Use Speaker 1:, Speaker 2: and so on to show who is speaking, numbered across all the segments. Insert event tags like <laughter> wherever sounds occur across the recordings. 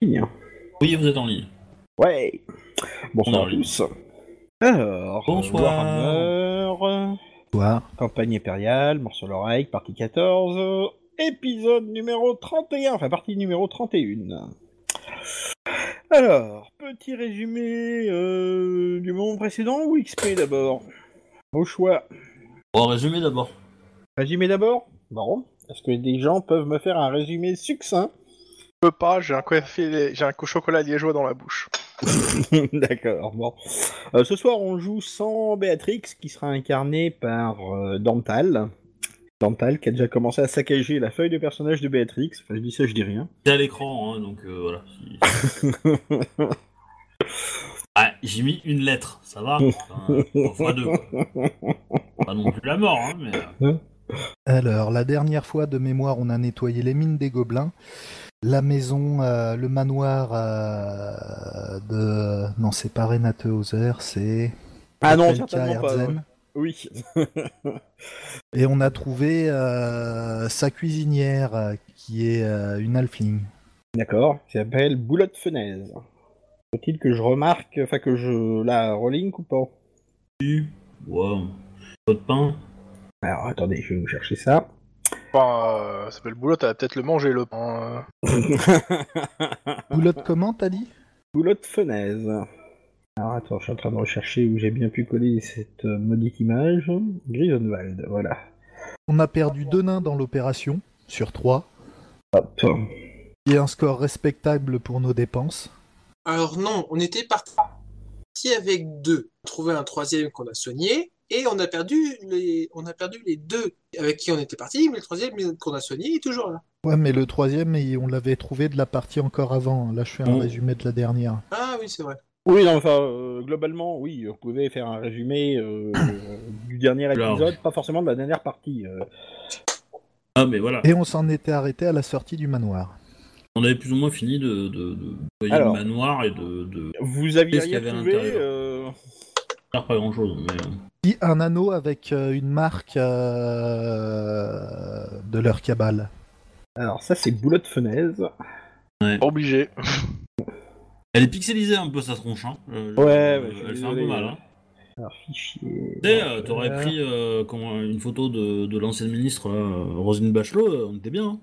Speaker 1: ligne.
Speaker 2: Oui, vous êtes en ligne.
Speaker 1: Ouais. Bonsoir
Speaker 2: On
Speaker 1: à
Speaker 2: est en ligne.
Speaker 1: tous. Alors,
Speaker 2: Bonsoir.
Speaker 1: Warhammer,
Speaker 3: Bonsoir.
Speaker 1: campagne impériale, morceau l'oreille, partie 14, euh, épisode numéro 31, enfin partie numéro 31. Alors, petit résumé euh, du moment précédent ou XP d'abord Au choix.
Speaker 2: Bon, résumé d'abord.
Speaker 1: Résumé d'abord Bon, est-ce que des gens peuvent me faire un résumé succinct
Speaker 4: peux pas, j'ai un café, j'ai un co- chocolat liégeois dans la bouche.
Speaker 1: <laughs> D'accord, bon. Euh, ce soir, on joue sans Béatrix, qui sera incarnée par euh, Dantal. Dantal, qui a déjà commencé à saccager la feuille de personnage de Béatrix. Enfin, je dis ça, je dis rien.
Speaker 2: C'est à l'écran, hein, donc euh, voilà.
Speaker 1: <laughs>
Speaker 2: Ah, j'ai mis une lettre, ça va Enfin, T'en feras deux. quoi. Pas non plus la mort, hein, mais... euh,
Speaker 3: Alors, la dernière fois de mémoire, on a nettoyé les mines des gobelins, la maison, euh, le manoir euh, de. Non, c'est pas Renate Hauser, c'est.
Speaker 1: Ah non,
Speaker 3: Felka
Speaker 1: certainement pas.
Speaker 3: Herzen.
Speaker 1: Oui.
Speaker 3: Et on a trouvé euh, sa cuisinière, euh, qui est euh, une halfling.
Speaker 1: D'accord, qui s'appelle Boulotte Fenaise. Faut-il que je remarque, enfin que je la religne ou pas
Speaker 2: euh, Ouais. Pas de pain
Speaker 1: Alors, attendez, je vais vous chercher ça. <laughs>
Speaker 4: Enfin, euh, ça s'appelle boulotte, elle va peut-être le manger le pain. euh.
Speaker 1: <laughs>
Speaker 3: Boulotte, comment t'as dit
Speaker 1: Boulotte fenaise. Alors attends, je suis en train de rechercher où j'ai bien pu coller cette euh, maudite image. Grisonwald, voilà.
Speaker 3: On a perdu deux nains dans l'opération, sur trois,
Speaker 1: Hop.
Speaker 3: qui est un score respectable pour nos dépenses.
Speaker 5: Alors non, on était parti avec deux. On trouvait un troisième qu'on a soigné et on a perdu les, on a perdu les deux avec qui on était parti, mais le troisième qu'on a soigné est toujours là.
Speaker 3: Ouais, mais le troisième, il- on l'avait trouvé de la partie encore avant. Là, je fais un
Speaker 2: Mm.
Speaker 3: résumé de la dernière.
Speaker 5: Ah oui, c'est vrai.
Speaker 1: Oui, non, enfin, euh, globalement, oui, vous pouvez faire un résumé euh, <coughs> du dernier épisode,
Speaker 2: Large.
Speaker 1: pas forcément de la dernière partie. euh.
Speaker 2: Ah, mais voilà.
Speaker 3: Et on s'en était arrêté à la sortie du manoir.
Speaker 2: On avait plus ou moins fini de, de, de nettoyer
Speaker 1: Alors.
Speaker 2: le manoir et de... de...
Speaker 1: Vous aviez
Speaker 2: Qu'est-ce qu'il y
Speaker 1: rien
Speaker 2: avait à
Speaker 1: trouvé
Speaker 2: l'intérieur
Speaker 1: euh,
Speaker 2: faire pas grand-chose, mais... euh,
Speaker 3: Puis un anneau avec euh, une marque euh, de leur cabale.
Speaker 1: Alors ça, c'est Boulotte fenaise.
Speaker 4: Pas Obligé.
Speaker 2: Elle est pixelisée un peu, sa tronche, hein. Euh,
Speaker 1: Ouais,
Speaker 2: euh,
Speaker 1: ouais, je suis
Speaker 2: Elle fait un
Speaker 1: désolé,
Speaker 2: peu mal, hein.
Speaker 1: Alors fichier.
Speaker 2: Tu sais, euh, t'aurais pris euh, comment- une photo de, de l'ancienne ministre, euh, Roselyne Bachelot, euh, on était bien,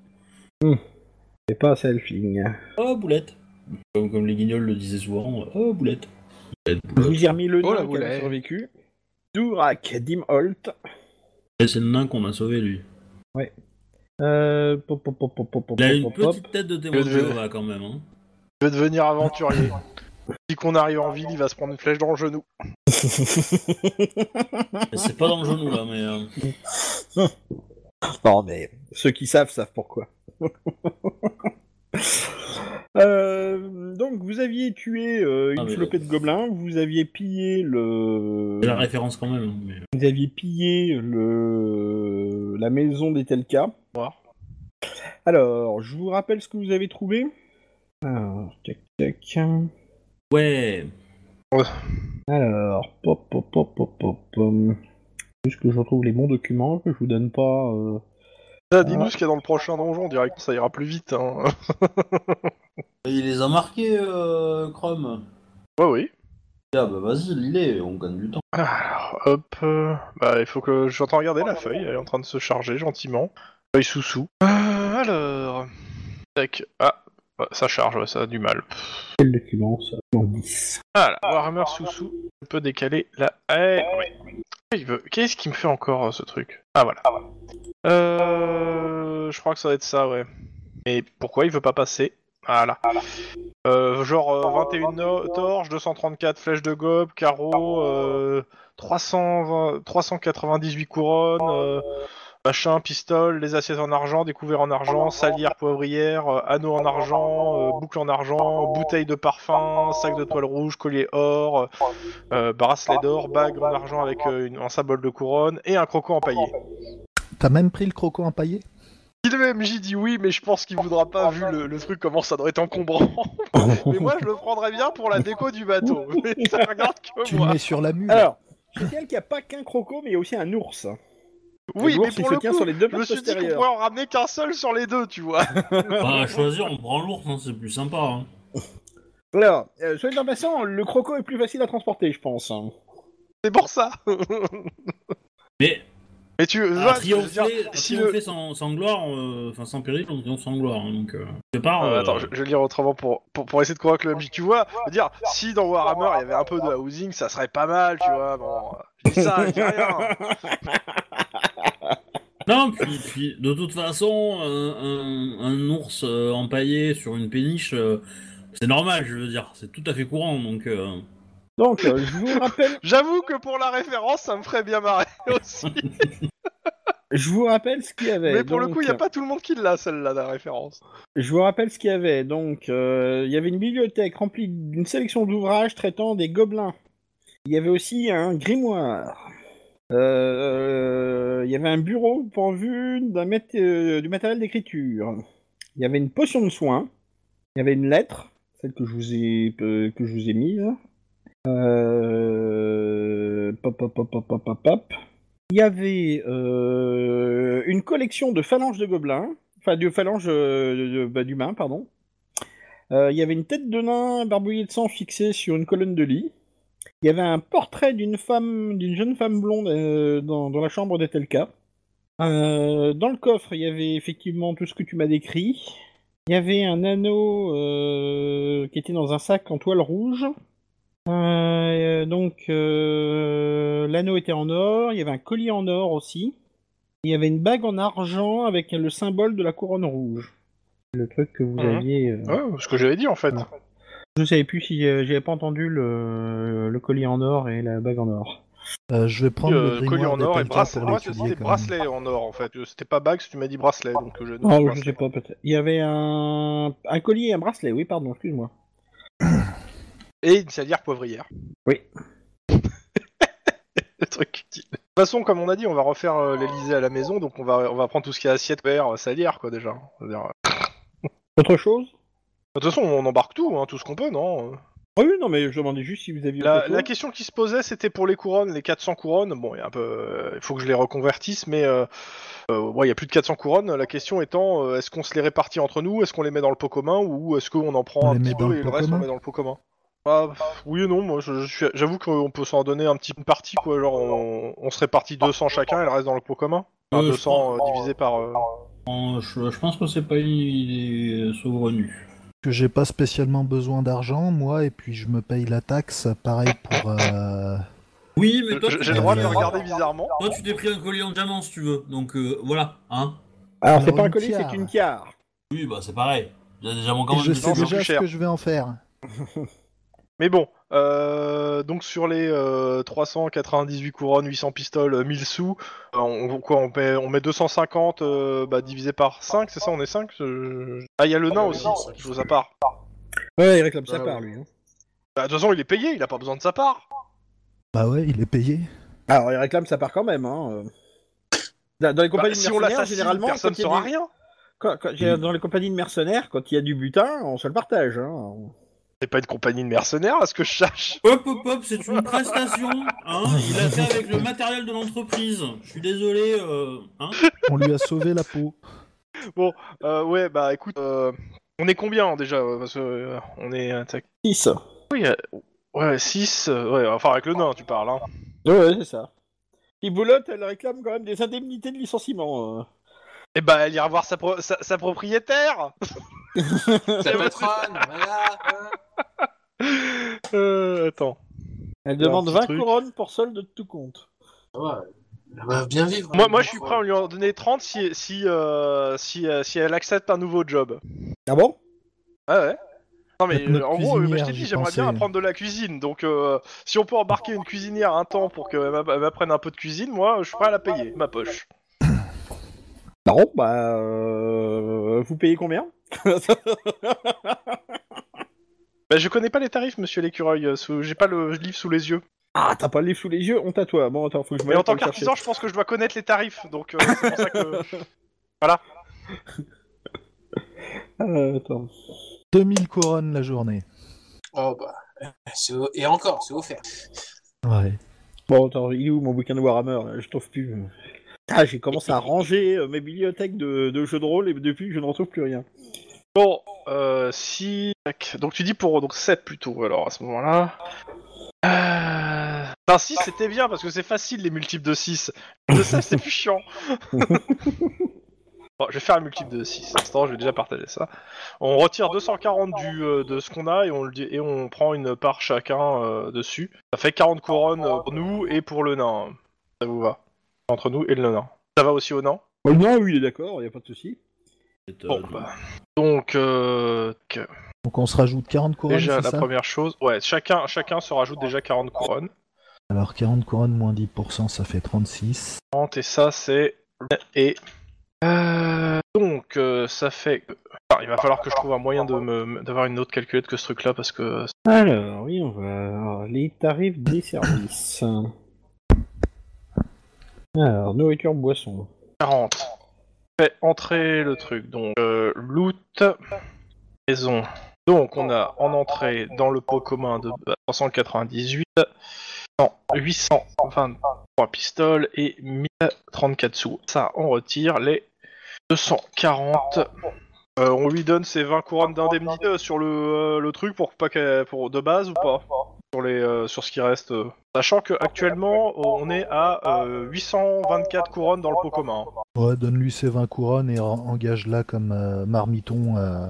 Speaker 2: hein.
Speaker 1: C'est pas selfing.
Speaker 2: Oh, boulette comme, comme les guignols le disaient souvent, euh, oh, boulette. Boulette,
Speaker 1: Je
Speaker 2: boulette.
Speaker 1: vous ai remis le
Speaker 4: Oh,
Speaker 1: nom
Speaker 4: la
Speaker 1: qui a
Speaker 4: boulette.
Speaker 1: survécu. Durak Dimholt.
Speaker 2: Et C'est le nain qu'on a sauvé, lui.
Speaker 1: Euh, pop, pop, pop, pop, pop,
Speaker 2: Il a
Speaker 1: pop,
Speaker 2: une
Speaker 1: pop, pop.
Speaker 2: petite tête de témoin de
Speaker 4: Je-
Speaker 2: Jéhovah, quand même. Hein.
Speaker 4: Je veux devenir aventurier. Si qu'on arrive en ville, il va se prendre une flèche dans le genou.
Speaker 2: Mais C'est pas dans le genou, là, mais... euh,
Speaker 1: Non, mais ceux qui savent savent pourquoi. <laughs> Euh, donc vous aviez tué euh, une
Speaker 2: Ah, mais
Speaker 1: flopée de gobelins, vous aviez pillé le,
Speaker 2: j'ai la référence, quand même. hein, Mais...
Speaker 1: vous aviez pillé le la maison des Telka.
Speaker 4: Voir.
Speaker 1: Alors je vous rappelle ce que vous avez trouvé. Alors tac tac.
Speaker 2: euh, Ouais
Speaker 1: Alors pop pop pop pop pop. pom. Juste que je retrouve les bons documents, que je vous donne pas. euh,
Speaker 4: Ça, dis-nous ce qu'il y a dans le prochain donjon, direct, ça ira plus vite. Hein.
Speaker 2: Il les a marqués, euh, Chrome.
Speaker 4: ouais, oui.
Speaker 2: Ah bah vas-y, lis-les, on gagne du temps.
Speaker 4: Alors, hop. euh, Bah, il faut que j'entends regarder la feuille, elle est en train de se charger gentiment. Feuille sous-sous. Euh, alors. Tac. Ah, bah, ça charge, ouais, ça a du mal.
Speaker 1: Quel document ça Non, 10.
Speaker 4: Voilà, Ah, Warhammer Soussou, je peux décaler la... Eh, ouais. Il veut- Qu'est-ce qui me fait encore euh, ce truc Ah voilà. Euh, je crois que ça va être ça, ouais. Mais pourquoi il veut pas passer Voilà. Euh, genre euh, 21 no- torches, 234 flèches de gob, carreaux, euh, 320 398 couronnes, euh, machin, pistole, les assiettes en argent, découvert en argent, salière poivrière, euh, anneau en argent, euh, boucle en argent, bouteille de parfum, sac de toile rouge, collier or, euh, bracelet d'or, bague en argent avec euh, une, un symbole de couronne et un croco empaillé.
Speaker 3: T'as même pris le croco empaillé
Speaker 4: Si le MJ dit oui, mais je pense qu'il voudra pas vu le, le truc comment ça doit
Speaker 1: <laughs>
Speaker 4: être encombrant. mais moi je le prendrais bien pour la déco du bateau. Mais ça regarde que
Speaker 3: Tu le
Speaker 4: moi.
Speaker 3: mets sur la mule.
Speaker 1: Alors, je signale qu'il n'y a pas qu'un croco, mais il y a aussi un ours.
Speaker 4: Oui, mais
Speaker 1: l'ours, il
Speaker 4: pour
Speaker 1: se
Speaker 4: le
Speaker 1: tient
Speaker 4: coup,
Speaker 1: sur les deux
Speaker 4: je me
Speaker 1: pattes
Speaker 4: suis dit qu'on
Speaker 1: postérieures.
Speaker 4: pourrait en ramener qu'un seul sur les deux, tu vois.
Speaker 2: Bah à choisir, on prend l'ours, hein, c'est plus sympa. Hein.
Speaker 1: Alors, euh, soit dit en passant, le croco est plus facile à transporter, je pense. hein.
Speaker 4: C'est pour ça.
Speaker 2: Mais
Speaker 4: Mais tu
Speaker 2: à
Speaker 4: vas
Speaker 2: triompher, à
Speaker 4: si
Speaker 2: triompher sans, sans gloire, euh, enfin sans péril, on triomphe sans gloire. hein, donc, euh, quelque part.
Speaker 4: Euh,
Speaker 2: euh,
Speaker 4: attends, je, je vais lire autrement pour, pour, pour essayer de convaincre le public. Tu vois, je veux dire, si dans Warhammer il y avait un peu de housing, ça serait pas mal, tu vois. Bon, je dis ça, je dis rien.
Speaker 2: Non, puis, puis, de toute façon, euh, un, un ours euh, empaillé sur une péniche, euh, c'est normal, je veux dire, c'est tout à fait courant, donc. euh,
Speaker 1: Donc, euh, je vous rappelle,
Speaker 4: J'avoue que pour la référence, ça me ferait bien marrer <laughs> aussi.
Speaker 1: je vous rappelle ce qu'il y avait.
Speaker 4: Mais pour le
Speaker 1: donc,
Speaker 4: coup,
Speaker 3: euh,
Speaker 4: il n'y a pas tout le monde qui l'a, celle-là, la référence.
Speaker 1: Je vous rappelle ce qu'il y avait. Donc, euh, il y avait une bibliothèque remplie d'une sélection d'ouvrages traitant des gobelins. Il y avait aussi un grimoire. Euh, il y avait un bureau pourvu d'un mat- euh, du matériel d'écriture. Il y avait une potion de soin. Il y avait une lettre, celle que je vous ai euh, que je vous ai mise. Euh, pop, pop, pop, pop, pop, pop, pop. Il y avait euh, une collection de phalanges de gobelins enfin de phalange euh, de- de- bah, d'humain, pardon. Euh, Il y avait une tête de nain barbouillée de sang fixée sur une colonne de lit. Il y avait un portrait d'une femme, d'une jeune femme blonde euh, dans, dans la chambre de Telka. Euh, dans le coffre, il y avait effectivement tout ce que tu m'as décrit. Il y avait un anneau euh, qui était dans un sac en toile rouge. Euh, donc euh, l'anneau était en or. Il y avait un collier en or aussi. Il y avait une bague en argent avec le symbole de la couronne rouge. Le truc que vous
Speaker 4: Mhm.
Speaker 1: aviez. euh,
Speaker 4: Ouais, ce que j'avais dit en fait.
Speaker 1: Je savais plus si euh, j'avais pas entendu le, le collier en or et la bague en or.
Speaker 3: Euh, je vais prendre
Speaker 4: Euh,
Speaker 3: le
Speaker 4: collier
Speaker 3: grimoire
Speaker 4: en or et
Speaker 3: d'Epelka
Speaker 4: bracelet. Ah
Speaker 3: pour
Speaker 4: Moi, c'était
Speaker 3: l'étudier. quand même.
Speaker 4: bracelet en or en fait. Euh, C'était pas bague, si tu m'as dit bracelet. Donc euh, je
Speaker 1: Ah,
Speaker 4: note
Speaker 1: je
Speaker 4: bracelet.
Speaker 1: sais pas, peut-être. Il y avait un, un collier et un bracelet, oui, pardon, excuse-moi.
Speaker 4: Et une salière poivrière.
Speaker 1: Oui.
Speaker 4: <laughs> Le truc utile. De toute façon, comme on a dit, on va refaire euh, l'Elysée à la maison, donc on va, on va prendre tout ce qui est assiette, verre, euh, salière, quoi, déjà. Je veux dire, euh,
Speaker 1: Autre chose
Speaker 4: De toute façon, on embarque tout, hein, tout ce qu'on peut, non euh.
Speaker 1: Ah oui, non, mais je demandais juste si vous aviez. autre
Speaker 4: la,
Speaker 1: chose.
Speaker 4: la question qui se posait, c'était pour les couronnes, les 400 couronnes. Bon, il y a un peu, euh, il faut que je les reconvertisse, mais euh, euh, ouais, il y a plus de 400 couronnes. La question étant, euh, est-ce qu'on se les répartit entre nous Est-ce qu'on les met dans le pot commun Ou est-ce qu'on en prend
Speaker 3: On
Speaker 4: un
Speaker 3: les met
Speaker 4: petit
Speaker 3: dans
Speaker 4: peu
Speaker 3: le
Speaker 4: et le
Speaker 3: pot
Speaker 4: reste on
Speaker 3: commun
Speaker 4: met dans le pot commun Ah, pff, oui et non, moi je, je suis- j'avoue qu'on peut s'en donner un petit une partie quoi, genre on, on se répartit 200 chacun et le reste dans le pot commun. Enfin,
Speaker 2: Euh, je
Speaker 4: 200 euh, divisé par. euh,
Speaker 2: en- je, je pense que c'est pas une idée euh, saugrenue.
Speaker 3: que j'ai pas spécialement besoin d'argent, moi, et puis je me paye la taxe, pareil pour... euh,
Speaker 2: Oui, mais toi,
Speaker 4: J'ai
Speaker 2: tu-
Speaker 4: j'ai le droit de le regarder bizarrement.
Speaker 2: Toi, tu t'es pris un collier en diamant si tu veux, donc euh, voilà, hein.
Speaker 1: Alors, c'est
Speaker 3: Alors,
Speaker 1: pas un
Speaker 3: une
Speaker 1: collier,
Speaker 3: tiare.
Speaker 1: c'est une tiare.
Speaker 2: Oui, bah c'est pareil. Il y a déjà mon
Speaker 3: et
Speaker 2: quand
Speaker 3: je
Speaker 2: même
Speaker 3: sais
Speaker 4: c'est
Speaker 2: des-
Speaker 3: déjà
Speaker 4: plus
Speaker 3: ce
Speaker 4: cher.
Speaker 3: que je vais en faire.
Speaker 4: Mais bon, euh, donc sur les euh, 398 couronnes, 800 pistoles, euh, 1000 sous, euh, on, quoi, on, met, on met 250 euh, bah, divisé par 5, c'est ça On est 5 Ah, il y a le nain aussi, chose à part.
Speaker 1: Ouais, il réclame sa
Speaker 4: sa Ah, part,
Speaker 1: part,
Speaker 4: ouais.
Speaker 1: lui. hein.
Speaker 4: Bah, de toute façon, il est payé, il a pas besoin de sa part.
Speaker 3: Bah ouais, il est payé.
Speaker 1: Alors, il réclame sa part quand même. Hein. euh. Dans dans les
Speaker 4: Bah,
Speaker 1: compagnies de
Speaker 4: si on
Speaker 1: mercenaires,
Speaker 4: l'assassine,
Speaker 1: généralement,
Speaker 4: personne ne
Speaker 1: quand il y a
Speaker 4: saura
Speaker 1: du-
Speaker 4: rien.
Speaker 1: quand- quand- j'ai- dans les compagnies de mercenaires, quand il y a du butin, on se le partage. Hein.
Speaker 4: C'est pas une compagnie de mercenaires, à ce que je cherche.
Speaker 2: Hop, hop, hop, c'est une prestation, hein. Il a fait avec le matériel de l'entreprise. Je suis désolé, euh, hein.
Speaker 3: On lui a sauvé
Speaker 4: <laughs>
Speaker 3: la peau.
Speaker 4: <laughs> Euh, ouais, bah écoute, euh, on est combien déjà euh, Parce que euh, on est. euh, tac-
Speaker 1: Six.
Speaker 4: Oui, euh, ouais, 6, ouais, enfin avec le nain, tu parles. Hein.
Speaker 1: Ouais, c'est ça. Puis Boulotte, elle réclame quand même des indemnités de licenciement. euh.
Speaker 4: Et bah, elle ira voir sa, pro- sa- sa propriétaire
Speaker 5: Ta patronne, voilà. hein.
Speaker 4: Euh, attends.
Speaker 1: Elle
Speaker 4: Ouais, un
Speaker 1: demande
Speaker 4: petit
Speaker 1: 20
Speaker 4: truc.
Speaker 1: couronnes pour solde de tout compte.
Speaker 5: Ça va, elle va bien vivre.
Speaker 4: Moi, moi je suis prêt à lui en donner 30 si, si, euh, si, euh, si elle accepte un nouveau job.
Speaker 1: Ah bon
Speaker 4: Ah ouais Non mais
Speaker 3: Notre
Speaker 4: euh, en gros, euh, bah, je
Speaker 3: cuisinière,
Speaker 4: t'ai dit,
Speaker 3: j'y
Speaker 4: j'aimerais bien
Speaker 3: pensais.
Speaker 4: apprendre de la cuisine. Donc euh, si on peut embarquer une cuisinière un temps pour qu'elle m'a- elle m'apprenne un peu de cuisine, moi je suis prêt à la payer, ma poche.
Speaker 1: Non, bah. euh, vous payez combien <laughs>
Speaker 4: Bah, je connais pas les tarifs, monsieur l'écureuil, euh, sous- j'ai pas le livre sous les yeux.
Speaker 1: Ah, t'as pas le livre sous les yeux Honte à toi. Bon, attends, faut que je me
Speaker 4: Mais en
Speaker 1: lève
Speaker 4: tant
Speaker 1: pour le chercher.
Speaker 4: qu'artisan, je pense que je dois connaître les tarifs, donc euh, c'est pour ça que...
Speaker 1: Euh, attends.
Speaker 3: 2000 couronnes la journée.
Speaker 5: Oh bah. c'est o- Et encore, c'est offert.
Speaker 3: Ouais.
Speaker 1: Bon, attends, il est où mon bouquin de Warhammer là Je trouve plus. Ah, j'ai commencé à ranger euh, mes bibliothèques de, de jeux de rôle et depuis, je ne retrouve plus rien.
Speaker 4: Bon, euh, si. tac. Donc tu dis pour donc 7 plutôt, alors à ce moment-là. Euh... Enfin, 6 c'était bien parce que c'est facile les multiples de 6. De 7 c'est plus chiant. bon, je vais faire un multiple de 6. L'instant, je vais déjà partager ça. On retire 240 du, euh, de ce qu'on a et on, le dit- et on prend une part chacun euh, dessus. Ça fait 40 couronnes euh, pour nous et pour le nain. Ça vous va Entre nous et le nain. Ça va aussi au nain
Speaker 1: Oh non, oui, il est d'accord, il a pas de souci.
Speaker 2: C'est, euh,
Speaker 4: Bon, bah. Donc, euh, que-
Speaker 3: Donc on se rajoute 40 couronnes,
Speaker 4: Déjà,
Speaker 3: c'est
Speaker 4: la
Speaker 3: ça
Speaker 4: première chose, ouais, chacun, chacun se rajoute déjà 40 couronnes.
Speaker 3: Alors 40 couronnes moins 10%, ça fait 36.
Speaker 4: 40 et ça, c'est. Et. Euh, Donc, euh, ça fait. Enfin, il va falloir que je trouve un moyen de me- d'avoir une autre calculette que ce truc-là parce que.
Speaker 1: Alors, oui, on va. alors, les tarifs des services. Alors, nourriture, boisson.
Speaker 4: 40. Fait entrer le truc. Donc, euh, loot, maison. Donc, on a en entrée dans le pot commun de base, 398, non, 823 pistoles et 1034 sous. Ça, on retire les 240. Euh, on lui donne ses 20 couronnes d'indemnité euh, sur le, euh, le truc pour pas qu'elle- pour de base ou pas sur les euh, sur ce qui reste. euh. Sachant que actuellement on est à euh, 824 couronnes dans le pot commun. hein.
Speaker 3: Ouais, Bah, donne-lui ses 20 couronnes et en- engage-la comme euh, marmiton, euh,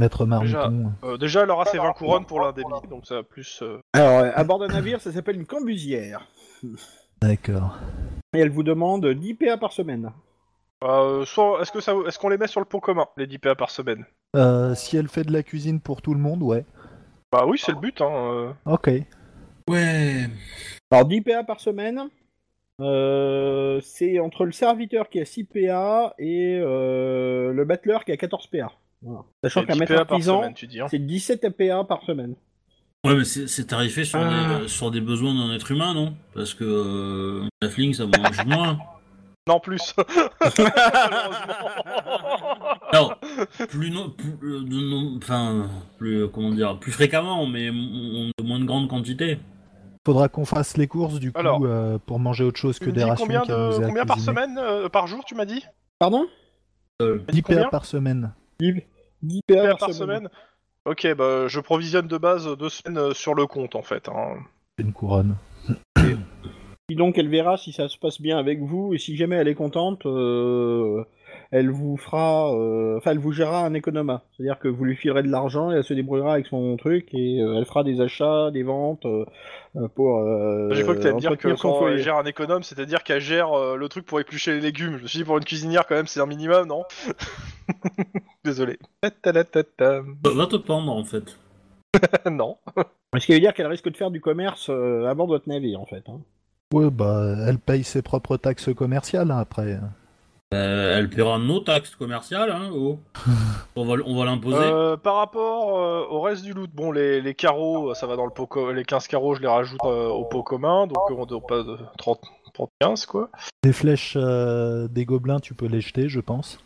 Speaker 3: maître marmiton.
Speaker 4: Euh, déjà elle aura ses 20 couronnes pour l'indemnité, donc ça va plus. euh,
Speaker 1: Alors, à bord d'un navire, ça s'appelle une cambusière.
Speaker 3: D'accord.
Speaker 1: Et elle vous demande 10 PA par semaine.
Speaker 4: euh, soit est-ce que ça est-ce qu'on les met sur le pot commun les 10 PA par semaine
Speaker 3: Euh, si elle fait de la cuisine pour tout le monde, ouais.
Speaker 4: Bah oui c'est le but hein. euh.
Speaker 3: Ok.
Speaker 2: Ouais.
Speaker 1: Alors, 10 PA par semaine, euh, c'est entre le serviteur qui a 6 PA et euh, le battleur qui a 14 PA. Voilà. Sachant
Speaker 4: Les
Speaker 1: qu'un
Speaker 4: 10
Speaker 1: maître
Speaker 4: PA par
Speaker 1: artisan,
Speaker 4: semaine tu dis. hein.
Speaker 1: c'est 17 PA par semaine.
Speaker 2: Ouais, mais c'est c'est tarifé sur,
Speaker 4: Ah.
Speaker 2: des, euh, sur des besoins d'un être humain, non Parce que euh, la fling, ça mange moins.
Speaker 4: Non plus. Malheureusement.
Speaker 2: Alors, plus non, plus, euh, de non- enfin, plus, euh, comment dire, plus fréquemment, mais m- m- de moins de grande quantité.
Speaker 3: Faudra qu'on fasse les courses du coup
Speaker 4: Alors,
Speaker 3: euh, pour manger autre chose
Speaker 4: Tu
Speaker 3: que
Speaker 4: me
Speaker 3: des
Speaker 4: dis
Speaker 3: rations
Speaker 4: combien
Speaker 3: qu'elle nous
Speaker 4: de
Speaker 3: a
Speaker 4: combien par
Speaker 3: cuisinées.
Speaker 4: semaine euh, par jour tu m'as dit
Speaker 1: Pardon
Speaker 2: Euh,
Speaker 4: Tu m'as dit
Speaker 3: 10 PA
Speaker 4: combien
Speaker 3: par semaine.
Speaker 1: 10 PA,
Speaker 4: par, semaine. Ok, bah je provisionne de base deux semaines euh, sur le compte en fait. hein.
Speaker 3: Une couronne.
Speaker 1: Puis donc elle verra si ça se passe bien avec vous et si jamais elle est contente, euh, elle vous fera, euh, enfin elle vous gérera un économa, c'est-à-dire que vous lui filerez de l'argent et elle se débrouillera avec son truc et euh, elle fera des achats, des ventes euh, euh, pour. euh,
Speaker 4: J'ai cru que t'allais me dire que
Speaker 1: entretenir son
Speaker 4: quand
Speaker 5: euh,
Speaker 1: foyer.
Speaker 4: elle gère un économe, c'est-à-dire qu'elle gère euh, le truc pour éplucher les légumes. Je me suis dit pour une cuisinière quand même c'est un minimum, non <laughs> Désolé. Ta-ta-ta-ta-ta. <laughs>
Speaker 2: va- va te pendre, en fait.
Speaker 4: non.
Speaker 1: Ce qui veut dire qu'elle risque de faire du commerce euh, à bord de votre navire en fait. hein.
Speaker 3: Ouais, bah elle paye ses propres taxes commerciales hein, après.
Speaker 2: Euh, elle paiera nos taxes commerciales, hein,
Speaker 4: <laughs>
Speaker 2: oh. on va, l- on va l'imposer.
Speaker 4: Euh, par rapport euh, au reste du loot, bon les, les carreaux, euh, ça va dans le pot co- les 15 carreaux, je les rajoute euh, au pot commun, donc euh, on doit pas de 30 15 quoi.
Speaker 3: Des flèches euh, des gobelins, tu peux les jeter, je pense.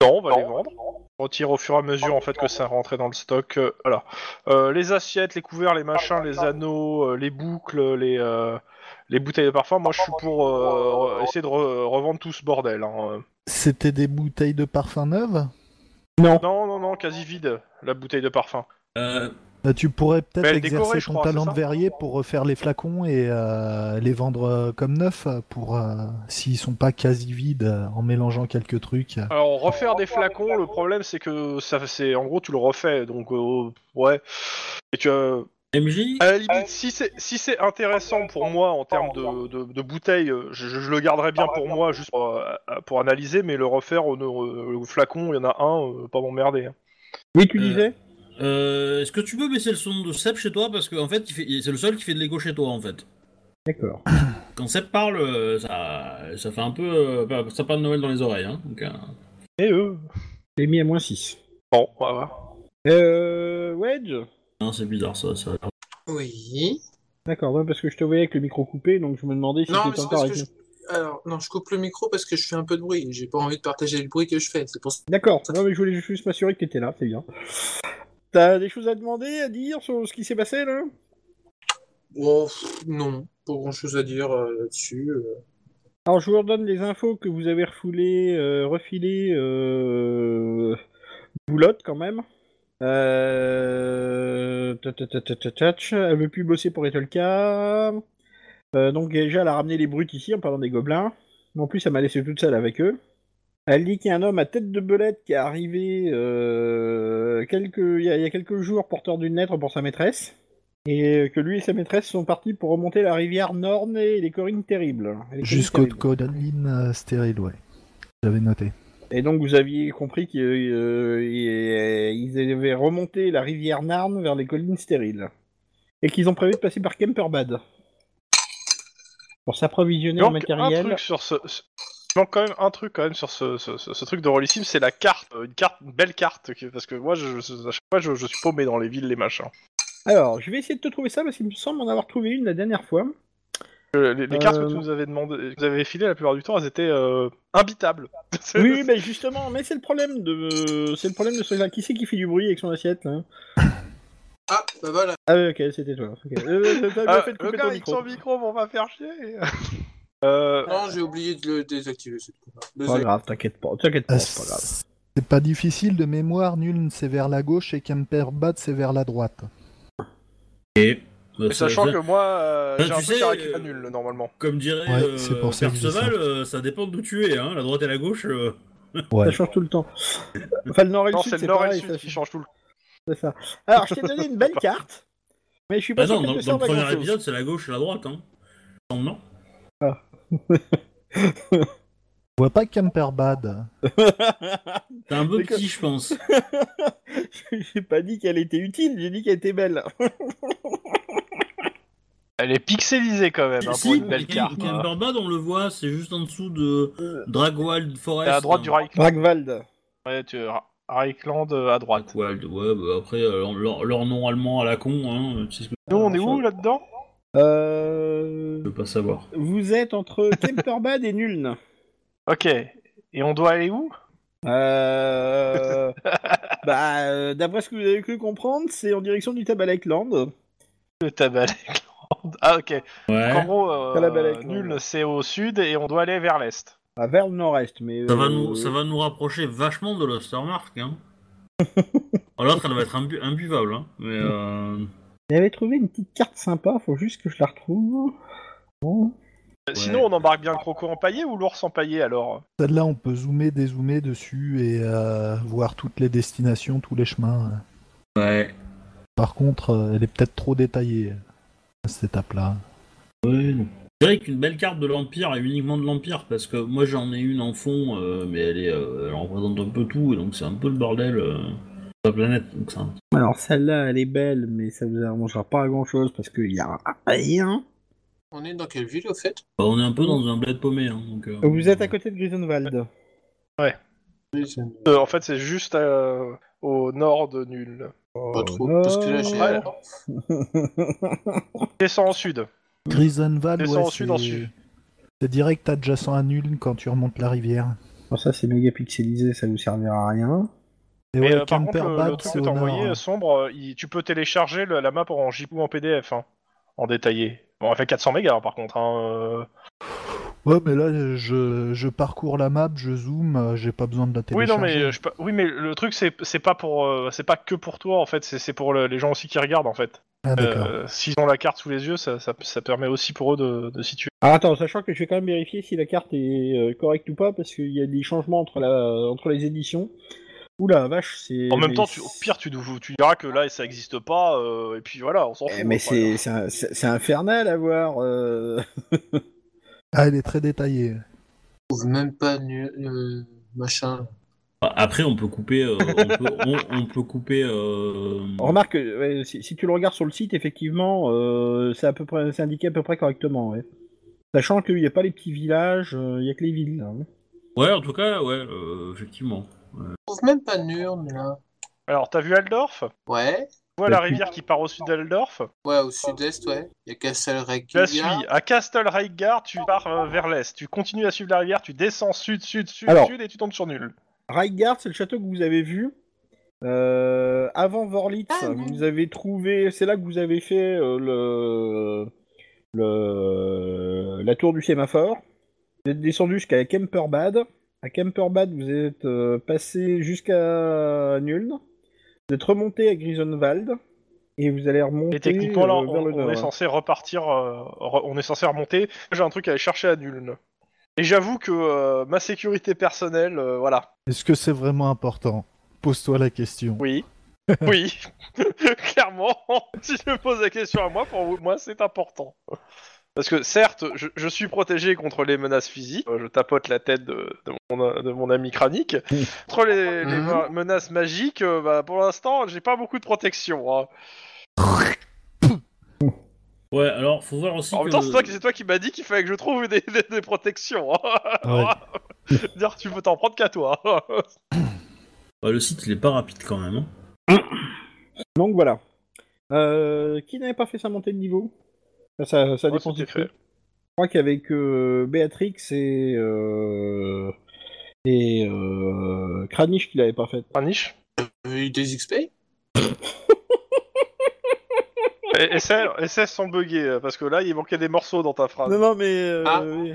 Speaker 4: Non, on va les vendre. On retire au fur et à mesure en fait que ça rentrait dans le stock. euh, voilà. Euh, les assiettes, les couverts, les machins, les anneaux, euh, les boucles, les, euh, les bouteilles de parfum. Moi, je suis pour euh, re- essayer de re- revendre tout ce bordel. hein.
Speaker 3: C'était des bouteilles de parfum neuves
Speaker 4: Non, non, non, quasi vide la bouteille de parfum.
Speaker 2: Euh,
Speaker 3: Bah, tu pourrais peut-être
Speaker 4: Mais elle
Speaker 3: exercer
Speaker 4: décorait, je
Speaker 3: ton
Speaker 4: crois,
Speaker 3: talent
Speaker 4: c'est
Speaker 3: de
Speaker 4: ça
Speaker 3: verrier pour refaire les flacons et euh, les vendre euh, comme neufs pour euh, s'ils sont pas quasi vides euh, en mélangeant quelques trucs. euh,
Speaker 4: Alors refaire des flacons, le problème c'est que ça, c'est en gros tu le refais, donc euh, ouais. Et tu as
Speaker 2: MJ
Speaker 4: À la limite, si c'est si c'est intéressant pour moi en termes de, de, de bouteilles, euh, je, je- je le garderai bien pour moi juste pour, euh, pour analyser, mais le refaire au, au- au flacon, il y en a un, euh, pas m'emmerder. hein.
Speaker 1: Oui tu
Speaker 2: Euh,
Speaker 1: disais.
Speaker 2: euh, Est-ce que tu peux baisser le son de Seb chez toi Parce qu'en en fait, il fait- il- c'est le seul qui fait de l'écho chez toi, en fait.
Speaker 1: D'accord.
Speaker 2: Quand Seb parle, euh, ça, ça fait un peu. euh, bah, ça parle de Noël dans les oreilles, hein. donc, euh,
Speaker 4: Et eux
Speaker 1: J'ai mis à moins 6.
Speaker 4: Bon, ouais, ouais.
Speaker 1: Euh, Wedge.
Speaker 2: non, c'est bizarre, ça. ça...
Speaker 5: Oui.
Speaker 1: D'accord, ouais, parce que je te voyais avec le micro coupé, donc je me demandais si
Speaker 5: Non, mais
Speaker 1: t'étais
Speaker 5: c'est
Speaker 1: encore
Speaker 5: parce
Speaker 1: avec
Speaker 5: que
Speaker 1: nous.
Speaker 5: je- Alors, non, je coupe le micro parce que je fais un peu de bruit. J'ai pas envie de partager le bruit que je fais. C'est pour ça.
Speaker 1: D'accord, non mais je voulais juste m'assurer que t'étais là, c'est bien. T'as des choses à demander, à dire sur ce qui s'est passé là
Speaker 5: Oh, pff, non, pas grand chose à dire euh, là-dessus. euh.
Speaker 1: Alors je vous redonne les infos que vous avez refoulées, euh, refilées euh, boulotte quand même. Euh... ta- ta- ta- ta- ta- tatch. Elle veut plus bosser pour Etolka. Euh, donc déjà, elle a ramené les brutes ici en parlant des gobelins. Mais En plus, elle m'a laissé toute seule avec eux. Elle dit qu'il y a un homme à tête de belette qui est arrivé euh, quelques... il y, a, il y a quelques jours porteur d'une lettre pour sa maîtresse. Et que lui et sa maîtresse sont partis pour remonter la rivière Norne et les Corines terribles. Et les Corines
Speaker 3: Jusqu'aux
Speaker 1: terribles.
Speaker 3: collines euh, stériles, ouais. J'avais noté.
Speaker 1: Et donc vous aviez compris qu'ils euh, ils- ils avaient remonté la rivière Narn vers les collines stériles. Et qu'ils ont prévu de passer par Kemperbad. Pour s'approvisionner en
Speaker 4: manque un
Speaker 1: matériel.
Speaker 4: truc sur ce. ce- il manque quand même un truc quand même sur ce, ce- ce- ce truc de Rollissime, c'est la carte, euh, une carte, une belle carte, que- parce que moi, je, je- à chaque fois, je, je suis paumé dans les villes, les machins.
Speaker 1: Alors, je vais essayer de te trouver ça parce qu'il me semble en avoir trouvé une la dernière fois.
Speaker 4: Euh, Les, les cartes
Speaker 1: Euh.
Speaker 4: que tu nous avais demandé, que vous avez filées la plupart du temps, elles étaient euh, imbitables. <laughs> euh,
Speaker 1: Oui, mais justement, mais c'est le problème de. euh, C'est le problème de ce Qui c'est qui fait du bruit avec son assiette là
Speaker 5: Ah, bah voilà.
Speaker 1: Ah, ouais, ok, c'était toi. ok. Euh, t'as bien
Speaker 4: Ah,
Speaker 1: fait de
Speaker 4: le
Speaker 1: couper
Speaker 4: gars
Speaker 1: ton
Speaker 4: avec son
Speaker 1: micro.
Speaker 4: micro, on va faire
Speaker 1: <laughs>
Speaker 4: chier. Euh,
Speaker 2: Ah,
Speaker 5: Non, j'ai oublié de le désactiver cette fois.
Speaker 1: Pas
Speaker 5: Désolé.
Speaker 1: grave, t'inquiète pas, t'inquiète
Speaker 3: Euh,
Speaker 1: pas, Oh, c'est pas grave.
Speaker 3: c'est pas difficile de mémoire, nul c'est vers la gauche et Kemperbad c'est vers la droite.
Speaker 2: Et, bah,
Speaker 4: mais
Speaker 2: ça-
Speaker 4: sachant
Speaker 2: ça-
Speaker 4: que moi, euh,
Speaker 2: Bah,
Speaker 4: j'ai
Speaker 2: tu
Speaker 4: un
Speaker 2: sais,
Speaker 4: truc avec
Speaker 2: euh,
Speaker 4: la nulle normalement.
Speaker 2: comme dirait
Speaker 3: Ouais,
Speaker 2: euh,
Speaker 3: c'est pour ça que je dis ça.
Speaker 2: Perceval, euh, ça dépend d'où tu es, hein, la droite et la gauche. euh.
Speaker 3: Ouais.
Speaker 1: Ça change tout le temps. Enfin, le nord et le
Speaker 4: Non,
Speaker 1: sud,
Speaker 4: c'est
Speaker 1: c'est
Speaker 4: le nord et le
Speaker 1: pareil.
Speaker 4: sud
Speaker 1: ça
Speaker 4: qui changent tout le
Speaker 1: C'est ça. Alors, je t'ai donné
Speaker 2: <laughs>
Speaker 1: une belle carte, mais je suis pas
Speaker 2: Bah
Speaker 1: sûr
Speaker 2: non, dans,
Speaker 1: qu'elle te
Speaker 2: dans le
Speaker 1: serve à
Speaker 2: premier
Speaker 1: grand-chose.
Speaker 2: épisode, c'est la gauche et la droite. Hein. Non, non.
Speaker 3: Je vois pas Kemperbad.
Speaker 2: T'es un peu
Speaker 1: C'est que-
Speaker 2: petit, je
Speaker 4: <laughs>
Speaker 2: pense.
Speaker 1: <laughs> j'ai pas dit qu'elle était utile, j'ai dit qu'elle était belle.
Speaker 4: Elle est pixelisée quand même, hein, pour
Speaker 2: si,
Speaker 4: une belle
Speaker 2: Kim-
Speaker 4: carte. hein. Euh,
Speaker 2: Kimberbad, on le voit, c'est juste en dessous de Dragwald Forest.
Speaker 4: T'es à droite
Speaker 2: hein.
Speaker 4: du Reichland.
Speaker 1: Bragvald.
Speaker 4: Ouais, tu... Ra- Reichland euh, à droite.
Speaker 2: Dragwald, ouais, bah après, euh, leur- leur, leur nom allemand à la con, hein, tu sais ce que
Speaker 4: Nous, on est où
Speaker 2: Ça,
Speaker 4: là-dedans
Speaker 1: Euh...
Speaker 2: Je peux pas savoir.
Speaker 1: Vous
Speaker 2: <laughs>
Speaker 1: êtes entre Kemperbad et Nuln.
Speaker 4: Ok. Et on doit aller où
Speaker 2: <laughs>
Speaker 1: Euh... bah, euh, d'après ce que vous avez cru comprendre, c'est en direction du Tabalekland.
Speaker 4: Le Tabalekland. Ah, ok.
Speaker 2: Ouais.
Speaker 4: En gros, euh,
Speaker 1: Tabalekland.
Speaker 4: nul, c'est au sud et on doit aller vers l'est.
Speaker 1: Ah, vers le nord-est, mais...
Speaker 2: Ça
Speaker 1: euh,
Speaker 2: va, nous, ça va nous rapprocher vachement de l'Ostermark. Hein.
Speaker 3: <laughs>
Speaker 2: Alors, L'autre, elle va être imbu- imbuvable. Hein. Mais, euh,
Speaker 1: J'avais trouvé une petite carte sympa, faut juste que je la retrouve. Bon.
Speaker 4: Euh, Sinon, on embarque bien le croco empaillé ou l'ours empaillé alors
Speaker 3: Celle-là, on peut zoomer, dézoomer dessus et euh, voir toutes les destinations, tous les chemins.
Speaker 2: Ouais.
Speaker 3: Par contre, euh, elle est peut-être trop détaillée, à cette étape-là.
Speaker 2: ouais non. Je dirais qu'une belle carte de l'Empire et uniquement de l'Empire, parce que moi j'en ai une en fond, euh, mais elle, est, euh, elle représente un peu tout, et donc c'est un peu le bordel euh, sur la planète. Donc ça.
Speaker 1: Alors, celle-là, elle est belle, mais ça vous arrangera pas à grand-chose, parce qu'il y a rien...
Speaker 5: On est dans quelle ville au fait
Speaker 2: Bah, on est un peu dans un bled paumé. Hein, donc, euh,
Speaker 1: Vous êtes à côté de Grisenwald.
Speaker 4: Euh, En fait, c'est juste euh, au nord de nul.
Speaker 5: Pas trop.
Speaker 1: non.
Speaker 5: Parce que là, j'ai. euh,
Speaker 4: Ouais. Descends au sud. Hmm.
Speaker 3: Grisenval,
Speaker 4: Descends
Speaker 3: ouais,
Speaker 4: au sud, en
Speaker 3: c'est...
Speaker 4: sud.
Speaker 3: c'est direct adjacent à Nuln quand tu remontes la rivière.
Speaker 1: Bon, ça, c'est méga pixelisé, ça vous servira à rien.
Speaker 3: Et
Speaker 4: Mais
Speaker 3: ouais,
Speaker 4: euh, par contre, le- le,
Speaker 3: Kemperbad,
Speaker 4: truc
Speaker 3: c'est
Speaker 4: que
Speaker 3: au
Speaker 4: t'as
Speaker 3: nord.
Speaker 4: envoyé, euh, sombre, euh, il- tu peux télécharger le- la map en JPEG ou en PDF, hein, en détaillé. Bon, elle fait 400 mégas hein, par contre. hein, euh.
Speaker 3: Ouais, mais là, je, je parcours la map, je zoome, euh, j'ai pas besoin de la
Speaker 4: Oui,
Speaker 3: télécharger.
Speaker 4: non, mais euh, je, peux- oui, mais le truc c'est c'est pas pour euh, c'est pas que pour toi en fait, c'est c'est pour le- les gens aussi qui regardent en fait.
Speaker 3: Ah, d'accord.
Speaker 4: Euh, S'ils ont la carte sous les yeux, ça, ça, ça permet aussi pour eux de, de situer.
Speaker 1: Alors Ah, attends, sachant que je vais quand même vérifier si la carte est euh, correcte ou pas, parce qu'il y a des changements entre, la... entre les éditions. Oula, vache, c'est...
Speaker 4: En même
Speaker 1: mais
Speaker 4: temps, tu, au pire, tu, nous- tu diras que là ça existe pas, euh, et puis voilà, on s'en
Speaker 1: Eh,
Speaker 4: fout.
Speaker 1: mais
Speaker 4: après.
Speaker 1: c'est c'est un- c'est- c'est infernal à voir. euh.
Speaker 3: Ah, elle est très détaillée.
Speaker 5: Je trouve même pas nu- euh, machin.
Speaker 2: bah, Après, on peut couper. euh, on, peut, on- on peut couper. euh,
Speaker 4: Hmm.
Speaker 1: Remarque, que, ouais, si, si tu le regardes sur le site, effectivement, euh, c'est à peu près, c'est indiqué à peu près correctement, ouais. Sachant qu'il n'y a pas les petits villages, euh, il y a que les villes. hein.
Speaker 2: Ouais, en tout cas, ouais, euh, effectivement.
Speaker 5: Je trouve même pas Nurne là.
Speaker 4: Alors, t'as vu Aldorf Tu
Speaker 5: Ouais.
Speaker 1: Bah,
Speaker 4: vois la rivière qui part au sud d'Aldorf
Speaker 5: Ouais, au sud-est, ouais. Il y a Castelrec.
Speaker 4: Tu la suis. À Castle tu pars euh, vers l'est. Tu continues à suivre la rivière, tu descends sud, sud, sud,
Speaker 1: Alors.
Speaker 4: sud, et tu tombes sur nul.
Speaker 1: Raigard, c'est le château que vous avez vu. Euh, avant Vorlitz,
Speaker 5: Ah, oui.
Speaker 1: vous avez trouvé. C'est là que vous avez fait euh, le, le la tour du sémaphore. Vous êtes descendu jusqu'à Kemperbad. à Camperbad, vous êtes euh, passé jusqu'à Nuln, vous êtes remonté à Grisonwald, et vous allez remonter
Speaker 4: Et techniquement, là,
Speaker 1: euh,
Speaker 4: on,
Speaker 1: vers le
Speaker 4: on
Speaker 1: nord.
Speaker 4: est censé repartir, euh, re- on est censé remonter. J'ai un truc à aller chercher à Nuln. Et j'avoue que euh, ma sécurité personnelle, euh, voilà.
Speaker 3: Est-ce que c'est vraiment important Pose-toi la
Speaker 4: <laughs>
Speaker 3: question.
Speaker 4: Oui. Oui. <laughs> Clairement, <laughs> si je pose la question à moi, pour vous- moi, c'est important. Parce que certes, je, je suis protégé contre les menaces physiques. Euh, Je tapote la tête de, de mon, de mon ami Kranik. Contre les, les
Speaker 5: Mhm.
Speaker 4: me- menaces magiques, euh, bah, pour l'instant, j'ai pas beaucoup de protection. hein.
Speaker 2: Ouais, alors faut voir aussi
Speaker 4: En
Speaker 2: que...
Speaker 4: même temps, c'est toi, qui- c'est toi qui m'as dit qu'il fallait que je trouve des, des- des protections. hein.
Speaker 3: Ouais.
Speaker 4: <laughs> Dire tu peux t'en prendre qu'à toi.
Speaker 2: Bah, le site, il est pas rapide quand même. hein.
Speaker 1: Donc voilà. Euh, qui n'avait pas fait sa montée de niveau Ça, ça, ça
Speaker 4: Moi,
Speaker 1: dépend du
Speaker 4: c'était
Speaker 1: truc. Je crois qu'avec euh, Béatrix et, euh, et euh, Kranich qui l'avait pas fait.
Speaker 4: Un niche.
Speaker 5: Euh, Des XP
Speaker 4: Et, et celles- et celles sont buggées, euh, parce que là, il manquait des morceaux dans ta phrase.
Speaker 1: Non, non, mais. euh,
Speaker 5: Ah.
Speaker 1: oui.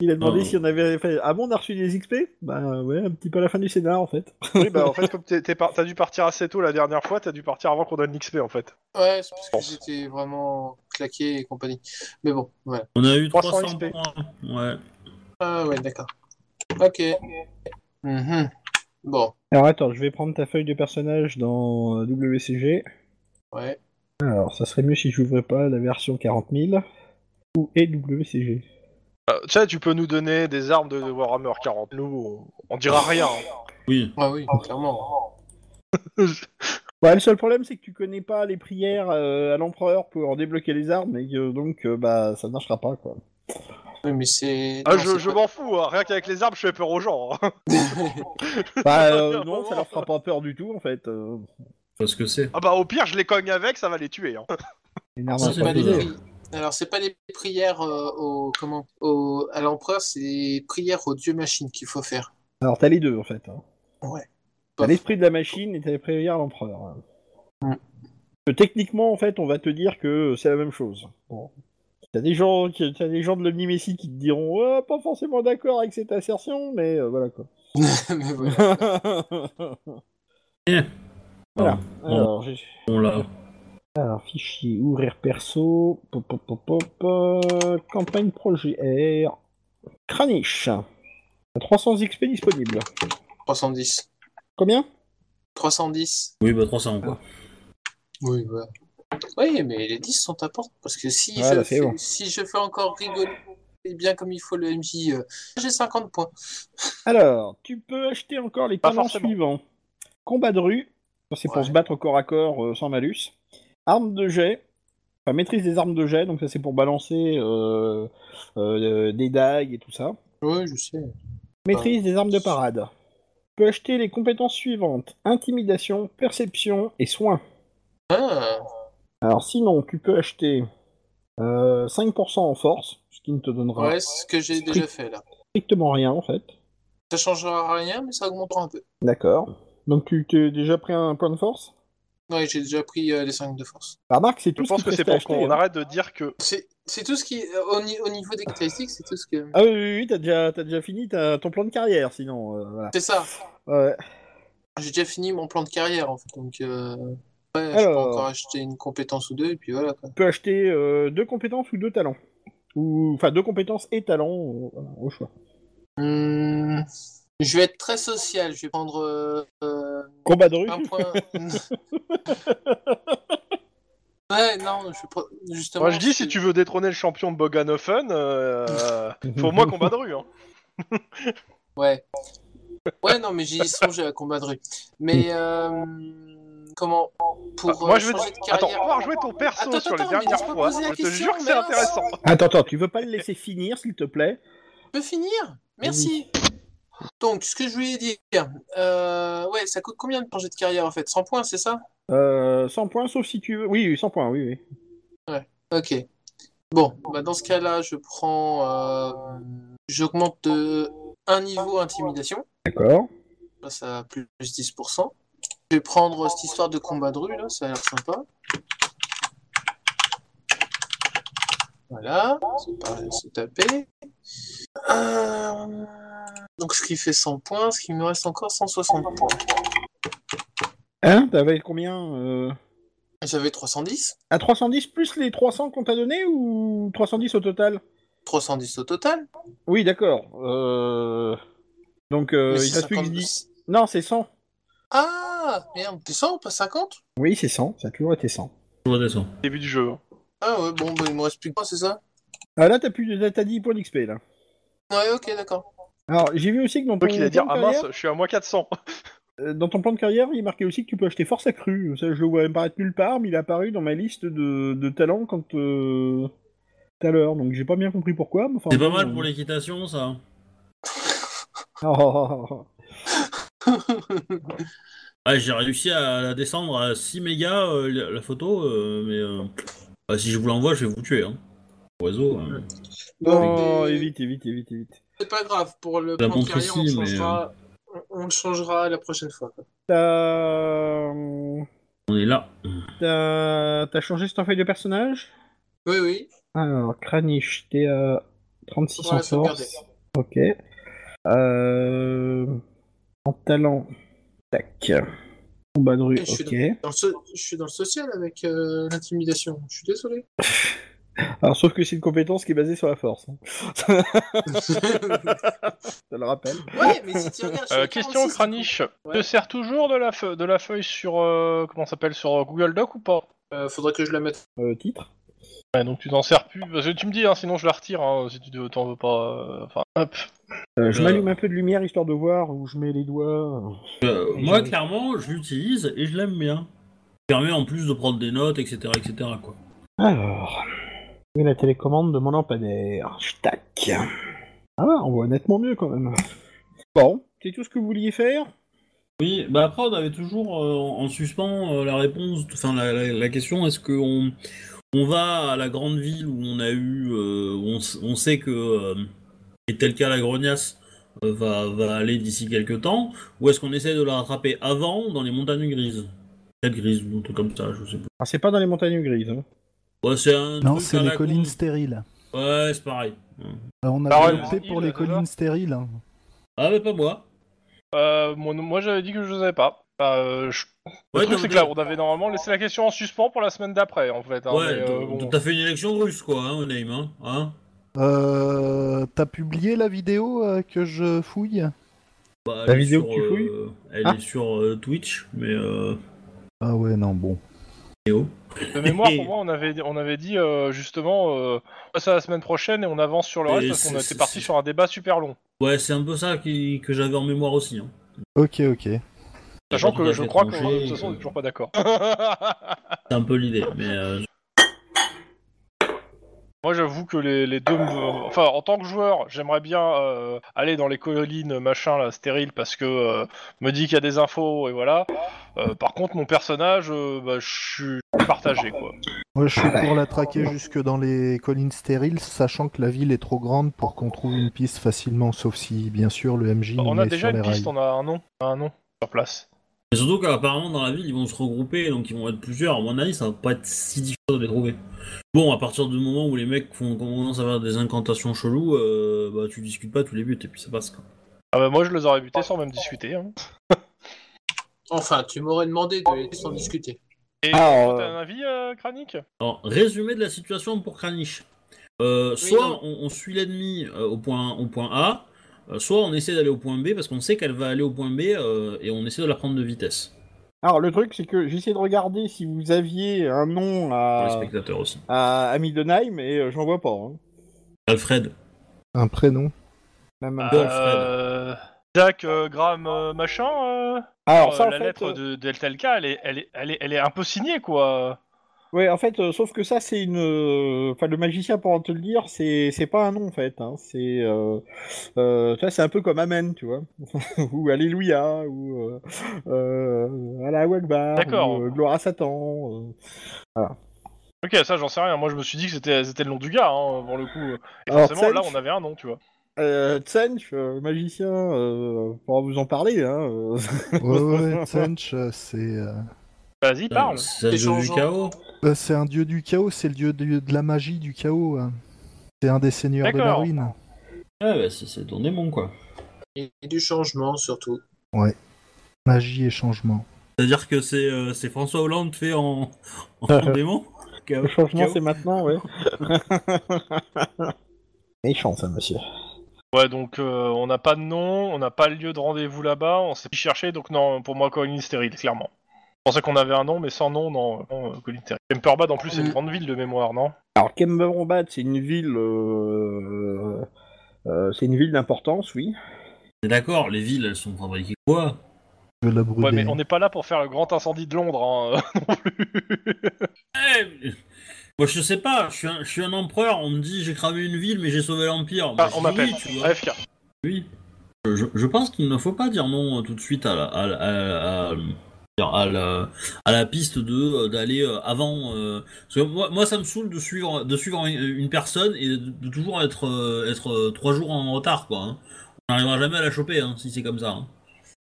Speaker 1: Il a demandé
Speaker 2: Non.
Speaker 1: si on avait fait. Ah bon, on a reçu des XP Bah ouais, un petit peu à la fin du scénar en fait.
Speaker 4: Oui, bah en fait, comme t'es- t'es par- t'as dû partir assez tôt la dernière fois, t'as dû partir avant qu'on donne l'XP en fait.
Speaker 5: Ouais, c'est parce que j'étais vraiment claqué et compagnie. Mais bon, voilà.
Speaker 2: On a eu 300,
Speaker 4: 300 XP.
Speaker 2: points. Ouais.
Speaker 5: Ah ouais, d'accord. Ok. Mhm. Bon,
Speaker 1: Alors attends, je vais prendre ta feuille de personnage dans euh, WCG.
Speaker 5: ouais.
Speaker 1: Alors, ça serait mieux si j'ouvrais pas la version 40 000 ou EWCG.
Speaker 4: Euh, tu sais, tu peux nous donner des armes de Warhammer 40. Nous, on, on dira rien. hein.
Speaker 2: Oui.
Speaker 5: Ah oui, clairement.
Speaker 1: Ouais, Bah, le seul problème, c'est que tu connais pas les prières euh, à l'empereur pour débloquer les armes, et que, donc euh, bah ça ne marchera pas quoi.
Speaker 5: Oui, mais c'est.
Speaker 4: Ah,
Speaker 5: non,
Speaker 4: je
Speaker 5: c'est
Speaker 4: je
Speaker 5: pas-
Speaker 4: m'en fous, hein. rien qu'avec les armes, je fais peur aux gens. hein.
Speaker 1: Bah euh, non, ça leur fera pas peur du tout en fait. Euh,
Speaker 2: Parce que c'est.
Speaker 4: Ah bah au pire, je les cogne avec, ça va les tuer. hein.
Speaker 1: énervant,
Speaker 2: Ça, c'est
Speaker 5: C'est
Speaker 1: quoi.
Speaker 5: Ah, pas
Speaker 2: pas
Speaker 5: des
Speaker 2: grave.
Speaker 5: pri- Alors, c'est pas des prières euh, au, comment, au, à l'empereur, c'est des prières au dieu machine qu'il faut faire. <laughs>
Speaker 1: Alors t'as les deux en fait. hein.
Speaker 5: Ouais.
Speaker 1: T'as l'esprit de la machine et t'as les prières à l'empereur. hein.
Speaker 5: Mm.
Speaker 1: Que Techniquement en fait, on va te dire que c'est la même chose. Bon. T'as des gens, qui- t'as des gens de l'omnimétie qui te diront Ouais, pas forcément d'accord avec cette assertion, mais euh, voilà quoi.
Speaker 5: Mais voilà. <laughs>
Speaker 1: voilà.
Speaker 2: Bon,
Speaker 1: Alors, j'ai-
Speaker 2: on l'a.
Speaker 1: Alors, fichier, ouvrir perso, pop, pop, pop, pop, euh, campagne projet R, Kranich, 300 XP disponibles.
Speaker 5: 310.
Speaker 1: Combien
Speaker 5: 310.
Speaker 2: Oui, bah 300 quoi.
Speaker 5: Oui, voilà. Oui, mais les 10 sont importants parce que si,
Speaker 1: Voilà,
Speaker 5: je,
Speaker 1: c'est
Speaker 5: fais,
Speaker 1: bon.
Speaker 5: si je fais encore rigoler et bien comme il faut le MJ, euh, j'ai 50 points.
Speaker 1: Alors, tu peux acheter encore les
Speaker 4: Pas
Speaker 1: talents
Speaker 4: forcément.
Speaker 1: suivants. Combat de rue, ça c'est pour
Speaker 5: Ouais.
Speaker 1: se battre au corps à corps euh, sans malus. Armes de jet, enfin maîtrise des armes de jet, donc ça c'est pour balancer euh, euh, des dagues et tout ça.
Speaker 5: Oui, je sais.
Speaker 1: Maîtrise des armes de parade. Tu peux acheter les compétences suivantes. Intimidation, perception et soins.
Speaker 5: Ah,
Speaker 1: Alors sinon, tu peux acheter euh, 5% en force, ce qui ne te donnera
Speaker 5: ouais, c'est ce que j'ai déjà fait là.
Speaker 1: strictement rien en fait.
Speaker 5: Ça changera rien, mais ça augmentera un peu.
Speaker 1: D'accord. Donc tu t'es déjà pris un point de force
Speaker 5: Ouais, j'ai déjà pris euh, les 5 de force.
Speaker 1: Bah Marc, c'est
Speaker 4: Je
Speaker 1: tout ce
Speaker 4: pense
Speaker 1: qu'il
Speaker 4: que c'est
Speaker 1: reste à
Speaker 4: pour
Speaker 1: acheter.
Speaker 4: qu'on
Speaker 1: hein.
Speaker 4: arrête de dire que
Speaker 5: C'est c'est tout ce qui. euh, Au, ni- au niveau des caractéristiques, c'est tout ce que.
Speaker 1: Ah oui, oui, oui, t'as déjà, t'as déjà fini t'as ton plan de carrière, sinon. euh, voilà.
Speaker 5: C'est ça.
Speaker 1: Ouais.
Speaker 5: J'ai déjà fini mon plan de carrière en fait. Donc, euh, ouais, je peux
Speaker 1: Alors.
Speaker 5: encore acheter une compétence ou deux et puis voilà quoi.
Speaker 1: Tu peux acheter euh, deux compétences ou deux talents. Ou enfin deux compétences et talents au, voilà, au choix.
Speaker 5: Hmm, Je vais être très social. Je vais prendre euh, euh,
Speaker 1: Combat de rue.
Speaker 5: un point.
Speaker 4: <laughs>
Speaker 5: ouais, non, je vais pre- justement.
Speaker 4: Moi je dis si tu veux détrôner le champion de Boganhofen, euh, faut au moins combat de rue. Hein.
Speaker 5: Ouais. Ouais, non, mais j'y songe à combat de rue. Mais euh, comment Pour
Speaker 4: Bah, moi
Speaker 5: euh,
Speaker 4: je veux
Speaker 5: changer de
Speaker 4: attends,
Speaker 5: carrière.
Speaker 4: on va rejouer ton perso
Speaker 5: Attends,
Speaker 4: sur les
Speaker 5: attends, mais
Speaker 4: dernières
Speaker 5: laisse-moi
Speaker 4: fois.
Speaker 5: poser la
Speaker 4: Je te
Speaker 5: question,
Speaker 4: jure que c'est
Speaker 5: mince.
Speaker 4: intéressant.
Speaker 1: Attends, attends, tu veux pas le laisser finir, s'il te plaît
Speaker 5: Je peux finir Merci. Donc, ce que je voulais dire, euh, ouais, ça coûte combien de changer de carrière en fait 100 points, c'est ça
Speaker 1: euh, 100 points, sauf si tu veux. Oui, oui, 100 points, oui, oui.
Speaker 5: Ok. Bon, bah dans ce cas-là, je prends. euh, J'augmente de un niveau intimidation.
Speaker 1: D'accord.
Speaker 5: Là, ça a plus 10%. Je vais prendre cette histoire de combat de rue, là, ça a l'air sympa. Voilà, c'est pas- c'est tapé. Euh, Donc ce qui fait 100 points, ce qui me reste encore 160 points.
Speaker 1: Hein T'avais combien euh...
Speaker 5: J'avais 310,
Speaker 1: À 310 plus les 300 qu'on t'a donné ou 310 au total
Speaker 5: 310 au total.
Speaker 1: Oui, d'accord. Euh... Donc, euh,
Speaker 5: mais
Speaker 1: il
Speaker 5: c'est
Speaker 1: reste plus que
Speaker 5: 50.
Speaker 1: 10. Non, c'est 100.
Speaker 5: Ah merde, t'es 100, pas 50
Speaker 1: Oui, c'est 100. Ça a toujours été 100.
Speaker 2: Je redescends.
Speaker 4: Début du jeu. hein.
Speaker 5: Ah ouais, bon, bah, il me reste plus que moi, c'est ça
Speaker 1: Ah là, t'as plus de... t'as 10 points d'XP, là.
Speaker 5: Ouais, ok, d'accord.
Speaker 1: Alors, j'ai vu aussi que dans ton,
Speaker 4: Toi qui vas dire,
Speaker 1: plan
Speaker 4: ah
Speaker 1: de carrière,
Speaker 4: mince, je suis à moins 400.
Speaker 1: euh, dans ton plan de carrière, il est marqué aussi que tu peux acheter force accrue. Ça, je le vois apparaître nulle part, mais il est apparu dans ma liste de, de talents quand... euh, Tout à l'heure, donc j'ai pas bien compris pourquoi. mais enfin,
Speaker 2: C'est pas
Speaker 1: bon,
Speaker 2: mal
Speaker 1: euh,
Speaker 2: pour l'équitation, ça.
Speaker 1: <laughs>
Speaker 2: hein.
Speaker 1: oh, oh, oh, oh.
Speaker 2: Ah, j'ai réussi à la descendre à 6 mégas, euh, la- la photo, euh, mais euh, ah, si je vous l'envoie, je vais vous tuer. Hein. Oiseau. euh.
Speaker 1: Non,
Speaker 5: mais-
Speaker 1: évite, évite, évite, évite.
Speaker 5: C'est pas grave, pour le
Speaker 2: La
Speaker 5: plan de
Speaker 2: montre
Speaker 5: carrière, on,
Speaker 2: ici, mais, euh,
Speaker 5: changera... on- on le changera la prochaine fois. quoi.
Speaker 1: T'as...
Speaker 2: On est là.
Speaker 1: T'as t'as changé sur ta feuille de personnage
Speaker 5: Oui, oui,
Speaker 1: Alors, Kranich, t'es à 36
Speaker 5: faudra
Speaker 1: en
Speaker 5: la sauvegarder.
Speaker 1: force. Ok. Euh... En talent, tac. Combat de rue,
Speaker 5: Et je suis
Speaker 1: ok.
Speaker 5: Dans le so- Je suis dans le social avec euh, l'intimidation, je
Speaker 1: <laughs>
Speaker 5: suis désolé.
Speaker 1: Alors, sauf que c'est une compétence qui est basée sur la force. hein. Ça le rappelle.
Speaker 5: ouais, mais si tu regardes. je suis
Speaker 4: Euh,
Speaker 5: à
Speaker 4: question
Speaker 5: 46,
Speaker 4: Kranich,
Speaker 5: Ouais.
Speaker 4: te sers toujours de la, feu- de la feuille sur euh, comment ça s'appelle sur euh, Google Doc ou pas
Speaker 5: Euh, faudrait que je la mette.
Speaker 1: Euh, titre
Speaker 4: Ouais, donc tu t'en sers plus. Parce que tu me dis, hein, sinon je la retire hein, si tu te- t'en veux pas. euh, Enfin, hop.
Speaker 1: Euh, Je
Speaker 2: Euh.
Speaker 1: m'allume un peu de lumière histoire de voir où je mets les doigts.
Speaker 2: Euh,
Speaker 1: Et
Speaker 2: moi,
Speaker 1: je-
Speaker 2: clairement, je l'utilise et je l'aime bien. Ça permet en plus de prendre des notes, etc. etc. Quoi.
Speaker 1: Alors, où est la télécommande de mon lampadaire Tac. Ah, on voit nettement mieux quand même. Bon, c'est tout ce que vous vouliez faire
Speaker 2: Oui, bah après, on avait toujours euh, en en suspens euh, la réponse, enfin la, la- la question est-ce qu'on on va à la grande ville où on a eu, euh, où on, s- on sait que, euh, et tel cas la grognasse euh, va, va aller d'ici quelques temps, ou est-ce qu'on essaie de la rattraper avant dans les montagnes grises Peut-être grises ou un truc comme ça, je sais pas.
Speaker 1: Ah, c'est pas dans les montagnes grises. hein.
Speaker 2: Ouais, c'est un
Speaker 3: Non,
Speaker 2: truc
Speaker 3: c'est
Speaker 2: à
Speaker 3: les
Speaker 2: la
Speaker 3: collines
Speaker 2: con.
Speaker 3: stériles.
Speaker 2: Ouais, c'est pareil.
Speaker 3: Alors, on
Speaker 4: Parole
Speaker 3: avait opté
Speaker 4: de
Speaker 3: pour
Speaker 4: Hill,
Speaker 3: les collines
Speaker 4: alors
Speaker 3: stériles. hein.
Speaker 2: Ah, mais pas moi.
Speaker 4: Euh, moi, moi, j'avais dit que je savais pas. Enfin, euh, je- Le
Speaker 2: Ouais,
Speaker 4: truc
Speaker 2: t'as-
Speaker 4: c'est que là on avait normalement laissé la question en suspens pour la semaine d'après en fait. hein,
Speaker 2: Ouais,
Speaker 4: mais, euh,
Speaker 2: t'as-
Speaker 4: bon.
Speaker 2: t'as fait une élection russe, quoi, hein, au name, hein, hein
Speaker 3: Euh, T'as publié la vidéo euh, que je fouille
Speaker 2: Bah,
Speaker 1: La
Speaker 2: elle est
Speaker 1: vidéo
Speaker 2: sur,
Speaker 1: que tu fouilles
Speaker 2: euh, Elle
Speaker 1: Ah.
Speaker 2: est sur euh, Twitch, mais euh,
Speaker 3: Ah ouais, non, bon.
Speaker 2: vidéo.
Speaker 4: De mémoire pour moi on avait on avait dit euh, justement euh, on passe à la semaine prochaine et on avance sur le
Speaker 2: Et
Speaker 4: reste parce
Speaker 2: c'est-
Speaker 4: qu'on
Speaker 2: c'est-
Speaker 4: était parti
Speaker 2: c'est-
Speaker 4: sur un débat super long.
Speaker 2: Ouais, c'est un peu ça qui- que j'avais en mémoire aussi. hein.
Speaker 3: Ok, ok.
Speaker 4: Sachant
Speaker 2: Tout à
Speaker 4: que je
Speaker 2: fait
Speaker 4: crois que
Speaker 2: tranché,
Speaker 4: de toute façon on
Speaker 2: euh,
Speaker 4: est toujours
Speaker 2: <laughs>
Speaker 4: pas d'accord.
Speaker 2: C'est un peu l'idée, mais euh,
Speaker 4: Moi, j'avoue que les, les deux. me- Enfin, en tant que joueur, j'aimerais bien euh, aller dans les collines machin là, stérile, parce que euh, me dit qu'il y a des infos et voilà. Euh, par contre, mon personnage, euh, bah, je suis partagé quoi.
Speaker 3: Moi, je suis pour la traquer jusque dans les collines stériles, sachant que la ville est trop grande pour qu'on trouve une piste facilement, sauf si, bien sûr, le MJ nous
Speaker 4: on a
Speaker 3: met
Speaker 4: déjà
Speaker 3: sur les
Speaker 4: une piste,
Speaker 3: rails.
Speaker 4: on a un nom, on a un nom sur place.
Speaker 2: mais surtout qu'apparemment dans la ville ils vont se regrouper, donc ils vont être plusieurs. À mon avis, ça va pas être si difficile de les trouver. Bon, à partir du moment où les mecs font commencent à faire des incantations cheloues, euh, bah tu discutes pas, tu les butes et puis ça passe. Quoi.
Speaker 4: Ah bah, moi, je les aurais butés sans même discuter. hein.
Speaker 5: Enfin, tu m'aurais demandé de les sans discuter.
Speaker 4: Et
Speaker 1: Ah,
Speaker 4: toi,
Speaker 1: euh,
Speaker 4: t'as un avis, euh, Kranik
Speaker 2: Alors, résumé de la situation pour Kranich. Euh, soit on, on suit l'ennemi euh, au, point, au point A, euh, soit on essaie d'aller au point B parce qu'on sait qu'elle va aller au point B euh, et on essaie de la prendre de vitesse.
Speaker 1: Alors, le truc, c'est que j'essaie de regarder si vous aviez un nom
Speaker 4: Ah.
Speaker 2: Pour les
Speaker 1: à,
Speaker 2: spectateurs aussi.
Speaker 1: à, à Middenheim, et euh, j'en vois pas. hein.
Speaker 2: Alfred.
Speaker 3: Un prénom
Speaker 1: Même un-
Speaker 2: Ah. Bon,
Speaker 4: euh, Jack, euh, Graham, euh, machin. euh,
Speaker 1: Alors, ça,
Speaker 4: euh,
Speaker 1: en
Speaker 4: la
Speaker 1: fait,
Speaker 4: lettre
Speaker 1: euh,
Speaker 4: de, d'Eltalka, elle est, elle, est, elle, est, elle est un peu signée quoi.
Speaker 1: ouais, en fait, euh, sauf que ça, c'est une, euh, enfin, le magicien pour te le dire, c'est, c'est pas un nom en fait. Hein. C'est, euh, euh, ça, c'est un peu comme Amen, tu vois, <laughs> ou Alléluia, ou euh, euh, Allah Akbar,
Speaker 4: D'accord.
Speaker 1: ou, euh, Gloire à Satan. euh.
Speaker 4: Ok, ça j'en sais rien. Moi je me suis dit que c'était c'était le nom du gars hein, pour le coup. Et
Speaker 1: Alors,
Speaker 4: forcément
Speaker 1: Tsench-
Speaker 4: là on avait un nom, tu vois.
Speaker 1: Euh, Tsench, euh, magicien, euh, on pourra vous en parler. Hein, euh.
Speaker 3: Ouais, ouais, Tsench, euh, c'est... euh,
Speaker 4: Vas-y, parle.
Speaker 2: C'est le jeu euh, du
Speaker 5: Échangeant.
Speaker 2: chaos.
Speaker 3: Bah, c'est un dieu du chaos, c'est le dieu de, de la magie du chaos. hein. C'est un des seigneurs de la
Speaker 4: D'accord.
Speaker 3: ruine.
Speaker 2: Ah, bah, c'est c'est ton démon, quoi.
Speaker 5: Et du changement surtout.
Speaker 3: Magie et changement.
Speaker 2: C'est-à-dire que c'est euh, c'est François Hollande fait en,
Speaker 1: <laughs>
Speaker 2: en démon
Speaker 1: Le changement, c'est maintenant, ouais. <laughs> Méchant, ça, monsieur.
Speaker 4: Ouais, donc euh, on n'a pas de nom, on n'a pas le lieu de rendez-vous là-bas, on s'est cherché, donc non, pour moi, Colline stérile, clairement. Je pensais qu'on avait un nom, mais sans nom, non, non euh, Colline stérile. Kemperbad, en plus, c'est une
Speaker 5: Mm.
Speaker 4: grande ville de mémoire, non
Speaker 1: Alors, Kemmeroumbat, c'est une ville. euh, euh, c'est une ville d'importance, oui.
Speaker 2: Mais D'accord, les villes, elles sont fabriquées quoi
Speaker 3: Je veux la
Speaker 4: Ouais,
Speaker 3: brûler.
Speaker 4: mais on n'est pas là pour faire le grand incendie de Londres, hein, non plus.
Speaker 2: Eh, mais- Moi, je sais pas, je suis, un, je suis un empereur, on me dit j'ai cramé une ville, mais j'ai sauvé l'Empire. Bah,
Speaker 4: Ah, on
Speaker 2: je dis
Speaker 4: m'appelle.
Speaker 2: oui, tu vois.
Speaker 4: AFK.
Speaker 2: Oui. Je, je- je pense qu'il ne faut pas dire non euh, tout de suite à la, à la- à la- à la- à la piste de euh, d'aller euh, avant. euh, parce que moi, moi, ça me saoule de suivre de suivre une, une personne et de, de toujours être euh, être euh, trois jours en retard quoi. hein. On n'arrivera jamais à la choper hein, si c'est comme ça. hein.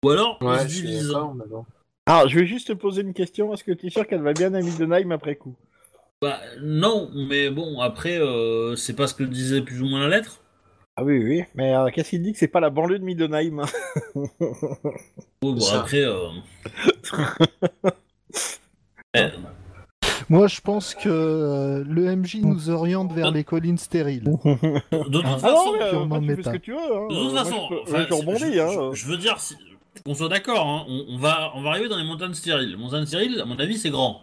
Speaker 2: Ou alors on se
Speaker 5: je suis
Speaker 2: divise.
Speaker 5: d'accord, mais bon.
Speaker 1: Alors, je vais juste te poser une question. Est-ce que tu es sûr qu'elle va bien à Middenheim après coup
Speaker 2: Bah, non, mais bon après euh, c'est pas ce que disait plus ou moins la lettre.
Speaker 1: Ah oui, oui. Mais euh, qu'est-ce qu'il dit que c'est pas la banlieue de <laughs> Middenheim Ah
Speaker 2: Ouais, bon,
Speaker 5: Ça.
Speaker 2: après. euh, eh,
Speaker 3: Moi, je pense que euh, le MJ nous oriente vers les collines stériles.
Speaker 2: de toute
Speaker 3: Ah non,
Speaker 1: Ah
Speaker 2: façon,
Speaker 1: non, mais, euh, moi,
Speaker 3: purement
Speaker 1: tu fais ce
Speaker 3: méta.
Speaker 1: que tu veux. Hein.
Speaker 2: De toute
Speaker 1: Euh,
Speaker 2: façon,
Speaker 1: moi, je, peux-
Speaker 2: enfin,
Speaker 1: je te rebondis.
Speaker 2: je-
Speaker 1: hein.
Speaker 2: je- je veux dire, si- qu'on soit d'accord, hein, on, on va, on va arriver dans les montagnes stériles. Les montagnes stériles, à mon avis, c'est grand.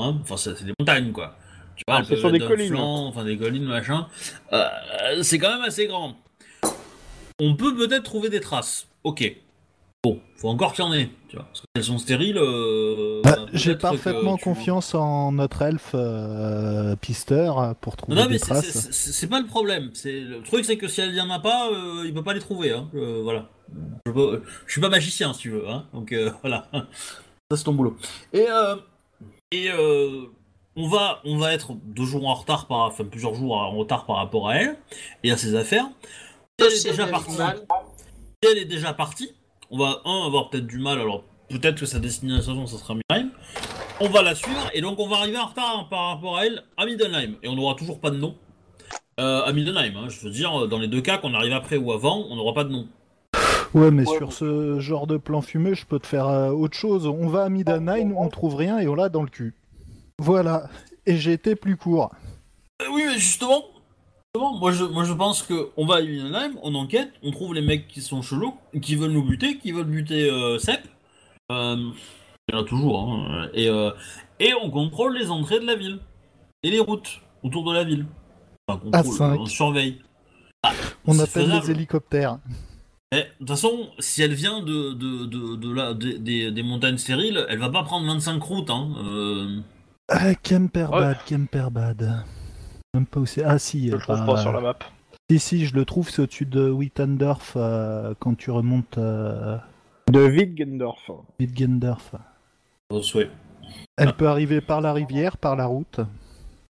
Speaker 2: Hein, enfin, c'est c'est des montagnes, quoi. Tu vois,
Speaker 1: Ah,
Speaker 2: elles
Speaker 1: ce
Speaker 2: peuvent
Speaker 1: sont
Speaker 2: être
Speaker 1: des
Speaker 2: d'un
Speaker 1: collines. hein.
Speaker 2: flanc, enfin, des collines, machin. Euh, euh, c'est quand même assez grand. On peut peut-être trouver des traces. Ok. Bon, faut encore qu'il y en ait, tu vois. Parce qu'elles sont stériles. euh,
Speaker 3: Bah,
Speaker 2: peut-être
Speaker 3: J'ai
Speaker 2: que
Speaker 3: parfaitement
Speaker 2: tu-
Speaker 3: confiance en notre elfe euh, pisteur pour trouver
Speaker 2: Non, non,
Speaker 3: des
Speaker 2: mais c'est- c'est
Speaker 3: traces.
Speaker 2: c'est- c'est pas le problème. C'est le truc, c'est que si elle vient a pas, euh, il peut pas les trouver. Hein. Euh, voilà. Je, peux- je suis pas magicien, si tu veux. Hein. Donc euh, <laughs> voilà. Ça c'est ton boulot. Et euh, et euh, on va on va être deux jours en retard par, enfin plusieurs jours en retard par rapport à elle et à ses affaires. Si elle est
Speaker 5: Si
Speaker 2: déjà
Speaker 5: elle
Speaker 2: partie.
Speaker 5: mal,
Speaker 2: Si elle est déjà partie, on va un avoir peut-être du mal. Alors peut-être que sa destination, ça sera Midheim. On va la suivre et donc on va arriver en retard hein, par rapport à elle à Middenheim et on n'aura toujours pas de nom. Euh, à Middenheim, hein, je veux dire, dans les deux cas, qu'on arrive après ou avant, on n'aura pas de nom.
Speaker 3: Ouais, mais
Speaker 5: Ouais,
Speaker 3: sur
Speaker 5: bon.
Speaker 3: ce genre de plan fumeux, je peux te faire euh, autre chose. On va à Midnight, on trouve rien et on l'a dans le cul. Voilà. Et j'ai été plus court.
Speaker 2: Euh, oui, mais justement, justement, moi, je, moi je pense que on va à Middenheim, on enquête, on trouve les mecs qui sont chelous, qui veulent nous buter, qui veulent buter euh, Sepp. Euh, il y en a toujours, hein, et, euh, et on contrôle les entrées de la ville et les routes autour de la ville. Enfin,
Speaker 3: Ah,
Speaker 2: contrôle,
Speaker 3: cinq.
Speaker 2: on surveille. Ah,
Speaker 3: On
Speaker 2: C'est
Speaker 3: appelle
Speaker 2: faisable.
Speaker 3: les hélicoptères.
Speaker 2: Eh, De toute façon, si elle vient de, de, de, de la, des- des, des montagnes stériles, elle va pas prendre 25 routes. Hein. euh.
Speaker 3: Ah, Kemperbad, Kemperbad. Même pas où c'est. Ah si,
Speaker 4: Je le trouve
Speaker 3: euh,
Speaker 4: pas sur la map.
Speaker 3: si, si, je le trouve, c'est au-dessus de Wittendorf euh, quand tu remontes euh,
Speaker 1: De
Speaker 2: Euh,
Speaker 1: Wittgendorf.
Speaker 3: Wittgendorf.
Speaker 2: Au souhait.
Speaker 4: Ah.
Speaker 3: Elle peut arriver par la rivière, par la route.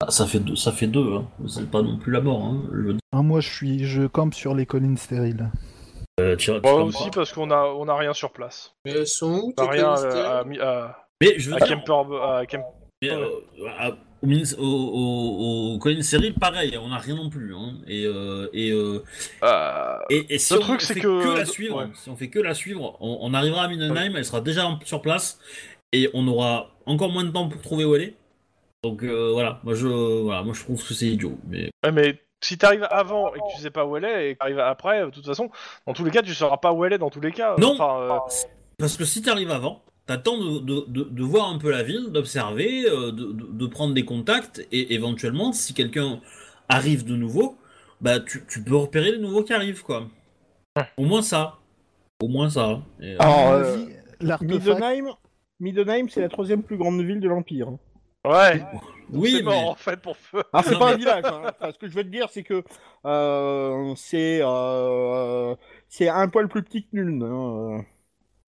Speaker 2: Ah, ça fait deux, ça fait deux hein. c'est pas non plus la mort. Hein. Je veux dire,
Speaker 3: Ah, moi, je suis, je campe sur les collines stériles.
Speaker 2: euh, tu- tu
Speaker 4: Moi
Speaker 2: comprends.
Speaker 4: Bah, aussi, parce qu'on a, on a rien sur place.
Speaker 5: Mais elles sont où
Speaker 4: On
Speaker 5: tes
Speaker 4: a rien euh, à,
Speaker 5: collines
Speaker 4: à,
Speaker 5: stériles
Speaker 4: Mi- à,
Speaker 2: Mais je veux
Speaker 4: à
Speaker 2: dire,
Speaker 4: Kemper- à Kemp-
Speaker 2: mais, euh, à- au, minis- au, au, au Colin Cyril, pareil, on n'a rien non plus. Hein. Et, euh, et, euh,
Speaker 4: à-
Speaker 2: et, et si
Speaker 4: Le
Speaker 2: on
Speaker 4: truc,
Speaker 2: fait
Speaker 4: c'est
Speaker 2: que,
Speaker 4: que-
Speaker 2: la suivre,
Speaker 4: ouais.
Speaker 2: si on fait que la suivre, on, on arrivera à Mindenheim, elle sera déjà en- sur place et on aura encore moins de temps pour trouver où elle est. Donc euh, voilà, moi je voilà, moi je trouve que c'est idiot. Mais
Speaker 4: Ouais, mais si t'arrives avant et que tu sais pas où elle est et que t'arrives après, de toute façon, dans tous les cas, tu sauras pas où elle est dans tous les cas.
Speaker 2: Non.
Speaker 4: Enfin, euh,
Speaker 2: parce que si t'arrives avant, t'attends de, de, de, de voir un peu la ville, d'observer, euh, de, de, de prendre des contacts et éventuellement si quelqu'un arrive de nouveau, bah tu, tu peux repérer les nouveaux qui arrivent quoi. Au moins ça, au moins ça. Et, euh,
Speaker 1: Ah,
Speaker 3: À mon
Speaker 1: euh,
Speaker 3: avis, l'artefact
Speaker 1: Middenheim, Middenheim c'est la troisième plus grande ville de l'Empire.
Speaker 4: ouais,
Speaker 2: oui,
Speaker 4: c'est mort
Speaker 2: mais
Speaker 4: en fait pour feu.
Speaker 1: Ah, c'est
Speaker 2: Non,
Speaker 1: pas
Speaker 2: mais-
Speaker 1: un village. hein. Enfin, ce que je veux te dire, c'est que euh, c'est euh, c'est un poil plus petit que nul. hein.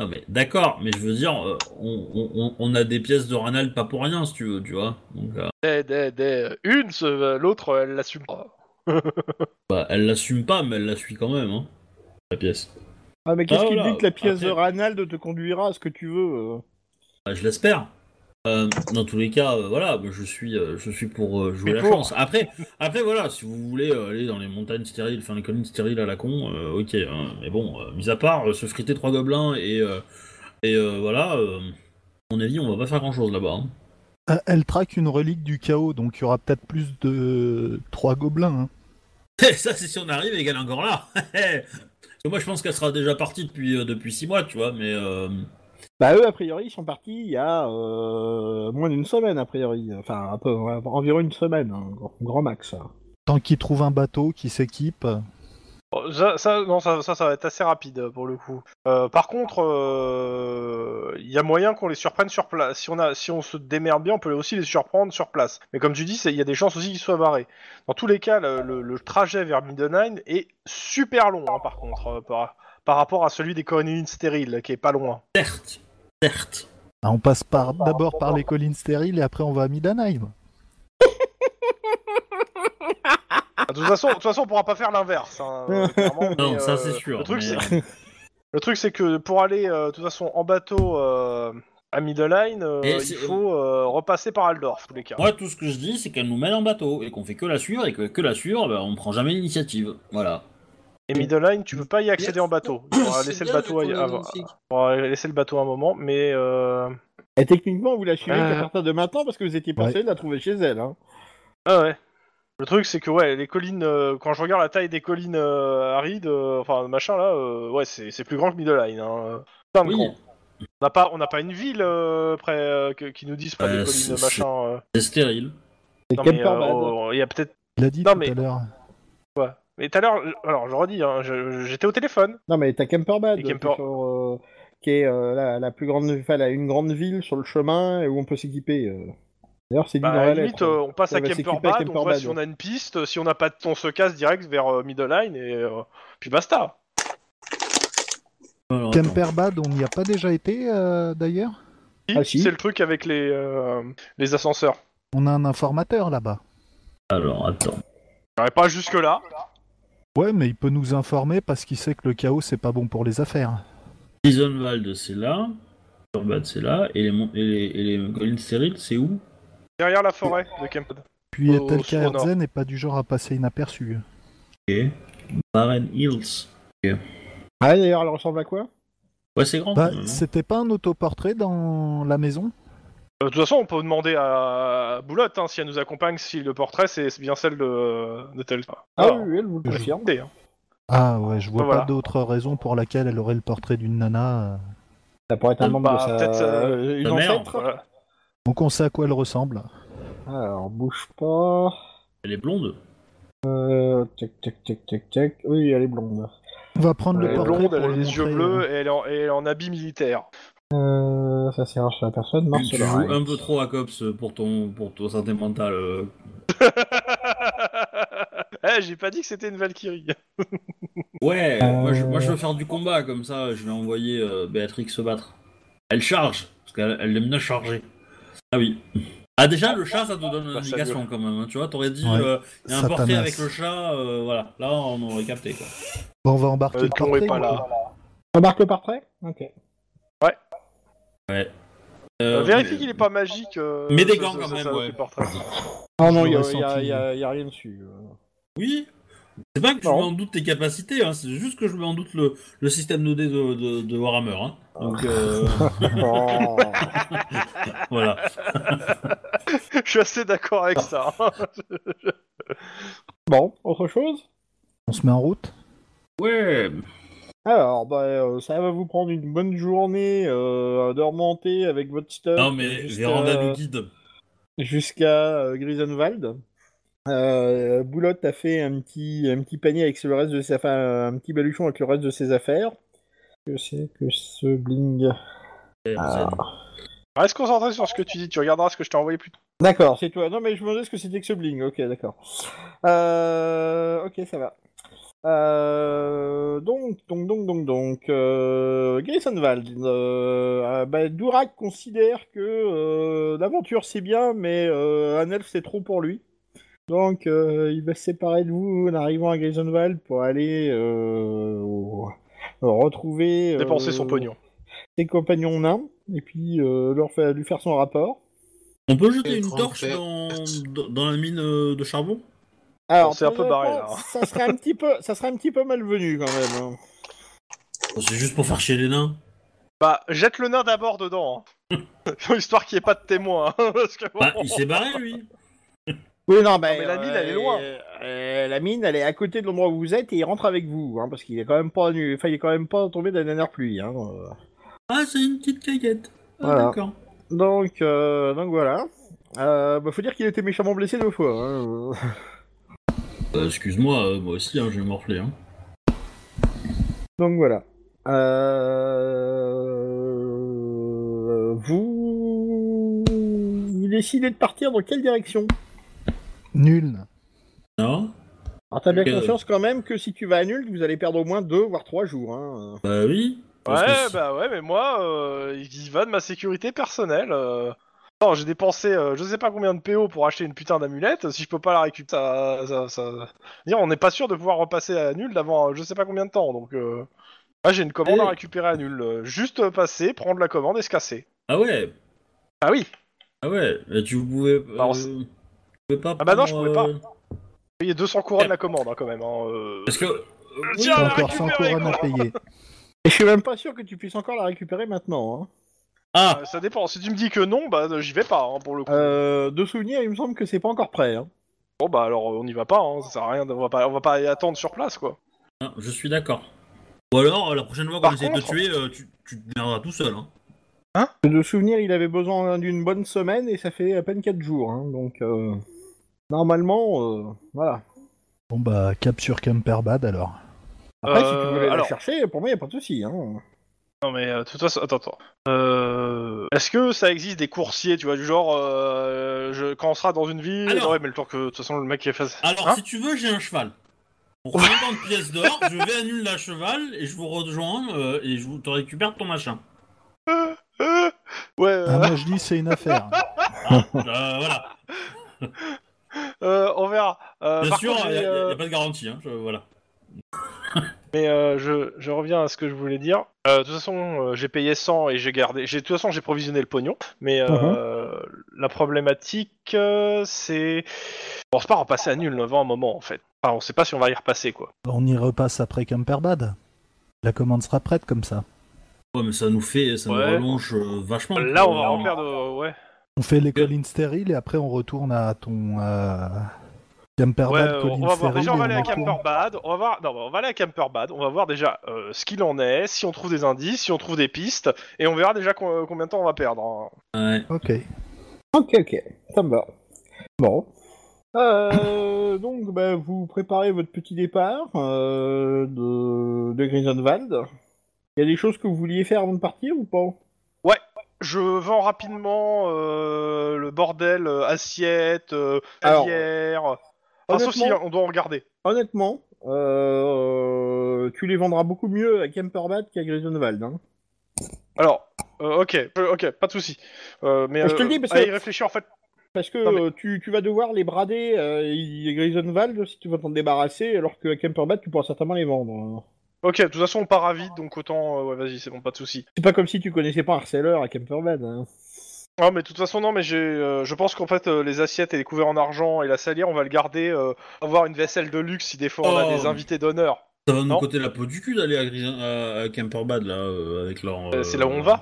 Speaker 2: Non, mais d'accord, mais je veux dire, euh, on, on- on a des pièces de Ranal pas pour rien, si tu veux, tu vois. Donc, euh,
Speaker 4: Des- des- des- Une, ce- l'autre, elle l'assume pas.
Speaker 2: bah, elle l'assume pas, mais elle la suit quand même, hein, la pièce.
Speaker 1: Ah, mais qu'est-ce
Speaker 2: Ah,
Speaker 1: qu'il
Speaker 2: voilà.
Speaker 1: dit que la pièce de
Speaker 2: Après-
Speaker 1: Ranald te conduira à ce que tu veux euh
Speaker 2: Bah, je l'espère. Euh, dans tous les cas, euh, voilà, je suis, euh, je suis pour euh, jouer
Speaker 4: Et
Speaker 2: la
Speaker 4: pour.
Speaker 2: chance. Après, après, voilà, si vous voulez euh, aller dans les montagnes stériles, enfin les collines stériles à la con, euh, ok. hein, mais bon, euh, mis à part euh, se friter trois gobelins et euh, et euh, voilà, euh, à mon avis, on va pas faire grand chose là-bas. hein. <laughs>
Speaker 3: Euh, Elle traque une relique du chaos, donc il y aura peut-être plus de trois gobelins. hein.
Speaker 2: Ça, c'est si on arrive et qu'elle est encore là. <laughs> Parce que moi, je pense qu'elle sera déjà partie depuis euh, depuis six mois, tu vois. Mais euh,
Speaker 1: Bah eux, a priori, ils sont partis il y a euh, moins d'une semaine, a priori. Enfin, un peu, ouais, environ une semaine, hein, grand- grand max.
Speaker 3: Tant qu'ils trouvent un bateau, euh, qu'ils s'équipent.
Speaker 4: Bon, Oh, Ça, ça, non, ça, ça, ça va être assez rapide pour le coup. Euh, par contre, euh, il y a moyen qu'on les surprenne sur place. Si on a, si on se démerde bien, on peut aussi les surprendre sur place. Mais comme tu dis, c'est- il y a des chances aussi qu'ils soient barrés. Dans tous les cas, le, le- le trajet vers Midnight est super long. hein, par contre, euh, par, par rapport à celui des collines stériles, qui est pas loin.
Speaker 2: certes, certes.
Speaker 3: Ah, on passe par
Speaker 4: Bah,
Speaker 3: d'abord par les collines stériles et après on va à Midanaïm.
Speaker 4: De toute façon, de toute façon, on pourra pas faire l'inverse. hein, euh, clairement,
Speaker 2: <laughs> Non,
Speaker 4: mais,
Speaker 2: ça,
Speaker 4: euh,
Speaker 2: c'est sûr,
Speaker 4: Le truc,
Speaker 2: mais,
Speaker 4: c'est le truc, c'est que pour aller, euh, de toute façon, en bateau euh, à Midline, euh,
Speaker 2: Et
Speaker 4: il
Speaker 2: c'est-
Speaker 4: faut euh, repasser par Aldorf, en tous les cas.
Speaker 2: Moi, tout ce que je dis, c'est qu'elle nous mène en bateau et qu'on fait que la suivre et que, que la suivre, bah, on prend jamais l'initiative. Voilà.
Speaker 4: Et Midline, tu peux pas y accéder en bateau. On va laisser le bateau,
Speaker 5: aille
Speaker 4: à-
Speaker 5: avant.
Speaker 4: à- on va laisser le bateau un moment, mais euh,
Speaker 1: Et techniquement, vous la suivez
Speaker 4: Euh.
Speaker 2: Ah.
Speaker 1: qu'à partir de maintenant parce que vous étiez passé de la trouver chez elle. Hein.
Speaker 4: ah ouais. Le truc, c'est que ouais, les collines. euh, quand je regarde la taille des collines euh, arides, euh, enfin machin là, euh, ouais, c'est c'est plus grand que Midline. Hein. Putain de
Speaker 2: Oui,
Speaker 4: con. On n'a pas, on n'a pas une ville euh, près euh, que- qui nous dise près
Speaker 2: Euh,
Speaker 4: des
Speaker 2: c'est-
Speaker 4: collines
Speaker 2: c'est-
Speaker 4: machin. euh.
Speaker 2: c'est stérile.
Speaker 1: C'est
Speaker 4: Non, mais, euh,
Speaker 1: Camperbad.
Speaker 4: oh, il y a peut-être.
Speaker 3: Il a dit
Speaker 4: Non,
Speaker 3: tout
Speaker 4: mais-
Speaker 3: à l'heure.
Speaker 4: Mais tout à l'heure, je- alors je redis, hein, je- j'étais au téléphone.
Speaker 1: Non, mais t'as Camperbad,
Speaker 4: Et Kemper-
Speaker 1: sur, euh, qui est euh, la, la plus grande, enfin, la- une grande ville sur le chemin et où on peut s'équiper. euh. D'ailleurs, c'est dit
Speaker 4: Bah,
Speaker 1: dans
Speaker 4: à
Speaker 1: la
Speaker 4: la
Speaker 1: lettre.
Speaker 4: limite, euh, on passe
Speaker 1: On
Speaker 4: à
Speaker 1: va s'équiper à
Speaker 4: Kemperbad, on voit
Speaker 1: Kemperbad,
Speaker 4: si
Speaker 1: ouais.
Speaker 4: on a une piste, euh, si on n'a pas de on se casse direct vers euh, middle line et euh, puis basta.
Speaker 2: Alors, attends.
Speaker 3: Kemperbad, on n'y a pas déjà été euh, d'ailleurs
Speaker 1: Ah, si.
Speaker 4: C'est le truc avec les, euh, les ascenseurs.
Speaker 3: On a un informateur là-bas.
Speaker 2: Alors, attends.
Speaker 4: J'aurais pas jusque là.
Speaker 3: Ouais, mais il peut nous informer parce qu'il sait que le chaos c'est pas bon pour les affaires.
Speaker 2: Isonwald, c'est là. Turbat, c'est là. Et les, mon- et les, et les collines stériles, c'est où
Speaker 4: Derrière la forêt de Kemperbad.
Speaker 3: Puis
Speaker 4: Oh, Mhm.
Speaker 3: Telka
Speaker 4: au nord.
Speaker 3: Herzen n'est pas du genre à passer inaperçu.
Speaker 2: Ok. Barren Hills.
Speaker 1: Ah, d'ailleurs, elle ressemble à quoi
Speaker 2: Ouais, c'est grand.
Speaker 3: Bah,
Speaker 2: quand même, hein.
Speaker 3: c'était pas un autoportrait dans la maison
Speaker 4: Euh, de toute façon, on peut demander à Boulotte hein, si elle nous accompagne, si le portrait c'est bien celle de, de tel.
Speaker 1: Ah,
Speaker 4: Alors,
Speaker 1: oui, oui, elle vous le
Speaker 3: Je-
Speaker 1: confirme.
Speaker 4: idée, hein.
Speaker 3: Ah ouais, je vois
Speaker 4: Voilà.
Speaker 3: pas d'autre raison pour laquelle elle aurait le portrait d'une nana. euh.
Speaker 1: Ça pourrait être un
Speaker 4: Ah,
Speaker 1: membre
Speaker 4: bah,
Speaker 1: de sa...
Speaker 4: peut-être, euh,
Speaker 1: euh, une
Speaker 2: sa mère,
Speaker 1: ancêtre.
Speaker 4: Voilà.
Speaker 3: Donc on sait à quoi elle ressemble.
Speaker 1: Alors, bouge pas.
Speaker 2: Elle est blonde.
Speaker 1: Euh, tac, tac, tac, tac, tac. Oui, elle est blonde.
Speaker 3: On va prendre
Speaker 4: Elle
Speaker 3: le
Speaker 4: est
Speaker 3: portrait
Speaker 4: blonde,
Speaker 3: pour
Speaker 4: elle a
Speaker 3: le
Speaker 4: les yeux
Speaker 3: montrer,
Speaker 4: bleus
Speaker 3: euh.
Speaker 4: et elle est en, et elle est en habit militaire. <laughs>
Speaker 1: Euh, ça sert à la personne. Non,
Speaker 2: Tu- tu
Speaker 1: c'est
Speaker 2: joues
Speaker 1: l'oreille.
Speaker 2: un peu trop à Cops pour ton, pour ton santé mentale. euh.
Speaker 4: Eh, j'ai pas dit que c'était une Valkyrie.
Speaker 2: Ouais, moi, je,
Speaker 1: Euh.
Speaker 2: moi je veux faire du combat comme ça. Je vais envoyer euh, Béatrix se battre. Elle charge. Parce qu'elle elle aime bien charger. Ah oui. Ah déjà le chat ça te donne une
Speaker 4: Bah, ça
Speaker 2: indication quand même, hein, tu vois, t'aurais dit
Speaker 3: Ouais.
Speaker 2: euh, il y a un
Speaker 3: Satanas.
Speaker 2: portrait avec le chat, euh, voilà, là on aurait capté quoi.
Speaker 3: Bon, on va embarquer
Speaker 4: Euh,
Speaker 3: le
Speaker 4: Tlon est
Speaker 3: portrait.
Speaker 4: pas
Speaker 3: du
Speaker 4: là.
Speaker 1: On marque le portrait Ok.
Speaker 4: Euh,
Speaker 2: Euh,
Speaker 4: Bah, Vérifie
Speaker 2: mais-
Speaker 4: qu'il est pas magique. euh,
Speaker 2: Mais des
Speaker 4: ça-
Speaker 2: gants,
Speaker 4: ça-
Speaker 2: quand
Speaker 4: ça-
Speaker 2: même,
Speaker 4: ça-
Speaker 2: ouais.
Speaker 4: le portrait.
Speaker 1: Ah
Speaker 3: Je
Speaker 1: non, il n'y a,
Speaker 3: l'aurais
Speaker 1: y a-
Speaker 3: senti.
Speaker 1: y a- y a rien dessus. euh. <laughs>
Speaker 2: Oui C'est pas que je
Speaker 1: Non.
Speaker 2: mets en doute tes capacités, hein, c'est juste que je mets en doute le, le système 2D de, de, de Warhammer. Hein. Donc euh,
Speaker 1: Oh.
Speaker 2: voilà.
Speaker 4: <laughs> Je suis assez d'accord avec ça. hein.
Speaker 1: bon, autre chose
Speaker 3: On se met en route.
Speaker 2: Ouais,
Speaker 1: Alors, bah, euh, ça va vous prendre une bonne journée euh, de remonter avec votre stuff.
Speaker 2: non mais
Speaker 1: jusqu'à-
Speaker 2: Véranda nous guide.
Speaker 1: jusqu'à euh, Grisenwald. Euh, Boulotte a fait un petit, un petit panier avec le reste de ses affaires, un petit baluchon avec le reste de ses affaires. Que c'est que ce bling
Speaker 4: <laughs> Reste concentré sur ce que tu dis, tu regarderas ce que je t'ai envoyé plus tôt.
Speaker 1: D'accord, c'est toi. Non, mais je me demandais ce que c'était que ce bling. Ok, d'accord. Euh, ok, ça va. Euh, donc, donc, donc, donc, donc, euh, Grisenwald, euh, ah, bah, Dourak considère que euh, l'aventure c'est bien, mais euh, un elfe c'est trop pour lui. Donc, euh, il va se séparer de vous en arrivant à Grisenwald pour aller euh, au- retrouver. euh,
Speaker 4: Dépenser son pognon.
Speaker 1: ses compagnons nains et puis euh, leur fa- lui faire son rapport.
Speaker 2: On peut jeter
Speaker 5: Et
Speaker 2: une
Speaker 5: 30
Speaker 2: torche
Speaker 5: mètres.
Speaker 2: dans, dans- dans la mine euh, de charbon
Speaker 4: Bon, c'est un peu barré, là, hein.
Speaker 1: Ça serait un petit peu, ça serait un petit peu malvenu quand même. hein.
Speaker 2: C'est juste pour faire chier les nains.
Speaker 4: Bah, jette le nain d'abord dedans. <laughs> hein. Histoire qu'il n'y ait pas de témoin. hein, <laughs> parce que bon.
Speaker 2: Bah, il s'est barré, lui.
Speaker 1: Oui, non, bah,
Speaker 4: mais la mine, elle est loin.
Speaker 1: euh, la mine, elle est à côté de l'endroit où vous êtes et il rentre avec vous, hein, parce qu'il est quand même pas, nu- enfin, il est quand même pas tombé de la dernière pluie. Hein, euh.
Speaker 2: Ah, c'est une petite caillette. Ah,
Speaker 1: Voilà.
Speaker 2: d'accord.
Speaker 1: Donc, euh, donc voilà. Euh, bah, faut dire qu'il était méchamment blessé deux fois. hein. <laughs>
Speaker 2: Euh, Excuse-moi, euh, moi aussi, hein, j'ai morflé. Hein.
Speaker 1: Donc voilà. Euh, Vous... vous décidez de partir dans quelle direction
Speaker 3: Nul.
Speaker 2: Non
Speaker 1: Alors t'as bien
Speaker 2: Euh.
Speaker 1: conscience quand même que si tu vas à nul, vous allez perdre au moins deux voire trois jours. Hein.
Speaker 2: Bah oui. Parce que
Speaker 4: Ouais,
Speaker 2: si-
Speaker 4: bah ouais, mais moi, euh, il va de ma sécurité personnelle. euh. Non, j'ai dépensé euh, je sais pas combien de PO pour acheter une putain d'amulette. Si je peux pas la récupérer, ça. ça, ça- Dire, on n'est pas sûr de pouvoir repasser à nul d'avant euh, je sais pas combien de temps. Donc, euh... là, j'ai une commande à
Speaker 1: Et-
Speaker 4: récupérer à nul. euh, Juste euh, passer, prendre la commande et se casser.
Speaker 2: Ah ouais,
Speaker 4: Ah oui,
Speaker 2: ah ouais. euh, tu pouvais. euh,
Speaker 4: Bah, on s-
Speaker 2: tu pouvais pas
Speaker 4: Ah bah non, je
Speaker 2: prendre,
Speaker 4: pouvais pas.
Speaker 2: euh,
Speaker 4: payer 200 couronnes la commande hein, quand même. hein, euh.
Speaker 2: Parce que. euh, oui,
Speaker 4: Tiens,
Speaker 3: T'as
Speaker 4: la
Speaker 3: encore 100
Speaker 4: récupérer,
Speaker 3: couronnes à
Speaker 4: quoi.
Speaker 3: payer.
Speaker 1: Et je suis même pas sûr que tu puisses encore la récupérer maintenant. hein.
Speaker 2: Ah,
Speaker 4: Euh, Ça dépend. Si tu me dis que non, bah euh, j'y vais pas hein, pour le coup.
Speaker 1: Hein. Euh, de souvenir, il me semble que c'est pas encore prêt. Hein.
Speaker 4: Bon bah alors euh, on y va pas. Hein, ça sert à rien. de- On va pas, on va pas y attendre sur place quoi.
Speaker 2: ah, je suis d'accord. Ou alors, euh, la prochaine fois qu'on
Speaker 4: Par
Speaker 2: essaie de te
Speaker 4: contre-
Speaker 2: tuer, euh, tu, tu te merderas tout seul. Hein.
Speaker 1: De souvenir, il avait besoin d'une bonne semaine et ça fait à peine quatre jours. Hein. Donc euh, normalement, euh, voilà.
Speaker 3: Bon bah, cap sur Camperbad alors.
Speaker 1: Après, si
Speaker 4: Euh,
Speaker 1: tu voulais la
Speaker 4: alors-
Speaker 1: chercher, pour moi, il a pas de souci. Hein.
Speaker 4: Non mais euh, de toute façon, attends, attends. Euh, Est-ce que ça existe des coursiers, tu vois, du genre, euh, je, quand on sera dans une ville,
Speaker 2: Alors-
Speaker 4: ouais, mais le temps que de toute façon le mec qui fasse.
Speaker 2: Alors,
Speaker 4: Hein
Speaker 2: si tu veux, j'ai un cheval. Pour 50 pièces d'or, je vais annuler la cheval et je vous rejoins euh, et je vous- te récupère ton machin.
Speaker 4: Euh, <laughs> ouais. euh,
Speaker 3: Ah, moi je dis c'est une affaire.
Speaker 1: <laughs>
Speaker 2: Euh, voilà.
Speaker 4: euh, on verra. Euh,
Speaker 2: Bien
Speaker 4: par
Speaker 2: sûr,
Speaker 4: contre,
Speaker 2: il
Speaker 4: j'ai,
Speaker 2: n'y a,
Speaker 4: euh,
Speaker 2: y a pas de garantie. Hein, je- voilà.
Speaker 4: Mais euh, je, je reviens à ce que je voulais dire. Euh, de toute façon, euh, j'ai payé 100 et j'ai gardé. j'ai- De toute façon, j'ai provisionné le pognon. Mais euh, la problématique, euh, c'est. Bon, c'est pas repasser à nul le vent un moment, en fait. Enfin, on sait pas si on va y repasser, quoi.
Speaker 3: On y repasse après Camperbad. La commande sera prête comme ça.
Speaker 2: Ouais, mais ça nous fait, ça nous
Speaker 4: Ouais.
Speaker 2: relonge euh, vachement.
Speaker 4: Là, on va en perdre. Ouais.
Speaker 3: On fait les collines stériles et après on retourne à ton euh, Camperbad,
Speaker 4: Ouais,
Speaker 3: collines
Speaker 4: on va voir.
Speaker 3: stériles.
Speaker 4: Déjà, on va
Speaker 3: et
Speaker 4: aller à
Speaker 3: on retourne.
Speaker 4: Camperbad. On va voir. Non, bah, on va aller à Camperbad. On va voir déjà euh, ce qu'il en est, si on trouve des indices, si on trouve des pistes, et on verra déjà co- combien de temps on va perdre. hein.
Speaker 2: Ouais.
Speaker 3: Ok.
Speaker 1: Ok, ok, ça me va. Bon. Euh, donc, bah, vous préparez votre petit départ euh, de, de Grisonwald. Il y a des choses que vous vouliez faire avant de partir ou pas
Speaker 4: Je vends rapidement euh, le bordel, euh, assiette, euh,
Speaker 1: Alors,
Speaker 4: talière. Enfin, sauf si hein,
Speaker 1: honnêtement-
Speaker 4: on doit en regarder.
Speaker 1: Honnêtement, euh, tu les vendras beaucoup mieux à Kemperbat qu'à Grisonwald. Hein.
Speaker 4: Alors, euh, ok, euh, ok, pas de souci. Euh, mais
Speaker 1: Ah, je te
Speaker 4: euh,
Speaker 1: le dis parce
Speaker 4: allez,
Speaker 1: que-
Speaker 4: réfléchir en fait.
Speaker 1: Parce que
Speaker 4: Non, mais-
Speaker 1: euh, tu, tu vas devoir les brader euh, et Grisonwald si tu vas t'en débarrasser, alors qu'à Kemperbat, tu pourras certainement les vendre. hein.
Speaker 4: Ok, de toute façon, on part à vide, donc autant. euh, ouais, vas-y, c'est bon, pas de souci.
Speaker 1: C'est pas comme si tu connaissais pas un reseller à Kemperbat. Hein.
Speaker 4: Non, mais de toute façon, non, mais j'ai. euh, je pense qu'en fait, euh, les assiettes et les couverts en argent et la salière, on va le garder. euh, avoir une vaisselle de luxe si des fois on a
Speaker 2: Oh.
Speaker 4: des invités d'honneur.
Speaker 2: Ça va nous
Speaker 4: Non.
Speaker 2: coûter la peau du cul d'aller à, Gris- à- à Camperbad là euh, avec leur.
Speaker 4: Euh, c'est là où on
Speaker 2: euh,
Speaker 4: va.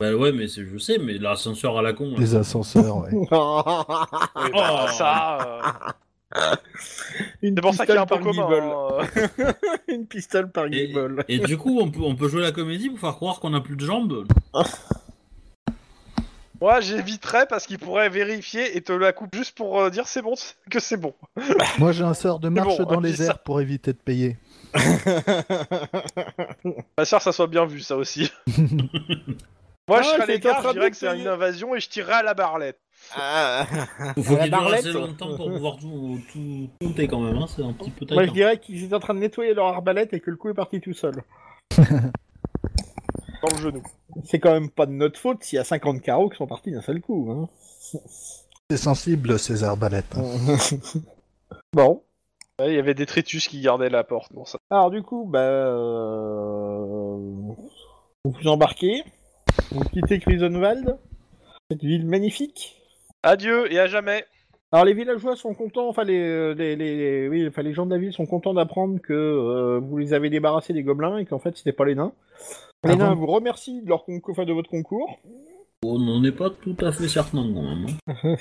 Speaker 2: Bah ouais, mais c'est- je sais, mais l'ascenseur à la con. là.
Speaker 3: Les ascenseurs, ouais.
Speaker 4: <laughs>
Speaker 1: Ah.
Speaker 4: Oui, bah,
Speaker 2: Oh.
Speaker 4: ça. euh,
Speaker 1: Une
Speaker 4: C'est pour ça qu'il y a un peu
Speaker 1: pistole par Gibble.
Speaker 4: commun. hein, euh.
Speaker 1: Une pistole par
Speaker 2: Et-
Speaker 1: guibole.
Speaker 2: Et du coup, on peut, on peut jouer la comédie pour faire croire qu'on a plus de
Speaker 1: <laughs>
Speaker 2: jambes.
Speaker 4: Moi, j'éviterais parce qu'il pourrait vérifier et te la coupe juste pour euh, dire c'est bon, c'est- que c'est bon.
Speaker 3: Moi j'ai un sort de marche
Speaker 4: bon,
Speaker 3: dans
Speaker 4: on dit
Speaker 3: les
Speaker 4: ça.
Speaker 3: airs pour éviter de payer.
Speaker 4: Pas sûr que ça soit bien vu, ça aussi. Moi, je
Speaker 1: Ah,
Speaker 4: serais à
Speaker 1: j'étais en
Speaker 4: l'écart,
Speaker 1: train
Speaker 4: je
Speaker 1: de
Speaker 4: dirais que c'est
Speaker 1: payer.
Speaker 4: une invasion et je tirerais à la barlette.
Speaker 2: Faut, faut
Speaker 1: la
Speaker 2: qu'il dure
Speaker 1: barlette.
Speaker 2: assez longtemps pour pouvoir tout, tout, compter quand même. Hein. C'est un petit peu
Speaker 1: Moi je
Speaker 2: taquin.
Speaker 1: dirais qu'ils étaient en train de nettoyer leur arbalète et que le coup est parti tout seul.
Speaker 4: Dans le genou.
Speaker 1: C'est quand même pas de notre faute s'il y a 50 carreaux qui sont partis d'un seul coup. hein.
Speaker 3: C'est sensible ces arbalètes.
Speaker 1: <laughs> bon.
Speaker 4: Ouais, Il y avait des trétus qui gardaient la porte. Bon, ça.
Speaker 1: Alors du coup, bah... euh, Vous vous embarquez, vous quittez Crisonwald, cette ville magnifique,
Speaker 4: Adieu et à jamais.
Speaker 1: Alors les villageois sont contents, enfin les, euh, les, les- les- oui, enfin, les gens de la ville sont contents d'apprendre que euh, vous les avez débarrassés des gobelins et qu'en fait c'était pas les nains. Les
Speaker 3: Ah bon
Speaker 1: nains vous remercient de, leur concours, enfin, de votre concours. <laughs>
Speaker 2: Oh, On n'en est pas tout à fait certain quand même. hein.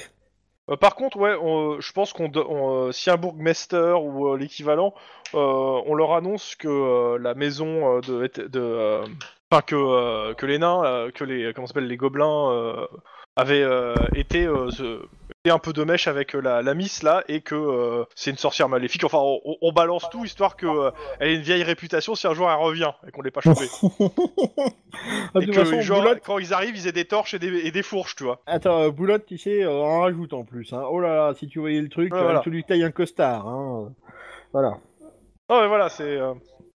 Speaker 4: Euh, par contre, ouais, on- euh, je pense qu'on, do- on, euh, si un bourgmester ou euh, l'équivalent, euh, on leur annonce que euh, la maison euh, de, de, euh, enfin que euh, que les nains, euh, que les comment ça s'appelle les gobelins euh, avaient euh, été euh, se- été un peu de mèche avec euh, la, la miss là et que euh, c'est une sorcière maléfique. Enfin, on, on- on balance tout histoire que euh, elle ait une vieille réputation si un jour elle revient et qu'on
Speaker 1: <laughs>
Speaker 4: l'ait pas chopée.
Speaker 1: Ah, de
Speaker 4: et
Speaker 1: toute
Speaker 4: que
Speaker 1: façon,
Speaker 4: genre,
Speaker 1: Boulotte,
Speaker 4: quand ils arrivent, ils aient des torches et des, et des fourches, tu vois.
Speaker 1: attends, euh, Boulotte, tu sais, euh, en rajoute en plus. hein. Oh là là, si tu voyais le truc,
Speaker 4: Ouais,
Speaker 1: euh,
Speaker 4: voilà.
Speaker 1: tu lui tailles un costard. hein. Voilà.
Speaker 4: Non, mais voilà, c'est. euh,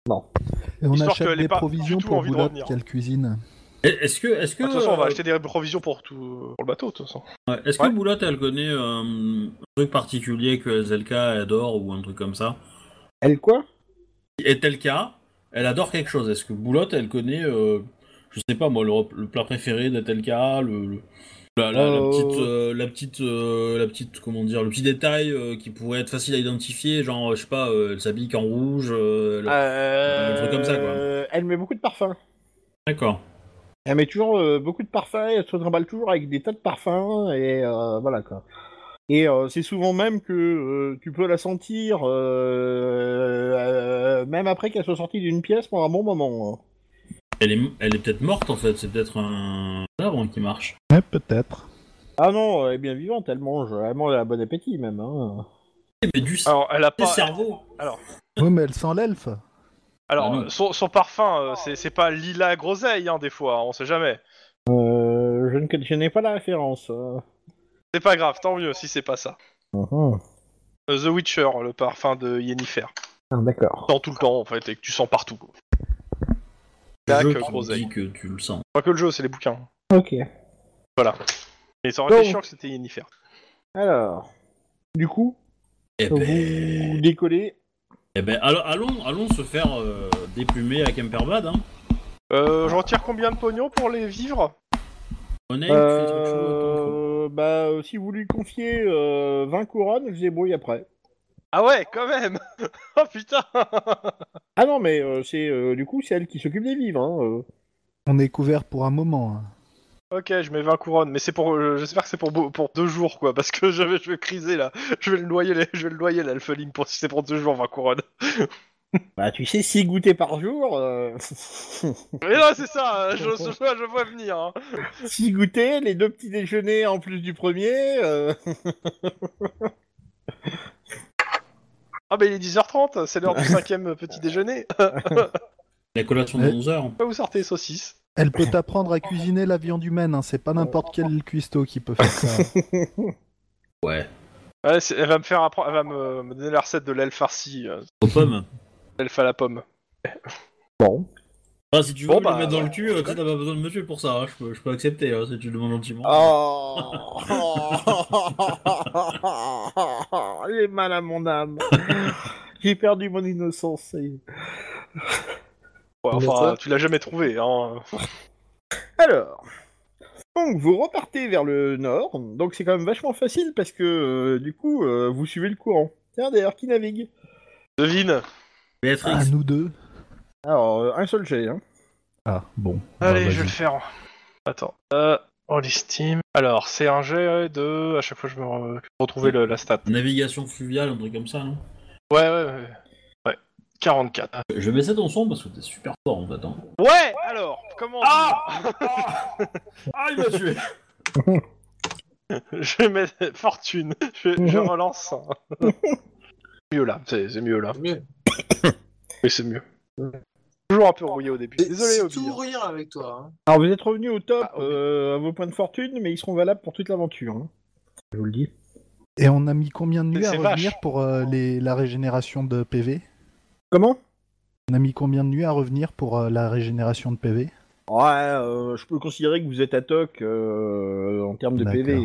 Speaker 3: Et on
Speaker 4: Histoire
Speaker 3: achète
Speaker 4: qu'elle ait
Speaker 3: des
Speaker 4: pas
Speaker 3: provisions
Speaker 4: du tout
Speaker 3: pour
Speaker 4: envie de
Speaker 3: Boulotte
Speaker 4: revenir.
Speaker 3: qu'elle cuisine.
Speaker 2: Et- Est-ce que, est-ce que,
Speaker 4: Bah, De toute façon, on va
Speaker 2: euh,
Speaker 4: acheter des provisions pour tout pour le bateau, de toute façon.
Speaker 2: ouais, est-ce
Speaker 4: Ouais.
Speaker 2: que Boulotte, elle connaît euh, un truc particulier que Zelka adore ou un truc comme ça
Speaker 1: Elle quoi
Speaker 2: Et tel cas, elle adore quelque chose. Est-ce que Boulotte, elle connaît, euh, je sais pas moi, le, le plat préféré d'Atelka, le, le- la, la- la
Speaker 1: Euh.
Speaker 2: petite, euh, la petite, euh, la petite, comment dire, le petit détail euh, qui pourrait être facile à identifier, genre, je sais pas, euh, elle s'habille qu'en rouge. euh, elle-
Speaker 1: euh...
Speaker 2: un truc comme ça, quoi.
Speaker 1: Elle met beaucoup de parfums.
Speaker 2: D'accord.
Speaker 1: Elle met toujours euh, beaucoup de parfums, elle se trimballe toujours avec des tas de parfums, et euh, voilà quoi. Et euh, c'est souvent même que euh, tu peux la sentir, euh, euh, même après qu'elle soit sortie d'une pièce pendant un bon moment. hein.
Speaker 2: Elle est, elle est peut-être morte en fait. C'est peut-être un arbre qui marche.
Speaker 3: Ouais, peut-être.
Speaker 1: Ah non, elle est bien vivante, elle mange, elle mange à bon appétit même. hein.
Speaker 2: Eh, Mais du
Speaker 4: Alors, elle a pas.
Speaker 2: cerveau.
Speaker 3: Oui, Oh, mais elle sent l'elfe.
Speaker 4: Alors,
Speaker 2: Ah non.
Speaker 4: son, son parfum, euh, c'est c'est pas lilas groseille, hein, des fois, hein, on sait jamais.
Speaker 1: Euh, je ne conna- je n'ai pas la référence. euh.
Speaker 4: C'est pas grave, tant mieux si c'est pas ça. Euh, The Witcher, le parfum de Yennefer.
Speaker 1: Ah, D'accord.
Speaker 4: Dans tout le temps, en fait, et que tu sens partout.
Speaker 2: Le
Speaker 4: Tac,
Speaker 2: jeu qui
Speaker 4: groseille.
Speaker 2: dit que tu le sens.
Speaker 4: Pas que le jeu, c'est les bouquins.
Speaker 1: Ok.
Speaker 4: Et ça
Speaker 1: Donc.
Speaker 4: aurait été chiant que c'était Yennefer.
Speaker 1: Alors, du coup,
Speaker 2: Eh ben,
Speaker 1: vous décollez.
Speaker 2: eh ben, allo- allons, allons se faire euh, déplumer à Kemperbad. Hein.
Speaker 4: Euh, J'en tire combien de pognon pour les vivres
Speaker 2: Honnête, Eh, tu fais des trucs chauds, attends, faut-
Speaker 1: Euh, bah, euh, si vous lui confiez euh, 20 couronnes, je débrouille après.
Speaker 4: Ah ouais, quand même <laughs> Oh putain
Speaker 1: Ah non, mais euh, c'est euh, du coup, c'est elle qui s'occupe des vivres. Hein, euh.
Speaker 3: On est couvert pour un moment. hein.
Speaker 4: Ok, je mets 20 couronnes, mais c'est pour. euh, J'espère que c'est pour, beau- pour deux jours, quoi, parce que <laughs> je vais, je vais criser là. Je vais le noyer, les- je vais le noyer l'alpheling pour si c'est pour deux jours 20 couronnes.
Speaker 1: Bah, tu sais, 6 goûters par jour. Euh... <laughs>
Speaker 4: Mais non, c'est ça,
Speaker 3: <laughs>
Speaker 4: euh, je, je, je- je vois venir. hein.
Speaker 1: 6 goûters, les deux petits déjeuners en plus du premier. euh.
Speaker 4: Ah, mais il est 10h30, c'est l'heure du cinquième petit déjeuner.
Speaker 2: La collation de
Speaker 3: Ouais.
Speaker 2: 11 heures.
Speaker 4: Pourquoi vous sortez les saucisses
Speaker 3: Elle peut t'apprendre à cuisiner la viande humaine. hein. C'est pas n'importe quel cuistot qui peut faire ça.
Speaker 2: Ouais.
Speaker 4: Ouais, c'est- Elle va me faire appren- elle va me, me donner la recette de l'elfe farci, euh,
Speaker 2: Aux pommes.
Speaker 4: l'elfe à la pomme.
Speaker 1: Bon.
Speaker 2: Enfin, si tu veux
Speaker 4: Bon,
Speaker 2: me
Speaker 4: bah,
Speaker 2: le mettre dans le cul, euh, tu sais, t'as pas besoin de me tuer pour ça. hein. Je, peux, je peux accepter hein, si tu le demandes gentiment.
Speaker 1: Oh. <laughs> J'ai mal à mon âme. J'ai perdu mon innocence. ça y est.
Speaker 4: Ouais,
Speaker 5: Mais
Speaker 4: enfin,
Speaker 5: ça
Speaker 4: tu l'as jamais trouvé, hein.
Speaker 1: Alors, donc vous repartez vers le nord, donc c'est quand même vachement facile parce que euh, du coup euh, vous suivez le courant. Tiens d'ailleurs qui navigue
Speaker 4: Devine.
Speaker 2: Béatrix,
Speaker 3: à nous deux.
Speaker 1: Alors euh, un seul jet. Hein.
Speaker 3: Ah, bon.
Speaker 4: Allez, je
Speaker 3: Bah,
Speaker 4: vais
Speaker 3: vas-y.
Speaker 4: le faire. Attends. Euh, oh, les Steam. Alors, c'est un jet de. À chaque fois, je me re- retrouver le- la stat.
Speaker 2: navigation fluviale, un truc comme ça. Non
Speaker 4: Ouais, ouais, ouais. Ouais. 44.
Speaker 2: je vais baisser ton son parce que t'es super fort en fait. hein.
Speaker 4: Ouais, Eh, alors, comment.
Speaker 2: Ah, Ah, il m'a tué
Speaker 4: <laughs> Je mets fortune. Je,
Speaker 3: <laughs>
Speaker 4: je relance. mieux là, c'est c'est mieux là.
Speaker 5: mieux.
Speaker 4: Oui, c'est mieux. Toujours un peu rouillé au début. Désolé,
Speaker 5: C'est
Speaker 4: Obi.
Speaker 5: tout rire avec toi. hein.
Speaker 1: Alors vous êtes revenu au top
Speaker 4: Ah, ok.
Speaker 1: euh, à vos points de fortune, mais ils seront valables pour toute l'aventure. hein. Je vous le dis.
Speaker 3: Et on a mis combien de nuits à
Speaker 4: C'est
Speaker 3: revenir
Speaker 4: vache.
Speaker 3: pour euh, les- la régénération de PV
Speaker 1: Comment
Speaker 3: On a mis combien de nuits à revenir pour euh, la régénération de PV
Speaker 1: Ouais, euh, je peux considérer que vous êtes à toc euh, en termes de
Speaker 3: D'accord.
Speaker 1: PV.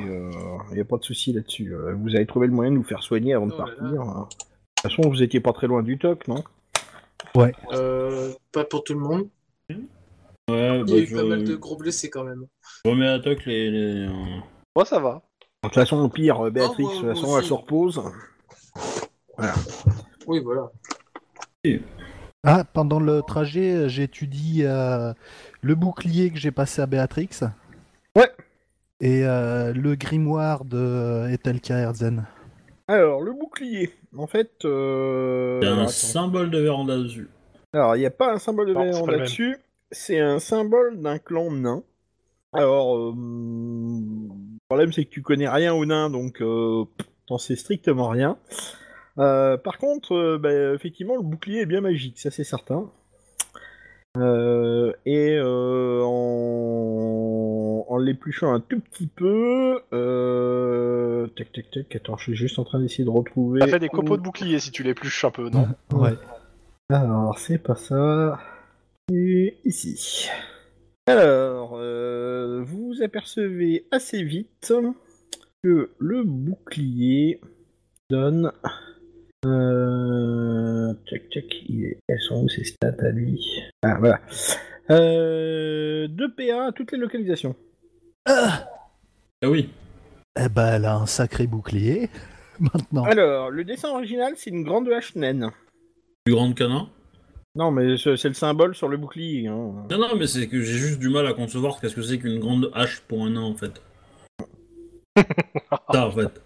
Speaker 1: Il n'y a pas de souci là-dessus. Euh, vous avez trouvé le moyen de vous faire soigner avant de
Speaker 5: Oh là
Speaker 1: partir. hein. De toute façon, vous étiez pas très loin du toc, non
Speaker 5: Euh, pas pour tout le monde.
Speaker 2: <laughs> Ouais, bah,
Speaker 5: Il y a eu
Speaker 2: je,
Speaker 5: pas mal de gros blessés quand même.
Speaker 2: je remets à toc les. les, euh,
Speaker 4: Moi, ça va.
Speaker 1: De toute façon, au pire, euh, Béatrix,
Speaker 5: Oh, moi,
Speaker 1: de toute façon,
Speaker 5: moi
Speaker 1: elle
Speaker 5: aussi.
Speaker 1: se repose.
Speaker 5: Oui, voilà.
Speaker 3: Ah, pendant le trajet, euh, j'étudie euh, le bouclier que j'ai passé à Béatrix.
Speaker 1: Ouais.
Speaker 3: Et euh, le grimoire de euh, Etelka Herzen.
Speaker 1: Alors, le bouclier. En fait, euh...
Speaker 2: Il y a
Speaker 1: alors,
Speaker 2: un
Speaker 1: attends.
Speaker 2: symbole de véranda dessus.
Speaker 1: Alors, il n'y a pas un symbole de
Speaker 4: Non, c'est
Speaker 1: Véron
Speaker 4: pas le
Speaker 1: là-dessus. C'est un symbole d'un clan nain. Alors, euh, le problème, c'est que tu connais rien aux nains, donc euh, t'en sais strictement rien. Euh, par contre, euh, bah, effectivement, le bouclier est bien magique, ça c'est certain. Euh, et euh, en, en l'épluchant un tout petit peu, euh, tac tac tac. Attends, je suis juste en train d'essayer de retrouver.
Speaker 4: Ça fait des copeaux de bouclier si tu l'épluches un peu, non
Speaker 3: Ouais.
Speaker 1: Alors, c'est pas ça. Et ici. Alors, euh, vous vous apercevez assez vite que le bouclier donne. Euh... Tchac, tchac, il est... elles sont où ses stats à lui Ah, voilà. Euh... 2 PA à toutes les localisations.
Speaker 3: Ah
Speaker 2: Ah oui.
Speaker 3: eh ben, elle a un sacré bouclier, <laughs> maintenant.
Speaker 1: Alors, le dessin original, c'est une grande hache naine.
Speaker 2: Plus grande canin.
Speaker 1: Non, mais c'est c'est le symbole sur le bouclier. hein.
Speaker 2: Non, non, mais c'est que j'ai juste du mal à concevoir qu'est-ce que c'est qu'une grande hache pour un nain en
Speaker 4: <laughs>
Speaker 2: fait. Ça en fait.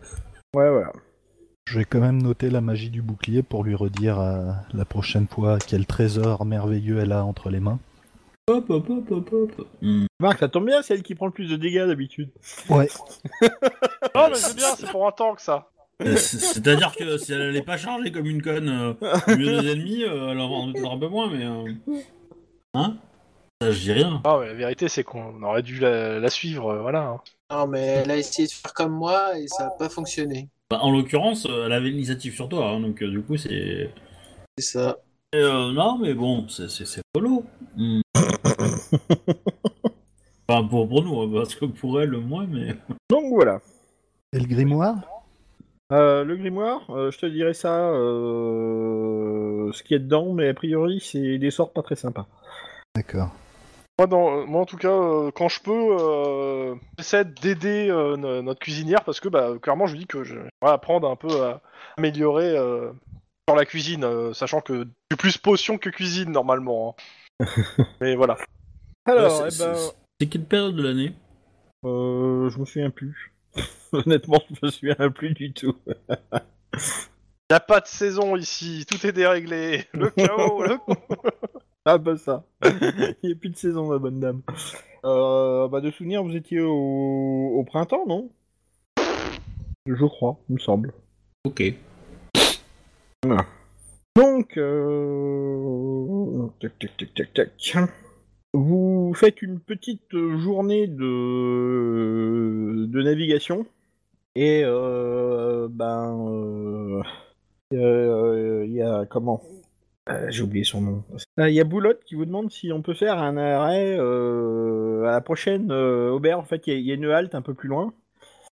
Speaker 1: Ouais, voilà.
Speaker 3: Je vais quand même noter la magie du bouclier pour lui redire euh, la prochaine fois quel trésor merveilleux elle a entre les mains.
Speaker 2: Hop, hop, hop, hop, hop. Hmm.
Speaker 1: Marc, ça tombe bien, c'est elle qui prend le plus de dégâts d'habitude.
Speaker 3: Ouais.
Speaker 4: Non, Ah, mais c'est bien, c'est pour un tank ça.
Speaker 2: Euh, c'est- C'est-à-dire que si elle allait pas charger comme une conne euh, au milieu des ennemis, euh, elle en mettra un peu moins, mais. euh, Hein Ça, je dis rien.
Speaker 4: Ah ouais, la vérité c'est qu'on aurait dû la, la suivre, euh, voilà. hein.
Speaker 5: Non, mais elle a essayé de faire comme moi et ça n'a pas fonctionné.
Speaker 2: Bah, en l'occurrence, euh, elle avait l'initiative sur toi, hein, donc euh, du coup, c'est.
Speaker 5: C'est ça.
Speaker 2: Euh, non, mais bon, c'est- c'est c'est polo.
Speaker 4: <laughs>
Speaker 2: Hmm. enfin, pour, pour nous, hein, parce que pour elle, moins, mais.
Speaker 1: Donc voilà.
Speaker 3: Et le grimoire
Speaker 1: Euh, le grimoire, euh, je te dirai ça, euh, ce qu'il y a dedans, mais a priori, c'est des sorts pas très sympas.
Speaker 3: D'accord.
Speaker 4: Moi, dans- moi, en tout cas, euh, quand je peux, euh, j'essaie d'aider euh, no- notre cuisinière parce que bah, clairement je lui dis que je vais apprendre un peu à améliorer euh, sur la cuisine, euh, sachant que c'est plus potion que cuisine normalement. hein. Mais voilà.
Speaker 1: Alors,
Speaker 2: Ouais,
Speaker 1: eh
Speaker 2: Bah, c'est-
Speaker 1: ben,
Speaker 2: c'est- C'est quelle période de l'année
Speaker 1: euh, je me souviens plus. <laughs> Honnêtement, je me souviens plus du tout.
Speaker 4: Y a pas de saison ici, tout est déréglé, le chaos, le...
Speaker 1: Ah bah
Speaker 2: <laughs>
Speaker 1: ça. Il n'y a plus de saison, ma bonne dame. Euh, bah de souvenir, vous étiez au, au printemps, non Je crois, il me semble.
Speaker 2: Ok.
Speaker 4: Euh,
Speaker 1: Donc, euh... tac, tac, tac, tac, tac. Vous faites une petite journée de, de navigation et euh, ben euh, euh, il y a comment Euh, J'ai oublié son nom. Euh, Il y a Boulotte qui vous demande si on peut faire un arrêt euh, à la prochaine euh, auberge. En fait, il y a- il y, a une halte un peu plus loin.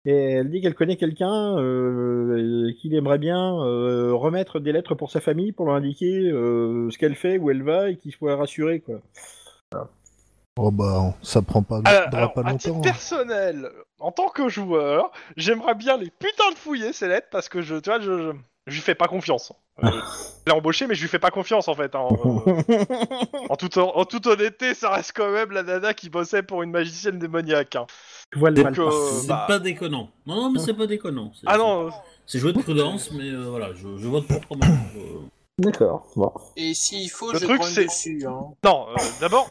Speaker 1: Et elle dit qu'elle connaît quelqu'un euh, qu'il aimerait bien euh, remettre des lettres pour sa famille pour leur indiquer euh, ce qu'elle fait, où elle va et qu'il soit rassuré. quoi.
Speaker 3: Oh bah, on- ça prend pas,
Speaker 4: Alors,
Speaker 3: durera
Speaker 4: Euh, alors,
Speaker 3: pas
Speaker 4: à
Speaker 3: longtemps.
Speaker 4: titre
Speaker 3: hein.
Speaker 4: personnel, en tant que joueur, j'aimerais bien les putains de fouiller ces lettres parce que je, tu vois, je, je, je lui fais pas confiance.
Speaker 3: <laughs>
Speaker 4: Euh, je l'ai embauché, mais je lui fais pas confiance en fait. hein. Euh, en, toute, en toute honnêteté, ça reste quand même la nana qui bossait pour une magicienne démoniaque. hein.
Speaker 1: Tu vois le
Speaker 2: Donc,
Speaker 1: mal.
Speaker 4: euh,
Speaker 2: C'est
Speaker 4: bah-
Speaker 2: pas déconnant. Non, non, mais c'est pas déconnant. C'est-
Speaker 4: Ah non, euh,
Speaker 2: C'est joué de prudence, mais euh, voilà, je, je vote pour quand même. Euh,
Speaker 1: D'accord. Bon.
Speaker 5: Et s'il faut,
Speaker 4: Le
Speaker 5: je
Speaker 4: truc,
Speaker 5: prends le
Speaker 4: c'est-
Speaker 5: dessus. Hein.
Speaker 4: non, euh, d'abord.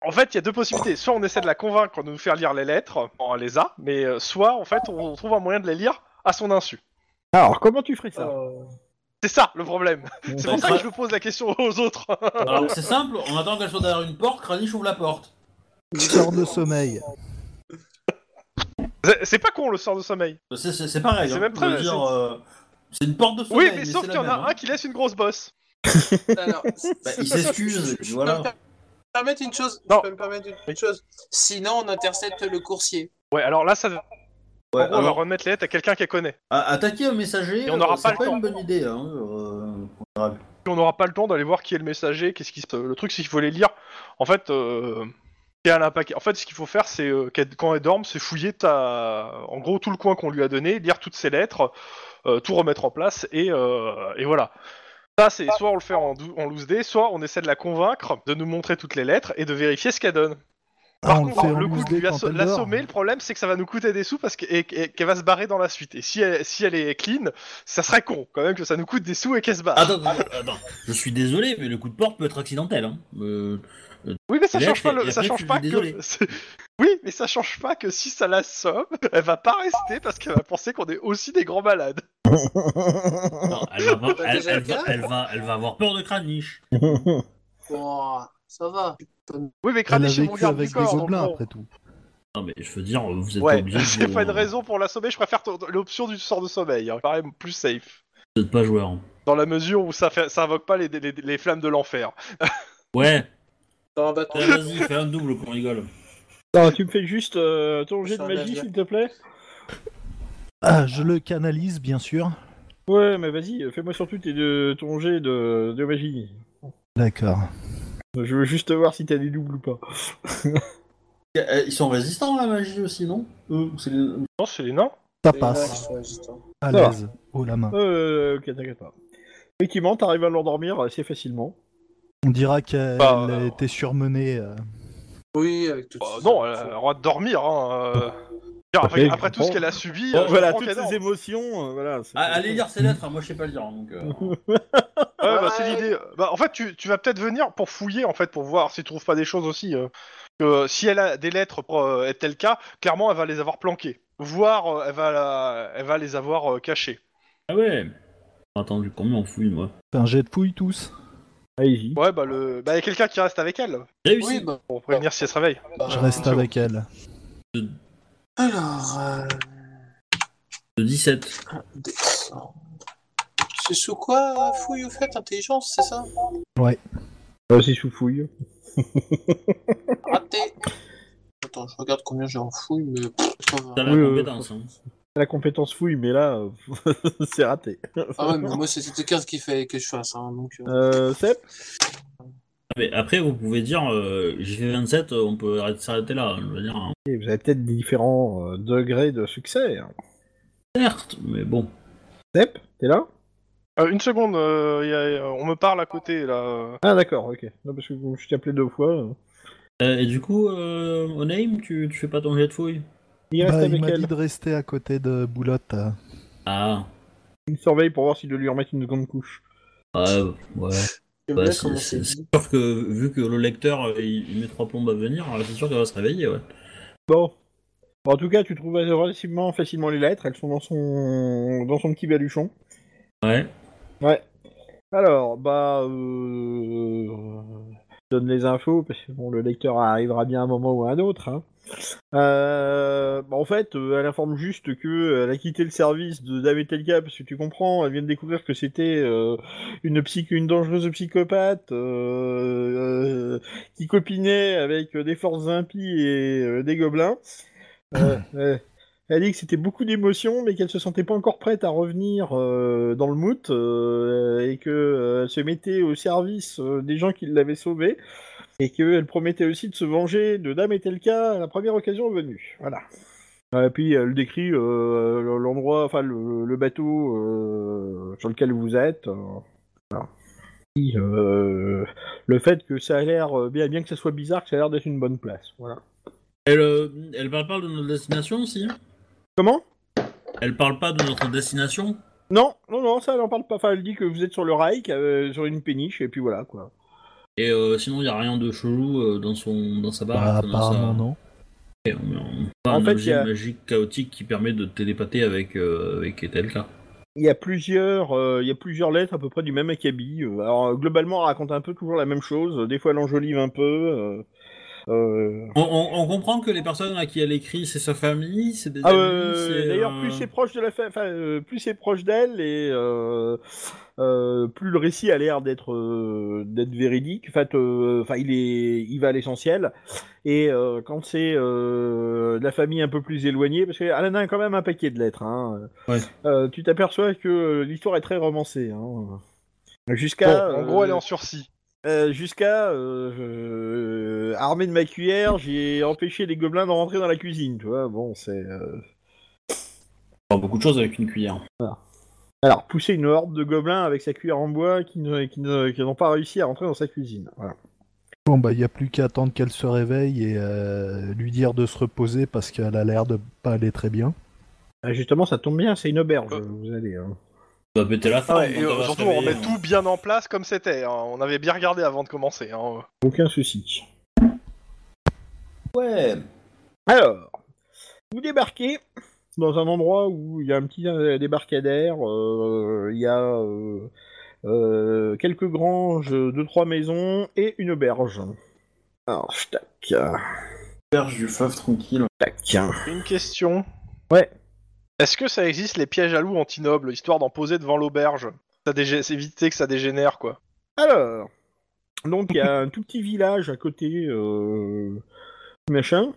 Speaker 4: En fait, il y a deux possibilités. Soit on essaie de la convaincre de nous faire lire les lettres, on les a, mais euh, soit en fait on trouve un moyen de les lire à son insu.
Speaker 1: Alors, comment tu ferais ça
Speaker 5: Euh,
Speaker 4: C'est ça le problème. C'est
Speaker 2: bah,
Speaker 4: pour ça que
Speaker 2: cra-
Speaker 4: je pose la question aux autres.
Speaker 2: Alors, c'est simple, on attend qu'elle soit derrière une porte, Kranich ouvre la porte.
Speaker 3: Sort de sommeil.
Speaker 4: C'est- C'est pas con le sort de sommeil.
Speaker 2: C'est- C'est c'est pareil.
Speaker 4: C'est
Speaker 2: hein,
Speaker 4: même
Speaker 2: je
Speaker 4: très-
Speaker 2: veux
Speaker 4: c'est-
Speaker 2: dire, euh, C'est une porte de
Speaker 4: Oui,
Speaker 2: sommeil.
Speaker 4: mais, sauf
Speaker 2: c'est
Speaker 4: qu'il
Speaker 2: la
Speaker 4: y en a
Speaker 2: même,
Speaker 4: un
Speaker 2: hein.
Speaker 4: qui laisse une grosse bosse.
Speaker 5: <laughs> alors,
Speaker 2: Bah, il s'excuse,
Speaker 5: Je- je
Speaker 2: voilà.
Speaker 5: peux me permettre une chose.
Speaker 4: Non.
Speaker 5: Je peux me permettre une une chose. Sinon, on intercepte le coursier.
Speaker 4: Ouais, alors là, ça...
Speaker 2: Ouais,
Speaker 4: en gros, on va
Speaker 2: alors,
Speaker 4: remettre les lettres à quelqu'un qu'elle connaît.
Speaker 2: a- attaquer un messager,
Speaker 4: Et on n'aura
Speaker 2: euh,
Speaker 4: pas
Speaker 2: c'est
Speaker 4: le
Speaker 2: pas,
Speaker 4: temps.
Speaker 2: une bonne idée. Hein, euh,
Speaker 4: Puis on n'aura pas le temps d'aller voir qui est le messager, qu'est-ce qui se... Le truc, c'est qu'il faut les lire. En fait, euh, Et elle a un paquet. En fait, ce qu'il faut faire, c'est euh, qu'elle- quand elle dorme, c'est fouiller ta... en gros tout le coin qu'on lui a donné, lire toutes ses lettres, euh, tout remettre en place, et, euh, et voilà. Ça, c'est soit on le fait en, dou- en loose day, soit on essaie de la convaincre de nous montrer toutes les lettres et de vérifier ce qu'elle donne. Par
Speaker 3: Ah, on le
Speaker 4: contre,
Speaker 3: fait
Speaker 4: le,
Speaker 3: en
Speaker 4: coup
Speaker 3: loose
Speaker 4: de
Speaker 3: day
Speaker 4: lui
Speaker 3: quand
Speaker 4: asso-
Speaker 3: elle
Speaker 4: l'assommer,
Speaker 3: dort.
Speaker 4: le problème, c'est que ça va nous coûter des sous parce que- et- et- qu'elle va se barrer dans la suite. Et si elle, si elle est clean, ça serait con quand même que ça nous coûte des sous et qu'elle se barre.
Speaker 2: Attends, attends, attends. je suis désolé, mais le coup de porte peut être accidentel. Hein. <laughs> Euh,
Speaker 4: Oui, mais ça
Speaker 2: Et là,
Speaker 4: change pas,
Speaker 2: je-
Speaker 4: le-
Speaker 2: et
Speaker 4: ça
Speaker 2: après,
Speaker 4: change
Speaker 2: tu
Speaker 4: pas
Speaker 2: dis désolé.
Speaker 4: que. c'est- <laughs> Oui, mais ça change pas que si ça l'assomme, elle va pas rester parce qu'elle va penser qu'on est aussi des grands malades.
Speaker 2: non, elle, va, avoir-
Speaker 5: Bah,
Speaker 2: elle-
Speaker 5: déjà,
Speaker 2: elle va-
Speaker 5: là.
Speaker 2: elle va- elle va avoir peur de Kranich.
Speaker 5: Oh, ça va.
Speaker 4: Oui, mais
Speaker 3: Elle a
Speaker 4: Kranich est mon
Speaker 3: vécu
Speaker 4: garde du
Speaker 3: avec des
Speaker 4: corps. donc
Speaker 3: gobelins
Speaker 4: bon.
Speaker 3: après tout.
Speaker 2: Non, mais je veux dire, vous êtes pas
Speaker 4: Ouais,
Speaker 2: obligé de-
Speaker 4: <laughs> c'est pas une raison pour l'assommer. Je préfère ton- l'option du sort de sommeil. Hein, qui paraît plus safe.
Speaker 2: Vous êtes pas joueur.
Speaker 4: Dans la mesure où ça, fait, ça invoque pas les, les- les flammes de l'enfer.
Speaker 2: <laughs> Ouais,
Speaker 5: Dans un bâton.
Speaker 2: Ouais, vas-y, fais un double qu'on rigole.
Speaker 1: Non, tu me fais juste euh, ton jet de
Speaker 5: Ça
Speaker 1: magie,
Speaker 5: va.
Speaker 1: s'il te plaît
Speaker 3: Ah, je le canalise, bien sûr.
Speaker 1: Ouais, mais vas-y, euh, fais-moi surtout tes deux, ton jet de, de magie.
Speaker 3: D'accord.
Speaker 1: Je veux juste voir si t'as des doubles ou pas.
Speaker 2: Euh, Ils sont résistants à la magie aussi, non
Speaker 4: Non, c'est les nains.
Speaker 3: Ça
Speaker 5: Les nains qui
Speaker 3: passe.
Speaker 5: sont résistants.
Speaker 3: À
Speaker 1: va.
Speaker 3: l'aise. Oh la main.
Speaker 1: Euh, ok, t'inquiète pas. Effectivement, t'arrives à l'endormir assez facilement.
Speaker 3: On dira qu'elle
Speaker 4: Bah,
Speaker 3: a
Speaker 4: euh,
Speaker 3: été surmenée. euh.
Speaker 5: Oui, avec tout
Speaker 4: Euh, non, elle a le droit de dormir. Hein, euh. Tiens, après,
Speaker 1: Ok,
Speaker 4: après
Speaker 1: je
Speaker 4: tout ce
Speaker 1: comprends.
Speaker 4: qu'elle a subi,
Speaker 1: Bon,
Speaker 4: euh, je
Speaker 1: voilà,
Speaker 4: comprends
Speaker 1: toutes
Speaker 4: qu'elle
Speaker 1: ces
Speaker 4: dorme.
Speaker 1: émotions, euh, voilà. c'est-
Speaker 2: allez lire ces lettres, hein, moi je sais pas lire. Donc, euh, <laughs>
Speaker 4: Ouais, bah, c'est
Speaker 5: Ouais.
Speaker 4: l'idée. Bah, en fait, tu, tu vas peut-être venir pour fouiller, en fait, pour voir si tu trouves pas des choses aussi. euh. Euh, si elle a des lettres, euh, est tel cas, clairement, elle va les avoir planquées. Voire, euh, elle, va la- elle va les avoir euh, cachées.
Speaker 2: Ah ouais Attends, j'ai combien on fouille, moi
Speaker 3: Fais un jet de fouille tous.
Speaker 1: Allez-y.
Speaker 4: Ouais, bah, le... bah, il y a quelqu'un qui reste avec elle,
Speaker 2: Réussi
Speaker 5: Oui, bah,
Speaker 4: pour prévenir si elle se réveille.
Speaker 5: bah,
Speaker 3: Je reste
Speaker 4: euh,
Speaker 3: avec elle.
Speaker 5: Alors, euh,
Speaker 2: de 17.
Speaker 5: descendre. C'est sous quoi euh, fouille ou fait intelligence, c'est ça
Speaker 1: Euh, c'est sous fouille.
Speaker 5: Raté. Attends, je regarde combien j'ai en fouille, mais pff, ça va.
Speaker 2: T'as la
Speaker 1: Oui, oui,
Speaker 2: compétence, hein.
Speaker 1: La compétence fouille, mais là, <laughs> euh, c'est raté.
Speaker 5: Ah ouais, mais moi c'était 15 qu'il fallait que je fasse, hein, donc. euh,
Speaker 1: Euh, Sep
Speaker 2: Ah, Mais après, vous pouvez dire, euh, j'ai fait 27, euh, on peut arrêter- s'arrêter là. Je veux dire, hein.
Speaker 1: Et vous avez peut-être des différents euh, degrés de succès. hein.
Speaker 2: certes, mais bon.
Speaker 1: Sep, t'es là
Speaker 4: euh, une seconde, euh, il y a- on me parle à côté, là.
Speaker 1: Ah d'accord, ok. Non, parce que je t'ai appelé deux fois. euh.
Speaker 2: Euh, et du coup, euh, au name, tu, tu fais pas ton jet de fouille
Speaker 1: Il reste
Speaker 3: Bah, il
Speaker 1: avec
Speaker 3: m'a
Speaker 1: elle.
Speaker 3: dit de rester à côté de Boulotte. euh.
Speaker 2: Ah,
Speaker 1: Il surveille pour voir s'il doit lui remettre une seconde couche.
Speaker 2: ouais, ouais.
Speaker 5: j'aime
Speaker 2: Bah,
Speaker 5: bien
Speaker 2: c'est
Speaker 5: comment
Speaker 2: c'est-
Speaker 5: c'est
Speaker 2: c'est
Speaker 5: dit.
Speaker 2: sûr que, vu que le lecteur euh, il, il met trois plombes à venir, euh, c'est sûr qu'elle va se réveiller, ouais.
Speaker 1: Bon. En tout cas, tu trouves relativement facilement les lettres. Elles sont dans son dans son petit baluchon.
Speaker 2: Ouais.
Speaker 1: Ouais. Alors, bah, euh, je donne les infos parce que bon, le lecteur arrivera bien à un moment ou à un autre. hein. Euh, bah, en fait, euh, elle informe juste que euh, elle a quitté le service de David Telka parce que tu comprends, elle vient de découvrir que c'était euh, une psy- une dangereuse psychopathe euh, euh, qui copinait avec euh, des forces impies et euh, des gobelins. Euh, euh, elle dit que c'était beaucoup d'émotions, mais qu'elle se sentait pas encore prête à revenir euh, dans le moot euh, et que euh, elle se mettait au service euh, des gens qui l'avaient sauvée et qu'elle promettait aussi de se venger de Dame et Telka à la première occasion venue. Voilà. Et puis elle décrit euh, l'endroit, enfin le, le bateau euh, sur lequel vous êtes. euh, voilà. Et, euh, le fait que ça a l'air euh, bien, bien que ça soit bizarre, que ça a l'air d'être une bonne place. Voilà.
Speaker 2: Elle, euh, elle parle pas de notre destination aussi
Speaker 1: Comment
Speaker 2: Elle parle pas de notre destination
Speaker 1: Non, non, non, ça elle en parle pas. Enfin, elle dit que vous êtes sur le Reich, euh, sur une péniche, et puis voilà quoi.
Speaker 2: Et euh, sinon, il a rien de chelou euh, dans, son, dans sa
Speaker 3: Bah,
Speaker 2: barre.
Speaker 3: apparemment, non.
Speaker 2: en
Speaker 1: En fait,
Speaker 2: fait,
Speaker 1: il y a-
Speaker 2: magique chaotique qui permet de télépather avec, euh, avec Etelka.
Speaker 1: Il y a plusieurs, euh, il y a plusieurs lettres à peu près du même acabit. Euh, Alors euh, globalement, elle raconte un peu toujours la même chose. Des fois, elle enjolive un peu. euh, euh.
Speaker 2: On, on- on comprend que les personnes à qui elle écrit, c'est sa famille, c'est des
Speaker 1: Ah,
Speaker 2: amis,
Speaker 1: euh,
Speaker 2: c'est,
Speaker 1: D'ailleurs,
Speaker 2: euh,
Speaker 1: plus c'est proche de la, fa- enfin, euh, plus c'est proche d'elle et euh, euh, plus le récit a l'air d'être euh, d'être véridique. En fait, euh, enfin, il est, il va à l'essentiel. Et euh, quand c'est euh, de la famille un peu plus éloignée, parce qu'elle en a quand même un paquet de lettres. Hein,
Speaker 2: Ouais.
Speaker 1: euh, tu t'aperçois que euh, l'histoire est très romancée. Hein.
Speaker 4: Bon,
Speaker 1: Jusqu'à.
Speaker 4: en gros, elle est
Speaker 1: euh,
Speaker 4: en sursis.
Speaker 1: Euh, Jusqu'à euh, euh, armé de ma cuillère, j'ai empêché les gobelins de rentrer dans la cuisine, tu vois. Bon, c'est. euh,
Speaker 2: Enfin, beaucoup de choses avec une cuillère.
Speaker 1: Alors, pousser une horde de gobelins avec sa cuillère en bois qui ne- qui ne- qui n'ont pas réussi à rentrer dans sa cuisine. Voilà.
Speaker 3: Bon, bah, il n'y a plus qu'à attendre qu'elle se réveille et euh, lui dire de se reposer parce qu'elle a l'air de pas aller très bien.
Speaker 1: Ah, Justement, ça tombe bien, c'est une auberge,
Speaker 4: Euh.
Speaker 1: vous allez. hein.
Speaker 2: On va péter la
Speaker 4: Ah
Speaker 2: forme.
Speaker 4: ouais, et,
Speaker 2: quand
Speaker 4: euh,
Speaker 2: elle va se
Speaker 4: surtout, on
Speaker 2: réveiller,
Speaker 4: remet
Speaker 2: hein.
Speaker 4: tout bien en place comme c'était. hein. On avait bien regardé avant de commencer. hein.
Speaker 1: Aucun souci.
Speaker 2: Ouais.
Speaker 1: Alors, vous débarquez dans un endroit où il y a un petit euh, débarcadère, euh, il y a euh, euh, quelques granges, deux trois maisons et une auberge. Alors, tac,
Speaker 2: Berge du fleuve tranquille.
Speaker 1: tac.
Speaker 4: Une question.
Speaker 1: Ouais.
Speaker 4: Est-ce que ça existe les pièges à loups anti-nobles, histoire d'en poser devant l'auberge Ça dégé- c'est éviter que ça dégénère, quoi.
Speaker 1: Alors, donc il y a un tout petit village à côté, euh, machin.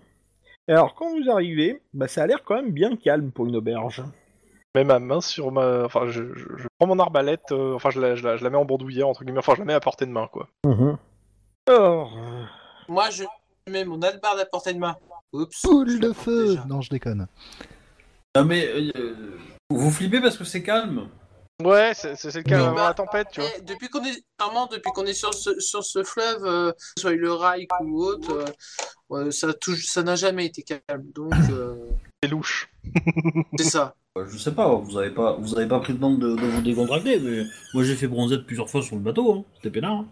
Speaker 1: Alors, quand vous arrivez, bah, ça a l'air quand même bien calme pour une auberge.
Speaker 4: Mais ma main sur ma. Enfin, je, je- je prends mon arbalète, euh, enfin, je la, je la- je la mets en bandoulière, entre guillemets, enfin, je la mets à portée de main, quoi.
Speaker 1: Alors, euh,
Speaker 5: Moi, je mets mon albarde à portée de main. Oups.
Speaker 3: Poule
Speaker 5: je
Speaker 3: de
Speaker 5: la porte
Speaker 3: feu
Speaker 5: déjà.
Speaker 3: Non, je déconne.
Speaker 2: Non mais euh, vous flippez parce que c'est calme.
Speaker 4: Ouais, c'est c'est- c'est le cas
Speaker 5: Non.
Speaker 4: avant la tempête, tu vois.
Speaker 5: Eh, depuis qu'on est, clairement, depuis qu'on est sur ce, sur ce fleuve, euh, que ce soit le Reich ou autre, euh, ouais, ça a tou- ça n'a jamais été calme. Donc, euh,
Speaker 4: <laughs> C'est louche.
Speaker 5: <laughs> c'est ça.
Speaker 2: Bah, Je sais pas, vous avez pas, vous avez pas pris le temps de, de vous décontracter, mais moi j'ai fait bronzette plusieurs fois sur le bateau, hein. c'était peinard. hein.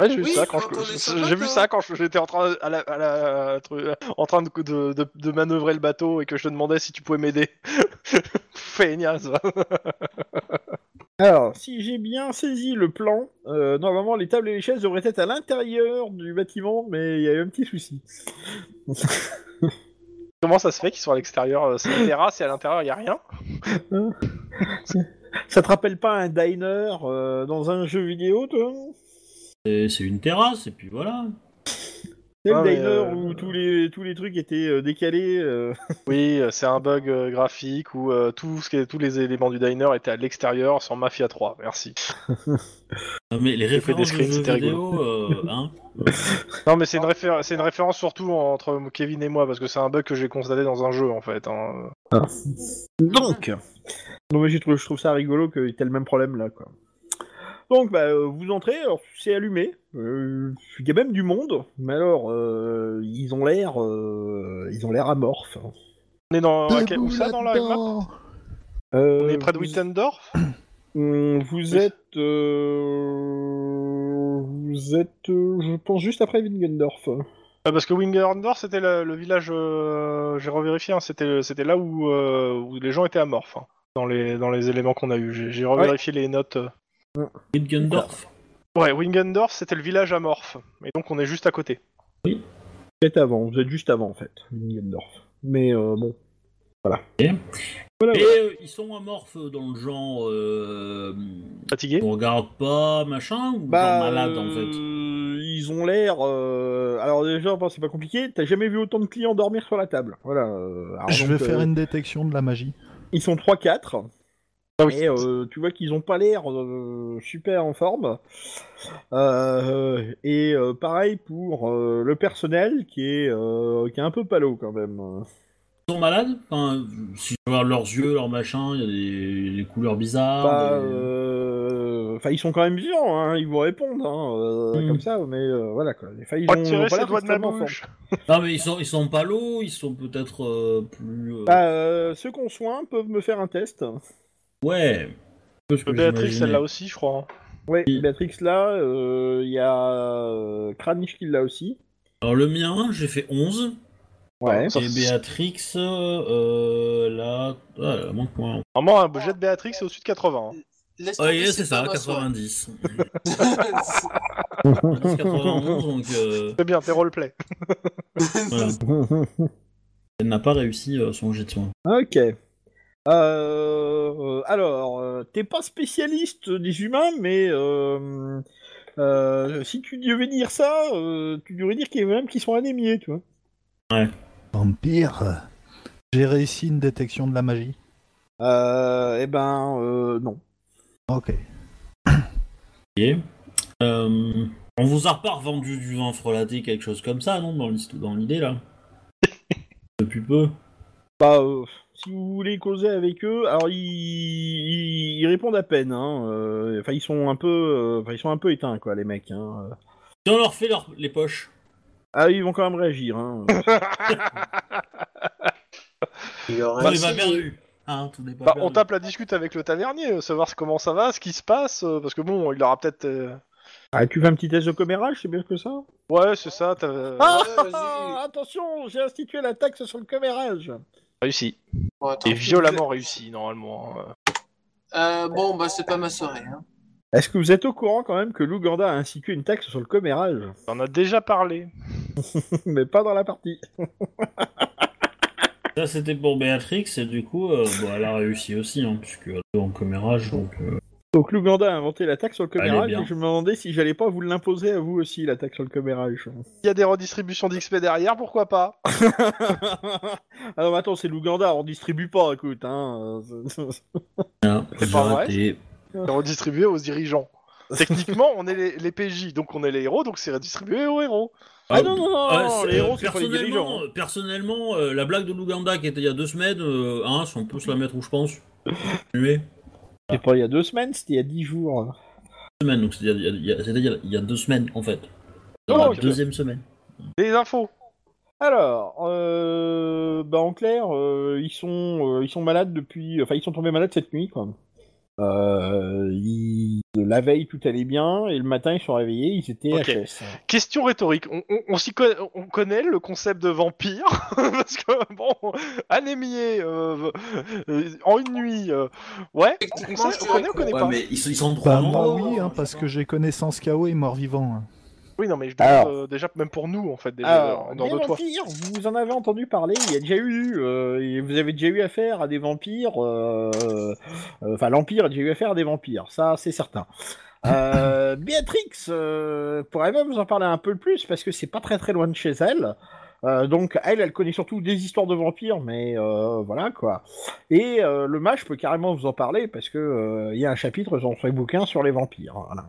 Speaker 4: Ouais, j'ai vu
Speaker 5: Oui,
Speaker 4: ça quand
Speaker 5: quand on est
Speaker 4: je-
Speaker 5: sur
Speaker 4: je-
Speaker 5: le
Speaker 4: j'ai vu
Speaker 5: bateau.
Speaker 4: ça quand je- j'étais en train à la, à la- tru- en train de, de, de- de manœuvrer le bateau et que je te demandais si tu pouvais m'aider. <laughs> Feignasse. va.
Speaker 1: alors, si j'ai bien saisi le plan, euh, normalement les tables et les chaises devraient être à l'intérieur du bâtiment, mais il y a eu un petit souci.
Speaker 4: Comment ça se fait qu'ils sont à l'extérieur euh, C'est une terrasse et à l'intérieur il y a rien
Speaker 1: Ça te rappelle pas un diner euh, dans un jeu vidéo, toi
Speaker 2: Et C'est une terrasse et puis voilà.
Speaker 1: C'est
Speaker 4: Ah,
Speaker 1: le
Speaker 4: mais,
Speaker 1: diner
Speaker 4: euh,
Speaker 1: où tous les, tous les trucs étaient euh, décalés. euh.
Speaker 4: Oui, euh, c'est un bug euh, graphique où euh, tout ce qui est- tous les éléments du diner étaient à l'extérieur sans Mafia 3. Merci.
Speaker 2: Non mais les
Speaker 4: J'ai fait des
Speaker 2: références de
Speaker 4: screens,
Speaker 2: jeux
Speaker 4: c'était
Speaker 2: vidéo, euh,
Speaker 4: <laughs>
Speaker 2: hein.
Speaker 4: Non, mais c'est une, réfé- c'est une référence surtout entre Kevin et moi parce que c'est un bug que j'ai constaté dans un jeu en fait. hein.
Speaker 1: Donc, non mais je trouve, je trouve ça rigolo qu'il y ait le même problème là, quoi. Donc, bah, euh, vous entrez, alors, c'est allumé. euh, Il y a même du monde, mais alors, euh, ils ont l'air, euh, ils ont l'air amorphes. hein.
Speaker 4: On est dans à quel-
Speaker 3: Debout
Speaker 4: où ça dans la map
Speaker 3: là-dedans
Speaker 1: Euh,
Speaker 4: On est près de
Speaker 1: vous-
Speaker 4: Wittendorf
Speaker 1: hum, Vous
Speaker 4: Oui.
Speaker 1: êtes, euh, vous êtes, euh, je pense juste après Wingendorf.
Speaker 4: Euh, Parce que Wingerdor, c'était le, le village, euh, j'ai revérifié, hein, c'était c'était là où, euh, où les gens étaient amorphes, hein, dans, les, dans les éléments qu'on a eu. J'ai- J'ai revérifié les notes. euh.
Speaker 2: Gendorf.
Speaker 4: Ouais, Wingendorf, c'était le village amorphe, et donc on est juste à côté.
Speaker 1: Peut-être avant, vous êtes juste avant en fait, Wingendorf. Mais euh, bon, voilà.
Speaker 2: Ok.
Speaker 1: Voilà,
Speaker 2: Et
Speaker 1: voilà.
Speaker 2: euh, ils sont amorphes dans le genre, euh,
Speaker 4: Fatigué
Speaker 2: on regarde pas machin ou
Speaker 4: Bah,
Speaker 2: genre malade en fait.
Speaker 1: Bah, euh, Ils ont l'air. euh, Alors, déjà, bon, c'est pas compliqué. T'as jamais vu autant de clients dormir sur la table. Voilà. euh, alors
Speaker 3: Je
Speaker 1: donc,
Speaker 3: vais faire
Speaker 1: euh,
Speaker 3: une détection de la magie.
Speaker 1: Ils sont 3-4.
Speaker 4: Ah oui.
Speaker 1: Et euh, tu vois qu'ils ont pas l'air euh, super en forme. Euh, et euh, pareil pour euh, le personnel qui est, euh, qui est un peu palo quand même.
Speaker 2: Ils sont malades enfin, Si je regarde leurs yeux, leurs machins, il y a des, des couleurs bizarres.
Speaker 1: Pas,
Speaker 4: Bah,
Speaker 2: des-
Speaker 1: euh, Enfin, ils sont quand même vivants, hein, ils vont répondre hein, euh,
Speaker 2: Hmm.
Speaker 1: comme ça, mais euh, voilà quoi. Enfin, ils ont, ils ont
Speaker 4: Retirer
Speaker 1: pas
Speaker 4: ses
Speaker 1: l'air
Speaker 4: doigts de ma
Speaker 1: extrêmement en forme.
Speaker 4: bouche
Speaker 2: Non mais ils sont, ils sont pas lourds, ils sont peut-être euh, plus. euh,
Speaker 1: Bah, euh, ceux qu'on soigne peuvent me faire un test.
Speaker 2: Ouais. Un peu ce que
Speaker 4: Béatrix,
Speaker 2: j'imaginais.
Speaker 4: celle-là aussi, je crois. hein.
Speaker 1: Ouais,
Speaker 2: Oui.
Speaker 1: Béatrix là, euh, il y a euh, Kranich qui l'a aussi.
Speaker 2: Alors le mien, j'ai fait 11.
Speaker 1: Ouais.
Speaker 4: Sauf-
Speaker 2: Et Béatrix, euh, là. Ah, elle manque moins.
Speaker 4: Vraiment, un budget de Béatrix, c'est au-dessus de 80. hein.
Speaker 5: Laisse
Speaker 2: Ah,
Speaker 5: tomber,
Speaker 2: yeah, c'est ça,
Speaker 5: pas ma soirée.
Speaker 2: 90.
Speaker 5: <laughs>
Speaker 2: 91, donc euh,
Speaker 4: C'est bien, t'es roleplay.
Speaker 2: voilà.
Speaker 4: <laughs>
Speaker 2: elle n'a pas réussi euh, son jet de soin.
Speaker 1: ok. Euh, euh, alors, euh, t'es pas spécialiste des humains, mais euh, euh, si tu devais dire ça, euh, tu devrais dire qu'il y a des qui sont anémiés, tu vois.
Speaker 3: Vampire J'ai réussi une détection de la magie.
Speaker 1: Euh, eh ben, euh, non.
Speaker 3: Ok.
Speaker 2: Ok. Euh, on vous a pas revendu du vin frelaté, quelque chose comme ça, non Dans l'hist- dans l'idée,
Speaker 4: <laughs>
Speaker 2: là Depuis peu
Speaker 1: Bah, euh, si vous voulez causer avec eux, alors ils, ils- ils répondent à peine. hein, euh, Enfin, ils sont un peu, euh, enfin, ils sont un peu éteints, quoi, les mecs. hein.
Speaker 2: Si on leur fait leur- les poches.
Speaker 1: Ah, ils vont quand même réagir. Hein.
Speaker 5: Il y aura
Speaker 2: On
Speaker 5: un-
Speaker 2: les a perdus. Hein, tout n'est pas
Speaker 4: Bah, on
Speaker 2: perdu.
Speaker 4: tape la discute avec le tavernier, euh, savoir comment ça va, ce qui se passe, euh, parce que bon, il aura peut-être. euh,
Speaker 1: ah, tu fais un petit test de commérage, c'est bien que ça.
Speaker 4: Ouais, c'est ça, t'as euh,
Speaker 1: Ah,
Speaker 5: vas-y.
Speaker 1: ah, attention, j'ai institué la taxe sur le commérage.
Speaker 4: réussi.
Speaker 5: Bon, attends,
Speaker 4: Et
Speaker 5: je-
Speaker 4: violemment réussi, normalement. hein.
Speaker 5: Euh, bon, bah, c'est pas ma soirée. hein.
Speaker 1: Est-ce que vous êtes au courant quand même que l'Ouganda a institué une taxe sur le commérage <laughs>
Speaker 4: T'en as déjà parlé.
Speaker 1: Mais pas dans la partie.
Speaker 2: Ça, c'était pour Béatrix, et du coup, euh, bon, elle a réussi aussi, hein, puisque elle est en commérage, donc... euh,
Speaker 1: Donc l'Ouganda a inventé la taxe sur le
Speaker 2: Allez,
Speaker 1: commérage
Speaker 2: bien.
Speaker 1: et je me demandais si j'allais pas vous l'imposer à vous aussi, la taxe sur le commérage.
Speaker 4: Il y a des redistributions d'XP derrière, pourquoi
Speaker 2: <laughs>
Speaker 4: pas
Speaker 1: Alors Ah attends, c'est l'Ouganda, on distribue pas, écoute. Hein. euh,
Speaker 2: ah,
Speaker 4: C'est
Speaker 2: vous
Speaker 4: pas
Speaker 2: avez
Speaker 4: vrai
Speaker 2: raté.
Speaker 4: C'est redistribué aux
Speaker 2: <laughs>
Speaker 4: dirigeants. Techniquement, on est les, les PJ, donc on est les héros, donc c'est redistribué aux héros.
Speaker 1: Ah non, non, non,
Speaker 2: Ah,
Speaker 1: non,
Speaker 2: c'est-
Speaker 1: les héros, c'est pas les
Speaker 2: personnellement,
Speaker 1: dirigeants. hein.
Speaker 2: euh, personnellement, euh, la blague de l'Ouganda qui était il y a deux semaines, euh, hein, si on peut se la mettre où je pense. Continuez.
Speaker 1: C'était pas il y a deux semaines, c'était il y a dix jours.
Speaker 2: semaine, donc c'était il y a- il y a- c'était il y a- il y a deux semaines en fait. Dans
Speaker 4: Oh,
Speaker 2: la
Speaker 4: ok.
Speaker 2: deuxième semaine.
Speaker 4: euh, Des infos.
Speaker 1: Alors, euh, bah en clair, euh, ils sont, euh, ils sont malades depuis, enfin ils sont tombés malades cette nuit. Quoi. Euh, ils- La veille tout allait bien et le matin ils sont réveillés, ils étaient
Speaker 4: Ok.
Speaker 1: HS.
Speaker 4: Question rhétorique. On, on- on s'y conna- on connaît le concept de vampire <laughs> Parce que, bon, anémié, euh, euh, en une nuit, euh, ouais, on,
Speaker 5: Techniquement,
Speaker 4: sait-
Speaker 5: je
Speaker 4: on connaît ou on
Speaker 5: dirais
Speaker 4: connaît
Speaker 2: Ouais,
Speaker 4: pas
Speaker 2: mais ils, sont- ils sont trop
Speaker 3: Bah, moi,
Speaker 2: nombreux,
Speaker 3: oui,
Speaker 2: hein,
Speaker 3: hein,
Speaker 2: je
Speaker 3: parce
Speaker 2: sais
Speaker 3: que
Speaker 2: pas.
Speaker 3: j'ai connaissance KO et mort-vivant. hein.
Speaker 4: Oui, non, mais je demande
Speaker 1: Alors.
Speaker 4: euh, déjà, même pour nous, en fait, déjà,
Speaker 1: Alors,
Speaker 4: euh,
Speaker 1: des
Speaker 4: dans deux, trois.
Speaker 1: vampires, vous en avez entendu parler, il y a déjà eu, euh, et vous avez déjà eu affaire à des vampires, euh, euh, enfin l'Empire a déjà eu affaire à des vampires, ça c'est certain.
Speaker 4: <laughs>
Speaker 1: Euh, Béatrix euh, pourrait même vous en parler un peu plus parce que c'est pas très très loin de chez elle. Euh, donc elle, elle connaît surtout des histoires de vampires, mais euh, voilà quoi. Et euh, le mage peut carrément vous en parler parce que euh, il y a un chapitre dans son bouquin sur les vampires. voilà.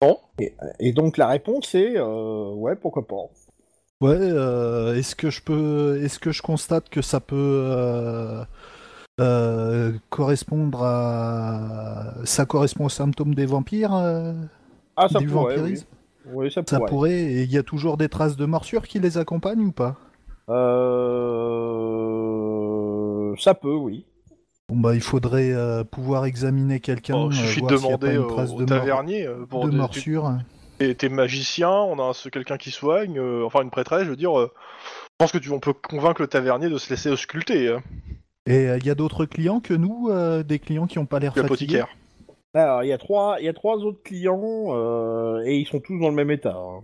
Speaker 4: Bon.
Speaker 1: Et, et donc la réponse est euh, ouais pourquoi pas.
Speaker 3: Ouais, euh, est-ce que je peux, est-ce que je constate que ça peut euh, euh, correspondre à, ça correspond aux symptômes des vampires, euh,
Speaker 1: Ah, ça
Speaker 3: du
Speaker 1: pourrait, oui.
Speaker 3: vampirisme
Speaker 1: Oui, ça
Speaker 3: Ça
Speaker 1: pourrait.
Speaker 3: pourrait. Et il y a toujours des traces de morsures qui les accompagnent ou pas
Speaker 1: Euh... Ça peut, oui.
Speaker 3: Bon bah, il faudrait euh, pouvoir examiner quelqu'un,
Speaker 4: Oh,
Speaker 3: euh,
Speaker 4: il suffit de
Speaker 3: voir s'il y a pas
Speaker 4: demander
Speaker 3: une trace
Speaker 4: euh,
Speaker 3: de,
Speaker 4: au
Speaker 3: mor-
Speaker 4: tavernier euh, pour
Speaker 3: de
Speaker 4: des-
Speaker 3: morsure. hein.
Speaker 4: t'es, t'es magicien, on a un- quelqu'un qui soigne, euh, enfin une prêtresse, je veux dire. euh, je pense que tu on peut convaincre le tavernier de se laisser ausculter, euh,
Speaker 3: Et euh, il y a d'autres clients que nous, euh, des clients qui n'ont pas l'air fatigués.
Speaker 4: l'apothicaire.
Speaker 1: Alors, il y a trois, il y a trois autres clients euh, et ils sont tous dans le même état. hein.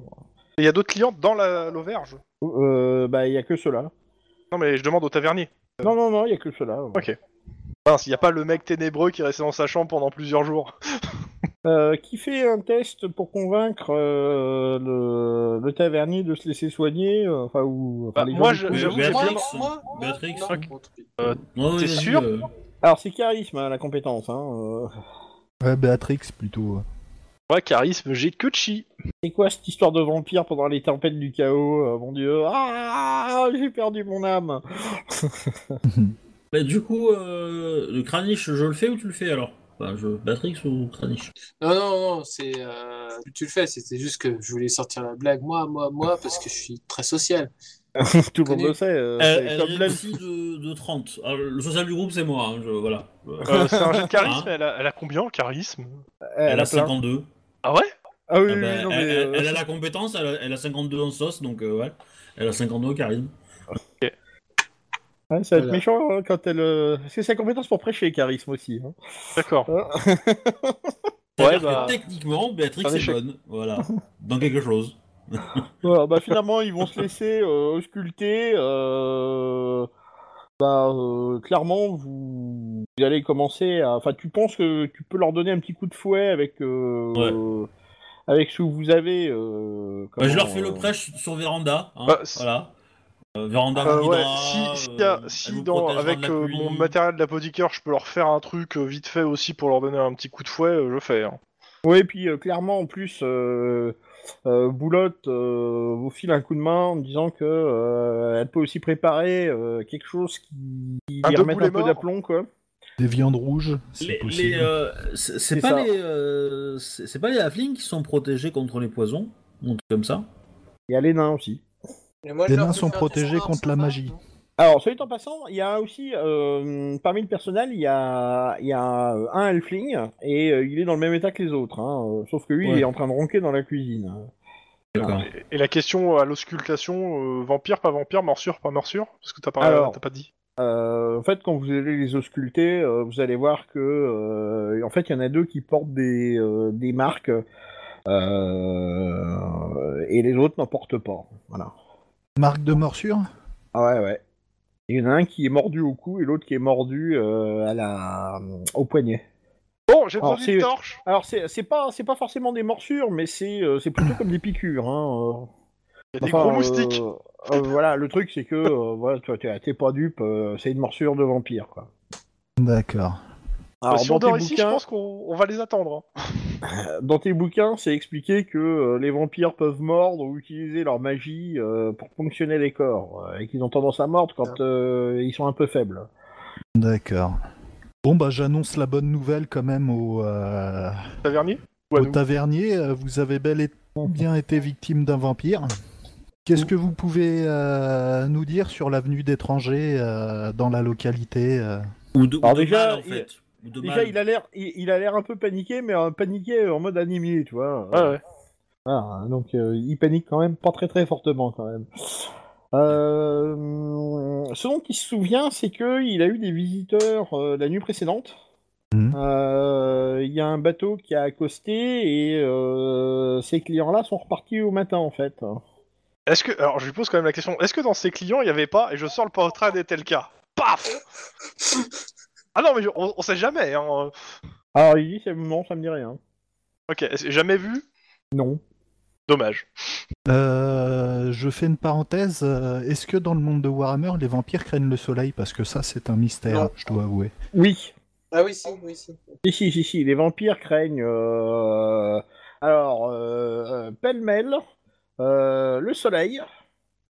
Speaker 4: Et Il y a d'autres clients dans la- l'auberge.
Speaker 1: Euh, bah, il y a que ceux-là.
Speaker 4: Non, mais je demande au tavernier.
Speaker 1: Non, non, non, il y a que ceux-là.
Speaker 4: Mince, il n'y a pas le mec ténébreux qui est resté dans sa chambre pendant plusieurs jours.
Speaker 1: Euh, qui fait un test pour convaincre euh, le, le tavernier de se laisser soigner, euh, enfin ou. enfin,
Speaker 4: Bah,
Speaker 1: les gens
Speaker 4: moi,
Speaker 1: du
Speaker 4: je-
Speaker 1: coup.
Speaker 2: Mais
Speaker 4: j'avoue,
Speaker 2: Béatrix, euh,
Speaker 5: Moi,
Speaker 4: Béatrix,
Speaker 5: moi, moi,
Speaker 2: Béatrix,
Speaker 5: non,
Speaker 2: hein.
Speaker 5: bon, tant pis.
Speaker 2: Ouais,
Speaker 4: T'es
Speaker 2: vas-y,
Speaker 4: sûr
Speaker 2: euh,
Speaker 1: Alors c'est charisme hein, la compétence. Hein. euh.
Speaker 3: Ouais, Béatrix plutôt.
Speaker 4: Ouais, charisme, j'ai que de chi.
Speaker 1: C'est quoi cette histoire de vampire pendant les tempêtes du chaos euh, Mon Dieu, ah, j'ai perdu mon âme.
Speaker 3: euh.
Speaker 2: bah, du coup, euh, le craniche, je le fais ou tu le fais alors Enfin, je... Béatrix ou craniche
Speaker 5: Non, non, non, c'est. euh, tu le fais, c'était juste que je voulais sortir la blague, moi, moi, moi, parce que je suis très social.
Speaker 1: Tout le monde
Speaker 5: Connu.
Speaker 1: le sait. euh,
Speaker 2: Elle,
Speaker 1: c'est
Speaker 2: elle
Speaker 1: comme la-
Speaker 2: réussit de, de 30. Alors, le social du groupe, c'est moi, hein, je- voilà.
Speaker 1: <laughs>
Speaker 4: Euh, c'est un jeu de charisme,
Speaker 2: Hein
Speaker 4: elle a, elle a combien en charisme
Speaker 1: elle
Speaker 2: elle a
Speaker 1: plein.
Speaker 2: 52.
Speaker 4: Ah ouais
Speaker 2: Ah
Speaker 1: Ah oui, oui,
Speaker 2: bah,
Speaker 1: non, mais,
Speaker 2: elle, elle-
Speaker 1: euh, <laughs>
Speaker 2: elle a la compétence, elle a, elle a 52 en sauce, donc euh, ouais. Elle a 52 au charisme.
Speaker 1: ouais, ça va être
Speaker 5: Voilà.
Speaker 1: méchant hein, quand elle. euh, Parce que c'est sa compétence pour prêcher, charisme aussi. hein.
Speaker 4: D'accord.
Speaker 2: <laughs> C'est-à-dire
Speaker 4: Ouais, bah,
Speaker 2: que techniquement, Béatrix
Speaker 4: un
Speaker 2: est
Speaker 4: échec.
Speaker 2: bonne, voilà, dans quelque
Speaker 1: <laughs>
Speaker 2: chose.
Speaker 1: Voilà, bah, finalement, ils vont se laisser euh, ausculter. euh, Bah, euh, clairement, vous... vous allez commencer à. Enfin, tu penses que tu peux leur donner un petit coup de fouet avec. euh, Avec ce que vous avez. euh,
Speaker 2: Bah, je
Speaker 1: comment,
Speaker 2: leur fais le
Speaker 1: euh,
Speaker 2: prêche sur Véranda, hein,
Speaker 4: Bah, c'est-
Speaker 2: voilà. Euh, Véranda
Speaker 4: Euh,
Speaker 2: vous
Speaker 4: ouais,
Speaker 2: guidera,
Speaker 4: si, si,
Speaker 2: euh,
Speaker 4: y a-
Speaker 2: elle
Speaker 4: si
Speaker 2: vous
Speaker 4: dans,
Speaker 2: protégera de
Speaker 4: avec
Speaker 2: la
Speaker 4: euh,
Speaker 2: pluie.
Speaker 4: mon matériel d'apothicaire, je peux leur faire un truc euh, vite fait aussi pour leur donner un petit coup de fouet, euh, je fais. hein.
Speaker 1: Oui, et puis euh, clairement, en plus, euh, euh, Boulotte euh, vous file un coup de main en disant que euh, elle peut aussi préparer euh, quelque chose qui, qui
Speaker 4: Un
Speaker 1: lui
Speaker 4: deux
Speaker 1: remette
Speaker 4: poulets
Speaker 1: un peu
Speaker 4: morts.
Speaker 1: d'aplomb, quoi.
Speaker 3: <laughs> Des viandes rouges,
Speaker 2: Les-
Speaker 3: c'est possible.
Speaker 2: les, euh, c'est c'est
Speaker 1: C'est
Speaker 2: pas,
Speaker 1: ça.
Speaker 2: les, euh, c'est c'est pas les halflings qui sont protégés contre les poisons, un truc comme ça.
Speaker 1: Il y a les nains aussi.
Speaker 5: Mais moi,
Speaker 3: Les
Speaker 5: je leur
Speaker 3: nains
Speaker 5: fais
Speaker 3: sont
Speaker 5: faire
Speaker 3: protégés
Speaker 5: descendre,
Speaker 3: contre la
Speaker 5: ça va,
Speaker 3: magie.
Speaker 5: non
Speaker 1: Alors, soit dit en passant, il y a aussi, euh, parmi le personnel, il y a, il y a euh, un elfling, et euh, il est dans le même état que les autres, hein, euh, sauf que lui,
Speaker 2: Ouais.
Speaker 1: il est en train de ronquer dans la cuisine.
Speaker 2: D'accord.
Speaker 4: Et la question euh, à l'auscultation, euh, vampire, pas vampire, morsure, pas morsure Parce que t'as pas,
Speaker 1: Alors.
Speaker 4: t'as pas dit.
Speaker 1: Euh, en fait, quand vous allez les ausculter, euh, vous allez voir que, euh, en fait, il y en a deux qui portent des, euh, des marques, euh, et les autres n'en portent pas. Voilà.
Speaker 3: Marque de morsure
Speaker 1: Ah ouais, ouais. Il y en a un qui est mordu au cou et l'autre qui est mordu euh, à la, au poignet.
Speaker 4: Bon, j'ai besoin
Speaker 1: Alors,
Speaker 4: d'une
Speaker 1: c'est-
Speaker 4: torche
Speaker 1: Alors c'est c'est pas c'est pas forcément des morsures, mais c'est euh, c'est plutôt comme des piqûres. Hein.
Speaker 4: Il
Speaker 1: euh.
Speaker 4: y a des
Speaker 1: Enfin,
Speaker 4: gros
Speaker 1: euh,
Speaker 4: moustiques
Speaker 1: euh, voilà, le truc c'est que euh, voilà, toi t'es t'es pas dupe, euh, c'est une morsure de vampire quoi.
Speaker 3: D'accord.
Speaker 1: Alors
Speaker 4: Bah, Si
Speaker 1: dans,
Speaker 4: on dort
Speaker 1: tes
Speaker 4: ici, je
Speaker 1: bouquins,
Speaker 4: pense qu'on on va les attendre. hein.
Speaker 1: dans tes bouquins, c'est expliqué que euh, les vampires peuvent mordre ou utiliser leur magie euh, pour ponctionner les corps euh, et qu'ils ont tendance à mordre quand euh, ils sont un peu faibles.
Speaker 3: D'accord. Bon, bah, j'annonce la bonne nouvelle quand même au, euh,
Speaker 4: Tavernier
Speaker 3: au
Speaker 4: Ou à nous
Speaker 3: tavernier. Euh, Vous avez bel et bien été victime d'un vampire. Qu'est-ce que vous pouvez euh, nous dire sur l'avenue d'étrangers euh, dans la localité euh
Speaker 2: Ou de, ou
Speaker 1: Alors
Speaker 2: de
Speaker 1: déjà,
Speaker 2: mal, en
Speaker 1: il-
Speaker 2: fait. Ou de
Speaker 1: Déjà,
Speaker 2: mal.
Speaker 1: il a l'air il, il a l'air un peu paniqué, mais euh, paniqué en mode animé, tu vois.
Speaker 4: Ouais, ouais.
Speaker 1: Ah, donc euh, il panique quand même, pas très très fortement quand même. Euh, ce dont il se souvient, c'est que il a eu des visiteurs euh, la nuit précédente.
Speaker 3: Mhm.
Speaker 1: Euh, Il y a un bateau qui a accosté et euh, ces clients-là sont repartis au matin en fait.
Speaker 4: Est-ce que. Alors, je lui pose quand même la question. Est-ce que dans ses clients, il y avait pas. Et je sors le portrait des Telka. Paf Ah non, mais on, on sait jamais. Hein.
Speaker 1: Alors il dit c'est non, ça me dit rien.
Speaker 4: Ok, est-ce- jamais vu
Speaker 1: Non.
Speaker 4: Dommage.
Speaker 3: Euh, je fais une parenthèse. euh, Est-ce que dans le monde de Warhammer, les vampires craignent le soleil Parce que ça, c'est un mystère,
Speaker 5: Non.
Speaker 3: je dois avouer.
Speaker 1: Oui.
Speaker 5: Ah oui, si, oui, si.
Speaker 1: Si <laughs> si si, si, les vampires craignent. euh, Alors euh, euh, pêle-mêle, euh, le soleil.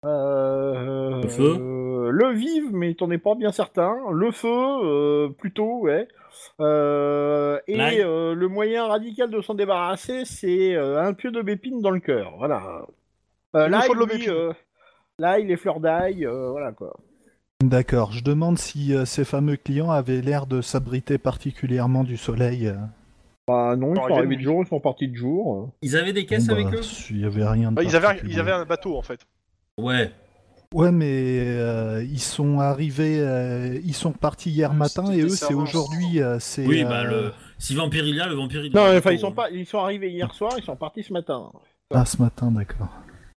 Speaker 1: euh,
Speaker 2: Le feu.
Speaker 1: euh, le vive, mais t'en es pas bien certain. Le feu, euh, plutôt, ouais. Euh,
Speaker 2: L'ail.
Speaker 1: et euh, le moyen radical de s'en débarrasser, c'est euh, un pieu d'aubépine dans le cœur. Voilà. Euh,
Speaker 4: Il nous
Speaker 1: là,
Speaker 4: faut de
Speaker 1: il
Speaker 4: l'aubépine.
Speaker 1: dit, euh, l'ail, les fleurs d'ail, euh, voilà quoi.
Speaker 3: D'accord. Je demande si euh, ces fameux clients avaient l'air de s'abriter particulièrement du soleil. euh.
Speaker 1: Bah non, ils
Speaker 4: Bon,
Speaker 1: sont
Speaker 4: il est
Speaker 1: arrivés de
Speaker 4: nuit.
Speaker 1: jour, ils sont partis de jour. euh.
Speaker 2: Ils avaient des caisses
Speaker 3: Bon,
Speaker 2: avec
Speaker 3: bah,
Speaker 2: eux
Speaker 3: s'il y avait rien de
Speaker 4: Bah, ils, avaient,
Speaker 3: particulier.
Speaker 4: ils avaient un bateau en fait.
Speaker 2: Ouais.
Speaker 3: Ouais, mais euh, ils sont arrivés, euh, ils sont partis hier
Speaker 5: Ouais,
Speaker 3: matin
Speaker 5: c'était
Speaker 3: et
Speaker 5: des
Speaker 3: eux, c'est
Speaker 5: servants.
Speaker 3: aujourd'hui. euh, c'est,
Speaker 2: Oui,
Speaker 3: euh,
Speaker 2: bah, le... si vampire il y a, le vampire il y a.
Speaker 1: Non, enfin, ils
Speaker 2: Pour- euh,
Speaker 1: sont pas, ils sont arrivés hier soir, ils sont partis ce matin.
Speaker 3: Ah, ce matin, d'accord.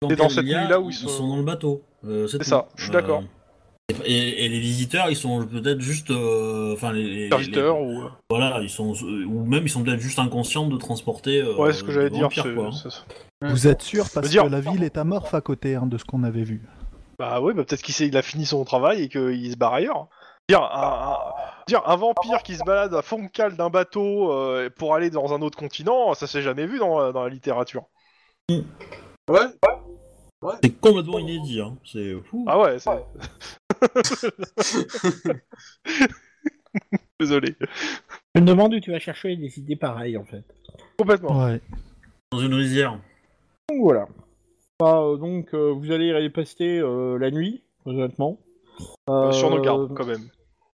Speaker 2: vampire
Speaker 4: C'est dans cette
Speaker 2: il y a,
Speaker 4: nuit-là où ils sont-
Speaker 2: dans le bateau. Euh, c'est
Speaker 4: C'est
Speaker 2: tout.
Speaker 4: ça, je suis d'accord.
Speaker 2: Euh, Et, et les visiteurs, ils sont peut-être juste. euh, Enfin, les- les. les-
Speaker 4: Serviteur ou. euh,
Speaker 2: Voilà, ils sont. Ou même, ils sont peut-être juste inconscients de transporter. euh,
Speaker 4: Ouais, c'est ce que
Speaker 2: des
Speaker 4: j'allais dire.
Speaker 2: vampires,
Speaker 4: c'est-
Speaker 2: quoi, hein.
Speaker 4: c'est-
Speaker 3: Vous êtes sûr parce
Speaker 4: dire-
Speaker 3: que la ville est amorphe à côté hein, de ce qu'on avait vu.
Speaker 4: Bah ouais, bah peut-être qu'il sait- il a fini son travail et qu'il se barre ailleurs. Dire un, un- dire un vampire qui se balade à fond de cale d'un bateau euh, pour aller dans un autre continent, ça s'est jamais vu dans, dans la littérature.
Speaker 5: Ouais,
Speaker 2: C'est complètement inédit. Hein. C'est. fou.
Speaker 4: Ah ouais, c'est... <laughs> Désolé.
Speaker 1: Je me demande où tu vas chercher des idées pareilles en fait.
Speaker 4: Complètement.
Speaker 3: Ouais.
Speaker 2: Dans une rizière.
Speaker 1: Donc voilà. Bah, euh, donc euh, vous allez y passer euh, la nuit, honnêtement.
Speaker 4: Euh,
Speaker 1: Euh,
Speaker 4: Sur nos gardes, quand même.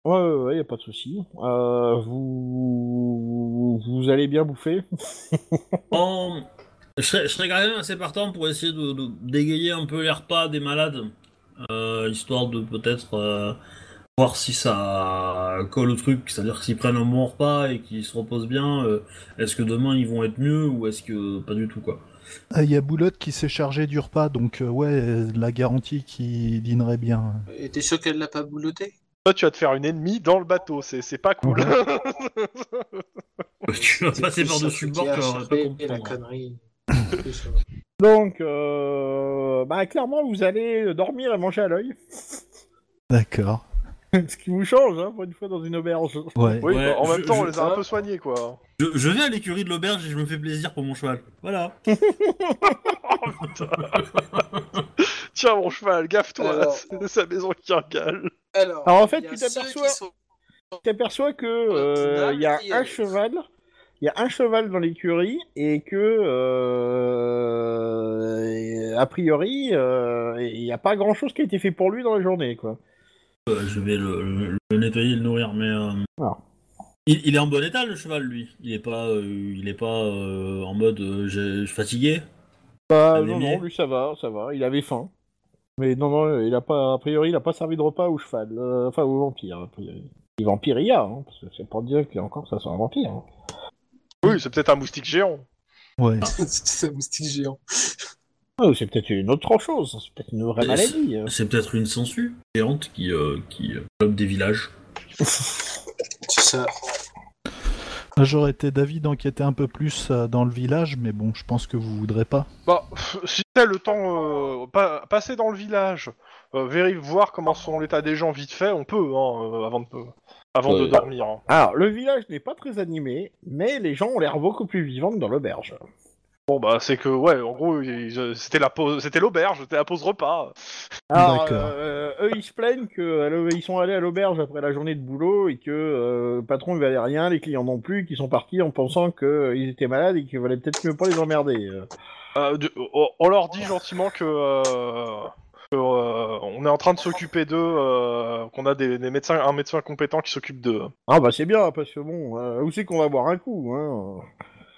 Speaker 1: Ouais, ouais, ouais, y a pas de souci. Euh, vous... vous allez bien bouffer.
Speaker 2: En- Je serais, je serais quand même assez partant pour essayer de, de- dégayer un peu les repas des malades, euh, histoire de peut-être euh, voir si ça colle au truc, c'est-à-dire que s'ils prennent un bon repas et qu'ils se reposent bien, euh, est-ce que demain ils vont être mieux ou est-ce que pas du tout quoi. <laughs>
Speaker 3: Ah, Il y a Boulotte qui s'est chargée du repas, donc euh, ouais, euh, la garantie qui dînerait bien.
Speaker 5: Et t'es sûr qu'elle l'a
Speaker 2: <laughs>
Speaker 5: pas bouloté
Speaker 4: Toi, tu vas te faire une ennemie dans le bateau, c'est, c'est pas cool.
Speaker 2: tu vas passer par-dessus le bord, euh, tu vas pas
Speaker 5: Et la
Speaker 2: comprendre.
Speaker 5: connerie.
Speaker 1: Donc, euh, bah clairement, vous allez dormir et manger à l'œil.
Speaker 3: D'accord.
Speaker 1: <laughs> Ce qui vous change, hein, pour une fois dans une auberge.
Speaker 3: Ouais.
Speaker 4: <laughs> Oui,
Speaker 2: Ouais,
Speaker 4: bah, en
Speaker 2: je-
Speaker 4: même temps, on
Speaker 2: je-
Speaker 4: les a un peu soignés, quoi.
Speaker 2: Je, je vais à l'écurie de l'auberge et je me fais plaisir pour mon cheval. Voilà.
Speaker 4: Tiens, mon cheval, gaffe-toi,
Speaker 5: Alors-
Speaker 4: <laughs> c'est de sa maison qui regale.
Speaker 5: <laughs> Alors,
Speaker 1: Alors, en fait,
Speaker 5: il y a
Speaker 1: tu
Speaker 5: ceux
Speaker 1: t'aperçois-
Speaker 5: qui sont-
Speaker 1: t'aperçois que euh, il y a un cheval, il y a un cheval dans l'écurie et que euh, et a priori euh, il n'y a pas grand chose qui a été fait pour lui dans la journée quoi.
Speaker 2: Euh, je vais le, le- le nettoyer et le nourrir, mais. euh,
Speaker 1: Alors.
Speaker 2: Il, il est en bon état le cheval, lui. Il est pas, euh, il est pas euh, en mode euh, je je suis fatigué.
Speaker 1: Bah,
Speaker 2: Un
Speaker 1: non
Speaker 2: émier.
Speaker 1: non lui ça va ça va il avait faim. Mais non, non, il a pas, a priori, il a pas servi de repas au cheval, euh, enfin au vampire, a priori. Il vampiria, hein, parce que c'est pour dire qu'il encore ça soit un vampire. hein.
Speaker 4: Oui, c'est peut-être un moustique géant.
Speaker 3: Ouais.
Speaker 5: <laughs> C'est un moustique géant.
Speaker 1: Ah, ou c'est peut-être une autre chose, c'est peut-être une vraie
Speaker 2: Mais
Speaker 1: maladie. euh.
Speaker 2: C'est peut-être une sangsue géante qui, euh, qui euh, chope des
Speaker 1: <laughs>
Speaker 2: villages.
Speaker 5: Tu sais,
Speaker 3: Moi, Ah, J'aurais été d'avis d'enquêter un peu plus euh, dans le village, mais bon, je pense que vous voudrez pas.
Speaker 4: Bah, pff, si t'as le temps, euh, pa- passer dans le village, euh, vérif- voir comment sont l'état des gens vite fait, on peut, hein, euh, avant de, avant de
Speaker 1: Euh,
Speaker 4: dormir. hein.
Speaker 1: Alors, le village n'est pas très animé, mais les gens ont l'air beaucoup plus vivants que dans l'auberge.
Speaker 4: Bon, bah, c'est que, ouais, en gros, ils- euh, c'était la pause, c'était l'auberge, c'était la pause repas.
Speaker 1: Alors,
Speaker 3: D'accord.
Speaker 1: euh, eux, ils se plaignent qu'ils sont allés à l'auberge après la journée de boulot et que euh, le patron ne valait rien, les clients non plus, qu'ils sont partis en pensant qu'ils étaient malades et qu'il valait peut-être mieux pas les emmerder. euh.
Speaker 4: Euh, de- on- on leur dit gentiment que, euh, que, euh, on est en train de s'occuper d'eux, euh, qu'on a des, des médecins, un médecin compétent qui s'occupe d'eux.
Speaker 1: Ah bah c'est bien, parce que bon, euh, où c'est qu'on va boire un coup hein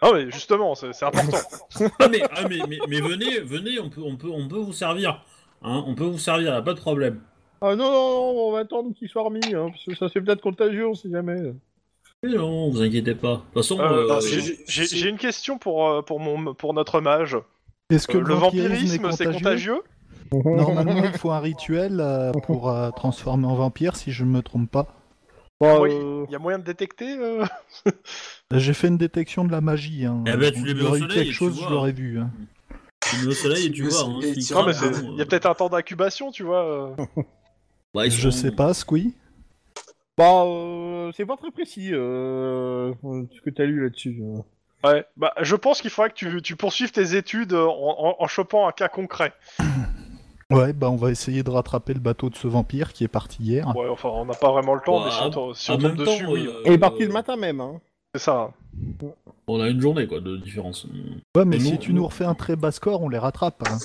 Speaker 4: Ah mais justement, c'est c'est important. Euh,
Speaker 2: Ah mais, ah, mais, mais- mais venez, venez, on peut, on peut, on peut vous servir. Hein, on peut vous servir, y a pas de problème.
Speaker 1: Ah non, non, non, on va attendre qu'il soit remis, hein, parce que ça c'est peut-être contagieux, on sait jamais.
Speaker 2: Mais Eh non, vous inquiétez pas. De toute façon,
Speaker 4: Euh,
Speaker 2: euh,
Speaker 5: j'ai-
Speaker 4: J'ai j'ai- j'ai une question pour, euh, pour, mon, pour notre mage.
Speaker 3: Est-ce que
Speaker 4: Euh, le vampirisme, c'est contagieux
Speaker 3: Normalement, il faut un rituel euh, pour euh, transformer en vampire, si je ne me trompe pas.
Speaker 1: Bon,
Speaker 4: Oui.
Speaker 1: euh,
Speaker 4: Il y a moyen de détecter euh
Speaker 3: Euh, J'ai fait une détection de la magie. Hein.
Speaker 2: Eh ben, tu les mets au
Speaker 3: J'aurais eu
Speaker 2: soleil et
Speaker 3: quelque
Speaker 2: tu
Speaker 3: chose,
Speaker 2: vois.
Speaker 3: je l'aurais vu. hein.
Speaker 2: tu mets au soleil et tu
Speaker 5: Mais
Speaker 2: vois.
Speaker 5: c'est-
Speaker 2: hein,
Speaker 5: et
Speaker 2: s'il
Speaker 5: tu-
Speaker 4: Non,
Speaker 2: craint,
Speaker 4: mais
Speaker 5: Ah,
Speaker 4: c'est-
Speaker 2: bon,
Speaker 4: il y a
Speaker 2: euh,
Speaker 4: peut-être un temps d'incubation, tu vois. euh.
Speaker 2: bah, ils
Speaker 3: Je
Speaker 2: sont-
Speaker 3: sais pas, Squee.
Speaker 1: Bah, euh, c'est pas très précis euh, ce que t'as lu là-dessus. euh.
Speaker 4: Ouais. Bah, je pense qu'il faudrait que tu, tu poursuives tes études euh, en, en- en chopant un cas concret.
Speaker 3: Ouais, bah on va essayer de rattraper le bateau de ce vampire qui est parti hier.
Speaker 4: Ouais, enfin, on n'a pas vraiment le temps,
Speaker 2: Ouais,
Speaker 4: mais si on, to- si on
Speaker 2: en
Speaker 4: tombe
Speaker 2: même
Speaker 4: dessus,
Speaker 2: temps,
Speaker 4: oui.
Speaker 2: euh,
Speaker 1: Il est parti le matin même. Hein.
Speaker 4: C'est ça.
Speaker 2: On a une journée quoi de différence.
Speaker 3: Ouais, mais
Speaker 2: Mais
Speaker 3: si
Speaker 2: nous-
Speaker 3: tu
Speaker 2: nous-
Speaker 3: nous refais un très bas score, on les rattrape. hein.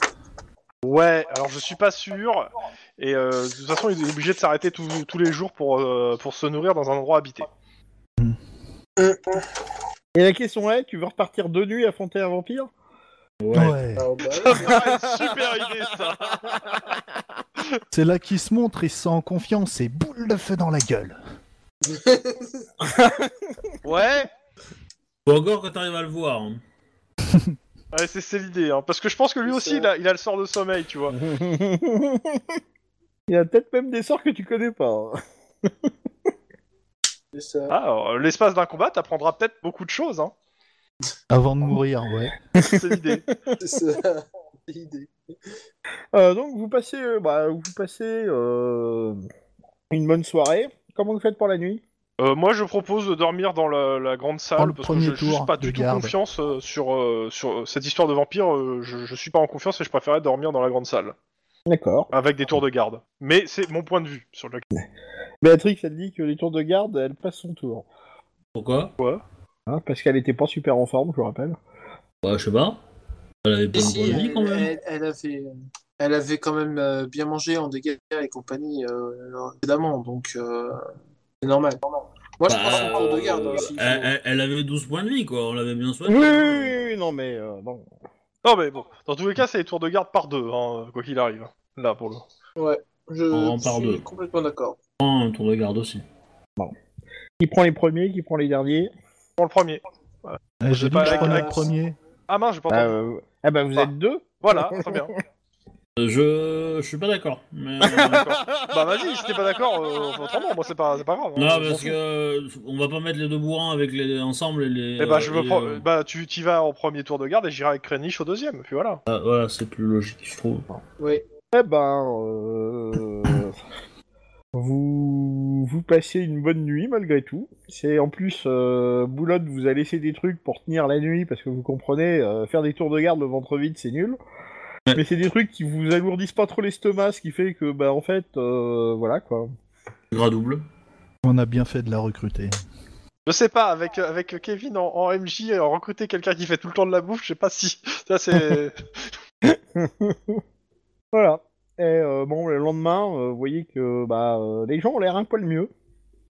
Speaker 4: Ouais, alors je suis pas sûr. Et euh, de toute façon, il est obligé de s'arrêter tous- tous les jours pour, euh, pour se nourrir dans un endroit habité.
Speaker 1: Et la question est, tu veux repartir de nuit affronter un vampire
Speaker 2: Ouais.
Speaker 3: <laughs> Ouais.
Speaker 5: alors, bah,
Speaker 1: <laughs>
Speaker 4: Ah, super idée, ça
Speaker 3: C'est là qu'il se montre, il se sent en confiance et boule de feu dans la gueule.
Speaker 4: Ouais
Speaker 2: Faut encore que t'arrives à le voir. hein.
Speaker 4: Ouais, c'est c'est l'idée, hein. parce que je pense que lui
Speaker 5: C'est
Speaker 4: aussi,
Speaker 5: ça.
Speaker 4: il a, il a le sort de sommeil,
Speaker 1: <laughs>
Speaker 4: tu vois.
Speaker 1: Il y a peut-être même des sorts que tu connais pas. hein.
Speaker 5: c'est ça.
Speaker 4: Ah, alors, l'espace d'un combat, t'apprendras peut-être beaucoup de choses,
Speaker 3: <laughs>
Speaker 4: hein.
Speaker 3: Avant de mourir, ouais.
Speaker 4: c'est l'idée.
Speaker 5: C'est ça. <laughs> C'est l'idée.
Speaker 1: Euh, donc vous passez, euh, bah, vous passez euh, une bonne soirée. Comment vous faites pour la nuit
Speaker 4: Euh, moi, je propose de dormir dans la, la grande
Speaker 3: Dans
Speaker 4: salle,
Speaker 3: le
Speaker 4: parce que
Speaker 3: premier
Speaker 4: je je
Speaker 3: tour
Speaker 4: suis pas
Speaker 3: de
Speaker 4: du tout
Speaker 3: garde.
Speaker 4: confiance euh, sur, euh, sur euh, cette histoire de vampire, euh, je, je suis pas en confiance et je préférais dormir dans la grande salle,
Speaker 1: D'accord.
Speaker 4: avec des tours de garde. Mais c'est mon point de vue sur le
Speaker 1: Béatrix, elle dit que les tours de garde, elle passe son tour.
Speaker 2: Pourquoi
Speaker 1: Hein, parce qu'elle était pas super en forme, je vous rappelle.
Speaker 2: Bah je sais pas. Elle avait pas
Speaker 5: Et
Speaker 2: une
Speaker 5: si,
Speaker 2: bonne vie
Speaker 5: elle,
Speaker 2: quand même.
Speaker 5: elle- elle avait, euh, elle avait quand même euh, bien mangé en dégâts et compagnie euh, précédemment, donc euh, c'est normal. Moi, je
Speaker 2: Bah,
Speaker 5: prends son tour de garde hein,
Speaker 2: euh,
Speaker 5: aussi.
Speaker 2: elle, elle- elle avait 12 points de vie quoi. On l'avait bien
Speaker 1: Oui,
Speaker 2: soigné.
Speaker 1: oui, oui, oui, non mais euh, bon.
Speaker 4: Non, mais bon, dans tous les cas, c'est les tours de garde par deux, hein, quoi qu'il arrive. Là, pour le.
Speaker 5: Je
Speaker 2: euh, on en parle
Speaker 5: suis
Speaker 2: deux.
Speaker 5: complètement d'accord.
Speaker 2: Prends Un tour de garde aussi.
Speaker 1: Qui prend les premiers, qui prend les derniers
Speaker 4: Pour le premier.
Speaker 3: Euh, J'ai dit
Speaker 4: pas
Speaker 3: que je
Speaker 4: la
Speaker 3: prenais le
Speaker 5: classe.
Speaker 3: premier.
Speaker 4: Ah mince, j'ai pas
Speaker 1: Ah,
Speaker 4: entendu.
Speaker 1: euh, ah bah vous
Speaker 4: Ah.
Speaker 1: êtes deux
Speaker 4: Voilà, très bien.
Speaker 2: Euh, Je je suis pas d'accord. mais-
Speaker 4: D'accord. bah vas-y, si t'es pas d'accord, euh, autrement, moi c'est pas, c'est pas grave. hein,
Speaker 2: Non
Speaker 4: je m'en
Speaker 2: parce
Speaker 4: fous.
Speaker 2: que euh, on va pas mettre les deux bourrins avec les ensemble et les.
Speaker 4: Eh bah, je me
Speaker 2: et,
Speaker 4: prends-
Speaker 2: euh,
Speaker 4: bah tu t'y vas au premier tour de garde et j'irai avec Krenich au deuxième, puis voilà.
Speaker 2: ah, voilà c'est plus logique je trouve.
Speaker 5: Oui.
Speaker 1: Eh ben, Eh euh, Vous, vous passez une bonne nuit malgré tout. C'est en plus euh, Boulotte vous a laissé des trucs pour tenir la nuit parce que vous comprenez euh, faire des tours de garde le ventre vide c'est nul.
Speaker 2: Ouais.
Speaker 1: Mais c'est des trucs qui vous alourdissent pas trop l'estomac, ce qui fait que bah en fait euh, voilà quoi.
Speaker 2: Gras double.
Speaker 3: On a bien fait de la recruter.
Speaker 4: Je sais pas, avec, avec Kevin en, en MJ, en recruter quelqu'un qui fait tout le temps de la bouffe, je sais pas si. <laughs> Ça, c'est.
Speaker 1: Voilà. Et euh, bon le lendemain euh, vous voyez que bah euh, les gens ont l'air un poil mieux.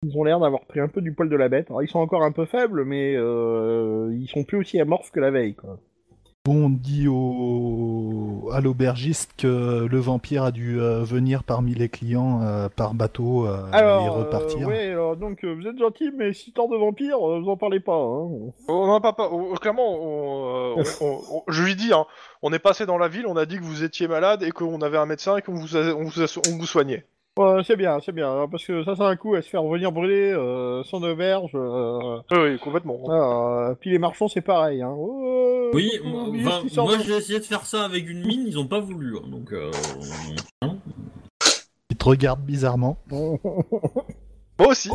Speaker 1: Ils ont l'air d'avoir pris un peu du poil de la bête. Alors ils sont encore un peu faibles mais euh, ils sont plus aussi amorphes que la veille quoi.
Speaker 3: Bon, on dit au... à l'aubergiste que le vampire a dû euh, venir parmi les clients euh, par bateau euh, et
Speaker 1: Alors,
Speaker 3: repartir.
Speaker 1: euh, ouais, alors, donc euh, vous êtes gentil, mais si tant de vampire, euh, vous en parlez pas. Hein.
Speaker 4: Oh, non, papa, oh, clairement, on, euh, on- on- on- je lui dis, hein, on est passé dans la ville, on a dit que vous étiez malade et qu'on avait un médecin et qu'on vous, a- on vous, a- on vous soignait.
Speaker 1: Ouais, c'est bien, c'est bien, hein, parce que ça, c'est un coup à se faire venir brûler euh, sans auberge. Euh,
Speaker 4: Oui, oui, complètement.
Speaker 1: euh, puis les marchands, c'est pareil. Hein. oh, Ouais,
Speaker 2: Oui,
Speaker 1: on peut
Speaker 2: moi,
Speaker 1: oublier
Speaker 2: enfin,
Speaker 1: cette histoire
Speaker 2: moi
Speaker 1: de-
Speaker 2: j'ai essayé de faire ça avec une mine, ils ont pas voulu. hein, donc, euh, hein.
Speaker 3: Il te regarde bizarrement.
Speaker 4: Moi aussi.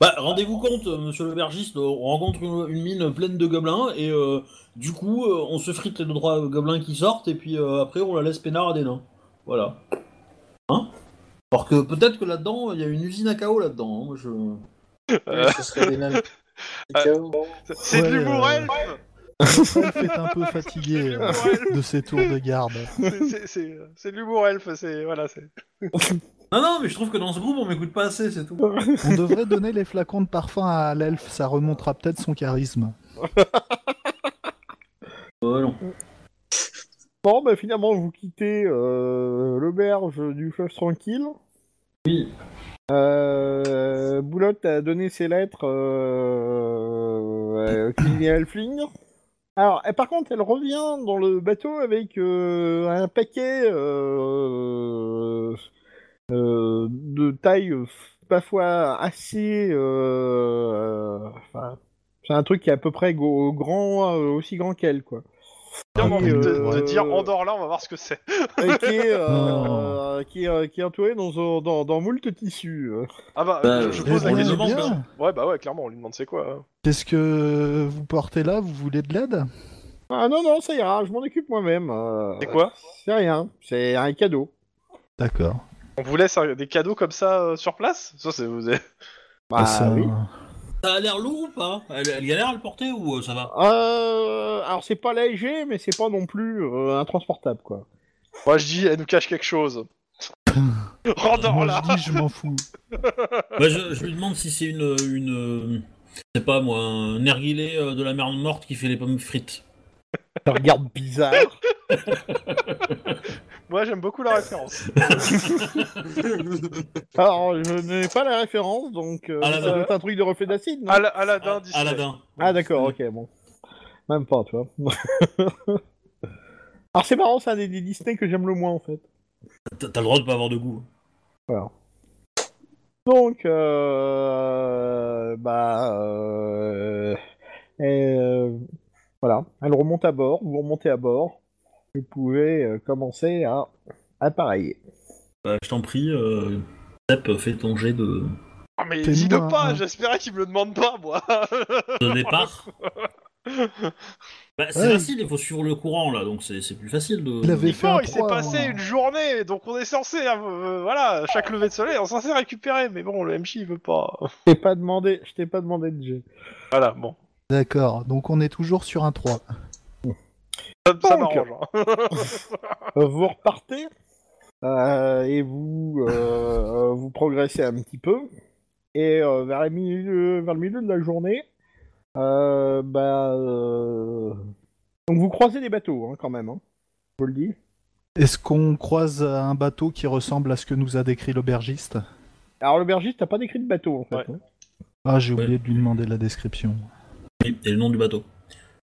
Speaker 2: Bah, rendez-vous compte, euh, monsieur l'aubergiste, euh, on rencontre une, une mine pleine de gobelins et euh, du coup, euh, on se frite les deux trois gobelins qui sortent et puis euh, après, on la laisse peinard à des nains. Voilà. Hein Alors que peut-être que là-dedans, il y a une usine à KO là-dedans. hein, moi, je...
Speaker 5: Ouais, ce serait des nains.
Speaker 4: Euh,
Speaker 5: KO.
Speaker 4: C'est de
Speaker 3: Ouais,
Speaker 4: l'humour
Speaker 3: euh,
Speaker 4: elfe.
Speaker 3: Il est un peu <laughs> fatigué euh, de ses tours de garde.
Speaker 4: C'est- c'est- C'est c'est de l'humour elfe, c'est. Voilà, c'est.
Speaker 2: Non, non, mais je trouve que dans ce groupe, on m'écoute pas assez, c'est tout.
Speaker 3: On devrait donner les flacons de parfum à l'elfe, ça remontera peut-être son charisme.
Speaker 2: Euh, non.
Speaker 1: Bon, bah, finalement, vous quittez euh, l'auberge du fleuve tranquille.
Speaker 2: Oui.
Speaker 1: Euh, Boulotte a donné ses lettres euh, à Kylian Elfling. Alors, elle- par contre, elle revient dans le bateau avec euh, un paquet euh, euh, de taille euh, parfois assez. euh, enfin, c'est un truc qui est à peu près go- grand, euh, aussi grand qu'elle, quoi.
Speaker 4: Bien
Speaker 3: Ah,
Speaker 1: Oui,
Speaker 4: envie de,
Speaker 1: euh,
Speaker 4: de dire,
Speaker 1: euh,
Speaker 4: endors là, on va voir ce que c'est.
Speaker 1: Et qui est, euh,
Speaker 3: Non.
Speaker 1: euh, qui est, euh, qui est entouré dans, un- dans, dans moult tissus. euh.
Speaker 4: Ah bah,
Speaker 2: Bah,
Speaker 4: je, je
Speaker 2: euh,
Speaker 4: pose
Speaker 2: on
Speaker 4: la
Speaker 2: lui
Speaker 4: question.
Speaker 2: demande,
Speaker 3: bien.
Speaker 4: Ouais, bah ouais, clairement, on lui demande c'est quoi. hein.
Speaker 3: Qu'est-ce que vous portez là Vous voulez de l'aide
Speaker 1: Ah non, non, ça ira, je m'en occupe moi-même. euh,
Speaker 4: C'est quoi
Speaker 1: C'est rien, c'est un cadeau.
Speaker 3: D'accord.
Speaker 4: On vous laisse euh, des cadeaux comme ça euh, sur place Ça, c'est. vous avez-
Speaker 1: Bah
Speaker 3: Ah, Ça-
Speaker 1: oui.
Speaker 2: Ça a l'air lourd ou pas elle, elle galère à le porter ou euh, ça va
Speaker 1: Euh, alors c'est pas léger, mais c'est pas non plus euh, intransportable quoi.
Speaker 4: Moi, je dis, elle nous cache quelque chose.
Speaker 3: Moi,
Speaker 4: Rendors là
Speaker 3: je dis, je m'en fous.
Speaker 2: Bah, je, je lui demande si c'est une, une, euh, je sais pas moi, un erguilé euh, de la mer morte qui fait les pommes frites.
Speaker 1: Ça regarde bizarre.
Speaker 4: Moi, j'aime beaucoup la référence.
Speaker 1: alors je n'ai pas la référence, donc euh,
Speaker 2: Ah, là,
Speaker 1: ça
Speaker 2: là.
Speaker 1: doit être un truc de reflet d'acide. non
Speaker 4: Al- Aladdin, discret.
Speaker 2: Aladdin.
Speaker 1: Ah d'accord, ok, bon. Même pas, tu vois. <laughs> alors c'est marrant, c'est un des, des Disney que j'aime le moins en fait.
Speaker 2: T'as t'as le droit de pas avoir de goût.
Speaker 1: Donc, euh, bah, euh, et, euh, voilà, elle remonte à bord, vous remontez à bord, vous pouvez euh, commencer à appareiller.
Speaker 2: Bah, je t'en prie, euh, Zep, fais ton jet de,
Speaker 4: Ah, mais
Speaker 3: Fais-moi
Speaker 4: dis-le pas,
Speaker 3: un-
Speaker 4: j'espérais qu'il me le demande pas, moi
Speaker 2: de départ.
Speaker 1: <laughs>
Speaker 2: Bah, c'est
Speaker 3: Ouais.
Speaker 2: facile, il faut suivre le courant là, donc c'est c'est plus facile de.
Speaker 3: Il avait- J'ai fait
Speaker 4: Bon,
Speaker 3: un
Speaker 4: il s'est
Speaker 3: trois,
Speaker 4: passé
Speaker 3: moi.
Speaker 4: une journée, donc on est censé, euh, euh, voilà, chaque lever de soleil, on est censé récupérer, mais bon, le MJ, il veut pas.
Speaker 1: Je t'ai pas demandé, je t'ai pas demandé de jet.
Speaker 4: Voilà, Ah bon,
Speaker 3: D'accord, donc on est toujours sur un 3.
Speaker 4: ça, ça
Speaker 1: Donc.
Speaker 4: m'arrange. hein.
Speaker 1: Euh, Vous repartez euh, et vous euh, euh, vous progressez un petit peu et euh, vers, le milieu, vers le milieu de la journée, euh, bah, euh, donc vous croisez des bateaux hein, quand même, hein, je vous le dis.
Speaker 3: Est-ce qu'on croise un bateau qui ressemble à ce que nous a décrit l'aubergiste
Speaker 1: Alors l'aubergiste t'as pas décrit de bateau en fait.
Speaker 4: Ouais.
Speaker 1: hein.
Speaker 3: Ah, j'ai oublié de lui demander la description.
Speaker 2: Et et le nom du bateau.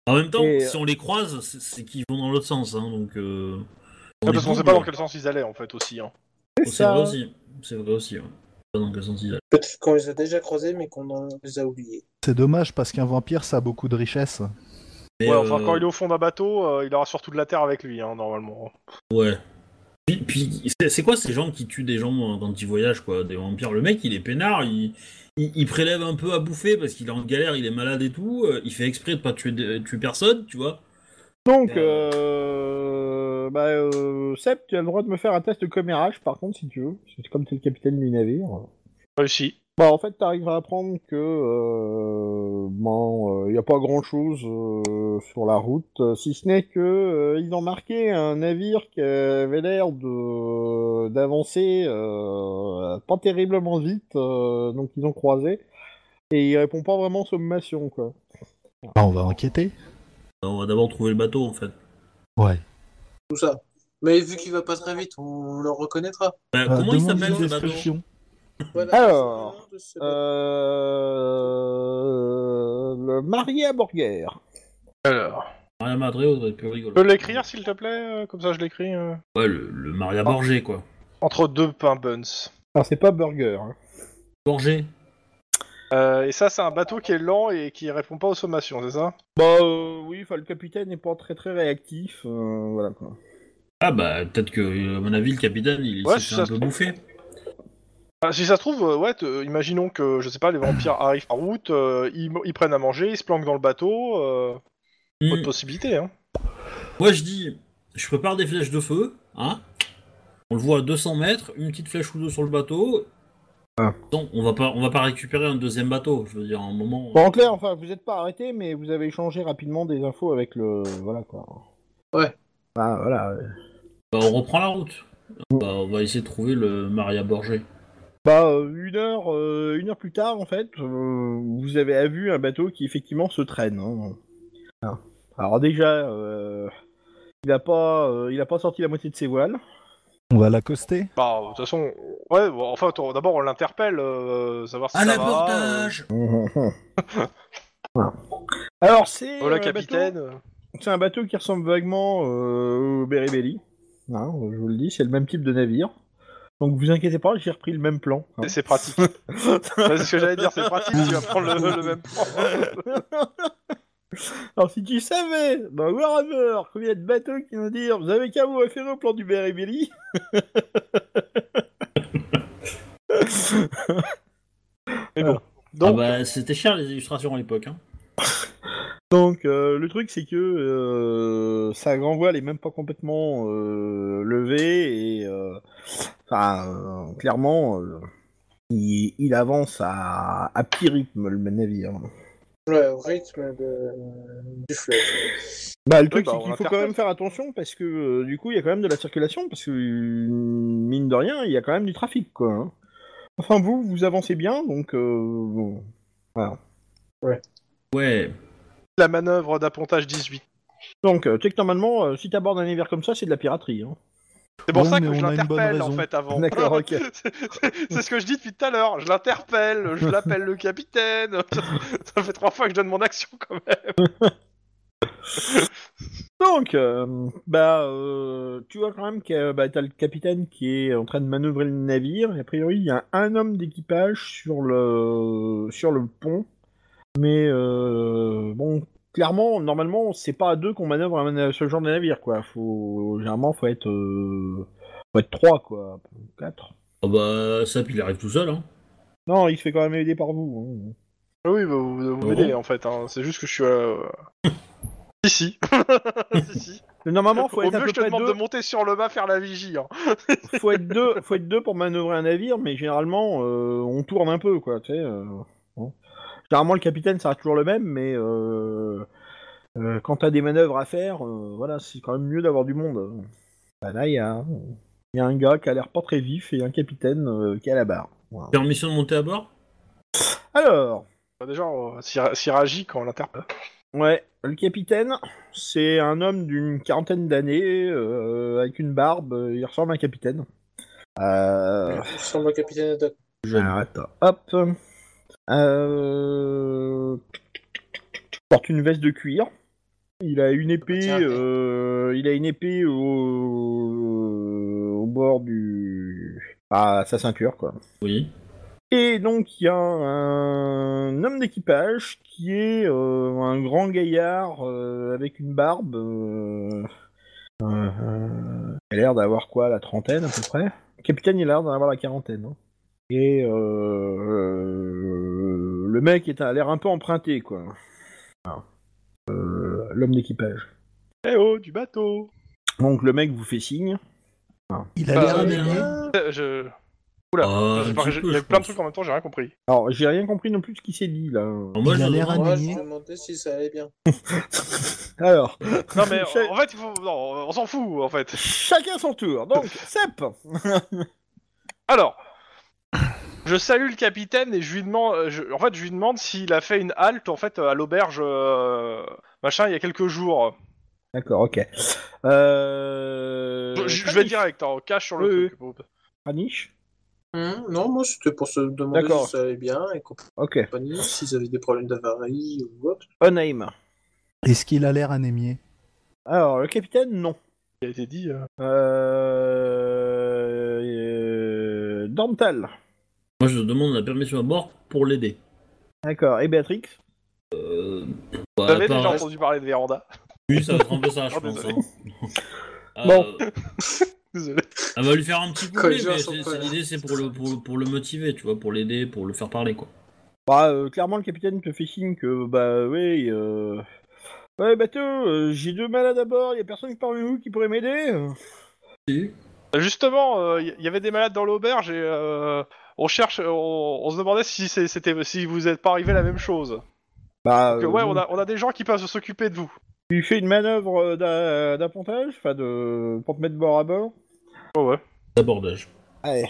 Speaker 2: En même temps,
Speaker 1: Et, euh,
Speaker 2: si on les croise, c'est c'est qu'ils vont dans l'autre sens, hein, donc. Euh, on
Speaker 4: Ouais,
Speaker 2: est
Speaker 4: Ah, parce qu'on sait
Speaker 2: double.
Speaker 4: pas dans quel sens ils allaient, en fait, aussi. hein.
Speaker 1: C'est
Speaker 2: C'est vrai
Speaker 1: ça.
Speaker 2: aussi. C'est vrai aussi. ouais. Pas dans quel sens ils allaient.
Speaker 5: Peut-être qu'on les a déjà croisés, mais qu'on en- les a oubliés.
Speaker 3: C'est dommage parce qu'un vampire, ça a beaucoup de richesses.
Speaker 2: Mais,
Speaker 4: ouais, enfin,
Speaker 2: euh,
Speaker 4: quand il est au fond d'un bateau, euh, il aura surtout de la terre avec lui, hein, normalement.
Speaker 2: Ouais. Puis, puis, c'est- c'est quoi ces gens qui tuent des gens euh, quand ils voyagent, quoi Des vampires. Le mec, il est peinard, il, il, il prélève un peu à bouffer parce qu'il est en galère, il est malade et tout. euh, il fait exprès de pas tuer, de- tuer personne, tu vois.
Speaker 1: Donc, euh... bah, euh, Seb, tu as le droit de me faire un test de commérage, par contre, si tu veux. C'est comme t'es le capitaine du navire.
Speaker 4: Réussi.
Speaker 1: Bah, en fait, t'arriveras à apprendre que, euh, bon, il n'y a pas grand-chose euh, sur la route, euh, si ce n'est que euh, ils ont marqué un navire qui avait l'air de d'avancer euh, pas terriblement vite, euh, donc ils ont croisé, et il répond pas vraiment aux sommations, quoi.
Speaker 3: Bah, on va enquêter.
Speaker 2: Euh, On va d'abord trouver le bateau, en fait.
Speaker 3: Ouais.
Speaker 5: tout ça. Mais vu qu'il va pas très vite, on le reconnaîtra.
Speaker 2: Bah,
Speaker 3: Euh,
Speaker 2: comment il
Speaker 3: demande
Speaker 2: s'appelle
Speaker 3: des
Speaker 2: le bateau
Speaker 3: instructions.
Speaker 5: Voilà,
Speaker 1: Alors,
Speaker 5: c'est le nom de ce-
Speaker 1: Euh... Le Maria Borger.
Speaker 4: Alors.
Speaker 2: Maria Madre, ça aurait été plus rigolo.
Speaker 4: Tu peux l'écrire s'il te plaît euh, Comme ça je l'écris. euh.
Speaker 2: Ouais, le, le Maria Borgé, quoi.
Speaker 4: Entre deux pains buns.
Speaker 1: Alors, c'est pas Burger. hein.
Speaker 2: Borgé.
Speaker 4: Euh, et ça, c'est un bateau qui est lent et qui répond pas aux sommations, c'est ça
Speaker 1: Bah, euh, oui, enfin, le capitaine n'est pas très très réactif. euh, voilà quoi.
Speaker 2: Ah bah, peut-être que, euh, à mon avis, le capitaine, il
Speaker 4: Ouais,
Speaker 2: s'est
Speaker 4: si
Speaker 2: fait un
Speaker 4: ça
Speaker 2: peu
Speaker 4: se
Speaker 2: bouffer.
Speaker 4: Ah, Si ça se trouve, euh, ouais, te- imaginons que, je sais pas, les
Speaker 2: <coughs>
Speaker 4: vampires arrivent par route, euh, ils, ils prennent à manger, ils se planquent dans le bateau. euh, Pas de
Speaker 2: Hmm.
Speaker 4: possibilité, hein.
Speaker 2: Moi, je dis, je prépare des flèches de feu, hein On le voit à 200 mètres, une petite flèche ou deux sur le bateau.
Speaker 1: Ah.
Speaker 2: Non, on va pas, on va pas récupérer un deuxième bateau. Je veux dire, à un moment.
Speaker 1: Bon, en clair, enfin, vous n'êtes pas arrêté, mais vous avez échangé rapidement des infos avec le. Voilà quoi.
Speaker 5: Ouais.
Speaker 1: Bah, voilà. ouais.
Speaker 2: Bah, on reprend la route. Bah, on va essayer de trouver le Maria Borgé.
Speaker 1: Bah, euh, une heure, euh, une heure plus tard, en fait, euh, vous avez à vue un bateau qui effectivement se traîne. hein. Ah. Alors déjà, euh, il a pas, euh, il a pas sorti la moitié de ses voiles.
Speaker 3: On va l'accoster.
Speaker 4: Bah, de toute façon, ouais, bon, enfin, t- d'abord on l'interpelle, euh, savoir si
Speaker 2: À
Speaker 4: ça va.
Speaker 2: l'abordage
Speaker 1: Voilà. <laughs> Alors c'est.
Speaker 4: euh, Voilà,
Speaker 1: euh, un bateau-
Speaker 4: capitaine.
Speaker 1: C'est un bateau qui ressemble vaguement euh, au Beribelli. Hein, je vous le dis, c'est le même type de navire. Donc vous inquiétez pas, j'ai repris le même plan. hein.
Speaker 4: C'est- C'est <laughs> pratique. c'est ce que j'allais dire, c'est pratique, tu vas prendre le, le même plan.
Speaker 1: Alors si tu savais, dans Warhammer, combien il y a de bateaux qui vont dire vous avez qu'à vous référer au plan du Beribelli.
Speaker 4: Mais bon.
Speaker 2: Ah
Speaker 4: Donc,
Speaker 2: bah, c'était cher les illustrations à l'époque. Hein.
Speaker 1: Donc euh, le truc c'est que euh, sa grand voile est même pas complètement euh, levée et euh, enfin euh, clairement euh, il, il avance à, à hein. petit rythme le navire.
Speaker 5: Ouais, au rythme de... du fleuve.
Speaker 1: Bah, le truc,
Speaker 4: bah,
Speaker 1: c'est
Speaker 4: on
Speaker 1: qu'il faut quand
Speaker 4: l'interprète.
Speaker 1: même faire attention parce que euh, du coup, il y a quand même de la circulation parce que euh, mine de rien, il y a quand même du trafic quoi. hein. Enfin, vous, vous avancez bien donc. euh, bon.
Speaker 2: Ouais.
Speaker 4: la manœuvre d'appontage 18.
Speaker 1: Donc, euh, tu sais que normalement, euh, si t'abordes un navire comme ça, c'est de la piraterie. Hein.
Speaker 4: C'est pour
Speaker 3: Ouais,
Speaker 4: ça
Speaker 3: mais
Speaker 4: que je
Speaker 3: on a une bonne
Speaker 4: l'interpelle en
Speaker 3: raison.
Speaker 4: fait avant.
Speaker 1: D'accord, ok.
Speaker 4: C'est- <laughs> c'est ce que je dis depuis tout à l'heure. Je l'interpelle, je l'appelle le capitaine. <laughs> ça fait trois fois que je donne mon action quand même.
Speaker 1: Donc, euh, bah, euh, tu vois quand même que euh, bah, t'as le capitaine qui est en train de manœuvrer le navire. Et a priori, il y a un homme d'équipage sur le sur le pont, mais euh, bon, clairement, normalement, c'est pas à deux qu'on manœuvre un na- ce genre de navire, quoi. Faut généralement, faut être euh, faut être trois, quoi, quatre.
Speaker 2: Ah bah, ça, puis il arrive tout seul. Hein.
Speaker 1: Non, il se fait quand même aider par vous. hein.
Speaker 4: Oui, bah, vous, vous m'aidez en fait. hein. C'est juste que je suis euh, <laughs> ici. Ici. <laughs>
Speaker 1: Mais normalement, faut
Speaker 4: Au
Speaker 1: être à
Speaker 4: mieux,
Speaker 1: peu
Speaker 4: je te
Speaker 1: près
Speaker 4: demande
Speaker 1: deux.
Speaker 4: de monter sur le mât faire la vigie. hein.
Speaker 1: faut être deux, faut être deux pour manœuvrer un navire, mais généralement euh, on tourne un peu, quoi. Tu sais, euh, bon. Généralement le capitaine ça reste toujours le même, mais euh, euh, quand t'as des manœuvres à faire, euh, voilà, c'est quand même mieux d'avoir du monde. Bah, là il y a, il y a un gars qui a l'air pas très vif et un capitaine euh, qui est à la barre. Voilà.
Speaker 2: Permission de monter à bord
Speaker 1: Alors,
Speaker 4: Bah, déjà, euh, s'il s'il réagit quand on l'interpelle.
Speaker 1: ouais, le capitaine, c'est un homme d'une quarantaine d'années euh, avec une barbe, euh, il ressemble à un capitaine. Euh,
Speaker 5: Il ressemble au capitaine Haddock.
Speaker 1: Alors, attends, hop. Euh... Porte une veste de cuir. Il a une épée.
Speaker 5: Tiens.
Speaker 1: euh, Il a une épée au, au bord du. à sa ceinture, quoi.
Speaker 2: Oui.
Speaker 1: Et donc il y a un homme d'équipage qui est euh, un grand gaillard euh, avec une barbe, euh, Euh, euh, elle a l'air d'avoir quoi, la trentaine à peu près Le capitaine, il a l'air d'en avoir la quarantaine. hein. Et euh, euh, le mec est, a l'air un peu emprunté, quoi. Voilà. Euh, L'homme d'équipage.
Speaker 4: Eh oh, du bateau
Speaker 1: Donc le mec vous fait signe.
Speaker 3: Il a
Speaker 4: Bah, euh,
Speaker 3: l'air aligné.
Speaker 4: Euh, Je. Oula,
Speaker 2: Ah,
Speaker 4: je sais
Speaker 2: un
Speaker 4: pas,
Speaker 2: petit
Speaker 4: j'ai-
Speaker 2: peu,
Speaker 4: il y a
Speaker 2: je
Speaker 4: plein de
Speaker 2: pense.
Speaker 4: trucs en même temps, j'ai rien compris.
Speaker 1: Alors j'ai rien compris non plus de ce qui s'est dit là.
Speaker 2: Alors, moi,
Speaker 3: Il a
Speaker 2: je-
Speaker 3: l'air
Speaker 2: moi,
Speaker 5: Moi, je
Speaker 3: aligné.
Speaker 5: me demandais si ça allait bien.
Speaker 1: Alors,
Speaker 4: Non, mais
Speaker 1: Cha-
Speaker 4: en fait, il faut... non, on s'en fout en fait.
Speaker 1: chacun son tour. Donc, Sep
Speaker 4: Alors, je salue le capitaine et je lui demande, euh, je- en fait, je lui demande s'il a fait une halte en fait à l'auberge euh, machin il y a quelques jours.
Speaker 1: D'accord, ok. Euh...
Speaker 4: Je- je, je vais
Speaker 1: Kranich.
Speaker 4: direct, hein, cache sur le
Speaker 1: Oui,
Speaker 4: truc.
Speaker 1: Kranich
Speaker 5: Hum, non, moi, c'était pour se demander
Speaker 1: D'accord.
Speaker 5: si ça allait bien et compagnie,
Speaker 1: Ok.
Speaker 5: s'ils avaient des problèmes d'avarie ou autre.
Speaker 1: Onaim.
Speaker 3: Est-ce qu'il a l'air anémié
Speaker 1: Alors, le capitaine, non.
Speaker 4: Il a été dit. euh.
Speaker 1: Euh... euh, Dantal.
Speaker 2: moi, je demande la permission à bord pour l'aider.
Speaker 1: D'accord. Et Béatrix
Speaker 2: Euh,
Speaker 4: Vous
Speaker 2: bah,
Speaker 4: avez
Speaker 2: par-
Speaker 4: déjà entendu parler de Véranda <laughs>
Speaker 2: Oui, ça va être un peu ça, je
Speaker 5: Ah,
Speaker 4: Oh,
Speaker 5: bah,
Speaker 2: pense.
Speaker 4: désolé.
Speaker 2: hein.
Speaker 1: Bon.
Speaker 2: Euh,
Speaker 4: Désolé.
Speaker 2: elle va lui faire un petit
Speaker 5: Quand
Speaker 2: coup, mais
Speaker 5: les gens
Speaker 2: c'est-
Speaker 5: sont pas
Speaker 2: c'est-
Speaker 5: là.
Speaker 2: l'idée c'est pour le, pour, le- pour le motiver, tu vois, pour l'aider, pour le faire parler, quoi.
Speaker 1: Bah, euh, clairement, le capitaine te fait signe que, bah, ouais... Euh... Ouais, bateau, euh, j'ai deux malades à bord, y a personne parmi nous qui pourrait m'aider
Speaker 4: Justement, il y avait des malades dans l'auberge et euh, on cherche, on, on se demandait si c'est- c'était si vous êtes pas arrivé la même chose.
Speaker 1: Bah,
Speaker 4: Que,
Speaker 1: euh,
Speaker 4: ouais, on a, on a des gens qui peuvent s'occuper de vous.
Speaker 1: Tu fais une manœuvre euh, d'a- d'appontage, enfin, de... pour te mettre bord à bord
Speaker 4: Oh, Ouais, ouais.
Speaker 2: D'abordage.
Speaker 1: Allez.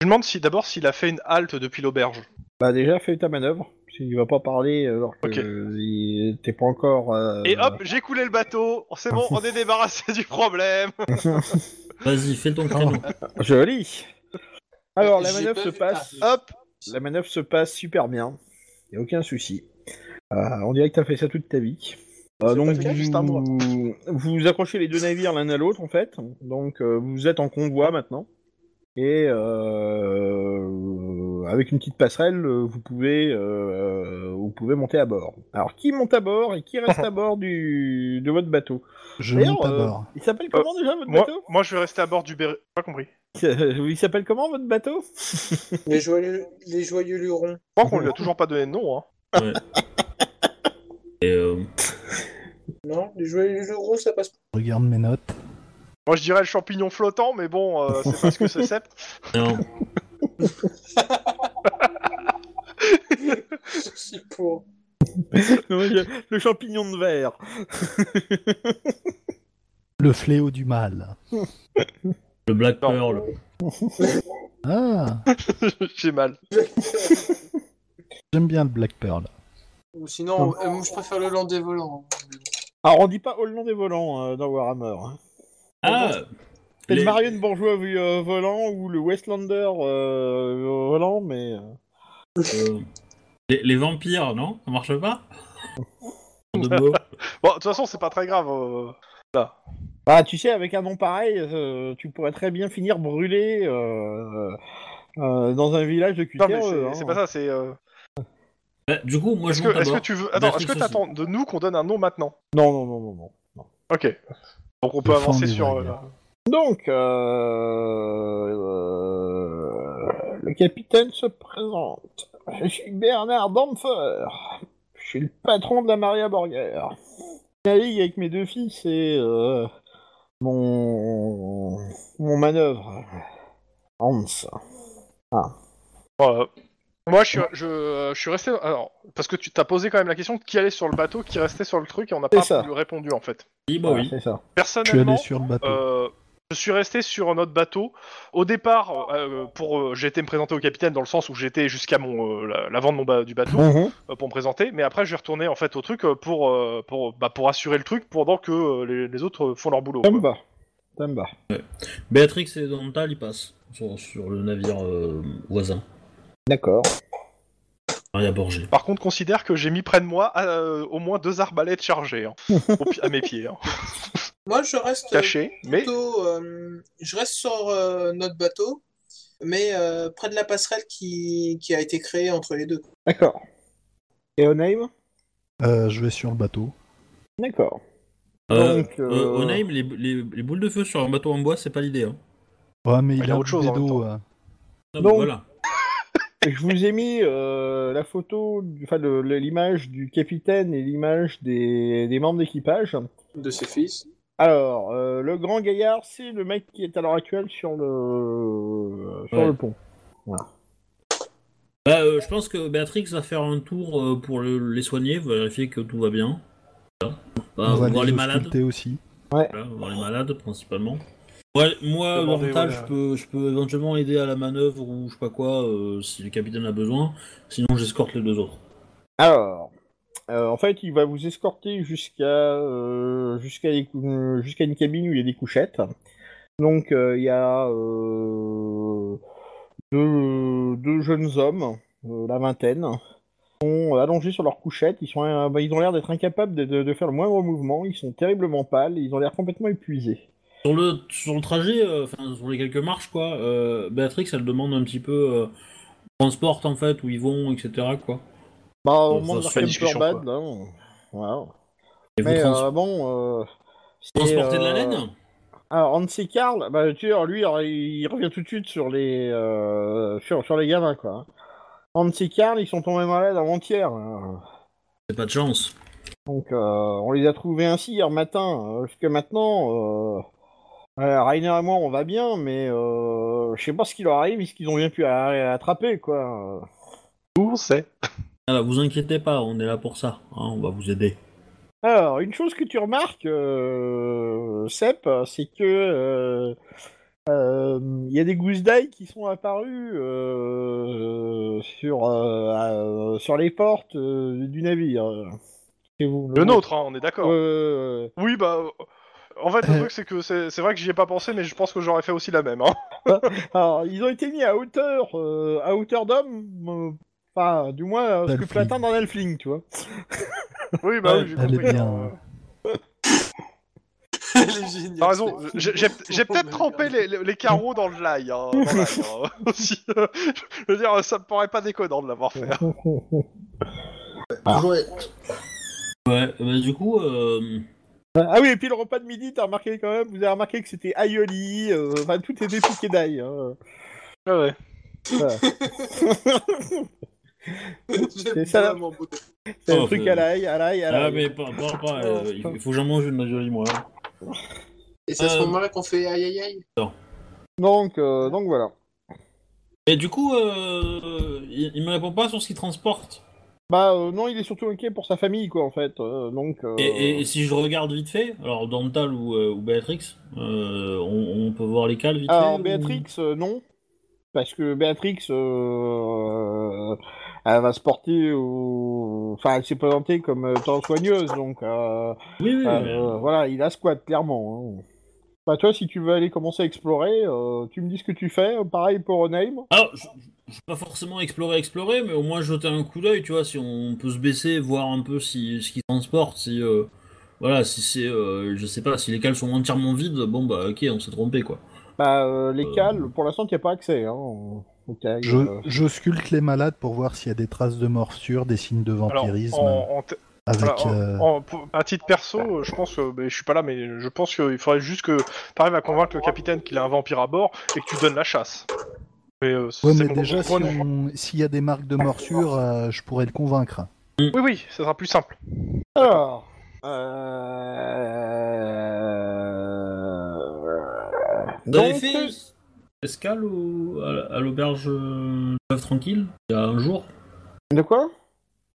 Speaker 4: Je me demande si d'abord s'il a fait une halte depuis l'auberge.
Speaker 1: Bah déjà, fais ta manœuvre. Il va pas parler euh, alors que
Speaker 4: Ok.
Speaker 1: il- t'es pas encore... euh,
Speaker 4: Et hop, j'ai coulé le bateau. C'est bon, on est débarrassé du <laughs> problème.
Speaker 2: Vas-y, fais ton créneau.
Speaker 1: Joli Alors, la
Speaker 5: J'ai
Speaker 1: manœuvre
Speaker 5: pas
Speaker 1: se
Speaker 5: vu
Speaker 1: passe...
Speaker 5: parler.
Speaker 1: Hop La manœuvre se passe super bien. Y a aucun souci. Euh, on dirait que t'as fait ça toute ta vie. Euh,
Speaker 4: C'est
Speaker 1: donc,
Speaker 4: pas le cas,
Speaker 1: vous...
Speaker 4: juste un mois.
Speaker 1: vous accrochez les deux navires l'un à l'autre, en fait. Donc, euh, vous êtes en convoi maintenant. Et euh, avec une petite passerelle, euh, vous pouvez, euh, vous pouvez monter à bord. Alors, qui monte à bord et qui reste
Speaker 3: <laughs>
Speaker 1: à bord du, de votre bateau
Speaker 3: Je
Speaker 1: D'ailleurs,
Speaker 3: monte à
Speaker 1: euh,
Speaker 3: bord.
Speaker 1: Il s'appelle comment déjà votre
Speaker 4: Moi,
Speaker 1: bateau <laughs>
Speaker 4: moi, je vais rester à bord du béret. Pas compris.
Speaker 1: Euh, Il s'appelle comment votre bateau <laughs>
Speaker 5: Les joyeux, les joyeux
Speaker 4: Je
Speaker 5: lurons.
Speaker 4: crois qu'on lui a toujours pas donné de nom. Hein.
Speaker 2: Ouais. Et euh,
Speaker 5: Non, les joyeux lurons, ça passe pas. <laughs>
Speaker 3: Je Regarde mes notes.
Speaker 4: Moi, je dirais le champignon flottant, mais bon, <laughs> euh, c'est pas ce que c'est sept.
Speaker 2: non,
Speaker 5: Je suis pour.
Speaker 1: Non, mais je- Le champignon de verre.
Speaker 3: Le fléau du mal.
Speaker 2: le Black
Speaker 4: Non.
Speaker 2: Pearl.
Speaker 3: Ah,
Speaker 4: J'ai mal.
Speaker 3: j'aime bien le Black Pearl.
Speaker 5: Ou sinon, euh, moi, je préfère le land des volants.
Speaker 1: Alors on dit pas au le nom des volants euh, dans Warhammer. hein.
Speaker 2: Ah
Speaker 1: C'est
Speaker 2: les-
Speaker 1: le Marion Bourgeois euh, volant ou le Westlander euh, volant, mais... euh,
Speaker 2: euh, les, les vampires, non Ça marche pas
Speaker 5: <laughs>
Speaker 2: De mots.
Speaker 4: Bon, de toute façon, c'est pas très grave. euh.
Speaker 1: Bah tu sais, avec un nom pareil, euh, tu pourrais très bien finir brûlé euh, euh, dans un village de hein.
Speaker 4: Non,
Speaker 1: cutter.
Speaker 4: mais c'est c'est pas ça. C'est. euh,
Speaker 2: Bah, du coup, moi
Speaker 4: Est-ce
Speaker 2: je
Speaker 4: que,
Speaker 2: monte à
Speaker 4: est-ce que
Speaker 2: bord.
Speaker 4: tu veux. Attends, est-ce
Speaker 2: Béatrix
Speaker 4: que t'attends de nous qu'on donne un nom maintenant
Speaker 1: Non, non, non, non, non. non.
Speaker 4: Ok. Donc on peut
Speaker 3: Le fond
Speaker 4: avancer
Speaker 3: des
Speaker 4: sur.
Speaker 3: vagues.
Speaker 4: euh,
Speaker 1: Donc, euh, euh, le capitaine se présente. Je suis Bernard Dampfer. Je suis le patron de la Maria Borger. Je navigue avec mes deux filles, c'est euh, mon, mon manœuvre. Hans.
Speaker 2: Ah
Speaker 4: Voilà. Moi, je suis, je, euh, je suis resté. Alors, parce que tu t'as posé quand même la question de qui allait sur le bateau, qui restait sur le truc, et on n'a
Speaker 1: C'est
Speaker 4: pas
Speaker 1: ça.
Speaker 4: pu- répondu en fait.
Speaker 2: Oui, bah
Speaker 1: Voilà,
Speaker 2: oui.
Speaker 1: C'est ça.
Speaker 3: Je suis allé
Speaker 4: Personnellement,
Speaker 3: sur le bateau.
Speaker 4: euh, je suis resté sur notre bateau. Au départ, euh, pour euh, j'ai été me présenter au capitaine dans le sens où j'étais jusqu'à mon euh, la- l'avant de mon ba- du bateau
Speaker 1: Mhm.
Speaker 4: euh, pour me présenter, mais après je vais retourner en fait au truc euh, pour euh, pour bah, pour assurer le truc pendant que euh, les, les autres font leur boulot.
Speaker 1: Ça
Speaker 4: quoi.
Speaker 1: me va. Ça me va.
Speaker 2: Béatrix et Dantal, ils passent sur, sur le navire euh, voisin.
Speaker 1: D'accord.
Speaker 2: Maria Borgé.
Speaker 4: Par contre, considère que j'ai mis près de moi euh, au moins deux arbalètes chargées hein, au pi- à mes pieds, hein,
Speaker 5: Moi, je reste euh,
Speaker 4: cachées, mais
Speaker 5: plutôt, euh, je reste sur euh, notre bateau, mais euh, près de la passerelle qui, qui a été créée entre les deux.
Speaker 1: D'accord. Et au name
Speaker 3: Euh, je vais sur le bateau.
Speaker 1: D'accord.
Speaker 2: Euh,
Speaker 1: Donc, euh,
Speaker 2: euh, Onaim, les, les- les boules de feu sur un bateau en bois, c'est pas l'idée. Hein.
Speaker 3: Ouais, mais
Speaker 4: Il
Speaker 3: il
Speaker 4: y a
Speaker 3: a
Speaker 4: autre chose en même temps.
Speaker 3: d'eau.
Speaker 2: Ah,
Speaker 1: Non.
Speaker 2: bah, voilà.
Speaker 1: Je vous ai mis euh, la photo, du- enfin le- le- l'image du capitaine et l'image des, des membres d'équipage.
Speaker 5: de ses fils.
Speaker 1: Alors, euh, le grand gaillard, c'est le mec qui est à l'heure actuelle sur le sur
Speaker 2: Ouais.
Speaker 1: le pont.
Speaker 2: Bah, euh, je pense que Béatrix va faire un tour euh, pour le- les soigner, vérifier que tout va bien. Voilà. Bah,
Speaker 3: On va
Speaker 2: voir les, malades.
Speaker 3: ausculter aussi.
Speaker 2: Voilà, voir les malades principalement. Ouais, moi,
Speaker 4: Demandez,
Speaker 2: Lortal,
Speaker 4: voilà.
Speaker 2: je, peux, je peux éventuellement aider à la manœuvre ou je sais pas quoi euh, si le capitaine a besoin. Sinon, j'escorte les deux autres.
Speaker 1: Alors, euh, en fait, il va vous escorter jusqu'à euh, jusqu'à des cou- euh, jusqu'à une cabine où il y a des couchettes. Donc, euh, il y a euh, deux, deux jeunes hommes, euh, la vingtaine, qui sont allongés sur leur couchette. Ils, sont, euh, bah, ils ont l'air d'être incapables de, de- de faire le moindre mouvement. Ils sont terriblement pâles. et Ils ont l'air complètement épuisés.
Speaker 2: Sur le, sur le trajet, euh, enfin, sur les quelques marches, quoi, euh, Béatrix, elle demande un petit peu euh, transport en fait, où ils vont, etc. Quoi.
Speaker 1: Bah,
Speaker 2: Bon,
Speaker 1: au moins,
Speaker 2: ça,
Speaker 1: leur
Speaker 2: c'est une
Speaker 4: discussion,
Speaker 1: camperbad, là. on- Voilà.
Speaker 2: Et vous
Speaker 1: Mais
Speaker 2: trans-
Speaker 1: euh, bon. euh, c'est,
Speaker 2: transportez de la
Speaker 1: euh,
Speaker 2: laine
Speaker 1: Alors, Hansi Karl, bah, tu vois, lui, alors, il revient tout de suite sur les, euh, sur, sur les gamins, quoi. hein. Hansi Karl, ils sont tombés malades avant-hier. hein.
Speaker 2: C'est pas de chance.
Speaker 1: Donc, euh, on les a trouvés ainsi hier matin. Euh, Jusqu'à maintenant, euh, euh, Rainer et moi, on va bien, mais euh, je sais pas ce qui leur arrive et ce qu'ils ont bien pu a- attraper, quoi. euh.
Speaker 4: Où c'est
Speaker 2: Ah, bah, vous inquiétez pas, on est là pour ça. hein, on va vous aider.
Speaker 1: Alors, une chose que tu remarques, euh, Sep, c'est que euh, euh, il y a des gousses d'ail qui sont apparues euh, sur, euh, euh, sur les portes euh, du navire. C'est vous,
Speaker 4: Le nôtre, hein, on est d'accord.
Speaker 1: Euh,
Speaker 4: Oui, bah. euh, En fait, le truc, c'est que c'est c'est vrai que j'y ai pas pensé, mais je pense que j'aurais fait aussi la même.
Speaker 3: <laughs>
Speaker 4: Hein.
Speaker 1: alors, ils ont été mis à hauteur, euh, à hauteur d'homme, euh, enfin, du moins, euh, ce que peut
Speaker 3: D'Elfling.
Speaker 1: atteindre un Elfling, tu vois.
Speaker 4: Oui, bah
Speaker 2: Ouais,
Speaker 4: oui, j'ai
Speaker 3: elle est
Speaker 4: compris.
Speaker 3: bien,
Speaker 4: hein.
Speaker 3: ouais.
Speaker 5: <laughs> Elle est géniale,
Speaker 4: T'as raison,
Speaker 5: cette-
Speaker 4: j'ai j'ai- j'ai peut-être trempé les, les- les carreaux dans le l'ail. Hein, dans l'ail, hein, <laughs> aussi. je veux dire, ça me paraît pas déconnant de l'avoir fait.
Speaker 3: Ah.
Speaker 2: Ouais, bah, du coup, euh,
Speaker 1: Ah oui, et puis le repas de midi, t'as remarqué quand même, vous avez remarqué que c'était aioli, euh, enfin, tout était piqué d'ail. hein.
Speaker 4: Ouais, ouais.
Speaker 1: C'est
Speaker 5: <laughs> C'est
Speaker 1: ça, là.
Speaker 5: ça, mon beau.
Speaker 1: C'est
Speaker 2: Oh,
Speaker 1: un truc
Speaker 2: c'est-
Speaker 1: à l'ail, à l'ail, à l'ail.
Speaker 2: ah, mais pas, pas, pas, euh, il faut- il faut que j'en mange une, ma jolie, moi. hein.
Speaker 5: Et c'est à ce
Speaker 2: Euh,
Speaker 5: moment-là qu'on fait aïe aïe aïe.
Speaker 1: Donc, euh, donc voilà.
Speaker 2: Et du coup, euh, il, il me répond pas sur ce qu'il transporte.
Speaker 1: Bah euh, non, il est surtout inquiet pour sa famille, quoi, en fait. euh, donc. euh,
Speaker 2: Et, et- et si je regarde vite fait, alors Dantal ou, euh, ou Béatrix, euh, on, on peut voir les cales vite
Speaker 1: Alors
Speaker 2: fait ou-
Speaker 1: Béatrix, euh, non, parce que Béatrix, euh, elle va se porter au, enfin, elle s'est présentée comme euh, tant soigneuse, donc euh,
Speaker 2: Oui, oui,
Speaker 1: euh,
Speaker 2: mais-
Speaker 1: voilà, il a squat clairement. hein. Bah toi, si tu veux aller commencer à explorer, euh, tu me dis ce que tu fais. Pareil pour Onaim.
Speaker 2: Alors, je, je- je vais pas forcément explorer, explorer, mais au moins jeter un coup d'œil, tu vois, si on peut se baisser, voir un peu si ce qui transporte, si euh, voilà, si c'est, euh, je sais pas, si les cales sont entièrement vides, bon bah ok, on s'est trompé quoi.
Speaker 1: Bah euh, les
Speaker 2: Euh.
Speaker 1: cales, pour l'instant, t'y a pas accès. Hein. Faut que t'ailles,
Speaker 3: Je-
Speaker 1: euh,
Speaker 3: J'ausculte les malades pour voir s'il y a des traces de morsures, des signes de
Speaker 4: Alors,
Speaker 3: vampirisme.
Speaker 4: en- en t-
Speaker 3: avec,
Speaker 4: Voilà, en-
Speaker 3: euh,
Speaker 4: en- pour- à titre perso, euh, je pense que mais je suis pas là, mais je pense qu'il faudrait juste que tu arrives à convaincre le capitaine qu'il a un vampire à bord et que tu donnes la chasse. Mais, euh, c'est
Speaker 3: Ouais, mais
Speaker 4: mon
Speaker 3: déjà, si
Speaker 4: point de vue.
Speaker 3: on- s'il y a des marques de morsure, euh, je pourrais le convaincre.
Speaker 4: Oui, oui, ça sera plus simple.
Speaker 3: Ah.
Speaker 1: Alors. euh,
Speaker 2: Vous avez
Speaker 1: donc,
Speaker 2: fait une escale au- à, la- à l'auberge euh, Veuve tranquille il y a un jour. Bah,
Speaker 1: De quoi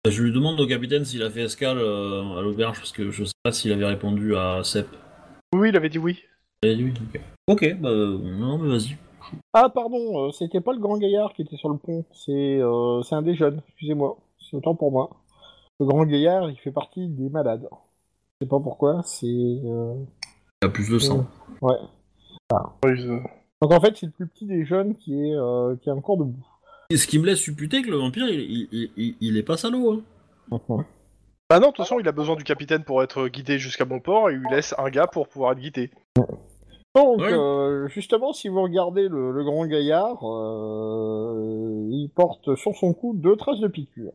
Speaker 2: Je lui demande au capitaine s'il a fait escale euh, à l'auberge parce que je sais pas s'il avait répondu à Sep.
Speaker 4: Oui, il avait dit oui.
Speaker 2: Et lui, ok. Ok, bah non mais vas-y.
Speaker 1: Ah, pardon, euh, c'était pas le grand gaillard qui était sur le pont, c'est euh, c'est un des jeunes, excusez-moi, c'est autant pour moi. Le grand gaillard, il fait partie des malades. Je sais pas pourquoi, c'est. euh,
Speaker 2: Il a plus de sang.
Speaker 1: Ouais.
Speaker 4: Oui, euh,
Speaker 1: Donc en fait, c'est le plus petit des jeunes qui est, euh, qui est encore debout.
Speaker 2: Et ce qui me laisse supputer que le vampire il, il- il- il- il est pas salaud. Hein.
Speaker 4: Bah non, de toute façon, il a besoin du capitaine pour être guidé jusqu'à bon port et il lui laisse un gars pour pouvoir être guidé.
Speaker 1: Donc,
Speaker 2: Ouais.
Speaker 1: euh, justement, si vous regardez le, le grand gaillard, euh, il porte sur son cou deux traces de piqûres.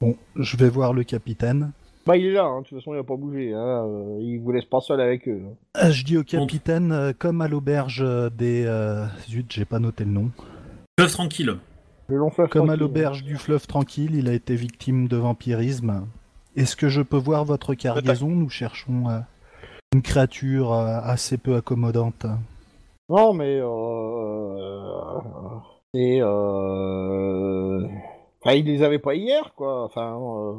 Speaker 3: Bon, je vais voir le capitaine.
Speaker 1: Bah, il est là, hein, de toute façon, il va pas bouger. Hein, euh, il vous laisse pas seul avec eux.
Speaker 3: Euh, Je dis au capitaine, euh, comme à l'auberge euh, des. euh, Zut, j'ai pas noté le nom.
Speaker 2: Fleuve tranquille.
Speaker 1: Le long fleuve
Speaker 3: Comme à
Speaker 1: tranquille. hein.
Speaker 3: l'auberge du fleuve tranquille, il a été victime de vampirisme. Est-ce que je peux voir votre cargaison Nous cherchons euh, une créature euh, assez peu accommodante.
Speaker 1: Non, mais. Euh... Et. Euh... Enfin, ils les avaient pas hier, quoi. Enfin. euh,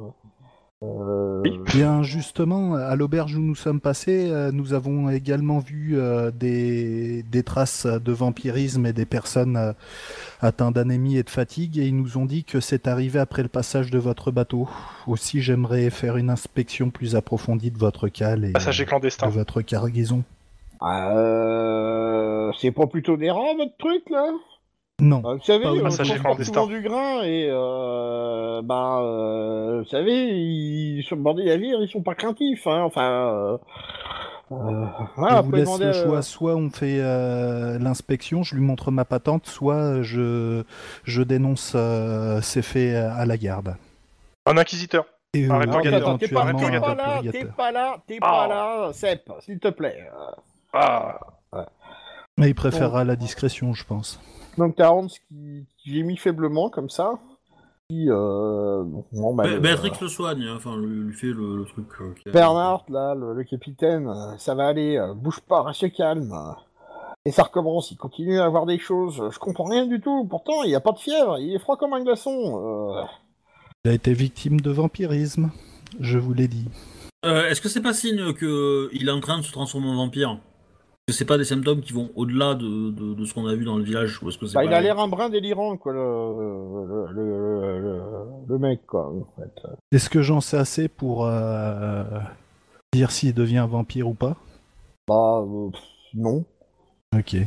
Speaker 1: euh,
Speaker 3: Bien justement, à l'auberge où nous sommes passés, euh, nous avons également vu euh, des, des traces de vampirisme et des personnes euh, atteintes d'anémie et de fatigue, et ils nous ont dit que c'est arrivé après le passage de votre bateau. Aussi, j'aimerais faire une inspection plus approfondie de votre cale et
Speaker 4: Passage
Speaker 3: euh, de
Speaker 4: clandestin.
Speaker 3: votre cargaison.
Speaker 1: bah, euh, C'est pas plutôt des rats, votre truc, là
Speaker 3: Non.
Speaker 1: Bah, Vous savez,
Speaker 3: Pas au
Speaker 1: on
Speaker 4: passager
Speaker 1: transporte
Speaker 4: clandestin.
Speaker 1: souvent du grain et. Euh... Ben. euh, Vous savez, ils sont bordés navires, ils sont pas craintifs, hein. Enfin. Euh... euh, voilà,
Speaker 3: je vous
Speaker 1: après,
Speaker 3: laisse
Speaker 1: demander
Speaker 3: le
Speaker 1: à-
Speaker 3: choix, soit on fait euh, l'inspection, je lui montre ma patente, soit je, je dénonce euh, ces faits à la garde.
Speaker 4: Un inquisiteur.
Speaker 3: Et
Speaker 4: Ah,
Speaker 3: euh,
Speaker 1: Non,
Speaker 4: Interrogateur.
Speaker 1: attends, T'es pas,
Speaker 3: éventuellement euh,
Speaker 1: t'es
Speaker 3: un
Speaker 1: pas là, t'es
Speaker 3: interrogateur.
Speaker 1: pas là, t'es pas là, Sepp, s'il te plaît.
Speaker 4: Ah,
Speaker 3: Mais il préférera la discrétion, je pense.
Speaker 1: Donc t'as Hans qui, qui gémit faiblement comme ça. Qui, euh... bon, bah,
Speaker 2: Bé-
Speaker 1: le-
Speaker 2: Béatrix le soigne, hein, enfin lui, lui fait le, le truc. euh, qu'il a-
Speaker 1: Bernard, là, le, le capitaine, euh, ça va aller, euh, bouge pas, reste calme. Et ça recommence, il continue à avoir des choses. Je comprends rien du tout, pourtant il n'y a pas de fièvre, il est froid comme un glaçon. euh.
Speaker 3: Il a été victime de vampirisme, je vous l'ai dit.
Speaker 2: Euh, Est-ce que c'est pas signe qu'il est en train de se transformer en vampire Est-ce que c'est pas des symptômes qui vont au-delà de, de- de ce qu'on a vu dans le village ou est-ce que c'est
Speaker 1: Bah,
Speaker 2: pas-
Speaker 1: il a l'air un brin délirant, quoi, le, le, le- le- le- le mec, quoi, en fait.
Speaker 3: Est-ce que j'en sais assez pour euh, dire s'il devient vampire ou pas
Speaker 1: Bah, euh, pff, non.
Speaker 3: Ok.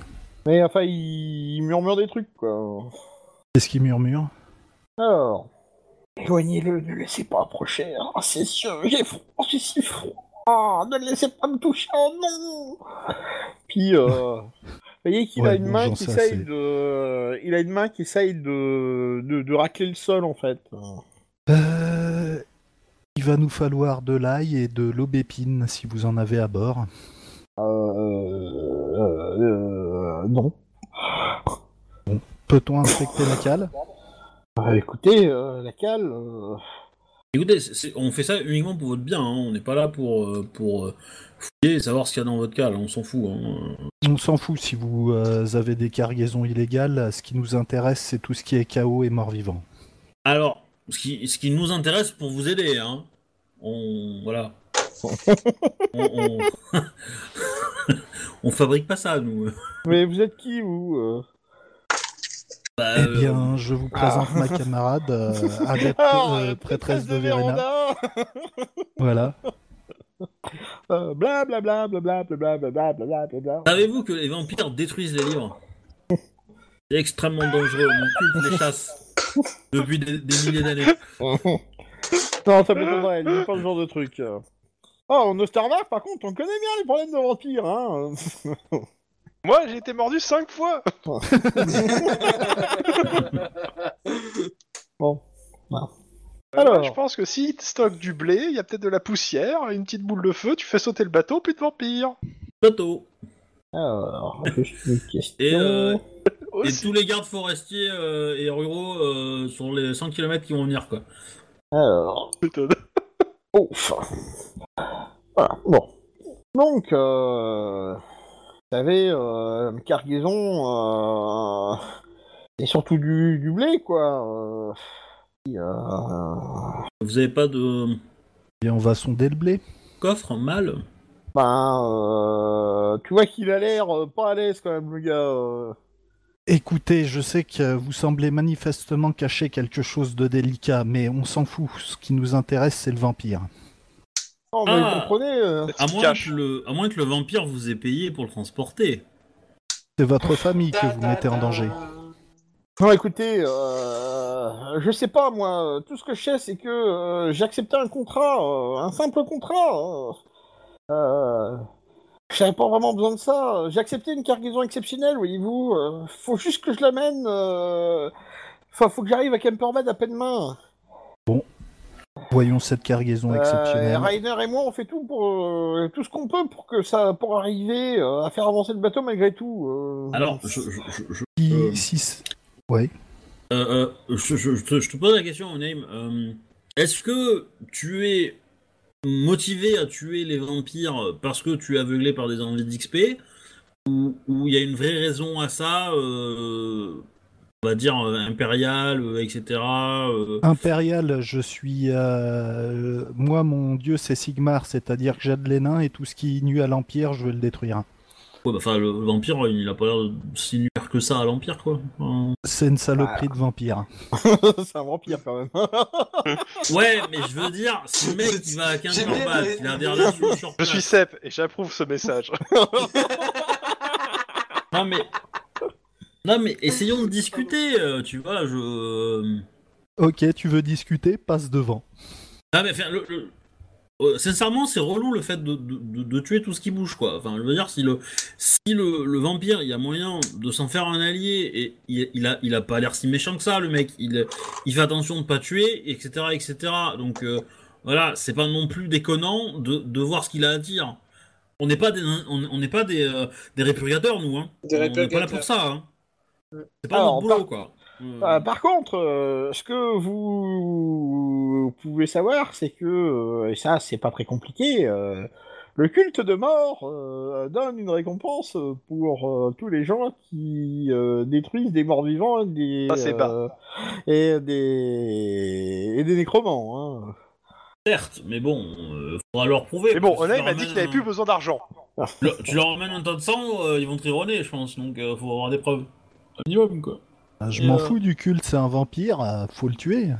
Speaker 1: Mais enfin, il, il murmure des trucs, quoi.
Speaker 3: Qu'est-ce qu'il murmure
Speaker 1: Alors. Éloignez-le, ne le laissez pas approcher. Ah, c'est yeux, j'ai froid, j'ai si froid. Ah, ne le laissez pas me toucher, oh non Puis, euh, vous voyez qu'il a
Speaker 3: Ouais,
Speaker 1: une
Speaker 3: bon,
Speaker 1: main
Speaker 3: j'en
Speaker 1: qui
Speaker 3: sais
Speaker 1: essaye
Speaker 3: assez.
Speaker 1: de. Il a une main qui essaye de... De... de racler le sol, en fait.
Speaker 3: Euh, Il va nous falloir de l'ail et de l'aubépine si vous en avez à bord.
Speaker 1: Euh. euh, euh, non.
Speaker 3: Peut-on inspecter la cale
Speaker 1: Euh, écoutez, euh, la cale. euh,
Speaker 2: Eh, Écoutez, c'est- c'est- on fait ça uniquement pour votre bien, hein, on n'est pas là pour, euh, pour euh, fouiller et savoir ce qu'il y a dans votre cale, on s'en fout. hein.
Speaker 3: On s'en fout si vous euh, avez des cargaisons illégales. Ce qui nous intéresse, c'est tout ce qui est chaos et mort-vivant.
Speaker 2: Alors, ce qui, ce qui nous intéresse pour vous aider, hein, on.
Speaker 1: <laughs>
Speaker 2: Voilà. on, <laughs> on... on fabrique pas ça, nous.
Speaker 1: Mais vous êtes qui, vous euh
Speaker 2: Bah,
Speaker 3: Eh
Speaker 2: euh,
Speaker 3: bien, je vous présente
Speaker 1: Ah.
Speaker 3: ma
Speaker 1: <laughs>
Speaker 3: camarade, euh, adepte,
Speaker 1: Ah,
Speaker 3: euh,
Speaker 1: la
Speaker 3: prêtresse de Verena.
Speaker 1: Véranda
Speaker 3: Voilà.
Speaker 1: Euh, Bla bla bla bla bla bla bla bla bla bla bla bla.
Speaker 2: Savez-vous que les vampires détruisent les livres C'est extrêmement dangereux. Mon culte les chasse depuis des, des milliers d'années.
Speaker 1: Non, ça m'étonnerait, il dit pas ce genre de truc. euh. Oh, en Ostermark, par contre, on connaît bien les problèmes de vampires, hein
Speaker 4: moi j'ai été mordu cinq fois.
Speaker 1: <laughs> Bon.
Speaker 4: Alors,
Speaker 1: Alors.
Speaker 4: Euh, je pense que si tu stockes du blé, il y a peut-être de la poussière, une petite boule de feu, tu fais sauter le bateau, plus de vampires.
Speaker 2: Toto.
Speaker 1: Alors, juste une question.
Speaker 2: Et, euh, et
Speaker 4: Aussi.
Speaker 2: tous les gardes forestiers euh, et ruraux euh, sur les 100 km qui vont venir, quoi.
Speaker 1: Alors. Oh, enfin. Voilà, bon. Donc, euh, vous savez, euh, cargaison, euh, et surtout du, du blé, quoi. euh, et, euh,
Speaker 2: Vous avez pas de
Speaker 3: Et Eh on va sonder le blé.
Speaker 2: coffre, mal
Speaker 1: ben, euh, tu vois qu'il a l'air euh, pas à l'aise quand même, le gars. euh.
Speaker 3: Écoutez, je sais que vous semblez manifestement cacher quelque chose de délicat, mais on s'en fout. Ce qui nous intéresse, c'est le vampire.
Speaker 1: Non, mais
Speaker 2: Ah.
Speaker 1: vous comprenez euh,
Speaker 2: à
Speaker 4: Petit
Speaker 2: moins,
Speaker 4: cache.
Speaker 2: que le, à moins que le vampire vous ait payé pour le transporter.
Speaker 1: <laughs>
Speaker 3: C'est votre famille que vous mettez en danger.
Speaker 1: Non, écoutez, euh, je sais pas, moi, euh, tout ce que je sais, c'est que euh, j'ai accepté un contrat, euh, un simple contrat. euh, euh, J'avais pas vraiment besoin de ça. euh, J'ai accepté une cargaison exceptionnelle, voyez-vous. euh, faut juste que je l'amène. euh, Enfin, faut que j'arrive à Camperman à peine main.
Speaker 3: Bon. Voyons cette cargaison
Speaker 1: Euh,
Speaker 3: exceptionnelle.
Speaker 1: Rainer et moi, on fait tout pour euh, tout ce qu'on peut pour que ça, pour arriver euh, à faire avancer le bateau malgré tout. euh.
Speaker 2: Alors, je,
Speaker 1: <laughs>
Speaker 2: je- je- je-
Speaker 3: Qui-
Speaker 2: euh,
Speaker 3: si c'est-
Speaker 2: euh, euh, je- je- je te- je te pose la question, Onaim. Euh, Est-ce que tu es motivé à tuer les vampires parce que tu es aveuglé par des envies d'XP Ou ou il y a une vraie raison à ça euh, On va dire euh, impériale, euh, etc. euh,
Speaker 3: Ah. Impérial, je suis. euh, Moi, mon dieu, c'est Sigmar, c'est-à-dire que j'aide les nains et tout ce qui nuit à l'Empire, je veux le détruire.
Speaker 2: ouais, bah, enfin, le vampire, il a pas l'air de si nul que ça à l'Empire, quoi. Euh,
Speaker 3: C'est une saloperie de vampire.
Speaker 1: c'est un vampire quand même. hein.
Speaker 2: Ouais, mais je veux dire, si le mec il va à 15
Speaker 5: J'aime bien
Speaker 2: balles,
Speaker 5: les-
Speaker 2: il a des relations sur
Speaker 4: Je
Speaker 2: place.
Speaker 4: suis Sep et j'approuve ce message.
Speaker 2: <laughs> Non mais. Non mais essayons de discuter, euh, tu vois, je. euh,
Speaker 3: Ok, tu veux discuter, passe devant.
Speaker 2: Ah mais enfin, le- le- euh, sincèrement, c'est relou le fait de, de- de- de tuer tout ce qui bouge, quoi. Enfin, je veux dire, si le, si le, le vampire, il y a moyen de s'en faire un allié, et il, il a, il a pas l'air si méchant que ça, le mec. Il, il fait attention de pas tuer, etc., etc. Donc, euh, voilà, c'est pas non plus déconnant de, de voir ce qu'il a à dire. On n'est pas des, on on n'est pas des, euh, des répugnateurs, nous, hein.
Speaker 5: Des
Speaker 2: on n'est pas là
Speaker 5: répugnateurs.
Speaker 2: pour ça, hein. C'est pas
Speaker 1: Alors,
Speaker 2: notre boulot, quoi. Euh,
Speaker 1: Euh, par contre, euh, ce que vous pouvez savoir, c'est que, euh, et ça c'est pas très compliqué, euh, le culte de mort euh, donne une récompense pour euh, tous les gens qui euh, détruisent des morts vivants et des,
Speaker 4: Ça, c'est
Speaker 1: euh, et des, et des nécromants. hein.
Speaker 2: Certes, mais bon, euh, faudra leur prouver.
Speaker 4: Mais bon,
Speaker 2: parce que hein.
Speaker 4: Onaim
Speaker 2: tu
Speaker 4: m'a
Speaker 2: leur
Speaker 4: dit qu'il
Speaker 2: amènes
Speaker 4: n'avait plus
Speaker 2: un-
Speaker 4: besoin d'argent.
Speaker 2: Le- tu leur emmènes un tas de sang, euh, ils vont te rironner, je pense, donc euh, faut avoir des preuves. Un minimum, quoi.
Speaker 3: Euh, Je
Speaker 2: Et
Speaker 3: m'en
Speaker 2: euh,
Speaker 3: fous du culte, c'est un vampire, euh, faut le tuer.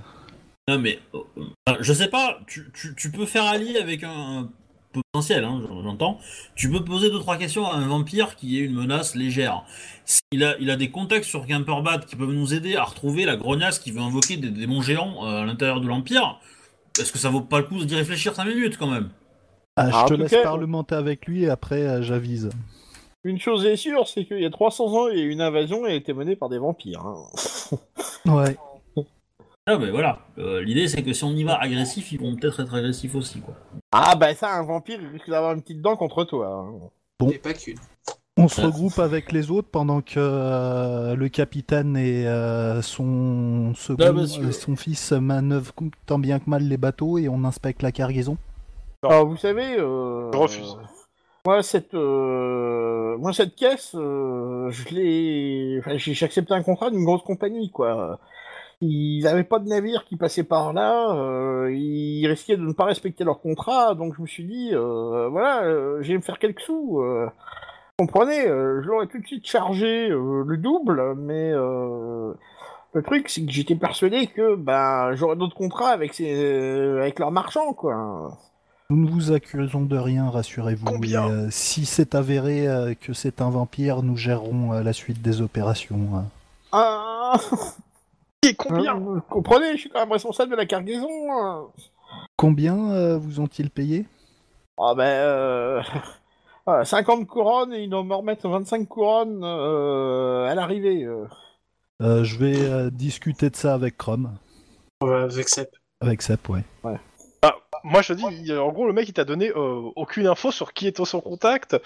Speaker 2: Non, mais, euh, euh, je sais pas, tu, tu- tu peux faire allier avec un, un potentiel, hein, j'entends. Tu peux poser deux trois questions à un vampire qui est une menace légère. Il a, il a des contacts sur Gimperbat qui peuvent nous aider à retrouver la grognasse qui veut invoquer des démons géants euh, à l'intérieur de l'Empire. Est-ce que ça vaut pas le coup d'y réfléchir 5 minutes, quand même
Speaker 3: Ah,
Speaker 1: Ah, en
Speaker 3: je te
Speaker 1: tout
Speaker 3: laisse
Speaker 1: cas,
Speaker 3: parlementer avec lui et après euh, j'avise.
Speaker 1: Une chose est sûre, c'est qu'il y a 300 ans, il y a eu une invasion et elle était menée par des vampires. hein.
Speaker 3: Ouais.
Speaker 2: Ah, mais voilà. Euh, L'idée, c'est que si on y va agressif, ils vont peut-être être agressifs aussi, quoi.
Speaker 1: Ah bah ça, un vampire il risque d'avoir une petite dent contre toi. hein.
Speaker 5: Et pas qu'une.
Speaker 3: On se
Speaker 2: Euh.
Speaker 3: regroupe avec les autres pendant que euh, le capitaine et euh, son second,
Speaker 2: Ah, parce que-
Speaker 3: euh, son fils manœuvrent com- tant bien que mal les bateaux et on inspecte la cargaison.
Speaker 1: Alors, vous savez, euh,
Speaker 4: Je refuse.
Speaker 1: euh, Moi cette, euh, moi cette caisse, euh, je l'ai, enfin, j'ai j'ai accepté un contrat d'une grosse compagnie quoi. Ils n'avaient pas de navire qui passait par là, euh, ils risquaient de ne pas respecter leur contrat, donc je me suis dit, euh, voilà, euh, j'ai me faire quelques sous. euh. Vous comprenez, euh, je l'aurais tout de suite chargé euh, le double, mais euh, le truc c'est que j'étais persuadé que ben j'aurais d'autres contrats avec ces, avec leurs marchands quoi.
Speaker 3: Nous ne vous accusons de rien, rassurez-vous.
Speaker 4: Combien
Speaker 3: Et, euh, si c'est avéré euh, que c'est un vampire, nous gérerons euh, la suite des opérations. euh.
Speaker 1: Ah,
Speaker 4: Et combien
Speaker 1: Vous comprenez, je suis quand même responsable de la cargaison. hein.
Speaker 3: Combien euh, vous ont-ils payé
Speaker 1: Ah ben, euh, voilà, 50 couronnes et ils doivent me remettre 25 couronnes euh, à l'arrivée. euh.
Speaker 3: Euh, Je vais euh, discuter de ça avec Chrome,
Speaker 5: On va avec Sepp.
Speaker 3: avec Sep, ouais.
Speaker 1: Ah.
Speaker 4: Moi, je te dis, il- en gros, le mec, il t'a donné euh, aucune info sur qui était son contact.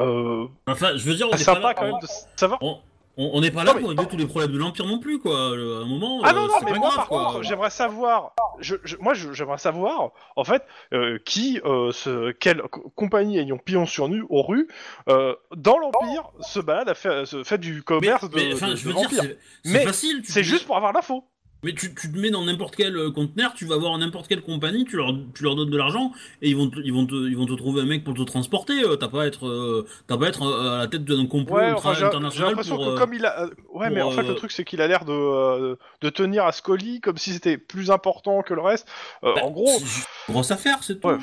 Speaker 4: Euh,
Speaker 2: Enfin, je veux dire, on
Speaker 4: c'est
Speaker 2: est pas là
Speaker 4: sympa quand
Speaker 2: pour-
Speaker 4: même de savoir.
Speaker 2: On on n'est pas là
Speaker 4: Non, mais-
Speaker 2: pour régler tous les problèmes de l'Empire non plus, quoi. Le- à un moment,
Speaker 4: Ah
Speaker 2: euh,
Speaker 4: non, non,
Speaker 2: c'est
Speaker 4: mais
Speaker 2: pas
Speaker 4: moi,
Speaker 2: grave,
Speaker 4: par
Speaker 2: quoi.
Speaker 4: contre, j'aimerais savoir. Je, je- moi, je- j'aimerais savoir, en fait, euh, qui, euh, ce, quelle co- compagnie ayant pion sur nu, aux rues, euh, dans l'Empire, se balade à faire, se fait du
Speaker 2: Mais,
Speaker 4: commerce de,
Speaker 2: mais, enfin,
Speaker 4: de-
Speaker 2: je
Speaker 4: de
Speaker 2: veux dire,
Speaker 4: vampires.
Speaker 2: c'est c'est
Speaker 4: Mais
Speaker 2: facile. tu
Speaker 4: C'est
Speaker 2: te-
Speaker 4: juste pour avoir l'info.
Speaker 2: Mais tu, tu te mets dans n'importe quel euh, conteneur, tu vas voir n'importe quelle compagnie, tu leur, tu leur donnes de l'argent et ils vont, te, ils, vont te, ils vont te trouver un mec pour te transporter. euh, T'as pas à être, euh, t'as pas à être euh, à la tête d'un complot
Speaker 4: Ouais,
Speaker 2: ultra
Speaker 4: enfin, j'ai j'ai
Speaker 2: international
Speaker 4: l'impression
Speaker 2: pour.
Speaker 4: que
Speaker 2: euh,
Speaker 4: comme il a. euh, Ouais, mais
Speaker 2: pour,
Speaker 4: en fait,
Speaker 2: euh,
Speaker 4: le truc, c'est qu'il a l'air de, euh, de tenir à Scully comme si c'était plus important que le reste. Euh,
Speaker 2: bah,
Speaker 4: en gros,
Speaker 2: c'est juste une grosse affaire, c'est tout.
Speaker 4: Ouais.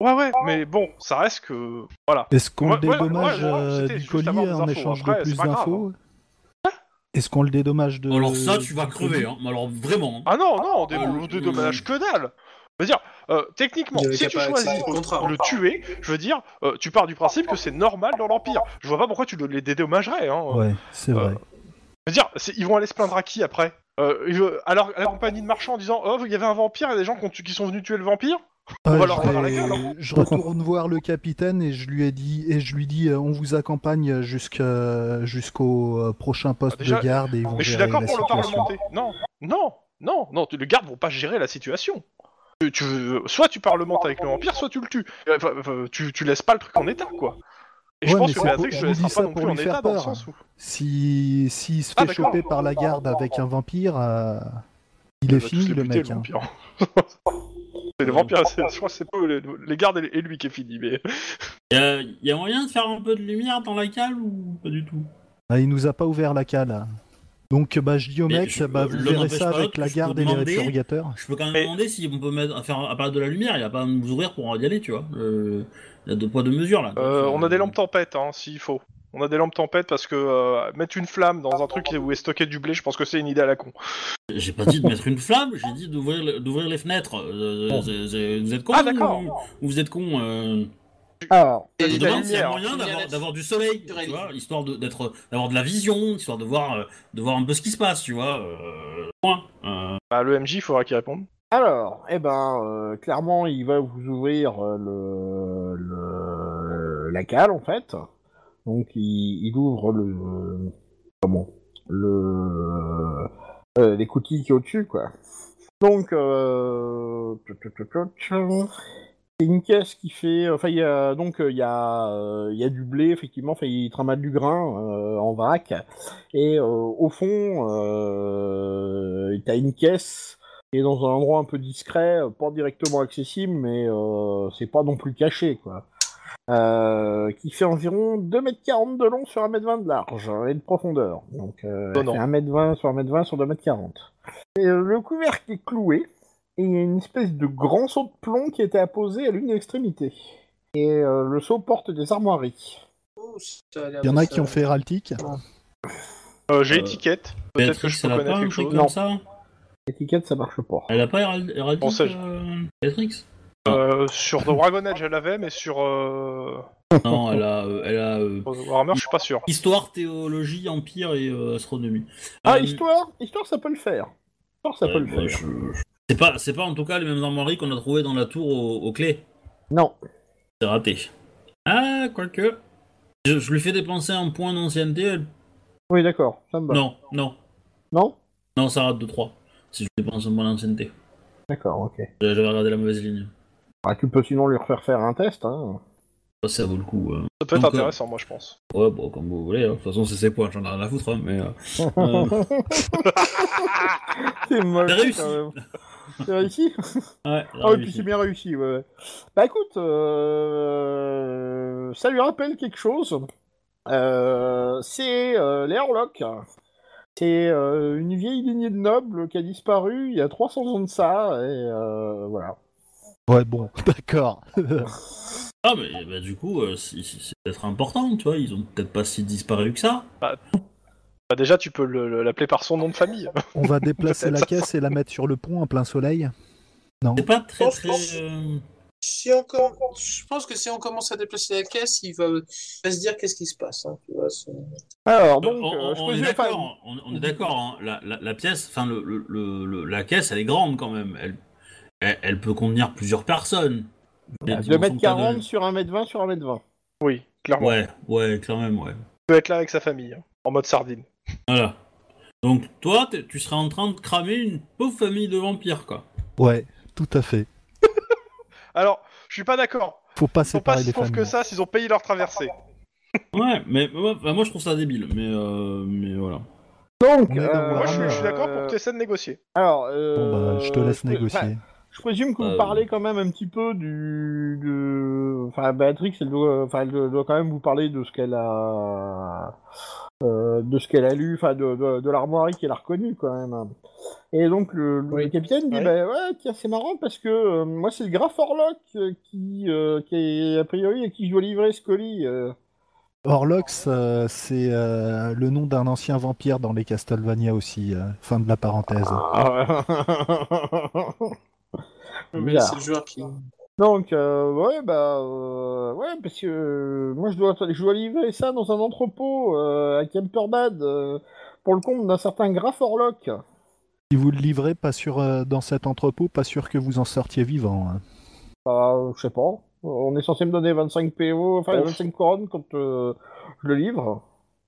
Speaker 4: ouais, ouais, mais bon, ça reste que. Voilà.
Speaker 3: Est-ce qu'on
Speaker 4: Ouais,
Speaker 3: le
Speaker 4: ouais,
Speaker 3: dédommage
Speaker 4: ouais, ouais,
Speaker 3: euh,
Speaker 4: c'était
Speaker 3: du
Speaker 4: juste
Speaker 3: collier
Speaker 4: avoir des
Speaker 3: en
Speaker 4: infos.
Speaker 3: échange
Speaker 4: Après,
Speaker 3: de
Speaker 4: c'est
Speaker 3: plus
Speaker 4: pas grave. hein.
Speaker 3: d'infos Est-ce qu'on le dédommage de.
Speaker 2: Alors ça, tu vas
Speaker 3: du
Speaker 2: crever,
Speaker 3: colis
Speaker 2: hein. Mais Alors vraiment. hein.
Speaker 4: Ah non, non, des,
Speaker 2: Ah, le-
Speaker 4: des dommages que dalle Je veux dire, euh, techniquement,
Speaker 5: Il y avait
Speaker 4: si
Speaker 5: qu'à
Speaker 4: tu
Speaker 5: pas
Speaker 4: choisis
Speaker 5: accepter le contrat. hein.
Speaker 4: de le tuer, je veux dire, euh, tu pars du principe que c'est normal dans l'Empire. Je vois pas pourquoi tu le- les dédommagerais. Hein.
Speaker 3: Ouais, c'est
Speaker 4: Euh,
Speaker 3: vrai.
Speaker 4: Je veux dire, c'est- ils vont aller se plaindre à qui après Euh, il veut- alors la compagnie de marchands en disant Oh, il y avait un vampire, il y a des gens qu'on tue- qui sont venus tuer le vampire On va
Speaker 3: Euh,
Speaker 4: leur
Speaker 3: je,
Speaker 4: rendre la
Speaker 3: vais-
Speaker 4: gueule, hein.
Speaker 3: je retourne voir le capitaine et je lui ai dit et je lui dis euh, on vous accompagne jusqu'à- jusqu'au euh, prochain poste
Speaker 4: Ah, déjà,
Speaker 3: de garde et ils vont
Speaker 4: Mais je suis
Speaker 3: gérer
Speaker 4: d'accord
Speaker 3: la
Speaker 4: pour le
Speaker 3: situation.
Speaker 4: parlementer. Non, non, non, non, tu- les gardes vont pas gérer la situation. Tu, tu veux- soit tu parlementes avec le vampire, soit tu le tues. Euh, Enfin, enfin, tu, tu laisses pas le truc en état, quoi. Et je
Speaker 3: Ouais,
Speaker 4: pense
Speaker 3: mais
Speaker 4: que
Speaker 3: c'est
Speaker 4: Béatrix,
Speaker 3: pour-
Speaker 4: je
Speaker 3: on
Speaker 4: le laisserai
Speaker 3: dit ça
Speaker 4: pas non
Speaker 3: pour
Speaker 4: plus en
Speaker 3: lui faire
Speaker 4: état, dans le
Speaker 3: peur.
Speaker 4: sens où.
Speaker 3: Si s'il se fait
Speaker 4: Ah, d'accord.
Speaker 3: choper par la garde avec un vampire, euh, il est
Speaker 4: va tous
Speaker 3: fini
Speaker 4: les
Speaker 3: le
Speaker 4: buter,
Speaker 3: mec.
Speaker 4: le
Speaker 3: hein.
Speaker 4: vampire. C'est
Speaker 2: Euh,
Speaker 4: le vampire, c'est- je crois que c'est peu les, les gardes et et lui qui est fini, mais euh,
Speaker 2: Il y a moyen de faire un peu de lumière dans la cale ou pas du tout
Speaker 3: Ah, il nous a pas ouvert la cale. Donc bah je dis au
Speaker 2: Mais
Speaker 3: mec,
Speaker 2: je-
Speaker 3: bah, vous
Speaker 2: l'homme
Speaker 3: verrez
Speaker 2: n'empêche
Speaker 3: ça
Speaker 2: pas
Speaker 3: avec
Speaker 2: que
Speaker 3: la
Speaker 2: je peux
Speaker 3: garde et les
Speaker 2: demander.
Speaker 3: réfrigérateurs.
Speaker 2: Je peux quand même
Speaker 4: Mais-
Speaker 2: demander si on peut mettre, faire apparaître de la lumière. Il a pas à nous ouvrir pour y aller, tu vois. Euh, Il y a deux poids deux mesures là.
Speaker 4: Euh,
Speaker 2: Donc,
Speaker 4: on a des lampes tempête, hein, s'il faut. On a des lampes tempête parce que euh, mettre une flamme dans un truc où est stocké du blé, je pense que c'est une idée à la con.
Speaker 2: J'ai pas dit de mettre une flamme, j'ai dit d'ouvrir le- d'ouvrir les fenêtres. Euh, c'est- c'est- vous êtes con
Speaker 4: Ah, d'accord.
Speaker 2: ou, ou vous êtes con euh,
Speaker 1: Alors,
Speaker 4: Et
Speaker 2: Je
Speaker 4: de la
Speaker 2: demande s'il y a
Speaker 4: lumière.
Speaker 2: moyen d'avoir- d'avoir du soleil, tu
Speaker 5: Naturalisme.
Speaker 2: vois, histoire de- d'être d'avoir de la vision, histoire de voir euh, de voir un peu ce qui se passe, tu vois. euh, point. Euh,
Speaker 4: Bah, le MJ, il faudra qu'il réponde.
Speaker 1: alors, eh ben, euh, clairement, il va vous ouvrir euh, le, le- la cale en fait. Donc, il, il ouvre le comment le euh, les cookies qui est au-dessus quoi. Donc, euh, tchou, tchou, tchou, tchou. c'est une caisse qui fait, enfin, il y a donc euh, il y a euh, il y a du blé effectivement, enfin, il tramasse du grain euh, en vrac. Et euh, au fond, euh, t'as une caisse qui est dans un endroit un peu discret, euh, pas directement accessible, mais euh, c'est pas non plus caché, quoi. Euh, qui fait environ 2m40 de long sur 1m20 de large hein, et de profondeur. Donc euh,
Speaker 2: Oh
Speaker 1: elle
Speaker 4: Étonnant.
Speaker 1: fait 1m20 sur 1m20 sur 2m40. Et, euh, le couvercle est cloué et il y a une espèce de grand seau de plomb qui était apposé à l'une extrémité. Et euh, le seau porte des armoiries.
Speaker 5: Oh, ça a l'air
Speaker 3: Il y en
Speaker 5: de
Speaker 3: a
Speaker 5: ça.
Speaker 3: qui ont fait Heraldic.
Speaker 4: Euh, J'ai
Speaker 2: Euh,
Speaker 4: étiquette. Peut-être
Speaker 2: Béatrix,
Speaker 4: que je peux
Speaker 2: elle a pas
Speaker 4: connaître
Speaker 2: un
Speaker 4: quelque
Speaker 2: truc
Speaker 4: chose.
Speaker 2: comme
Speaker 1: Non.
Speaker 2: ça
Speaker 1: L'étiquette, ça marche pas.
Speaker 2: Elle a pas Hérald- Héraldique,
Speaker 4: Bon, ça, je-
Speaker 2: euh, Béatrix
Speaker 4: Euh, sur The Dragon Age, elle l'avait, mais sur euh,
Speaker 2: Non, elle a euh, elle a euh,
Speaker 4: Warhammer, je suis pas sûr.
Speaker 2: histoire, théologie, empire et euh, astronomie.
Speaker 1: Ah,
Speaker 2: Euh,
Speaker 1: histoire Histoire, ça peut le faire. Histoire, ça
Speaker 2: ouais,
Speaker 1: peut le
Speaker 2: bah,
Speaker 1: faire.
Speaker 2: je- je- C'est pas c'est pas en tout cas les mêmes armoiries qu'on a trouvées dans la tour au- aux clés.
Speaker 1: Non.
Speaker 2: C'est raté. Ah, quoique. Je, je lui fais dépenser un point d'ancienneté. elle-
Speaker 1: Oui, d'accord. Ça me va.
Speaker 2: Non, non,
Speaker 1: Non
Speaker 2: non, ça rate de 3. Si je dépense un point d'ancienneté.
Speaker 1: D'accord, ok.
Speaker 2: Euh, J'avais regardé la mauvaise ligne.
Speaker 1: Ah, tu peux sinon lui refaire faire un test. Hein.
Speaker 2: Ça, ça vaut le coup. euh.
Speaker 4: Ça peut être
Speaker 2: Donc, euh,
Speaker 4: intéressant, moi, je pense.
Speaker 2: Ouais, bon, comme vous voulez. hein. De toute façon, c'est ses points, j'en ai rien à foutre. hein,
Speaker 1: <laughs>
Speaker 2: mais, euh, euh,
Speaker 1: <laughs> C'est moche.
Speaker 2: T'as réussi.
Speaker 1: quand même. C'est réussi
Speaker 2: ouais,
Speaker 1: Ah oui, puis
Speaker 2: réussi.
Speaker 1: c'est bien réussi, ouais. ouais. Bah écoute, euh, ça lui rappelle quelque chose. Euh, c'est euh, les Horlocks. C'est euh, une vieille lignée de nobles qui a disparu il y a 300 ans de ça, et euh, voilà.
Speaker 3: Ouais bon, <laughs> d'accord.
Speaker 2: Ah, mais bah, du coup, euh, c'est c'est peut-être important, tu vois. Ils ont peut-être pas si disparu que ça.
Speaker 4: Bah, déjà, tu peux le- le- l'appeler par son nom de famille.
Speaker 3: On va déplacer la
Speaker 4: Peut-être.
Speaker 3: caisse et la mettre sur le pont en plein soleil.
Speaker 2: C'est pas très
Speaker 5: Oh,
Speaker 2: très.
Speaker 5: oh.
Speaker 2: euh,
Speaker 5: Si on com- Je pense que si on commence à déplacer la caisse, il va, il va se dire qu'est-ce qui se passe. hein, tu vois, c'est-
Speaker 1: Alors,
Speaker 2: on,
Speaker 1: donc, euh,
Speaker 2: on-
Speaker 1: je
Speaker 2: on est
Speaker 1: posais- enfin,
Speaker 2: d'accord, on, on est d'accord. hein. La, la- la pièce, enfin, le, le- le- le- la caisse, elle est grande quand même. Elle, elle, elle peut contenir plusieurs personnes. Les
Speaker 1: euh, Bah,
Speaker 2: dimensions de
Speaker 1: 2m40
Speaker 2: table.
Speaker 1: sur 1m20 sur 1m20.
Speaker 4: Oui, clairement.
Speaker 2: Ouais, ouais, quand même, ouais.
Speaker 4: Tu peux être là avec sa famille, hein, en mode sardine.
Speaker 2: Voilà. Donc toi, t'es- tu serais en train de cramer une pauvre famille de vampires, quoi.
Speaker 3: Ouais, tout à fait.
Speaker 4: Alors, je suis pas d'accord.
Speaker 3: Faut pas
Speaker 4: Ils sont pas
Speaker 3: séparer
Speaker 4: si
Speaker 3: les
Speaker 4: pauvres
Speaker 3: familles.
Speaker 4: que ça s'ils ont payé leur traversée.
Speaker 2: Ouais, mais mais moi, enfin, moi, je trouve ça débile, mais euh, mais voilà.
Speaker 1: Donc,
Speaker 3: On est dans le
Speaker 4: Moi, je, je suis
Speaker 3: Euh,
Speaker 4: d'accord pour que tu essaies de négocier.
Speaker 1: Alors, euh,
Speaker 3: Bon, bah, je te laisse
Speaker 1: pré- enfin,
Speaker 3: négocier.
Speaker 1: je présume que vous
Speaker 2: Euh,
Speaker 1: parlez quand même un petit peu du. de- Enfin, Béatrix, elle doit, enfin, elle doit quand même vous parler de ce qu'elle a. euh, de ce qu'elle a lu, enfin, de, de, de l'armoirie qu'elle a reconnue quand même. hein. Et donc, le, le
Speaker 4: Oui.
Speaker 1: capitaine dit
Speaker 4: Ouais.
Speaker 1: Bah ouais, tiens, c'est marrant parce que euh, moi, c'est le Graf Orlok euh, qui, euh, qui est a priori à qui je dois livrer ce colis.
Speaker 4: <laughs>
Speaker 1: euh. <laughs>
Speaker 3: Orlox, euh, c'est euh, le nom d'un ancien vampire dans les Castlevania aussi. euh, fin de la parenthèse.
Speaker 5: Mais
Speaker 1: Bizarre.
Speaker 5: c'est le joueur qui.
Speaker 1: Donc, euh, ouais, bah, euh, ouais, parce que euh, moi, je dois, je dois livrer ça dans un entrepôt euh, à Camperbad euh, pour le compte d'un certain Graf Orlok.
Speaker 3: Si vous le livrez pas sur, euh, dans cet entrepôt, pas sûr que vous en sortiez vivant. hein.
Speaker 1: Bah, je sais pas. On est censé me donner 25 PO, enfin 25 couronnes quand euh, je le livre.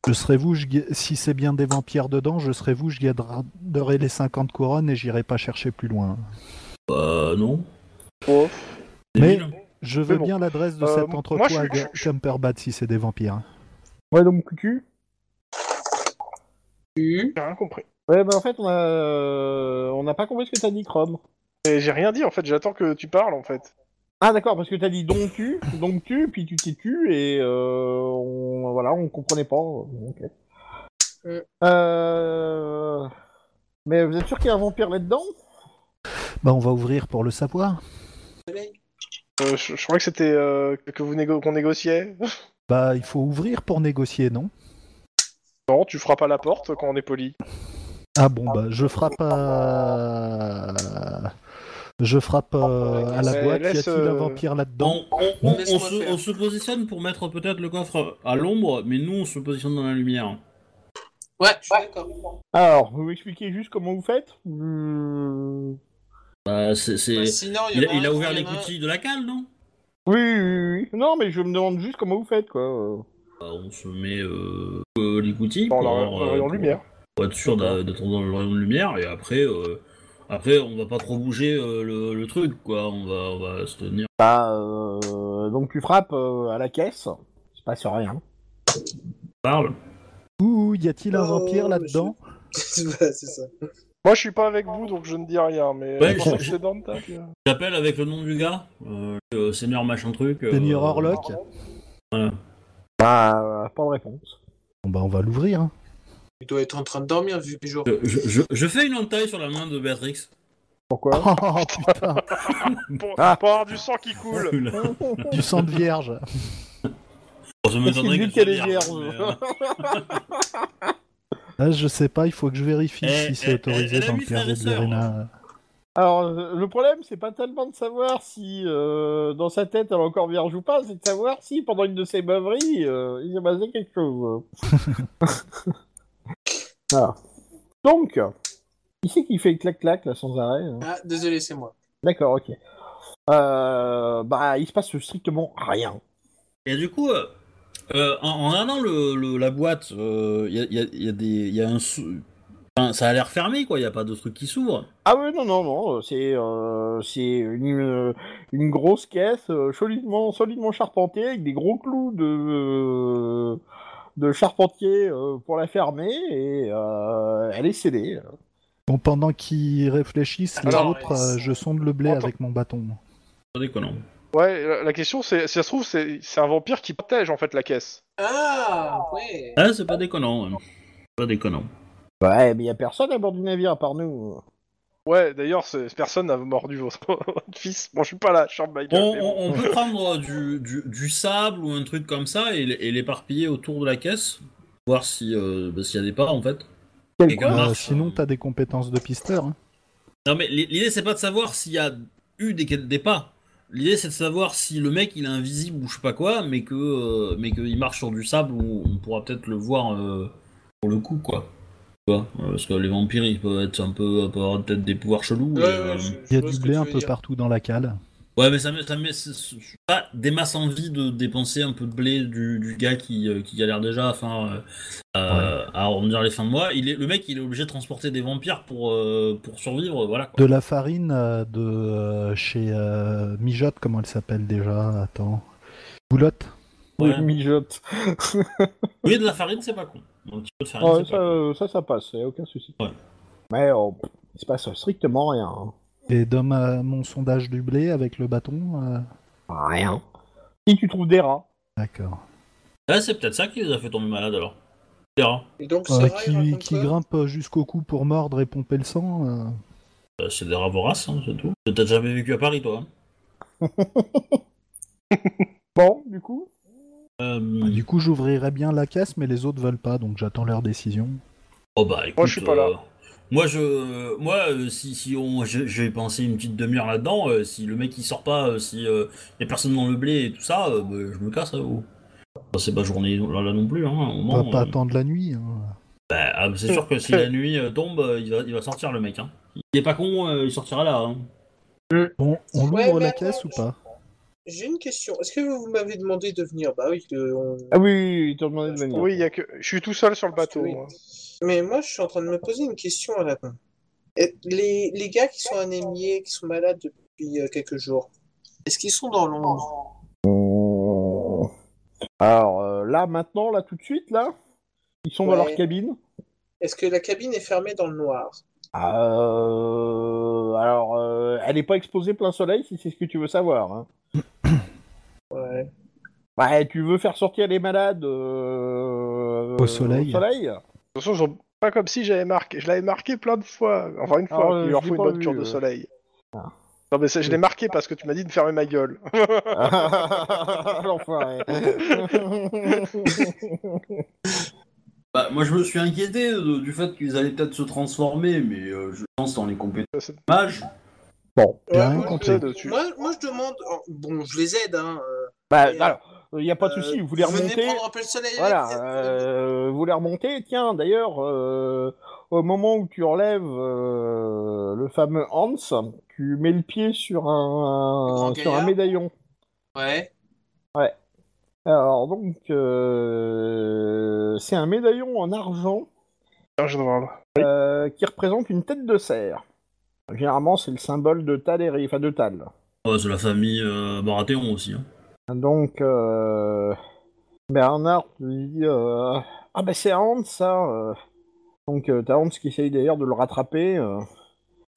Speaker 3: Je serais vous, je gue- si c'est bien des vampires dedans, je serais vous, je garderai les 50 couronnes et j'irai pas chercher plus loin.
Speaker 2: Bah non.
Speaker 1: Oh.
Speaker 3: Mais-
Speaker 2: Débile.
Speaker 3: Je veux
Speaker 1: bon.
Speaker 3: bien l'adresse de
Speaker 4: Euh,
Speaker 3: cet
Speaker 4: moi,
Speaker 3: entrepôt
Speaker 4: je suis-
Speaker 3: à
Speaker 4: je-
Speaker 3: Ga- Cumberbatch si c'est des vampires.
Speaker 1: Ouais, donc cucu.
Speaker 5: Tu-
Speaker 4: J'ai rien compris.
Speaker 1: Ouais, bah en fait, on a, euh, on n'a pas compris ce que t'as dit, Chrome.
Speaker 4: Et J'ai rien dit en fait, j'attends que tu parles en fait.
Speaker 1: Ah, d'accord, parce que t'as dit donc tu, donc tu, puis tu t'es tu, et euh, on, voilà, on comprenait pas. Bon, ok.
Speaker 5: Euh.
Speaker 1: Euh... Mais vous êtes sûr qu'il y a un vampire là-dedans
Speaker 3: Bah on va ouvrir pour le savoir.
Speaker 5: soleil.
Speaker 4: Euh, je, je croyais que c'était euh, que vous négo- qu'on négociait. <laughs>
Speaker 3: Bah il faut ouvrir pour négocier, non
Speaker 4: non, tu frappes à la porte quand on est poli.
Speaker 3: Ah bon bah je frappe à... Je frappe euh, à la
Speaker 4: Ah, Mais
Speaker 3: boîte. Y
Speaker 4: laisse,
Speaker 3: a-t-il un
Speaker 4: euh,
Speaker 3: vampire là-dedans
Speaker 2: On, on- on-
Speaker 5: Laisse-moi
Speaker 2: on se,
Speaker 5: faire.
Speaker 2: on se positionne pour mettre peut-être le coffre à l'ombre, mais nous on se positionne dans la lumière.
Speaker 5: Ouais, je suis d'accord.
Speaker 1: Alors, vous m'expliquez juste comment vous faites Euh,
Speaker 2: Bah, c'est, c'est-
Speaker 5: Bah, sinon, il, y
Speaker 2: Il,
Speaker 5: en
Speaker 2: a- il
Speaker 5: un,
Speaker 2: a ouvert
Speaker 5: il y
Speaker 2: les
Speaker 5: en a un-
Speaker 2: coutilles de la cale, non
Speaker 1: oui, oui, oui. Non, mais je me demande juste comment vous faites, quoi. euh.
Speaker 2: Bah, On se met euh, euh, les coutilles
Speaker 4: Dans
Speaker 2: pour,
Speaker 4: la-
Speaker 2: avoir,
Speaker 4: dans le
Speaker 2: euh,
Speaker 4: rayon
Speaker 2: pour-
Speaker 4: lumière.
Speaker 2: pour être sûr d'a- d'être dans le rayon de lumière, et après, euh, après on va pas trop bouger euh, le, le truc, quoi. On va, on va se tenir.
Speaker 1: Bah, euh, donc tu frappes euh, à la caisse, il se passe rien.
Speaker 2: Parle.
Speaker 3: Ouh, y a-t-il un
Speaker 5: Oh,
Speaker 3: vampire là-dedans
Speaker 5: Ouais, <laughs> c'est ça.
Speaker 4: Moi je suis pas avec vous donc je ne dis rien, mais
Speaker 2: Ouais,
Speaker 4: je pensais
Speaker 2: je-
Speaker 4: que c'était dans le tas, tu vois.
Speaker 2: J'appelle avec le nom du gars, euh, euh, Seigneur machin truc. euh,
Speaker 3: Seigneur Orlok
Speaker 2: Voilà.
Speaker 1: Bah, euh, pas de réponse.
Speaker 3: Bon bah on va l'ouvrir. hein. <laughs>
Speaker 5: Il doit être en train de dormir vu les jours.
Speaker 2: Je, je- je- je fais une entaille sur la main de Béatrix.
Speaker 3: <laughs>
Speaker 1: Pourquoi
Speaker 3: Oh putain,
Speaker 4: Pour,
Speaker 1: Ah.
Speaker 4: pour avoir du sang qui coule.
Speaker 2: Bon,
Speaker 3: du sang de vierge.
Speaker 2: ça
Speaker 1: Parce
Speaker 2: m'étonnerait
Speaker 1: qu'il dit
Speaker 2: qu'elle
Speaker 1: qu'elle est
Speaker 2: soit
Speaker 1: vierge.
Speaker 2: mais, euh,
Speaker 3: Là, Ah, je sais pas, il faut que je vérifie
Speaker 2: Eh,
Speaker 3: si
Speaker 2: eh,
Speaker 3: c'est autorisé
Speaker 2: elle a
Speaker 3: dans
Speaker 2: huit
Speaker 3: le
Speaker 2: frères et
Speaker 3: carré de
Speaker 2: sœurs.
Speaker 3: l'Irena.
Speaker 1: Alors, euh, le problème, c'est pas tellement de savoir si euh, dans sa tête elle est encore vierge ou pas, c'est de savoir si pendant une de ses beuveries, euh, il s'est passé quelque chose. voilà. Donc, qui c'est qui fait clac-clac là sans arrêt hein
Speaker 5: Ah, désolé, c'est moi.
Speaker 1: D'accord, ok. Euh, bah, il se passe strictement rien.
Speaker 2: Et du coup, euh, euh, en, en regardant le, le- la boîte, il y, a, y, a, y a des- y a un sou- enfin, ça a l'air fermé, quoi. Il n'y a pas de truc qui s'ouvre.
Speaker 1: Ah oui, non, non, non, c'est euh, c'est une, euh, une grosse caisse euh, solidement, solidement charpentée avec des gros clous de, de charpentier euh, pour la fermer et euh, elle est scellée.
Speaker 3: Bon, pendant qu'ils réfléchissent,
Speaker 5: Alors,
Speaker 2: eh,
Speaker 3: l'autre,
Speaker 5: euh,
Speaker 3: euh, je sonde le blé
Speaker 4: Attends.
Speaker 3: avec mon bâton.
Speaker 2: Pas déconnant.
Speaker 4: <laughs> Ouais, la, la question c'est, si ça se trouve, c'est, c'est un vampire qui protège en fait la caisse.
Speaker 5: Ah, ouais.
Speaker 2: Ah, c'est pas déconnant. ouais. Pas déconnant.
Speaker 1: Ouais, mais il a personne à bord du navire à part nous.
Speaker 4: Ouais, d'ailleurs, c'est- personne n'a mordu votre, <laughs> votre fils. Bon, je suis pas là, je suis en bail.
Speaker 2: On, on- on peut prendre euh, du, du, du sable ou un truc comme ça et, l- et l'éparpiller autour de la caisse, voir si euh, bah, s'il y a des pas en fait.
Speaker 1: Quel
Speaker 2: Et
Speaker 1: quoi
Speaker 2: comme-
Speaker 3: Euh,
Speaker 2: marche,
Speaker 3: sinon,
Speaker 2: euh.
Speaker 3: t'as des compétences de pisteur. hein.
Speaker 2: Non, mais l'i- l'idée c'est pas de savoir s'il y a eu des, des pas. L'idée c'est de savoir si le mec il est invisible ou je sais pas quoi, mais que euh, mais qu'il marche sur du sable où on pourra peut-être le voir euh, pour le coup quoi. Tu vois, euh, Parce que les vampires ils peuvent être un peu peuvent avoir peut-être des pouvoirs chelous.
Speaker 5: Ouais,
Speaker 2: et,
Speaker 5: ouais,
Speaker 2: euh,
Speaker 5: je-
Speaker 3: Il y a
Speaker 5: je vois
Speaker 3: du
Speaker 5: ce que
Speaker 3: blé
Speaker 5: tu
Speaker 3: un
Speaker 5: veux
Speaker 3: peu
Speaker 5: dire.
Speaker 3: partout dans la cale.
Speaker 2: ouais, mais ça me ça me c'est- c'est- c'est pas des masses envie de dépenser un peu de blé du, du gars qui, euh, qui galère déjà enfin euh, à- à arrondir les fins de mois. Il est le mec il est obligé de transporter des vampires pour euh, pour survivre voilà. quoi.
Speaker 3: De la farine euh, de euh, chez euh, Mijotte, comment elle s'appelle déjà Attends. Boulotte
Speaker 2: Ouais.
Speaker 1: Mijote.
Speaker 2: Oui, de la farine, c'est pas con. Un petit peu
Speaker 1: <laughs>
Speaker 2: de farine,
Speaker 1: Ouais,
Speaker 2: c'est
Speaker 1: ça,
Speaker 2: Ah, pas con.
Speaker 1: euh, ça, ça passe, y a aucun souci.
Speaker 2: Ouais.
Speaker 1: Mais euh, pff, il se passe strictement rien. hein.
Speaker 3: Et dans ma- mon sondage du blé avec le bâton euh,
Speaker 1: Rien. Si tu trouves des rats.
Speaker 3: D'accord.
Speaker 2: Ah, c'est peut-être ça qui les a fait tomber malades alors. C'est rare.
Speaker 5: Et donc, c'est
Speaker 3: Euh,
Speaker 5: vrai, il
Speaker 3: qui
Speaker 5: raconte
Speaker 3: qui
Speaker 5: ça
Speaker 3: grimpe jusqu'au cou pour mordre et pomper le sang euh.
Speaker 2: Euh, C'est des rats voraces, hein, c'est tout. T'as jamais vécu à Paris, toi. hein
Speaker 1: Bon, du coup
Speaker 2: Euh,
Speaker 5: Hmm.
Speaker 3: Bah, Du coup, j'ouvrirai bien la caisse, mais les autres veulent pas, donc j'attends leur décision.
Speaker 2: Oh bah écoute.
Speaker 4: Moi, je suis pas là.
Speaker 2: euh, moi, je, moi, euh, si, si on, je, je vais penser une petite demi-heure là-dedans. euh, si le mec il sort pas, euh, si euh, y a personne dans le blé et tout ça, euh, bah, je me casse. hein, ou- Bah, c'est pas journée là, là non plus. Hein, au
Speaker 3: On va
Speaker 2: moment,
Speaker 3: pas
Speaker 2: euh,
Speaker 3: attendre la nuit. hein.
Speaker 2: Bah, ah, c'est sûr que si la nuit euh, tombe, euh, il va, il va sortir le mec. Hein. Il est pas con, euh, il sortira là. hein.
Speaker 3: Bon, on ouvre
Speaker 5: Ouais, mais
Speaker 3: la
Speaker 5: attends,
Speaker 3: caisse ou
Speaker 5: je-
Speaker 3: pas
Speaker 5: J'ai une question. Est-ce que vous m'avez demandé de venir Bah oui, de- on-
Speaker 1: Ah oui, oui, oui, ils t'ont demandé de venir.
Speaker 4: Oui, il y a que... je suis tout seul sur le bateau.
Speaker 5: Oui.
Speaker 4: moi.
Speaker 5: Mais moi, je suis en train de me poser une question à la con. Et Les, les gars qui sont anémiés, qui sont malades depuis euh, quelques jours, est-ce qu'ils sont dans l'ombre
Speaker 1: Oh. Alors euh, là, maintenant, là, tout de suite, là, ils sont dans
Speaker 5: Ouais.
Speaker 1: leur cabine.
Speaker 5: Est-ce que la cabine est fermée dans le noir
Speaker 1: Euh, alors, euh, elle n'est pas exposée plein soleil, si c'est ce que tu veux savoir. hein.
Speaker 5: <coughs> Ouais.
Speaker 1: Ouais, tu veux faire sortir les malades euh,
Speaker 3: Au soleil.
Speaker 1: au
Speaker 5: <laughs>
Speaker 1: soleil <laughs>
Speaker 4: De toute façon, j'en- pas comme si j'avais marqué. Je l'avais marqué plein de fois. Enfin, une
Speaker 1: Ah
Speaker 4: fois,
Speaker 1: ouais,
Speaker 4: il leur
Speaker 1: je l'ai
Speaker 4: faut une
Speaker 1: pas
Speaker 4: bonne
Speaker 1: vu,
Speaker 4: cure de
Speaker 1: euh.
Speaker 4: soleil.
Speaker 1: Ah.
Speaker 4: Non, mais ça, je l'ai marqué parce que tu m'as dit de fermer ma gueule.
Speaker 5: <laughs>
Speaker 1: L'enfoiré.
Speaker 2: Bah, moi, je me suis inquiété de- du fait qu'ils allaient peut-être se transformer, mais euh, je pense dans les compétences
Speaker 4: C'est-
Speaker 2: mages.
Speaker 1: bon,
Speaker 3: J'ai
Speaker 5: Ouais,
Speaker 3: rien
Speaker 5: moi,
Speaker 3: compris.
Speaker 4: c'est dessus.
Speaker 5: Moi, moi, je demande. oh, Bon, je les aide, hein. euh,
Speaker 1: bah,
Speaker 5: Et,
Speaker 1: alors, il n'y a pas de
Speaker 5: euh,
Speaker 1: souci, vous les
Speaker 5: Venez
Speaker 1: remontez.
Speaker 5: prendre un peu le soleil. <laughs> avec-
Speaker 1: Voilà, euh, vous les remontez. Tiens, d'ailleurs, euh, au moment où tu enlèves euh, le fameux Hans, tu mets le pied sur
Speaker 5: Le grand
Speaker 1: un, sur un
Speaker 5: gaillard.
Speaker 1: médaillon.
Speaker 5: Ouais.
Speaker 1: Alors, donc, euh, c'est un médaillon en argent
Speaker 4: Ah, je dois avoir-
Speaker 1: euh, qui représente une tête de cerf. Généralement, c'est le symbole de Tal, et... enfin de Tal.
Speaker 2: Ouais, Oh, c'est la famille euh, Baratheon aussi. hein.
Speaker 1: Donc, euh, Bernard lui dit euh, Ah, bah c'est Hans, ça euh. Donc, euh, t'as Hans qui essaye d'ailleurs de le rattraper. euh.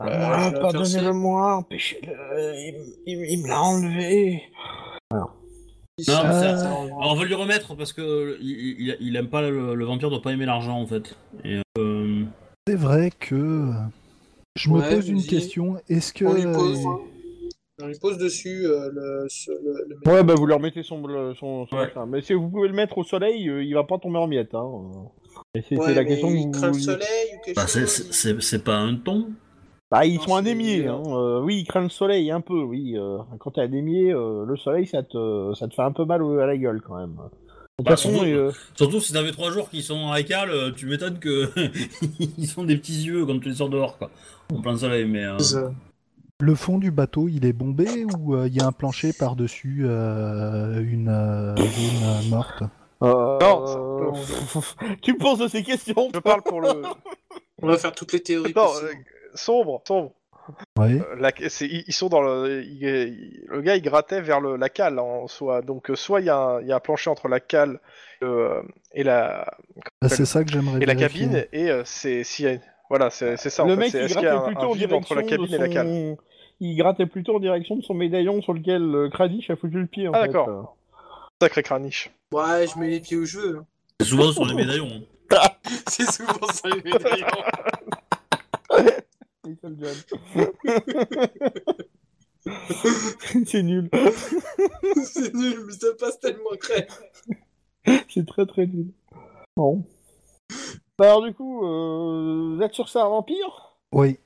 Speaker 5: je vais faire ça.
Speaker 1: moi, empêchez-le, il, il- il me l'a enlevé.
Speaker 2: Non, mais
Speaker 3: ça-
Speaker 5: ça-
Speaker 2: Alors, on va lui remettre parce que euh, il, il- il aime pas le, le vampire doit pas aimer l'argent en fait. Et, euh,
Speaker 3: C'est vrai que euh, je me
Speaker 5: Ouais,
Speaker 3: pose une
Speaker 5: vas-y.
Speaker 3: question. Est-ce que
Speaker 5: On lui pose. hein.
Speaker 3: euh,
Speaker 5: On lui pose dessus euh, le, ce- le, le-
Speaker 1: Ouais, bah vous leur mettez son. le- son, son
Speaker 2: Ouais.
Speaker 1: machin. Mais si vous pouvez le mettre au soleil, euh, il va pas tomber en miettes. Hein. Et c'est c'est
Speaker 5: Ouais,
Speaker 1: la
Speaker 5: mais
Speaker 1: question que
Speaker 5: il
Speaker 1: vous-
Speaker 5: craint le soleil ou quelque
Speaker 2: bah, c'est-
Speaker 5: chose.
Speaker 2: c'est c'est- c'est pas un ton.
Speaker 1: Bah, ils
Speaker 5: Non,
Speaker 1: sont
Speaker 5: c'est-
Speaker 1: anémiés, hein. euh, oui, ils craignent le soleil un peu, oui. euh, quand t'es anémié, euh, le soleil, ça te, ça te fait un peu mal au- à la gueule quand même. De toute
Speaker 2: Bah,
Speaker 1: façon,
Speaker 2: surtout-
Speaker 1: euh,
Speaker 2: Surtout si t'avais trois jours qui sont en récal, euh, tu m'étonnes que <laughs> ils sont des petits yeux quand tu les sors dehors quoi. En plein soleil, mais euh,
Speaker 3: le fond du bateau il est bombé ou euh, il y a un plancher par-dessus euh, une euh, zone euh, morte
Speaker 1: euh,
Speaker 4: Non, ça-
Speaker 1: euh, <laughs> tu me poses de ces questions.
Speaker 4: Je parle pour le.
Speaker 5: On va faire toutes les théories.
Speaker 4: <laughs> Non,
Speaker 5: possibles.
Speaker 4: euh, sombre, sombre.
Speaker 3: Ouais.
Speaker 4: Euh, la- c'est- ils ils sont dans le. il- il- le gars, il grattait vers le- la cale hein, en soi. Donc, euh, soit il y, a un- il y a un plancher entre la cale euh, et la,
Speaker 3: Bah, c'est ça que j'aimerais
Speaker 4: et la
Speaker 3: vérifier.
Speaker 4: cabine. Et euh, c'est. s'il y a une- Voilà, c'est c'est ça. en
Speaker 1: le
Speaker 4: fait,
Speaker 1: mec,
Speaker 4: c'est-
Speaker 1: il
Speaker 4: est-ce qu'il y a
Speaker 1: grattait
Speaker 4: un-
Speaker 1: plutôt
Speaker 4: un
Speaker 1: en
Speaker 4: vide
Speaker 1: direction
Speaker 4: entre la cabine
Speaker 1: de
Speaker 4: et la cale
Speaker 1: son- Il grattait plutôt en direction de son médaillon sur lequel euh, Kradich a foutu le pied. En
Speaker 4: Ah,
Speaker 1: fait,
Speaker 4: d'accord.
Speaker 1: euh.
Speaker 4: Sacré craniche.
Speaker 5: Ouais, je mets les pieds où
Speaker 2: <laughs>
Speaker 5: je veux. hein.
Speaker 2: c'est souvent sur les médaillons. hein.
Speaker 5: C'est souvent ça les médaillons.
Speaker 1: Little
Speaker 4: <laughs>
Speaker 1: John. euh. c'est nul,
Speaker 5: <laughs> C'est nul, mais ça passe tellement crème.
Speaker 1: c'est très très nul. Bon. Bah, alors du coup, euh, vous êtes sur ça, un vampire
Speaker 3: Oui.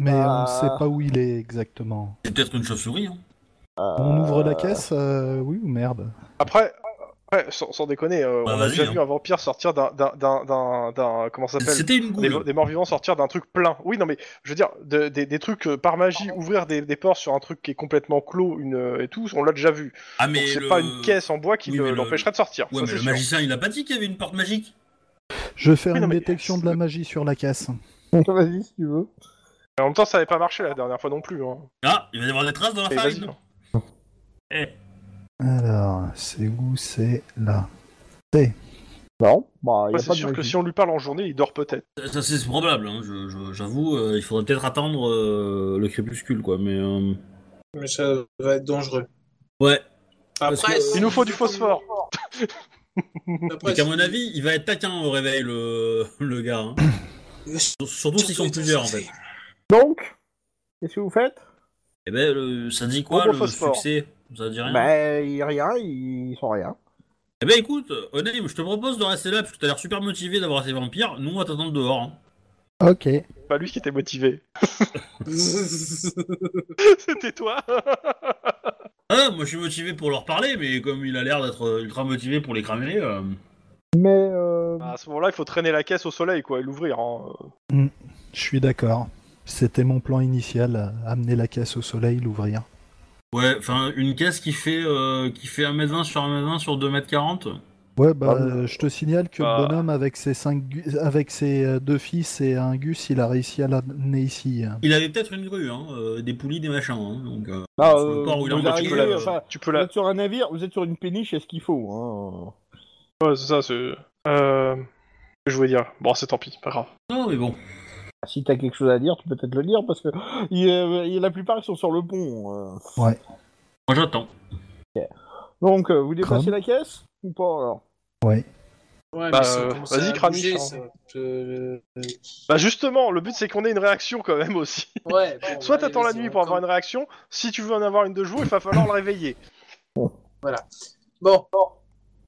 Speaker 3: Mais on
Speaker 1: Ah.
Speaker 3: sait pas où il est exactement.
Speaker 2: C'est peut-être une chauve-souris. Hein.
Speaker 3: On ouvre la caisse euh, Oui ou merde
Speaker 4: Après, après, sans, sans déconner, euh,
Speaker 2: Bah,
Speaker 4: on a
Speaker 2: vas-y,
Speaker 4: déjà
Speaker 2: hein.
Speaker 4: vu un vampire sortir d'un, d'un, d'un, d'un, d'un- comment ça s'appelle
Speaker 2: C'était une
Speaker 4: des,
Speaker 2: goule.
Speaker 4: des morts vivants sortir d'un truc plein. Oui, non, mais je veux dire, de- des, des trucs euh, par magie, ouvrir des, des portes sur un truc qui est complètement clos une, euh, et tout, on l'a déjà vu.
Speaker 2: Ah
Speaker 4: Donc,
Speaker 2: mais
Speaker 4: c'est
Speaker 2: le-
Speaker 4: pas une caisse en bois qui
Speaker 2: Oui,
Speaker 4: le-
Speaker 2: mais le-
Speaker 4: l'empêcherait de sortir.
Speaker 2: Ouais,
Speaker 4: ça,
Speaker 2: mais
Speaker 4: c'est
Speaker 2: le
Speaker 4: sûr.
Speaker 2: magicien, il a pas dit qu'il y avait une porte magique.
Speaker 3: Je vais faire
Speaker 4: Oui, non,
Speaker 3: une
Speaker 4: mais-
Speaker 3: détection de la magie sur la caisse.
Speaker 1: Vas-y si tu veux.
Speaker 4: En même temps, ça avait pas marché la dernière fois non plus. Hein.
Speaker 2: Ah, il va y avoir des traces dans la
Speaker 4: Et vas-y.
Speaker 2: farine. Eh.
Speaker 3: Alors, c'est où C'est là.
Speaker 1: Non, bah, il
Speaker 4: Ouais,
Speaker 1: a
Speaker 4: c'est
Speaker 1: pas de
Speaker 4: sûr que
Speaker 1: magie.
Speaker 4: si on lui parle en journée, il dort peut-être.
Speaker 2: Ça c'est probable, hein, je- je- j'avoue, euh, il faudrait peut-être attendre euh, le crépuscule quoi, mais... euh,
Speaker 5: Mais ça va être dangereux.
Speaker 2: Ouais, Parce
Speaker 5: Après,
Speaker 2: que-
Speaker 5: si-
Speaker 4: Il nous faut du phosphore.
Speaker 5: Après,
Speaker 2: parce qu'à
Speaker 5: si-
Speaker 2: mon avis, il va être taquin au réveil le, <laughs> le gars. hein. Surtout s'ils sont plusieurs en fait.
Speaker 1: Donc, qu'est-ce que vous faites
Speaker 2: Eh ben, le- ça dit quoi
Speaker 4: Gros
Speaker 2: le
Speaker 4: phosphore.
Speaker 2: succès Ça dit rien
Speaker 1: Bah, il rien, ils sont rien.
Speaker 2: Eh ben écoute, Onaim, je te propose de rester là, parce que t'as l'air super motivé d'avoir ces vampires, nous on va t'attendre dehors. hein.
Speaker 3: Ok.
Speaker 4: Pas Bah, lui qui était motivé. <laughs> C'était toi.
Speaker 2: Ah, moi je suis motivé pour leur parler, mais comme il a l'air d'être euh, ultra motivé pour les cramer... euh,
Speaker 1: Mais euh,
Speaker 4: Bah, À ce moment-là, il faut traîner la caisse au soleil, quoi, et l'ouvrir. hein.
Speaker 3: Je suis d'accord. C'était mon plan initial, euh, amener la caisse au soleil, l'ouvrir.
Speaker 2: Ouais, enfin, une caisse qui fait, euh, qui fait 1m20 sur 1m20 sur 2m40.
Speaker 3: Ouais, bah,
Speaker 1: Ah bon.
Speaker 3: euh, je te signale que
Speaker 4: Bah.
Speaker 3: le bonhomme, avec ses, cinq gu- avec ses euh, deux fils et un gus, il a réussi à l'amener ici. hein.
Speaker 2: Il avait peut-être une grue, hein, euh, des poulies, des machins. hein, donc, euh,
Speaker 1: bah,
Speaker 2: sur le euh.
Speaker 1: euh,
Speaker 2: port où il a
Speaker 1: vous,
Speaker 4: embarqué,
Speaker 1: arrivez,
Speaker 4: voilà.
Speaker 1: enfin,
Speaker 4: Tu peux
Speaker 1: vous
Speaker 4: la.
Speaker 1: êtes sur un navire, vous êtes sur une péniche, est-ce qu'il faut hein
Speaker 4: Ouais, c'est ça, c'est. Euh. que Je voulais dire. Bon, c'est tant pis, pas grave.
Speaker 2: Non, mais bon.
Speaker 1: Bah, Si t'as quelque chose à dire, tu peux peut-être le dire parce que <gasps> il y a- il y a la plupart qui sont sur le pont. euh.
Speaker 2: Moi, j'attends.
Speaker 1: Donc euh, vous dépassez
Speaker 3: Chrome.
Speaker 1: la caisse ou pas alors
Speaker 5: <laughs> Ouais,
Speaker 4: Bah,
Speaker 5: mais ça
Speaker 4: euh,
Speaker 5: commence
Speaker 4: vas-y,
Speaker 5: à
Speaker 4: Kranich,
Speaker 5: bouger,
Speaker 4: hein.
Speaker 5: ça va te- euh,
Speaker 4: Bah, justement, le but c'est qu'on ait une réaction quand même aussi.
Speaker 5: <laughs> Ouais, bon,
Speaker 4: <laughs> Soit
Speaker 5: on va
Speaker 4: t'attends
Speaker 5: y
Speaker 4: la
Speaker 5: aller,
Speaker 4: nuit
Speaker 5: c'est
Speaker 4: pour
Speaker 5: encore-
Speaker 4: avoir une réaction, si tu veux en avoir une de jour, il va falloir le réveiller.
Speaker 5: Bon, bon.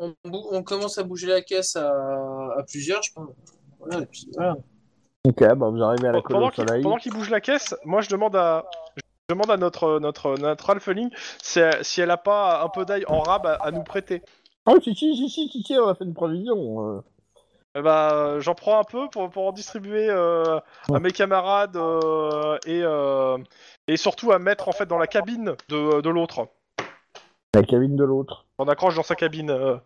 Speaker 5: On, bou- on commence à bouger la caisse à, à plusieurs, je pense. Voilà, et puis, voilà.
Speaker 1: Ok, bah vous arrivez <laughs> à la colle
Speaker 4: Pendant
Speaker 1: au
Speaker 4: qu'il
Speaker 1: soleil.
Speaker 4: pendant qu'il bouge la caisse, moi je demande à. Je demande à notre, notre, notre alpheling si, si elle a pas un peu d'ail en rab à, à nous prêter.
Speaker 1: Oh si si si si si, si, on a fait une provision. euh.
Speaker 4: Eh bah, j'en prends un peu pour, pour en distribuer euh, à mes camarades euh, et, euh, et surtout à mettre en fait dans la cabine de, de l'autre.
Speaker 1: La cabine de l'autre.
Speaker 4: On accroche dans sa cabine. euh,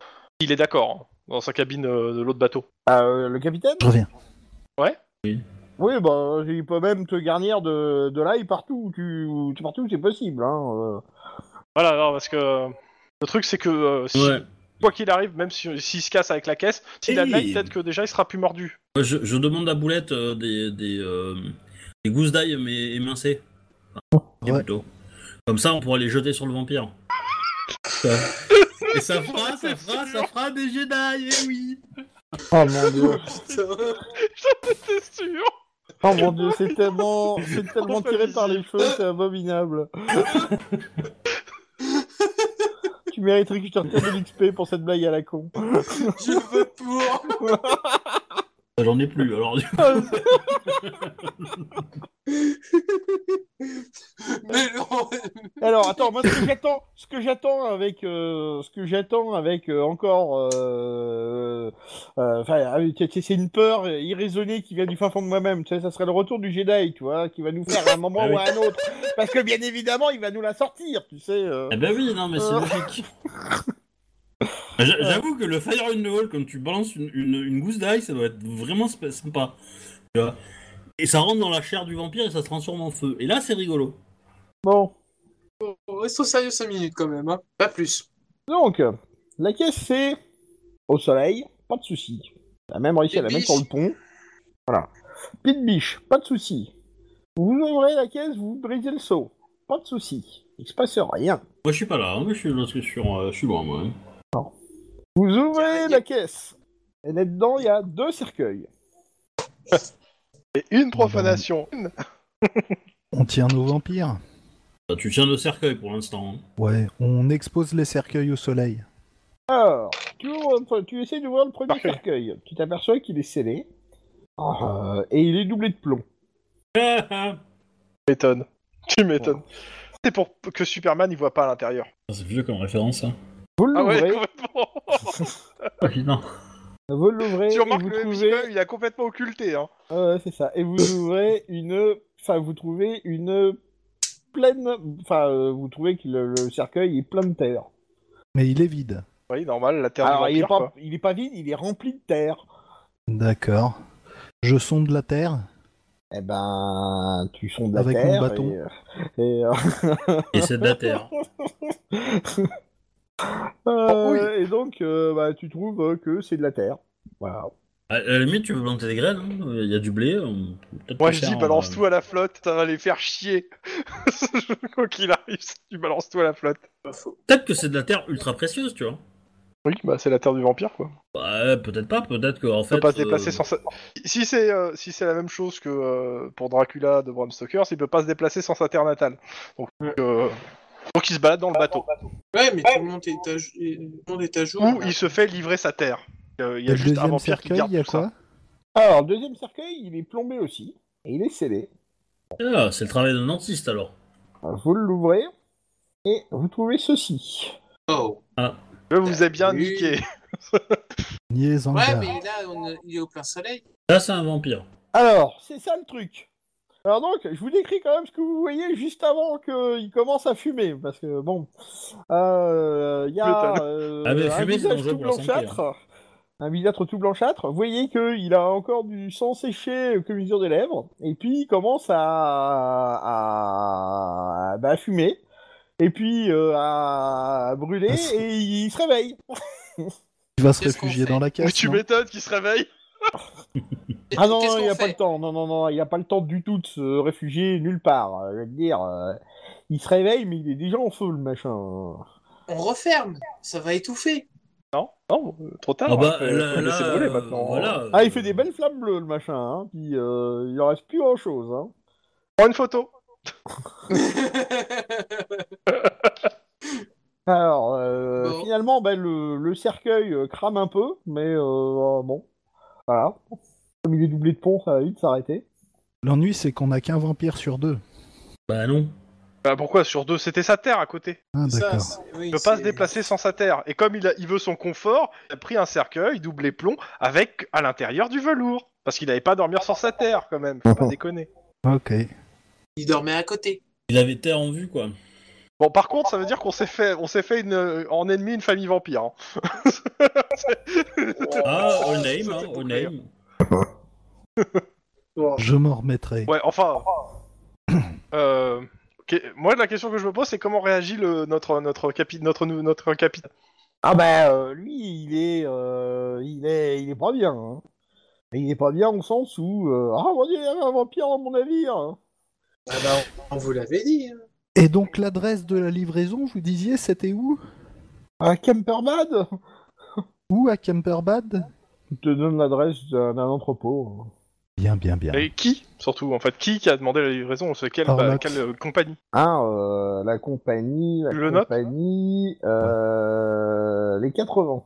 Speaker 4: il est d'accord, hein, dans sa cabine euh, de l'autre bateau.
Speaker 1: Ah, euh, le capitaine
Speaker 3: Je reviens.
Speaker 1: Oui, bah il peut même te garnir de, de l'ail partout, où tu partout où c'est possible. Hein, euh.
Speaker 4: Voilà, non, parce que euh, le truc c'est que euh, si-
Speaker 2: Ouais.
Speaker 4: quoi qu'il arrive, même si- s'il se casse avec la caisse, s'il a de l'ail,
Speaker 2: Hey.
Speaker 4: peut-être que déjà il sera plus mordu.
Speaker 2: Moi, Je, je demande à Boulette euh, des, des, euh, des gousses d'ail mais émincées. Enfin, et
Speaker 3: Ouais.
Speaker 2: plutôt. Comme ça, on pourra les jeter sur le vampire. Ça- Et ça fera, ça fera, ça fera des jets d'ail, eh oui
Speaker 1: Oh mon dieu,
Speaker 4: C'est sûr
Speaker 1: <laughs> oh mon dieu, c'est tellement, c'est tellement tiré par les cheveux, c'est abominable. tu mériterais que je te retire de l'XP pour cette blague à la con.
Speaker 5: Je veux pour.
Speaker 2: J'en ai plus, alors du
Speaker 5: Mais non.
Speaker 1: Alors attends, moi ce que j'attends, ce que j'attends avec, euh, ce que j'attends avec euh, encore, euh, euh, enfin, avec- c'est- c'est une peur irraisonnée qui vient du fin fond de moi-même. Tu sais, ça serait le retour du Jedi, tu vois, qui va nous faire à un moment
Speaker 2: <laughs> Ah oui.
Speaker 1: ou à un autre, parce que bien évidemment, il va nous la sortir, tu sais. euh.
Speaker 2: Eh ben oui, non, mais c'est
Speaker 1: Euh.
Speaker 2: logique. Ah, J'a- J'avoue que le Fire in the Hall, quand tu balances une, une- une gousse d'ail, ça doit être vraiment sp- sympa. Tu vois. Et ça rentre dans la chair du vampire et ça se transforme en feu. Et là, c'est rigolo.
Speaker 1: Bon,
Speaker 5: Restons sérieux 5 minutes quand même, hein. Pas plus.
Speaker 1: donc euh, la caisse c'est au soleil, pas de souci. On a même réussi à la
Speaker 5: Petite
Speaker 1: mettre sur le pont. Voilà. Petite biche, pas de souci. Vous ouvrez la caisse, vous brisez le seau, pas de souci. Il se passe rien.
Speaker 2: Moi, je suis pas là, hein, moi, je suis, je suis sur, euh, je suis loin, moi. hein.
Speaker 1: Vous
Speaker 5: Y a- y
Speaker 1: ouvrez
Speaker 5: a-
Speaker 1: la caisse. Et là-dedans, il y a deux cercueils.
Speaker 4: Et une <laughs> profanation.
Speaker 3: On tient nos vampires.
Speaker 2: Bah, tu tiens le cercueil pour l'instant. <laughs> hein.
Speaker 3: Ouais, on expose les cercueils au soleil.
Speaker 1: Alors, tu, ouvres- tu essaies d'ouvrir le premier
Speaker 4: Parfait.
Speaker 1: cercueil. Tu t'aperçois qu'il est scellé. Euh, et il est doublé de plomb.
Speaker 2: Ah, ah.
Speaker 4: Tu m'étonnes. Tu m'étonnes. C'est pour que Superman il voit pas à l'intérieur.
Speaker 2: c'est vieux comme référence, hein.
Speaker 1: Vous
Speaker 4: Ah
Speaker 1: l'ouvrez,
Speaker 4: complètement.
Speaker 2: Ah, putain.
Speaker 1: vous l'ouvrez,
Speaker 4: <laughs> tu
Speaker 1: et
Speaker 4: remarques
Speaker 1: vous
Speaker 4: le
Speaker 1: trouvez...
Speaker 4: MCU, il a complètement occulté. Hein.
Speaker 1: Euh, c'est ça. Et vous ouvrez une... Enfin, vous trouvez une pleine... Enfin, euh, vous trouvez que le, le cercueil est plein de terre.
Speaker 3: Mais il est vide.
Speaker 4: Oui, normal, la terre du
Speaker 1: Alors, il est,
Speaker 4: vampire,
Speaker 1: pas, il est pas vide, il est rempli de terre.
Speaker 3: D'accord. Je sonde la terre.
Speaker 1: Eh ben, tu sondes la
Speaker 3: Avec mon
Speaker 1: terre.
Speaker 3: bâton.
Speaker 1: et, euh, et, euh,
Speaker 2: Et c'est de la terre.
Speaker 1: Euh, Et donc, euh, bah, tu trouves euh, que c'est de la terre. Voilà.
Speaker 2: À à la limite, tu veux planter des graines, hein, il y a du blé. on peut peut-être
Speaker 4: Moi
Speaker 2: le
Speaker 4: je
Speaker 2: faire,
Speaker 4: dis balance
Speaker 2: euh,
Speaker 4: tout à la flotte, ça va les faire chier. <laughs> Quoi qu'il arrive, <laughs> tu balances tout à la flotte.
Speaker 5: Pas faux.
Speaker 2: Peut-être que c'est de la terre ultra précieuse, tu vois.
Speaker 4: Oui, bah c'est la terre du vampire quoi.
Speaker 2: Bah, peut-être pas, peut-être que en
Speaker 4: On
Speaker 2: fait.
Speaker 4: peut pas se déplacer
Speaker 2: euh,
Speaker 4: sans. sa- Si c'est euh, si c'est la même chose que euh, pour Dracula de Bram Stoker, il peut pas se déplacer sans sa terre natale. Donc euh, donc il se balade dans le bateau.
Speaker 5: Ouais, mais tout le monde est à, jou- et- tout le monde est à jour.
Speaker 4: Ou
Speaker 5: là.
Speaker 4: il se fait livrer sa terre. Euh, Il y
Speaker 3: Et
Speaker 4: a
Speaker 3: le
Speaker 4: juste un
Speaker 3: deuxième
Speaker 4: vampire qui
Speaker 3: cercueil,
Speaker 4: garde
Speaker 3: il y a
Speaker 4: tout ça.
Speaker 3: quoi
Speaker 1: Alors, le deuxième cercueil, il est plombé aussi. Et il est scellé.
Speaker 2: Ah, c'est le travail d'un dentiste alors.
Speaker 1: Vous l'ouvrez. Et vous trouvez ceci.
Speaker 5: Oh.
Speaker 4: Je vous ai bien
Speaker 5: Oui.
Speaker 3: <laughs>
Speaker 4: niqué.
Speaker 3: Niais en
Speaker 5: Ouais,
Speaker 3: guerre.
Speaker 5: mais là, on est- il est au plein soleil.
Speaker 2: Là, c'est un vampire.
Speaker 1: Alors, c'est ça le truc. Alors donc, je vous décris quand même ce que vous voyez juste avant qu'il commence à fumer, parce que bon, euh, il y a
Speaker 4: M'étonne.
Speaker 1: euh,
Speaker 2: Ah, mais
Speaker 1: un
Speaker 2: fumer, c'est
Speaker 1: visage
Speaker 2: dangereux
Speaker 1: tout
Speaker 2: pour la santé, hein.
Speaker 1: blanchâtre, un visage tout blanchâtre. Vous voyez qu'il a encore du sang séché euh, que mesure des lèvres, et puis il commence à, à, bah, à fumer, et puis euh, à brûler,
Speaker 3: Ah, c'est-
Speaker 1: et il se réveille.
Speaker 3: Il va se
Speaker 5: Qu'est-ce qu'on
Speaker 3: réfugier
Speaker 5: fait
Speaker 3: dans la
Speaker 4: Mais
Speaker 3: caisse.
Speaker 4: tu
Speaker 3: non
Speaker 4: m'étonnes qu'il se réveille
Speaker 1: Ah non,
Speaker 5: Qu'est-ce
Speaker 1: non, il n'y
Speaker 5: qu'on
Speaker 1: a pas le
Speaker 5: fait
Speaker 1: temps. Non, non, non, il n'y a pas le temps du tout de se réfugier nulle part. Euh, Je veux dire, euh, il se réveille, mais il est déjà en feu, le machin.
Speaker 5: On referme, ça va <laughs> étouffer.
Speaker 4: Non, non, euh, trop tard.
Speaker 2: Ah bah,
Speaker 4: faut
Speaker 2: là,
Speaker 4: le laisser
Speaker 2: là,
Speaker 4: brûler maintenant. hein.
Speaker 2: voilà.
Speaker 1: Ah, il fait des belles flammes bleues, le machin. Hein. Puis euh, il en reste plus grand-chose. Hein.
Speaker 4: Prends une photo.
Speaker 5: Ah,
Speaker 1: Alors, euh,
Speaker 5: Bon.
Speaker 1: finalement, ben, le, le cercueil euh, crame un peu, mais euh, bon, voilà. Comme il est doublé de pont, ça va vite s'arrêter.
Speaker 3: L'ennui, c'est qu'on a qu'un vampire sur deux.
Speaker 2: Bah non.
Speaker 4: Bah pourquoi Sur deux, c'était sa terre à côté.
Speaker 3: Ah,
Speaker 5: Ça,
Speaker 3: d'accord.
Speaker 5: c'est- oui,
Speaker 4: Il peut pas
Speaker 5: c'est-
Speaker 4: se déplacer sans sa terre. Et comme il, a- il veut son confort, il a pris un cercueil doublé plomb avec à l'intérieur du velours. Parce qu'il n'avait pas à dormir sur sa terre quand même. Faut pas déconner.
Speaker 3: Ok.
Speaker 5: Il dormait à côté.
Speaker 2: Il avait terre en vue, quoi.
Speaker 4: Bon, par contre, ça veut dire qu'on s'est fait, on s'est fait une, euh, en ennemi une famille vampire. hein.
Speaker 1: Oh,
Speaker 2: Ah, all name, hein,
Speaker 4: C'était pour
Speaker 2: all
Speaker 4: rire.
Speaker 2: name.
Speaker 3: Je m'en remettrai.
Speaker 4: Ouais, enfin. euh, que- moi, la question que je me pose, c'est comment réagit le, notre notre capi, notre nou- notre capitaine.
Speaker 1: Ah ben, euh, lui, il est, euh, il est, il est pas bien. hein. Il est pas bien au sens où, euh, ah mon dieu, il y avait un vampire dans mon hein. navire.
Speaker 5: Ah bah, on on vous l'avait dit. hein.
Speaker 3: Et donc, l'adresse de la livraison, vous disiez, c'était où
Speaker 1: Un camperman
Speaker 3: Où à Camperbad
Speaker 1: Il te donne l'adresse d'un d'un entrepôt.
Speaker 3: Bien, bien, bien.
Speaker 4: Et qui surtout En fait, qui qui a demandé la livraison C'est quelle,
Speaker 3: Parmax.
Speaker 4: bah, quelle, euh, compagnie
Speaker 1: Hein, euh, la compagnie, la
Speaker 4: Le note
Speaker 1: compagnie, euh, les 80.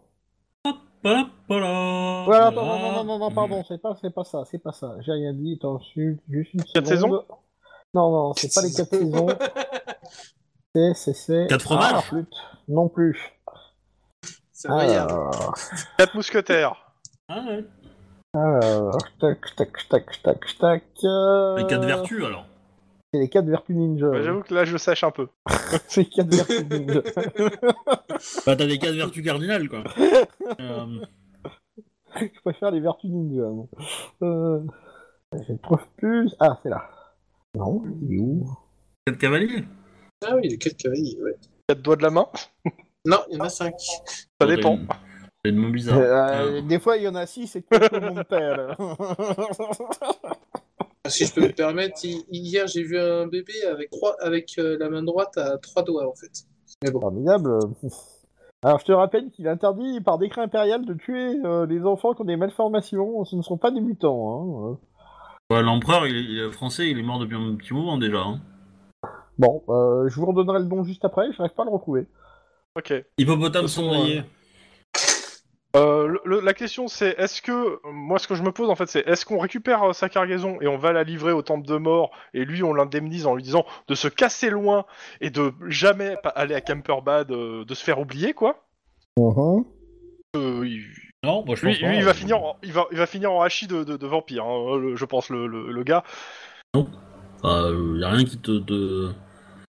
Speaker 2: Voilà, voilà.
Speaker 1: Voilà, non, non, non, non, non, pardon, c'est pas, c'est pas ça, c'est pas ça. J'ai rien dit, attends, juste juste une seconde.
Speaker 4: Quatre saisons
Speaker 1: Non, non, c'est pas les 4
Speaker 4: <laughs>
Speaker 1: saisons. C'est, c'est, c'est...
Speaker 2: Quatre fromages
Speaker 1: Ah, flûte. Non plus.
Speaker 5: Ça
Speaker 4: Ah,
Speaker 5: va,
Speaker 4: hein.
Speaker 5: y arriver.
Speaker 1: Alors,
Speaker 4: Quatre mousquetaires.
Speaker 2: Ah, ouais.
Speaker 1: alors, Ah, tac, tac, tac, tac, tac... euh,
Speaker 2: Les quatre vertus, alors.
Speaker 1: C'est les 4 vertus ninja.
Speaker 4: Bah, J'avoue que là, je sèche un peu.
Speaker 1: <laughs> C'est les 4 vertus ninja.
Speaker 2: Bah, t'as les quatre vertus cardinales,
Speaker 1: <laughs>
Speaker 2: quoi. Euh,
Speaker 1: je préfère les vertus ninja. moi. Euh, je trouve plus. Ah, c'est là. Non, il est où
Speaker 2: quatre cavaliers.
Speaker 5: Ah oui, il y a quatre cavaliers, ouais.
Speaker 4: Quatre doigts de la main.
Speaker 5: Non, il y en a cinq.
Speaker 4: Ça dépend.
Speaker 2: C'est Oh, une mot bizarre.
Speaker 1: Euh,
Speaker 2: Euh,
Speaker 1: Des fois, il y en a 6 et tout le monde perd.
Speaker 5: Ah, Si je peux me permettre, hi- hier j'ai vu un bébé avec trois, avec euh, la main droite à trois doigts en fait. Mais bon,
Speaker 1: Formidable. Alors, je te rappelle qu'il est interdit par décret impérial de tuer euh, les enfants qui ont des malformations. Ce ne sont pas des mutants. hein.
Speaker 2: ouais, L'empereur, il, est- il est français, il est mort depuis un petit moment déjà. hein.
Speaker 1: Bon, euh, je vous redonnerai le don juste après. Je n'arrive pas à le retrouver.
Speaker 4: Ok.
Speaker 2: Hippopotame
Speaker 4: De toute façon,
Speaker 2: cendrier.
Speaker 4: Euh, le- le- la question c'est est-ce que moi ce que je me pose en fait c'est est-ce qu'on récupère euh, sa cargaison et on va la livrer au temple de mort et lui on l'indemnise en lui disant de se casser loin et de jamais pa- aller à Camperbad euh, de se faire oublier quoi Euh, il-
Speaker 2: Non, moi je
Speaker 4: lui,
Speaker 2: pense pas.
Speaker 4: lui, il va finir en, il va il va finir en hachis de, de, de vampire hein, le- je pense le, le, le gars
Speaker 2: Enfin, euh, y a rien qui te. te-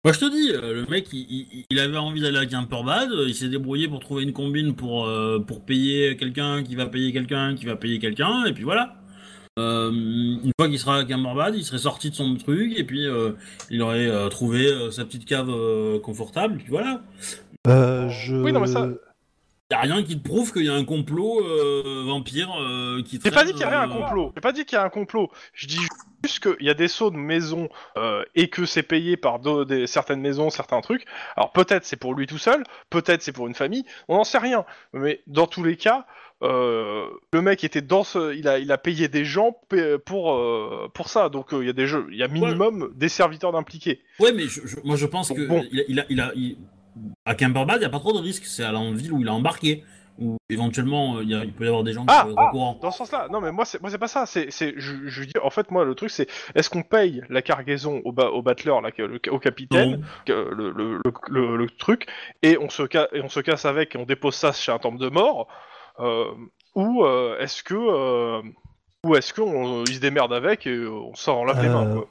Speaker 2: Moi je te dis, euh, le mec il, il- il avait envie d'aller à Gimperbad, il s'est débrouillé pour trouver une combine pour, euh, pour payer quelqu'un qui va payer quelqu'un qui va payer quelqu'un, et puis voilà. Euh, une fois qu'il sera à Gimperbad, il serait sorti de son truc, et puis euh, il aurait euh, trouvé euh, sa petite cave euh, confortable, et puis voilà.
Speaker 3: Euh, je...
Speaker 4: Oui, non, mais ça-
Speaker 2: Y a rien qui te prouve qu'il y a un complot euh, vampire euh, qui
Speaker 4: j'ai
Speaker 2: traîne,
Speaker 4: pas dit qu'il y avait un
Speaker 2: euh,
Speaker 4: complot j'ai pas dit qu'il y a un complot je dis juste qu'il y a des sauts de maison euh, et que c'est payé par do- des, certaines maisons, certains trucs. Alors peut-être c'est pour lui tout seul, peut-être c'est pour une famille, on n'en sait rien. Mais dans tous les cas, euh, le mec était dans ce, il a, il a payé des gens pa- pour euh, pour ça. Donc euh, il y a des jeux, il y a minimum des serviteurs d'impliqués.
Speaker 2: Ouais, mais je- je- moi je pense que
Speaker 4: Bon.
Speaker 2: il a, il a- il a- il- à Kimberbad, il n'y a pas trop de risques. C'est à la ville où il a embarqué. Ou éventuellement, euh, il, y a- il peut y avoir des gens qui
Speaker 4: Ah,
Speaker 2: sont
Speaker 4: ah,
Speaker 2: au courant.
Speaker 4: Dans ce sens-là, non mais moi c'est moi c'est pas ça. C'est c'est je, je dis en fait moi le truc c'est est-ce qu'on paye la cargaison au ba- au battleur, là, au au capitaine
Speaker 2: Non.
Speaker 4: euh, le, le, le, le- le truc et on se ca- et on se casse avec et on dépose ça chez un temple de mort Euh, ou euh, est-ce que euh, ou est-ce qu'on euh, il se démerde avec et euh, on sort en lave les mains
Speaker 3: Euh,
Speaker 4: quoi.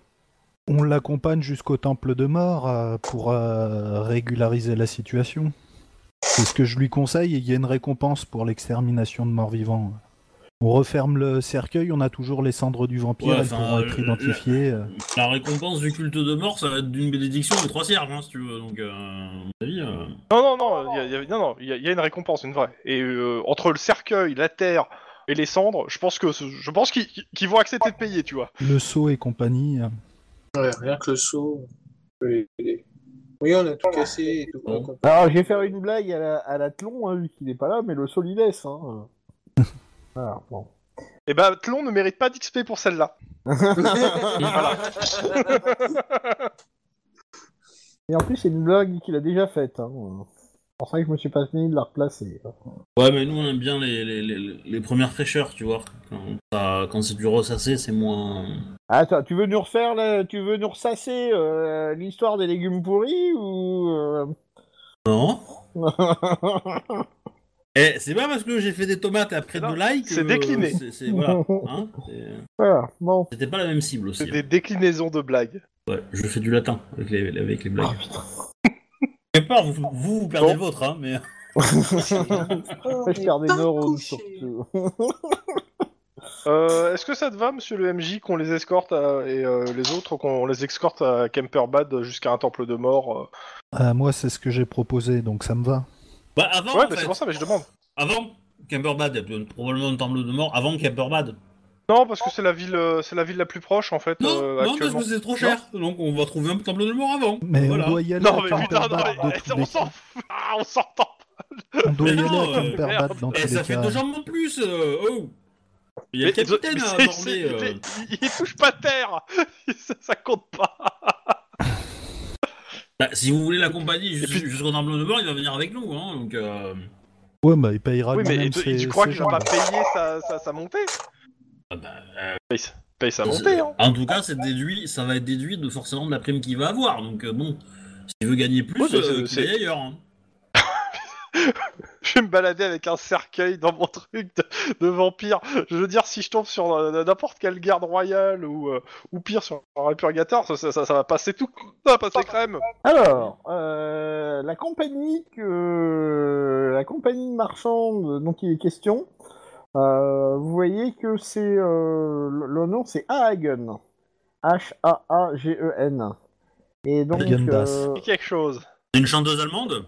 Speaker 3: On l'accompagne jusqu'au temple de mort euh, pour euh, régulariser la situation. C'est ce que je lui conseille et il y a une récompense pour l'extermination de morts vivants. On referme le cercueil, on a toujours les cendres du vampire,
Speaker 2: Ouais,
Speaker 3: elles
Speaker 2: enfin,
Speaker 3: pourront
Speaker 2: euh,
Speaker 3: être
Speaker 2: le-
Speaker 3: identifiées. euh.
Speaker 2: La récompense du culte de mort, ça va être d'une bénédiction de trois cierges, hein, si tu veux. Donc, euh, à mon avis, euh,
Speaker 4: Non non non, il y a- il y a, non, non, il y a- il y a une récompense, une vraie. Et euh, entre le cercueil, la terre et les cendres, je pense que ce- je pense qu'ils qu'ils vont accepter de payer, tu vois.
Speaker 3: Le sceau et compagnie. euh.
Speaker 5: Ouais, rien que le saut. Oui, oui, on a tout cassé et tout.
Speaker 2: Bon.
Speaker 5: Comme-
Speaker 1: Alors, je vais faire une blague à la- à l'athlon, hein, vu qu'il n'est pas là, mais le Solides. Hein. euh. Alors, bon.
Speaker 4: Et bah Tlon ne mérite pas d'XP pour celle-là.
Speaker 1: Et en plus, c'est une blague qu'il a déjà faite. Hein. C'est pour ça que je me suis pas tenu de la replacer. hein.
Speaker 2: Ouais, mais nous on aime bien les, les, les, les premières fraîcheurs, tu vois. Quand, t'as- quand c'est du ressassé, c'est moins.
Speaker 1: Attends, Ah, tu veux nous refaire, la- tu veux nous ressasser euh, l'histoire des légumes pourris ou euh, <laughs>
Speaker 2: Non Eh, c'est pas parce que j'ai fait des tomates après
Speaker 4: Non,
Speaker 2: de l'ail que.
Speaker 4: c'est décliné.
Speaker 2: c'est- c'est- voilà. Hein, c'est-
Speaker 1: Voilà, bon.
Speaker 2: C'était pas la même cible aussi.
Speaker 4: C'est
Speaker 2: hein.
Speaker 4: des déclinaisons de blagues.
Speaker 2: Ouais, je fais du latin avec les, avec les
Speaker 1: Ah,
Speaker 2: blagues. <laughs>
Speaker 1: putain.
Speaker 2: Quelque part, vous, vous, vous perdez
Speaker 4: Bon.
Speaker 2: le vôtre, hein, mais.
Speaker 5: On
Speaker 1: Je perds
Speaker 5: n'est
Speaker 1: des
Speaker 5: pas
Speaker 1: neurones
Speaker 5: couché.
Speaker 1: surtout.
Speaker 4: Euh, Est-ce que ça te va, monsieur le MJ, qu'on les escorte à- et euh, les autres, qu'on les escorte à Kemperbad jusqu'à un temple de mort euh
Speaker 3: Euh, moi, c'est ce que j'ai proposé, donc ça me va.
Speaker 2: Bah, avant,
Speaker 4: Ouais,
Speaker 2: en
Speaker 4: bah,
Speaker 2: fait,
Speaker 4: c'est pour ça, mais je demande.
Speaker 2: avant Camperbad, il y a probablement un temple de mort avant
Speaker 4: Euh,
Speaker 2: Camperbad.
Speaker 4: Non, parce que c'est la ville, euh, c'est la ville la plus proche en fait
Speaker 2: Non,
Speaker 4: euh,
Speaker 2: non, parce
Speaker 4: actuellement.
Speaker 2: que c'est trop cher. Donc on va trouver un temple de mort avant.
Speaker 3: Mais
Speaker 2: voilà.
Speaker 3: on doit y aller
Speaker 4: Non, mais
Speaker 3: à
Speaker 4: putain, non,
Speaker 3: Camperbat
Speaker 4: mais-
Speaker 3: de tous
Speaker 4: on
Speaker 3: les
Speaker 4: s'en
Speaker 3: cas.
Speaker 4: fout. <laughs> Ah, on s'entend.
Speaker 3: On doit y
Speaker 2: Mais
Speaker 3: aller
Speaker 2: non,
Speaker 3: à
Speaker 2: euh,
Speaker 3: Camperbat dans
Speaker 2: Eh,
Speaker 3: tous
Speaker 2: ça
Speaker 3: les
Speaker 2: fait
Speaker 3: cas.
Speaker 2: deux jambes en plus. euh, oh. Il y a le
Speaker 4: Mais-
Speaker 2: capitaine hein,
Speaker 4: mais
Speaker 2: à
Speaker 4: c'est-
Speaker 2: aborder.
Speaker 4: c'est-
Speaker 2: euh.
Speaker 4: il- Il touche pas terre. <laughs> ça, ça compte pas.
Speaker 2: Bah, si vous voulez l'accompagner jus-
Speaker 4: Et puis-
Speaker 2: jusqu'au temple de mort, il va venir avec nous. Hein, donc, euh,
Speaker 3: Ouais, bah il payera
Speaker 4: Oui, mais
Speaker 3: lui-même
Speaker 4: tu-
Speaker 3: ses,
Speaker 4: tu crois
Speaker 3: ses
Speaker 4: que j'ai
Speaker 3: jambes.
Speaker 4: pas payé sa, sa, sa montée
Speaker 2: ah bah,
Speaker 4: Paye, sa- paye sa
Speaker 2: c'est-
Speaker 4: montée, hein.
Speaker 2: En tout cas, c'est déduit, ça va être déduit de forcément de la prime qu'il va avoir. Donc euh, bon, s'il veut gagner plus,
Speaker 4: Ouais, mais
Speaker 2: euh,
Speaker 4: c'est-
Speaker 2: qu'il aille ailleurs. hein.
Speaker 4: Je vais me balader avec un cercueil dans mon truc de, de vampire. Je veux dire, si je tombe sur euh, n'importe quelle garde royale ou, euh, ou pire sur un répurgateur, ça, ça, ça, ça va passer tout, ça va passer crème.
Speaker 1: Alors, euh, la compagnie que la compagnie marchande dont il est question, euh, vous voyez que c'est euh, le le nom c'est Hagen, H A A G E N. Et donc
Speaker 3: Hagen
Speaker 1: euh,
Speaker 3: Das.
Speaker 4: Dis quelque chose.
Speaker 2: C'est une chanteuse allemande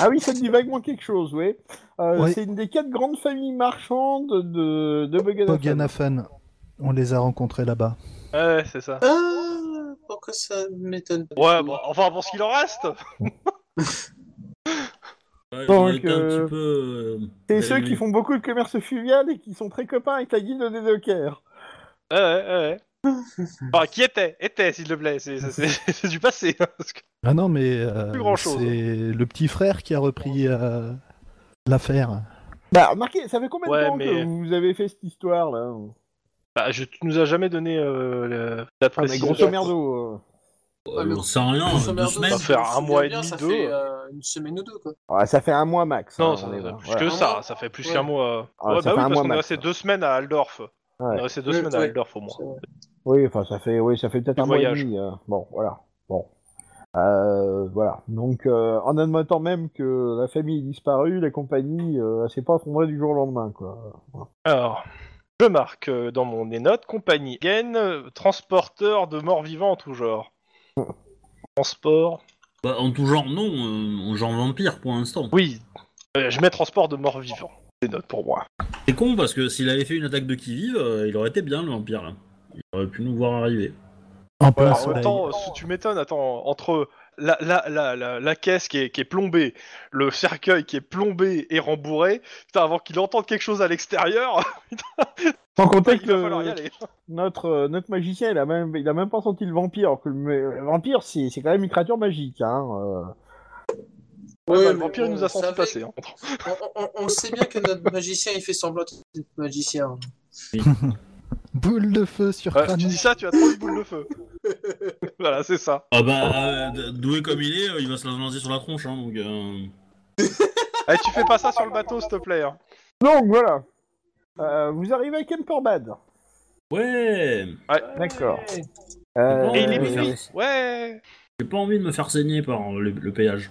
Speaker 1: ah oui, ça me dit vaguement quelque chose, oui. Euh,
Speaker 3: Oui.
Speaker 1: C'est une des quatre grandes familles marchandes de de Bogdanafan.
Speaker 3: Bogdanafan, on les a rencontrés là-bas.
Speaker 4: Ouais, c'est ça.
Speaker 5: Ah, pourquoi ça m'étonne pas
Speaker 4: Ouais, bon, enfin, pour ce qu'il en reste.
Speaker 2: Ouais,
Speaker 1: Donc,
Speaker 2: on a été un
Speaker 1: euh,
Speaker 2: petit peu, euh,
Speaker 1: C'est
Speaker 2: allez,
Speaker 1: ceux qui
Speaker 2: oui.
Speaker 1: font beaucoup de commerce fluvial et qui sont très copains avec la guilde des dockers.
Speaker 4: Ouais, ouais, ouais. <laughs> Enfin, qui était Était, s'il te plaît. C'est- C'est c'est- c'est du passé. hein, parce que-
Speaker 3: Ah non, mais euh,
Speaker 4: Plus grand-chose.
Speaker 3: c'est le petit frère qui a repris euh, l'affaire.
Speaker 1: Bah, remarquez, ça fait combien de
Speaker 4: Ouais,
Speaker 1: temps
Speaker 4: mais-
Speaker 1: que vous avez fait cette histoire là
Speaker 4: Bah, je, tu nous as jamais donné euh, le- la
Speaker 1: Ah, mais
Speaker 4: précise.
Speaker 1: grosso merdo. euh.
Speaker 2: Euh, on sait rien,
Speaker 5: Grosso
Speaker 2: euh, deux
Speaker 5: merdo,
Speaker 2: semaines.
Speaker 4: Ça va faire un mois et
Speaker 5: bien,
Speaker 4: demi,
Speaker 5: ça
Speaker 4: deux. hein.
Speaker 5: fait, euh, une semaine ou deux, quoi.
Speaker 1: Ouais, ça fait un mois max.
Speaker 4: Non,
Speaker 1: hein,
Speaker 4: ça,
Speaker 1: on est
Speaker 4: ça
Speaker 1: bon.
Speaker 4: fait plus
Speaker 1: Ouais.
Speaker 4: que ça. Ça fait plus
Speaker 5: Ouais.
Speaker 4: qu'un mois. euh.
Speaker 1: Ah, ça
Speaker 4: ouais, bah
Speaker 1: fait
Speaker 4: oui,
Speaker 1: un
Speaker 4: parce
Speaker 1: mois
Speaker 4: qu'on est
Speaker 1: max,
Speaker 4: resté
Speaker 1: ça.
Speaker 4: deux semaines à Aldorf. On est resté deux
Speaker 5: Ouais,
Speaker 4: semaines à
Speaker 5: ouais.
Speaker 4: Aldorf au moins.
Speaker 5: C'est vrai.
Speaker 1: Oui, enfin, ça fait, oui, ça fait peut-être
Speaker 4: Du
Speaker 1: un mois et
Speaker 4: voyage.
Speaker 1: demi. euh, Bon, voilà. Bon. Euh, voilà. Donc, euh, en admettant même que la famille est disparue, la compagnie, euh, elle s'est pas effondrée du jour au lendemain, quoi.
Speaker 4: Alors, je marque euh, dans mon notes compagnie Gain, euh, transporteur de morts vivants en tout genre. Transport.
Speaker 2: Bah, en tout genre, non, euh, en genre vampire pour l'instant.
Speaker 4: Oui, Euh, je mets transport de morts vivants. Des notes pour moi.
Speaker 2: C'est con parce que s'il avait fait une attaque de qui vive, euh, il aurait été bien le vampire là. Il aurait pu nous voir arriver.
Speaker 3: En plein
Speaker 4: Ouais, en même
Speaker 3: soleil.
Speaker 4: temps, euh, tu m'étonnes, attends, entre la, la, la, la, la caisse qui est, qui est plombée, le cercueil qui est plombé et rembourré, putain, avant qu'il entende quelque chose à l'extérieur, <laughs>
Speaker 1: Sans compter
Speaker 4: il
Speaker 1: que
Speaker 4: va falloir y aller.
Speaker 1: notre, euh, notre magicien, il a même, il a même pas senti le vampire. alors Que le, le vampire, c'est c'est quand même une créature magique, hein. euh.
Speaker 4: Ouais,
Speaker 5: Ouais,
Speaker 4: bah, le
Speaker 5: mais
Speaker 4: vampire, il
Speaker 5: bon,
Speaker 4: nous a
Speaker 5: on
Speaker 4: senti
Speaker 5: savait-
Speaker 4: passer. hein.
Speaker 5: On, on- on sait bien que notre magicien, il fait semblant d'être magicien. hein.
Speaker 3: Boule de feu sur
Speaker 4: Ouais,
Speaker 3: Thanos.
Speaker 4: tu dis ça, tu as trop de boules de
Speaker 5: <laughs>
Speaker 4: feu. voilà, c'est ça.
Speaker 2: Ah
Speaker 1: Oh.
Speaker 2: bah, euh, d- doué comme il est, euh, il va se la lancer sur la tronche. Hein, donc, euh,
Speaker 4: Allez, tu fais pas ça sur le bateau, s'il te plaît. hein.
Speaker 1: Donc voilà. Euh, vous arrivez à Kemperbad.
Speaker 2: Ouais
Speaker 1: D'accord.
Speaker 5: Ouais.
Speaker 1: Euh,
Speaker 4: Et il est
Speaker 2: Euh,
Speaker 4: minuit Ouais
Speaker 2: J'ai pas envie de me faire saigner par le, le péage.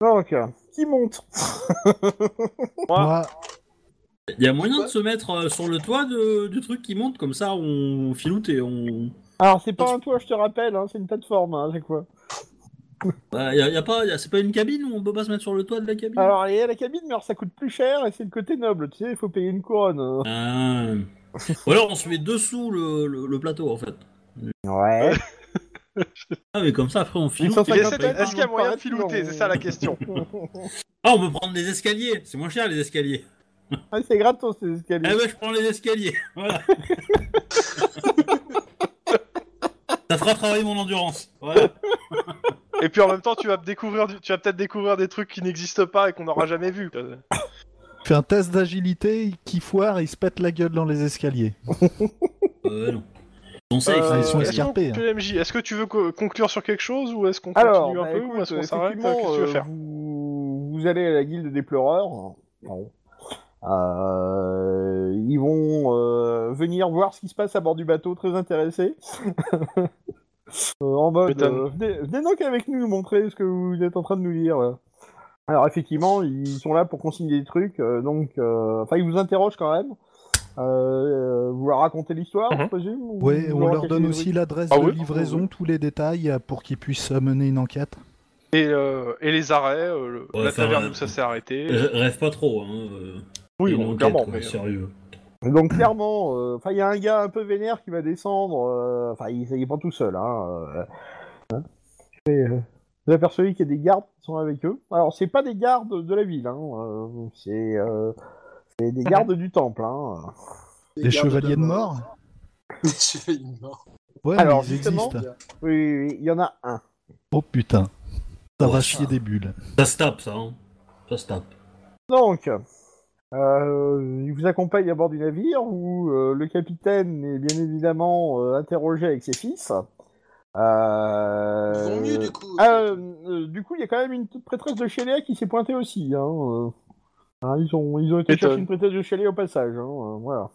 Speaker 1: Donc, qui monte
Speaker 3: Moi,
Speaker 2: Il y a moyen de se mettre euh, sur le toit de- du truc qui monte, comme ça on filoute et on...
Speaker 1: Alors, c'est pas un toit, je te rappelle, hein, c'est une plateforme, hein, c'est quoi
Speaker 2: Bah, y a, y a pas, y a- c'est pas une cabine où on peut pas se mettre sur le toit de la cabine
Speaker 1: Alors, il y a la cabine, mais alors ça coûte plus cher et c'est le côté noble, tu sais, il faut payer une couronne. hein.
Speaker 2: Ah. Ou alors on se met dessous le, le- le plateau en fait.
Speaker 1: Ouais.
Speaker 2: Ah mais comme ça après on filoute.
Speaker 1: 850
Speaker 2: et on
Speaker 4: essaie de-
Speaker 2: paye pas.
Speaker 4: est-ce qu'il y a moyen de filouter C'est ça la question.
Speaker 2: Ah on peut prendre des escaliers, c'est moins cher les escaliers.
Speaker 1: <laughs> Ah, c'est gratos, ces
Speaker 2: Eh
Speaker 1: escaliers.
Speaker 2: ben je prends les escaliers, <laughs> voilà. ça fera travailler mon endurance. Voilà.
Speaker 4: Et puis en même temps, tu vas, découvrir du- tu vas peut-être découvrir des trucs qui n'existent pas et qu'on n'aura jamais vu.
Speaker 3: je fais un test d'agilité qui foire, il se pète la gueule dans les escaliers.
Speaker 2: Euh, non. On sait,
Speaker 3: Euh,
Speaker 2: ils sont
Speaker 3: ouais.
Speaker 2: escaliers.
Speaker 3: escarpés, hein.
Speaker 4: PMJ, est-ce que tu veux co- conclure sur quelque chose ou est-ce qu'on continue
Speaker 1: Alors,
Speaker 4: un
Speaker 1: bah,
Speaker 4: peu
Speaker 1: écoute,
Speaker 4: ou est-ce qu'on s'arrête
Speaker 1: effectivement,
Speaker 4: Qu'est-ce que tu veux
Speaker 1: euh,
Speaker 4: faire
Speaker 1: vous... vous allez à la guilde des pleureurs. Pardon. Euh, Ils vont euh, venir voir ce qui se passe à bord du bateau, très intéressés. <laughs> Euh, en mode,
Speaker 4: M'étonne.
Speaker 1: euh, venez, venez donc avec nous nous montrer ce que vous êtes en train de nous dire. là. Alors effectivement, ils sont là pour consigner des trucs, euh, donc, euh, enfin, ils vous interrogent quand même. Euh, vous leur racontez l'histoire,
Speaker 4: Mhm.
Speaker 1: je présume ou
Speaker 3: Ouais,
Speaker 1: vous
Speaker 3: on leur
Speaker 1: racontez
Speaker 3: donne
Speaker 1: des
Speaker 3: aussi l'adresse
Speaker 4: Ah
Speaker 3: de
Speaker 4: oui
Speaker 3: livraison, tous les détails euh, pour qu'ils puissent euh, mener une enquête.
Speaker 4: et, euh, et les arrêts, euh, le-
Speaker 2: Ouais,
Speaker 4: la
Speaker 2: enfin,
Speaker 4: taverne
Speaker 2: ouais.
Speaker 4: où ça s'est arrêté.
Speaker 2: Je- Rêve pas trop, hein. euh,
Speaker 4: oui,
Speaker 2: une
Speaker 4: bon,
Speaker 2: enquête,
Speaker 4: clairement.
Speaker 2: quoi,
Speaker 4: mais, euh,
Speaker 2: sérieux.
Speaker 1: Donc clairement, euh, enfin il y a un gars un peu vénère qui va descendre. euh, Enfin il, il est pas tout seul. Hein, euh, hein. Et, euh, vous apercevez qu'il y a des gardes qui sont avec eux. Alors c'est pas des gardes de la ville, hein, euh, c'est euh, c'est des gardes du temple. Hein.
Speaker 3: Des
Speaker 5: gardes
Speaker 3: chevaliers de mort
Speaker 5: <laughs> Des chevaliers de mort.
Speaker 3: Ouais,
Speaker 1: Alors,
Speaker 3: mais ils
Speaker 1: justement-
Speaker 3: existent.
Speaker 1: Oui, oui, oui, il y en a un.
Speaker 3: Oh putain, ça
Speaker 2: Ouais,
Speaker 3: va
Speaker 2: ça.
Speaker 3: chier des bulles.
Speaker 2: Ça se tape ça, hein. Ça se tape.
Speaker 1: Donc euh, il vous accompagne à bord du navire où euh, le capitaine est bien évidemment euh, interrogé avec ses fils. Euh,
Speaker 5: Ils vont mieux du coup.
Speaker 1: Ah, euh, euh, du coup, il y a quand même une petite prêtresse de Chéléa qui s'est pointée aussi. Hein, euh. Hein, ils, ont, ils ont été
Speaker 4: Étonne.
Speaker 1: chercher une prêtresse de Chéléa au passage. Hein, euh, voilà.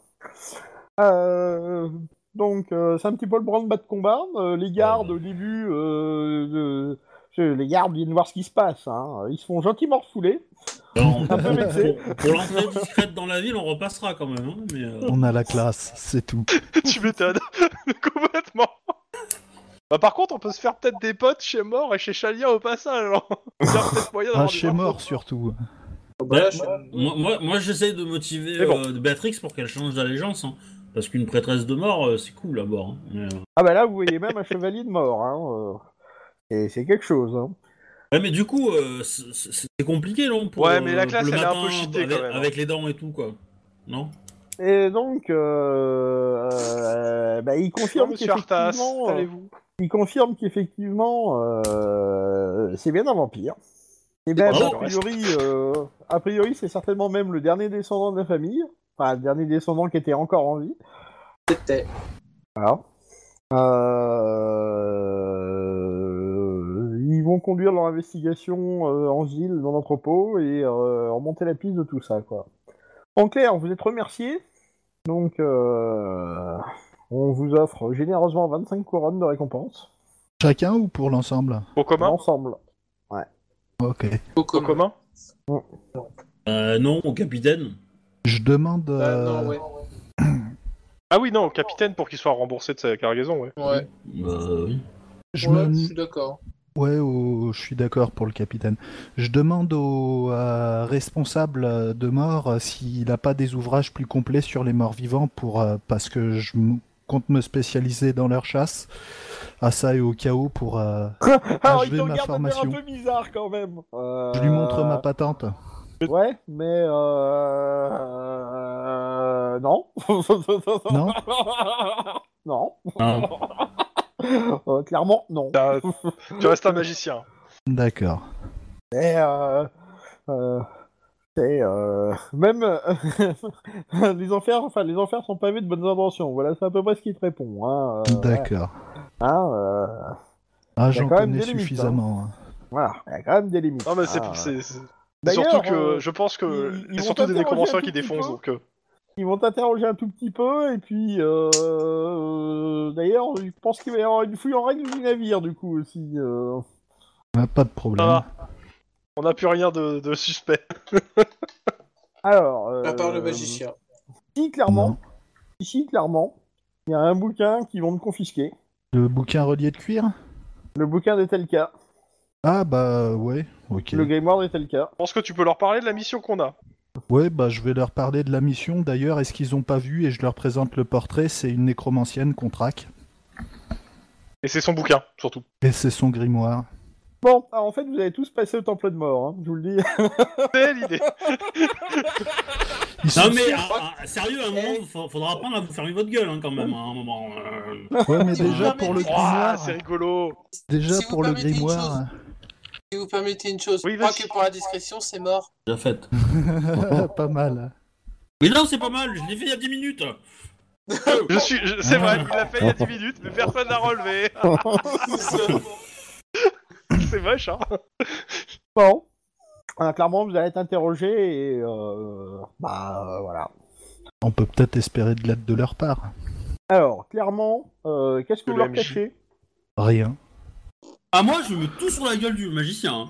Speaker 1: Euh, donc, euh, c'est un petit peu le branle-bas de combat. Euh, les gardes, au début, euh, de- euh, les gardes viennent voir ce qui se passe. Hein. Ils se font gentiment refouler.
Speaker 2: Alors, on-
Speaker 1: Un peu vexé.
Speaker 2: pour pour l'entrée discrète dans la ville, on repassera quand même. hein, mais, euh,
Speaker 3: On a la classe,
Speaker 1: <laughs>
Speaker 3: c'est tout.
Speaker 4: euh, <laughs> tu m'étonnes complètement. Bah, par contre, on peut se faire peut-être des potes chez Mort et chez Chalia au passage. alors. <laughs> Il y a peut-être moyen
Speaker 3: Un
Speaker 2: Ah,
Speaker 4: d'avoir des
Speaker 3: chez
Speaker 4: infos.
Speaker 3: mort surtout.
Speaker 5: Bah, là,
Speaker 2: Ouais,
Speaker 5: je-
Speaker 2: euh, Moi, moi, moi, j'essaie de motiver
Speaker 4: C'est bon.
Speaker 2: euh, Béatrix pour qu'elle change d'allégeance. hein. Parce qu'une prêtresse de mort, euh, c'est cool à bord. hein. Mais, euh,
Speaker 1: Ah, bah là, vous voyez même un <laughs> chevalier de mort. Hein, euh. Et c'est quelque chose. Hein.
Speaker 2: Ouais, mais du coup, euh, c'est- c'est c'est compliqué, non pour,
Speaker 4: Ouais, mais la
Speaker 2: euh,
Speaker 4: classe,
Speaker 2: le
Speaker 4: elle est un
Speaker 2: matin,
Speaker 4: peu cheatée,
Speaker 2: avec,
Speaker 4: quand même, hein.
Speaker 2: avec les dents et tout, quoi. Non
Speaker 1: Et donc, euh, euh, bah, il
Speaker 4: Bonjour,
Speaker 1: confirme
Speaker 4: Monsieur Artas,
Speaker 1: qu'effectivement... euh,
Speaker 4: allez-vous
Speaker 1: Il confirme qu'effectivement, euh, c'est bien un vampire. Et même,
Speaker 4: Bravo.
Speaker 1: a priori, euh, a priori, c'est certainement même le dernier descendant de la famille. Enfin, le dernier descendant qui était encore en vie.
Speaker 5: C'était.
Speaker 1: Voilà. Euh, Ils vont conduire leur investigation euh, en ville, dans l'entrepôt, et euh, remonter la piste de tout ça, quoi. En clair, vous êtes remercié. Donc, euh, on vous offre généreusement 25 couronnes de récompense.
Speaker 3: Chacun ou pour l'ensemble
Speaker 4: Au commun
Speaker 1: Ensemble.
Speaker 3: Ok.
Speaker 5: Au
Speaker 4: Au
Speaker 5: commun.
Speaker 4: commun
Speaker 2: Euh, Non, au capitaine.
Speaker 3: Je demande.
Speaker 5: Ah,
Speaker 3: euh,
Speaker 5: non, ouais.
Speaker 4: Ah oui, non, au capitaine pour qu'il soit remboursé de sa cargaison, ouais.
Speaker 5: Ouais,
Speaker 2: Euh, oui.
Speaker 3: je
Speaker 5: ouais,
Speaker 3: me-
Speaker 5: je suis d'accord.
Speaker 3: Ouais, au- je suis d'accord pour le capitaine. Je demande au euh, responsable euh, de mort euh, s'il n'a pas des ouvrages plus complets sur les morts vivants pour euh, parce que je m- compte me spécialiser dans leur chasse à ça et au chaos
Speaker 1: <laughs>
Speaker 3: pour. euh,
Speaker 1: Alors,
Speaker 3: je
Speaker 1: Ah, il
Speaker 3: vais
Speaker 1: te regarde de
Speaker 3: ma
Speaker 1: manière un
Speaker 3: formation.
Speaker 1: peu bizarre quand même. Euh,
Speaker 3: Je lui montre
Speaker 1: <laughs>
Speaker 3: ma patente.
Speaker 1: Ouais, mais euh... euh, Non. <laughs>
Speaker 3: Non.
Speaker 1: Non.
Speaker 4: <laughs>
Speaker 2: Ah.
Speaker 1: Euh, clairement, non. <laughs>
Speaker 4: T'as- tu restes un magicien.
Speaker 3: D'accord.
Speaker 1: Mais euh... euh, C'est euh, même <laughs> euh, les enfers, enfin les enfers sont pavés de bonnes intentions. Voilà, c'est à peu près ce qu'il te répond. Hein, euh,
Speaker 3: D'accord.
Speaker 1: hein, euh,
Speaker 3: Ah,
Speaker 1: y a
Speaker 3: j'en
Speaker 1: quand même
Speaker 3: connais
Speaker 1: des limites,
Speaker 3: suffisamment. hein.
Speaker 1: voilà, il y a quand même des limites.
Speaker 4: Non, mais c'est
Speaker 1: hein.
Speaker 4: c'est- c'est- Et Surtout
Speaker 1: D'ailleurs,
Speaker 4: que
Speaker 1: euh,
Speaker 4: je pense que
Speaker 1: ils- ils
Speaker 4: c'est
Speaker 1: vont
Speaker 4: surtout des
Speaker 1: t'interroger
Speaker 4: commenceurs
Speaker 1: un
Speaker 4: qui
Speaker 1: tout petit
Speaker 4: défoncent
Speaker 1: peu.
Speaker 4: donc. euh,
Speaker 1: Ils vont t'interroger un tout petit peu, et puis euh, euh, d'ailleurs, je pense qu'il va y avoir une fouille en règle du navire, du coup aussi. euh.
Speaker 3: Ah, Pas de problème.
Speaker 4: Ah. On n'a plus rien de, de suspect.
Speaker 1: Alors, euh,
Speaker 5: À part le magicien.
Speaker 1: Ici, clairement,
Speaker 3: Non.
Speaker 1: ici, clairement, il y a un bouquin qui vont te confisquer.
Speaker 3: Le bouquin relié de cuir
Speaker 1: Le bouquin des Telka,
Speaker 3: Ah bah ouais, ok.
Speaker 1: le grimoire des Telka.
Speaker 4: Je pense que tu peux leur parler de la mission qu'on a.
Speaker 3: Ouais, bah je vais leur parler de la mission. D'ailleurs, est-ce qu'ils ont pas vu et je leur présente le portrait C'est une nécromancienne qu'on traque.
Speaker 4: Et c'est son bouquin, surtout.
Speaker 3: Et c'est son grimoire.
Speaker 1: Bon, ah, en fait, vous avez tous passé au temple de mort, hein, je vous le dis. <laughs>
Speaker 4: C'est l'idée.
Speaker 3: Ils sont
Speaker 2: Non mais
Speaker 3: sûrs-
Speaker 2: ah, ah, sérieux, à un
Speaker 4: Eh.
Speaker 2: moment, fa- faudra apprendre à vous fermer votre gueule hein, quand même. à un moment. euh.
Speaker 3: Ouais, mais
Speaker 5: Si vous
Speaker 3: déjà
Speaker 5: permettez-
Speaker 3: pour le
Speaker 4: Ouah,
Speaker 3: grimoire.
Speaker 4: c'est rigolo.
Speaker 3: Déjà
Speaker 5: Si vous
Speaker 3: pour le
Speaker 5: permettez une
Speaker 3: grimoire.
Speaker 5: Si vous permettez une chose,
Speaker 4: Oui,
Speaker 5: je crois
Speaker 4: vas-y.
Speaker 5: que pour la discrétion, c'est mort.
Speaker 2: Déjà fait.
Speaker 3: <laughs> pas mal.
Speaker 2: Mais non, c'est pas mal. Je l'ai fait il y a 10
Speaker 4: <laughs>
Speaker 2: minutes.
Speaker 4: Je suis, je- c'est vrai, il l'a fait il y a 10 minutes, mais personne
Speaker 1: <laughs>
Speaker 4: n'a relevé. C'est moche, hein. <laughs>
Speaker 1: Bon. Euh, clairement, vous allez être interrogé et. euh, bah, euh, voilà.
Speaker 3: On peut peut-être espérer de l'aide de leur part.
Speaker 1: Alors, clairement, euh, qu'est-ce que
Speaker 4: Que
Speaker 1: vous
Speaker 4: le
Speaker 1: leur
Speaker 4: MJ.
Speaker 1: cachez
Speaker 3: Rien.
Speaker 2: Ah moi, je mets tout sur la gueule du magicien. hein.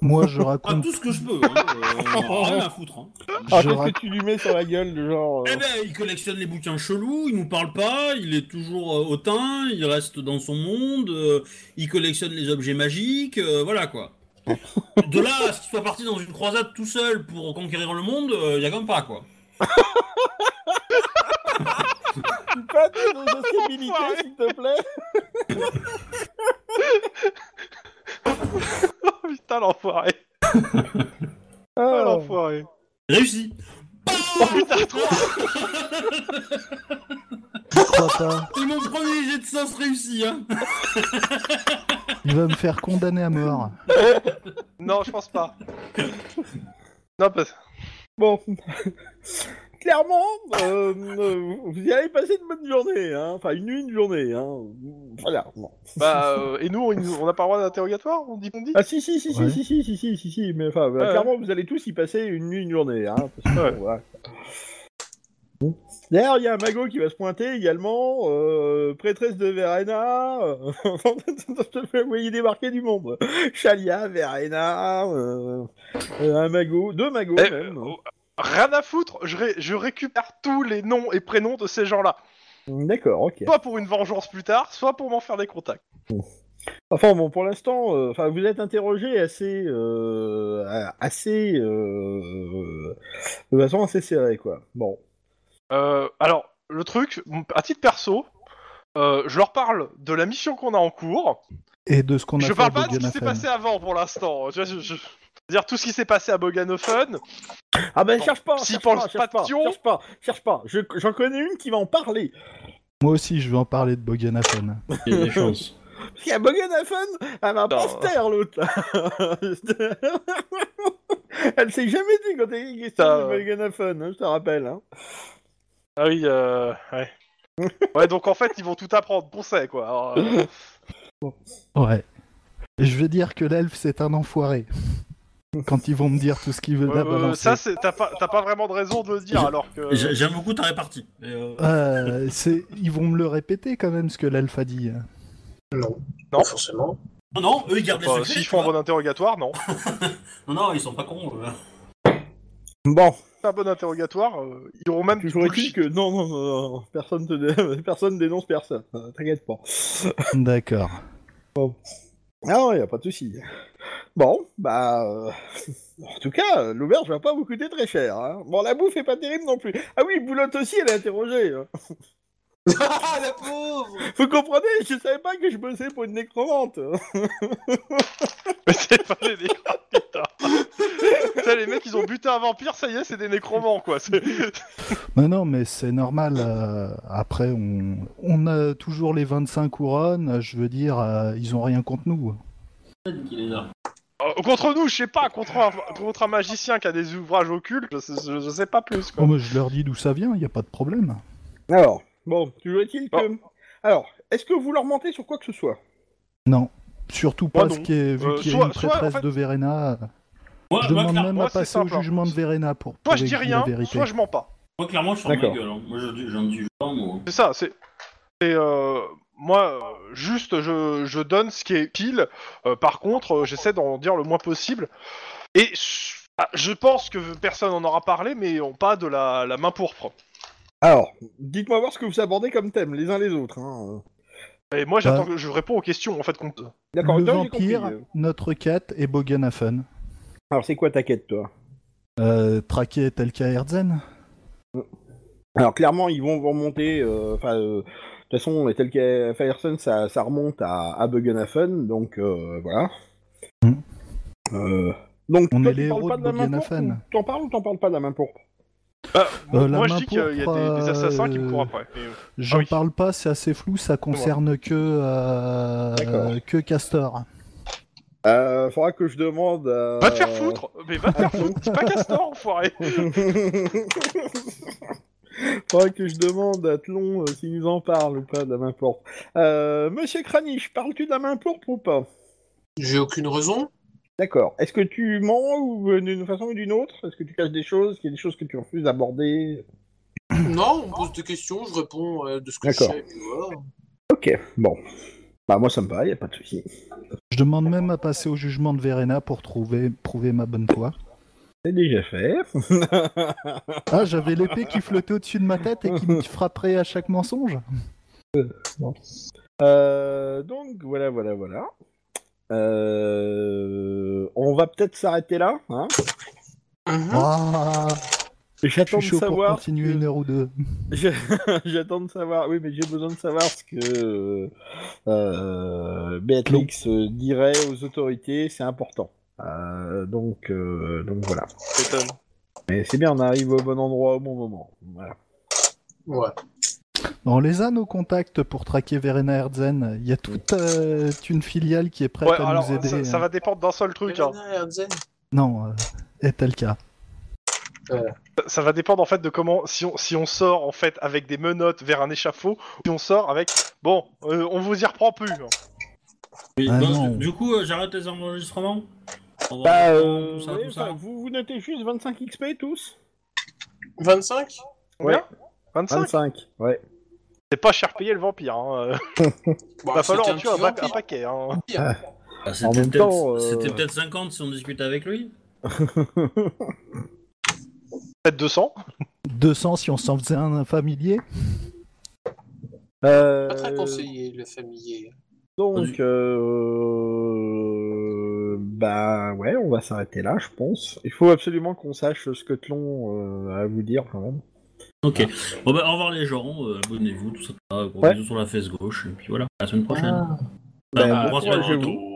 Speaker 3: Moi, je
Speaker 2: Ah,
Speaker 3: raconte.
Speaker 2: tout ce que je peux. Hein.
Speaker 4: <laughs>
Speaker 2: Euh, rien à foutre. hein.
Speaker 1: Ah,
Speaker 3: je
Speaker 1: qu'est-ce
Speaker 3: rac-
Speaker 1: que tu lui mets sur la gueule, du genre. euh,
Speaker 2: Eh ben, il collectionne les bouquins chelous, il nous parle pas, il est toujours euh, hautain, il reste dans son monde, euh, il collectionne les objets magiques, euh, voilà quoi. De là à ce qu'il soit parti dans une croisade tout seul pour conquérir le monde, il y a comme pas quoi.
Speaker 1: tu peux atteindre nos sensibilités, s'il te
Speaker 4: <laughs>
Speaker 1: plaît
Speaker 4: Putain, l'enfoiré. Ah,
Speaker 1: Alors,
Speaker 4: l'enfoiré.
Speaker 2: Réussi. Bam
Speaker 4: Putain, toi.
Speaker 3: Pourquoi pas
Speaker 2: C'est mon premier jet de sens réussi hein.
Speaker 3: Il va me faire condamner à mort.
Speaker 4: Non, je pense pas. Non, parce...
Speaker 1: Bon. Clairement, euh, euh, vous y allez passer une bonne journée, hein. Enfin, une nuit, une journée, hein. Voilà. bon.
Speaker 4: Bah, euh, et nous, ils nous- on n'a pas le droit d'interrogatoire On dit qu'on dit
Speaker 1: Ah si si si
Speaker 3: Ouais.
Speaker 1: si si si si si si si mais enfin bah,
Speaker 4: Ouais.
Speaker 1: clairement vous allez tous y passer une nuit une journée hein. parce que,
Speaker 4: Euh. Ouais.
Speaker 1: bon, voilà. Bon. D'ailleurs il y a un magot qui va se pointer également, euh, prêtresse de Verena, euh, <laughs> vous voyez débarquer du monde, Chalia, Verena, euh, euh, un magot, deux magots
Speaker 4: Eh,
Speaker 1: même. hein.
Speaker 4: euh, Rien à foutre, je, ré- je récupère tous les noms et prénoms de ces gens-là.
Speaker 1: D'accord ok.
Speaker 4: Soit pour une vengeance plus tard, soit pour m'en faire des contacts.
Speaker 1: Enfin bon, pour l'instant, euh, enfin vous êtes interrogé assez, euh, à- assez, euh, de façon assez serrée quoi. Bon.
Speaker 4: Euh, alors, le truc, à titre perso, euh, je leur parle de la mission qu'on a en cours.
Speaker 3: Et de ce qu'on a
Speaker 4: Je
Speaker 3: fait
Speaker 4: parle
Speaker 3: à
Speaker 4: pas de ce qui s'est
Speaker 3: Bogdanathan.
Speaker 4: passé avant pour l'instant. Tu vois, je- je- C'est-à-dire tout ce qui s'est passé à Boganofen.
Speaker 1: Ah ben
Speaker 4: Bon,
Speaker 1: cherche pas,
Speaker 4: s'il
Speaker 1: cherche
Speaker 4: pense
Speaker 1: pas, cherche
Speaker 4: pas
Speaker 1: pas,
Speaker 4: de Thion-
Speaker 1: cherche pas, cherche pas. Je- J'en connais une qui va en parler.
Speaker 3: Moi aussi, je vais en parler de Bogdanathan.
Speaker 2: Il y a des chances.
Speaker 1: Parce qu'à Bogenhafen, elle a un
Speaker 4: Non.
Speaker 1: poster l'autre. <laughs> là. elle s'est jamais dit quand elle est question
Speaker 4: Ça,
Speaker 1: de
Speaker 4: ouais.
Speaker 1: Bogenhafen, hein, je te rappelle. Hein.
Speaker 4: Ah oui, euh, ouais. <laughs> ouais, donc en fait, ils vont tout apprendre, on sait, quoi. Alors, euh,
Speaker 3: Ouais. Et je vais dire que l'elfe, c'est un enfoiré. Quand ils vont me dire tout ce qu'ils veulent
Speaker 4: euh,
Speaker 3: la
Speaker 4: euh,
Speaker 3: balancer.
Speaker 4: ça, c'est- t'as pas, t'as pas vraiment de raison de le dire,
Speaker 2: Je-
Speaker 4: alors que...
Speaker 2: J'ai- J'aime beaucoup ta répartie. Et, euh,
Speaker 3: Euh, c'est- ils vont me le répéter quand même ce que l'elfe a dit.
Speaker 5: Non.
Speaker 4: Non.
Speaker 5: Pas forcément.
Speaker 2: Non, non, eux ils gardent les
Speaker 4: Enfin,
Speaker 2: secrets.
Speaker 4: S'ils font un
Speaker 2: tu vois.
Speaker 4: bon interrogatoire, non.
Speaker 2: Non, non, ils sont pas cons. euh.
Speaker 1: Bon,
Speaker 4: un bon interrogatoire, euh, ils auront même...
Speaker 1: toujours
Speaker 4: tout le
Speaker 1: est-il
Speaker 4: shit.
Speaker 1: que non, non, non, non, personne, te dé- <laughs> personne dénonce personne. Euh, T'inquiète pas.
Speaker 3: D'accord.
Speaker 1: Ah non, y a pas de souci. Bon, bah, euh, en tout cas, euh, l'auberge va pas vous coûter très cher. Hein. Bon, la bouffe est pas terrible non plus. Ah oui, Boulotte aussi, elle est interrogée. hein.
Speaker 5: <laughs> Ah, la pauvre
Speaker 1: Vous comprenez Je savais pas que je bossais pour une nécromante.
Speaker 4: Mais <laughs> c'est pas des nécromans, putain. Putain, les mecs, ils ont buté un vampire, ça y est, c'est des nécromans, quoi. C'est-
Speaker 3: Non, non, mais c'est normal. euh, après, on, on a toujours les 25 couronnes. Je veux dire, euh, ils ont rien contre nous.
Speaker 4: Euh, contre nous, je sais pas, contre un, contre un magicien qui a des ouvrages occultes, je, sais- je- je sais pas plus, quoi.
Speaker 3: Oh, mais je leur dis d'où ça vient, il n'y a pas de problème.
Speaker 1: Alors, bon, toujours est-il que. Alors, est-ce que vous leur mentez sur quoi que ce soit
Speaker 3: Non. Surtout
Speaker 4: Moi,
Speaker 3: pas ce
Speaker 4: non.
Speaker 3: qui est, vu
Speaker 4: Euh,
Speaker 3: qu'il y a
Speaker 4: soit-
Speaker 3: une
Speaker 4: soit, en
Speaker 3: prêtresse
Speaker 4: fait-
Speaker 3: de Verena.
Speaker 2: Moi,
Speaker 3: je
Speaker 2: moi,
Speaker 3: demande
Speaker 2: cla-
Speaker 3: même
Speaker 4: moi,
Speaker 3: à
Speaker 4: c'est
Speaker 3: passer au
Speaker 4: simple, hein.
Speaker 3: jugement de Verena pour
Speaker 4: Soit
Speaker 3: prouver
Speaker 4: je dis
Speaker 3: que dis
Speaker 4: rien,
Speaker 3: la vérité.
Speaker 4: soit je mens pas.
Speaker 2: moi, clairement, je ferme ma
Speaker 1: D'accord.
Speaker 2: gueule. hein. Moi, je- j'en dis pas un mot.
Speaker 4: C'est ça, c'est. c'est, euh, moi, euh, juste, je, je donne ce qui est pile. Euh, par contre, euh, j'essaie d'en dire le moins possible. Et je, ah, je pense que personne en aura parlé, mais on pas de la, la main pourpre.
Speaker 1: Alors, dites-moi voir ce que vous abordez comme thème, les uns les autres. hein.
Speaker 4: Et moi, j'attends
Speaker 3: Ouais.
Speaker 4: que je réponds aux questions, en fait. qu'on-
Speaker 1: D'accord,
Speaker 3: le
Speaker 1: non, j'ai compris. euh.
Speaker 3: vampire, notre quête et Bogenhafen.
Speaker 1: Alors, c'est quoi ta quête, toi
Speaker 3: Euh, traquer Telka Herzen
Speaker 1: Alors clairement, ils vont vous remonter. euh, Enfin, euh, de toute façon, les tels que Fireson, ça, ça remonte à, à Buggenhafen, donc euh, voilà.
Speaker 3: Mm.
Speaker 1: Euh, donc,
Speaker 3: On
Speaker 1: toi,
Speaker 3: est
Speaker 1: tu
Speaker 3: les
Speaker 1: parles
Speaker 3: héros
Speaker 1: pas
Speaker 3: de
Speaker 1: de la main
Speaker 3: Buggenhafen.
Speaker 1: pourpre ou T'en parles ou t'en parles pas de la main pourpre
Speaker 4: Bah,
Speaker 3: Euh, la
Speaker 4: moi, je
Speaker 3: main
Speaker 4: dis qu'il y a des,
Speaker 3: pourpre,
Speaker 4: des assassins qui me
Speaker 3: euh,
Speaker 4: courent après. Mais, euh,
Speaker 3: J'en
Speaker 4: Ah oui.
Speaker 3: parle pas, c'est assez flou, ça concerne que, euh,
Speaker 1: D'accord.
Speaker 3: que Castor.
Speaker 1: euh, Faudra que je demande. euh,
Speaker 4: Va te faire foutre Mais va te faire
Speaker 3: <laughs>
Speaker 4: foutre C'est pas Castor, enfoiré
Speaker 1: <laughs> Faudra que je demande à Tlon euh, s'il nous en parle ou pas de la main pourpre. Euh, Monsieur Kranich, parles-tu de la main pourpre ou pas
Speaker 5: J'ai aucune raison.
Speaker 1: D'accord. Est-ce que tu mens ou euh, d'une façon ou d'une autre Est-ce que tu caches des choses Est-ce qu'il y a des choses que tu refuses d'aborder
Speaker 5: non, on me pose des questions, je réponds euh, de ce que je
Speaker 1: D'accord.
Speaker 5: sais. et puis voilà.
Speaker 1: Ok, bon. Bah moi ça me va, y a pas de souci.
Speaker 3: Je demande même à passer au jugement de Verena pour trouver, prouver ma bonne foi.
Speaker 1: C'est déjà fait.
Speaker 3: Ah, j'avais l'épée qui flottait au-dessus de ma tête et qui me frapperait à chaque mensonge
Speaker 1: Euh, donc voilà, voilà, voilà. Euh, on va peut-être s'arrêter là. Hein
Speaker 5: Mhm.
Speaker 3: Ah, je
Speaker 1: J'attends de
Speaker 3: suis chaud pour
Speaker 1: savoir.
Speaker 3: continuer
Speaker 1: ce que-
Speaker 3: une heure ou deux.
Speaker 1: <laughs> Je- J'attends de savoir. Oui, mais j'ai besoin de savoir ce que euh, Béatrix euh, dirait aux autorités. C'est important. Euh, donc, euh, donc voilà.
Speaker 4: M'étonne.
Speaker 1: Mais c'est bien, on arrive au bon endroit au bon moment. Voilà.
Speaker 5: Ouais.
Speaker 3: On les a nos contacts pour traquer Verena Herzen. Il y a toute euh, une filiale qui est prête
Speaker 4: Ouais,
Speaker 3: à
Speaker 4: alors,
Speaker 3: nous aider.
Speaker 4: ça, ça
Speaker 3: hein.
Speaker 4: va dépendre d'un seul truc. hein.
Speaker 5: Elena Herzen.
Speaker 3: Non, euh, est tel cas.
Speaker 4: Ça- Ça va dépendre, en fait, de comment... Si on, si on sort, en fait, avec des menottes vers un échafaud, ou si on sort avec... Bon, euh, on vous y reprend plus. hein.
Speaker 2: Oui,
Speaker 3: Ah
Speaker 2: bah,
Speaker 3: non.
Speaker 2: du du coup, euh, j'arrête les enregistrements. Au revoir,
Speaker 1: Bah,
Speaker 2: euh, tout ça,
Speaker 1: ouais,
Speaker 2: tout ça. hein.
Speaker 1: enfin, vous, vous notez juste 25 XP tous
Speaker 5: 25
Speaker 1: Ouais.
Speaker 4: Combien 25,
Speaker 1: 25, ouais.
Speaker 4: C'est pas cher payé le vampire. Hein.
Speaker 5: Bah,
Speaker 4: Va falloir
Speaker 5: c'était
Speaker 4: en
Speaker 5: un
Speaker 4: tuer un,
Speaker 5: petit
Speaker 4: pa- un
Speaker 5: vampire.
Speaker 4: paquet. Hein.
Speaker 2: Ah,
Speaker 1: En
Speaker 2: C'était
Speaker 1: même temps,
Speaker 2: peut-être
Speaker 1: euh,
Speaker 2: c'était peut-être 50 si on discutait avec lui.
Speaker 4: Peut-être 200.
Speaker 3: 200 si on s'en faisait un familier.
Speaker 1: Euh,
Speaker 5: Pas très conseillé, le familier.
Speaker 1: donc, euh, bah ouais, on va s'arrêter là, je pense. Il faut absolument qu'on sache ce que Tlon euh, a à vous dire quand même.
Speaker 2: Ok. Bon, bah, au revoir les gens. euh, Abonnez-vous, tout ça. Gros
Speaker 1: Ouais.
Speaker 2: bisous sur la fesse gauche. Et puis voilà, à la semaine prochaine.
Speaker 5: Ah.
Speaker 2: Bah,
Speaker 1: Bah,
Speaker 2: on
Speaker 1: bon
Speaker 2: va se mettre
Speaker 1: courage à
Speaker 2: en
Speaker 1: vous.
Speaker 2: taux.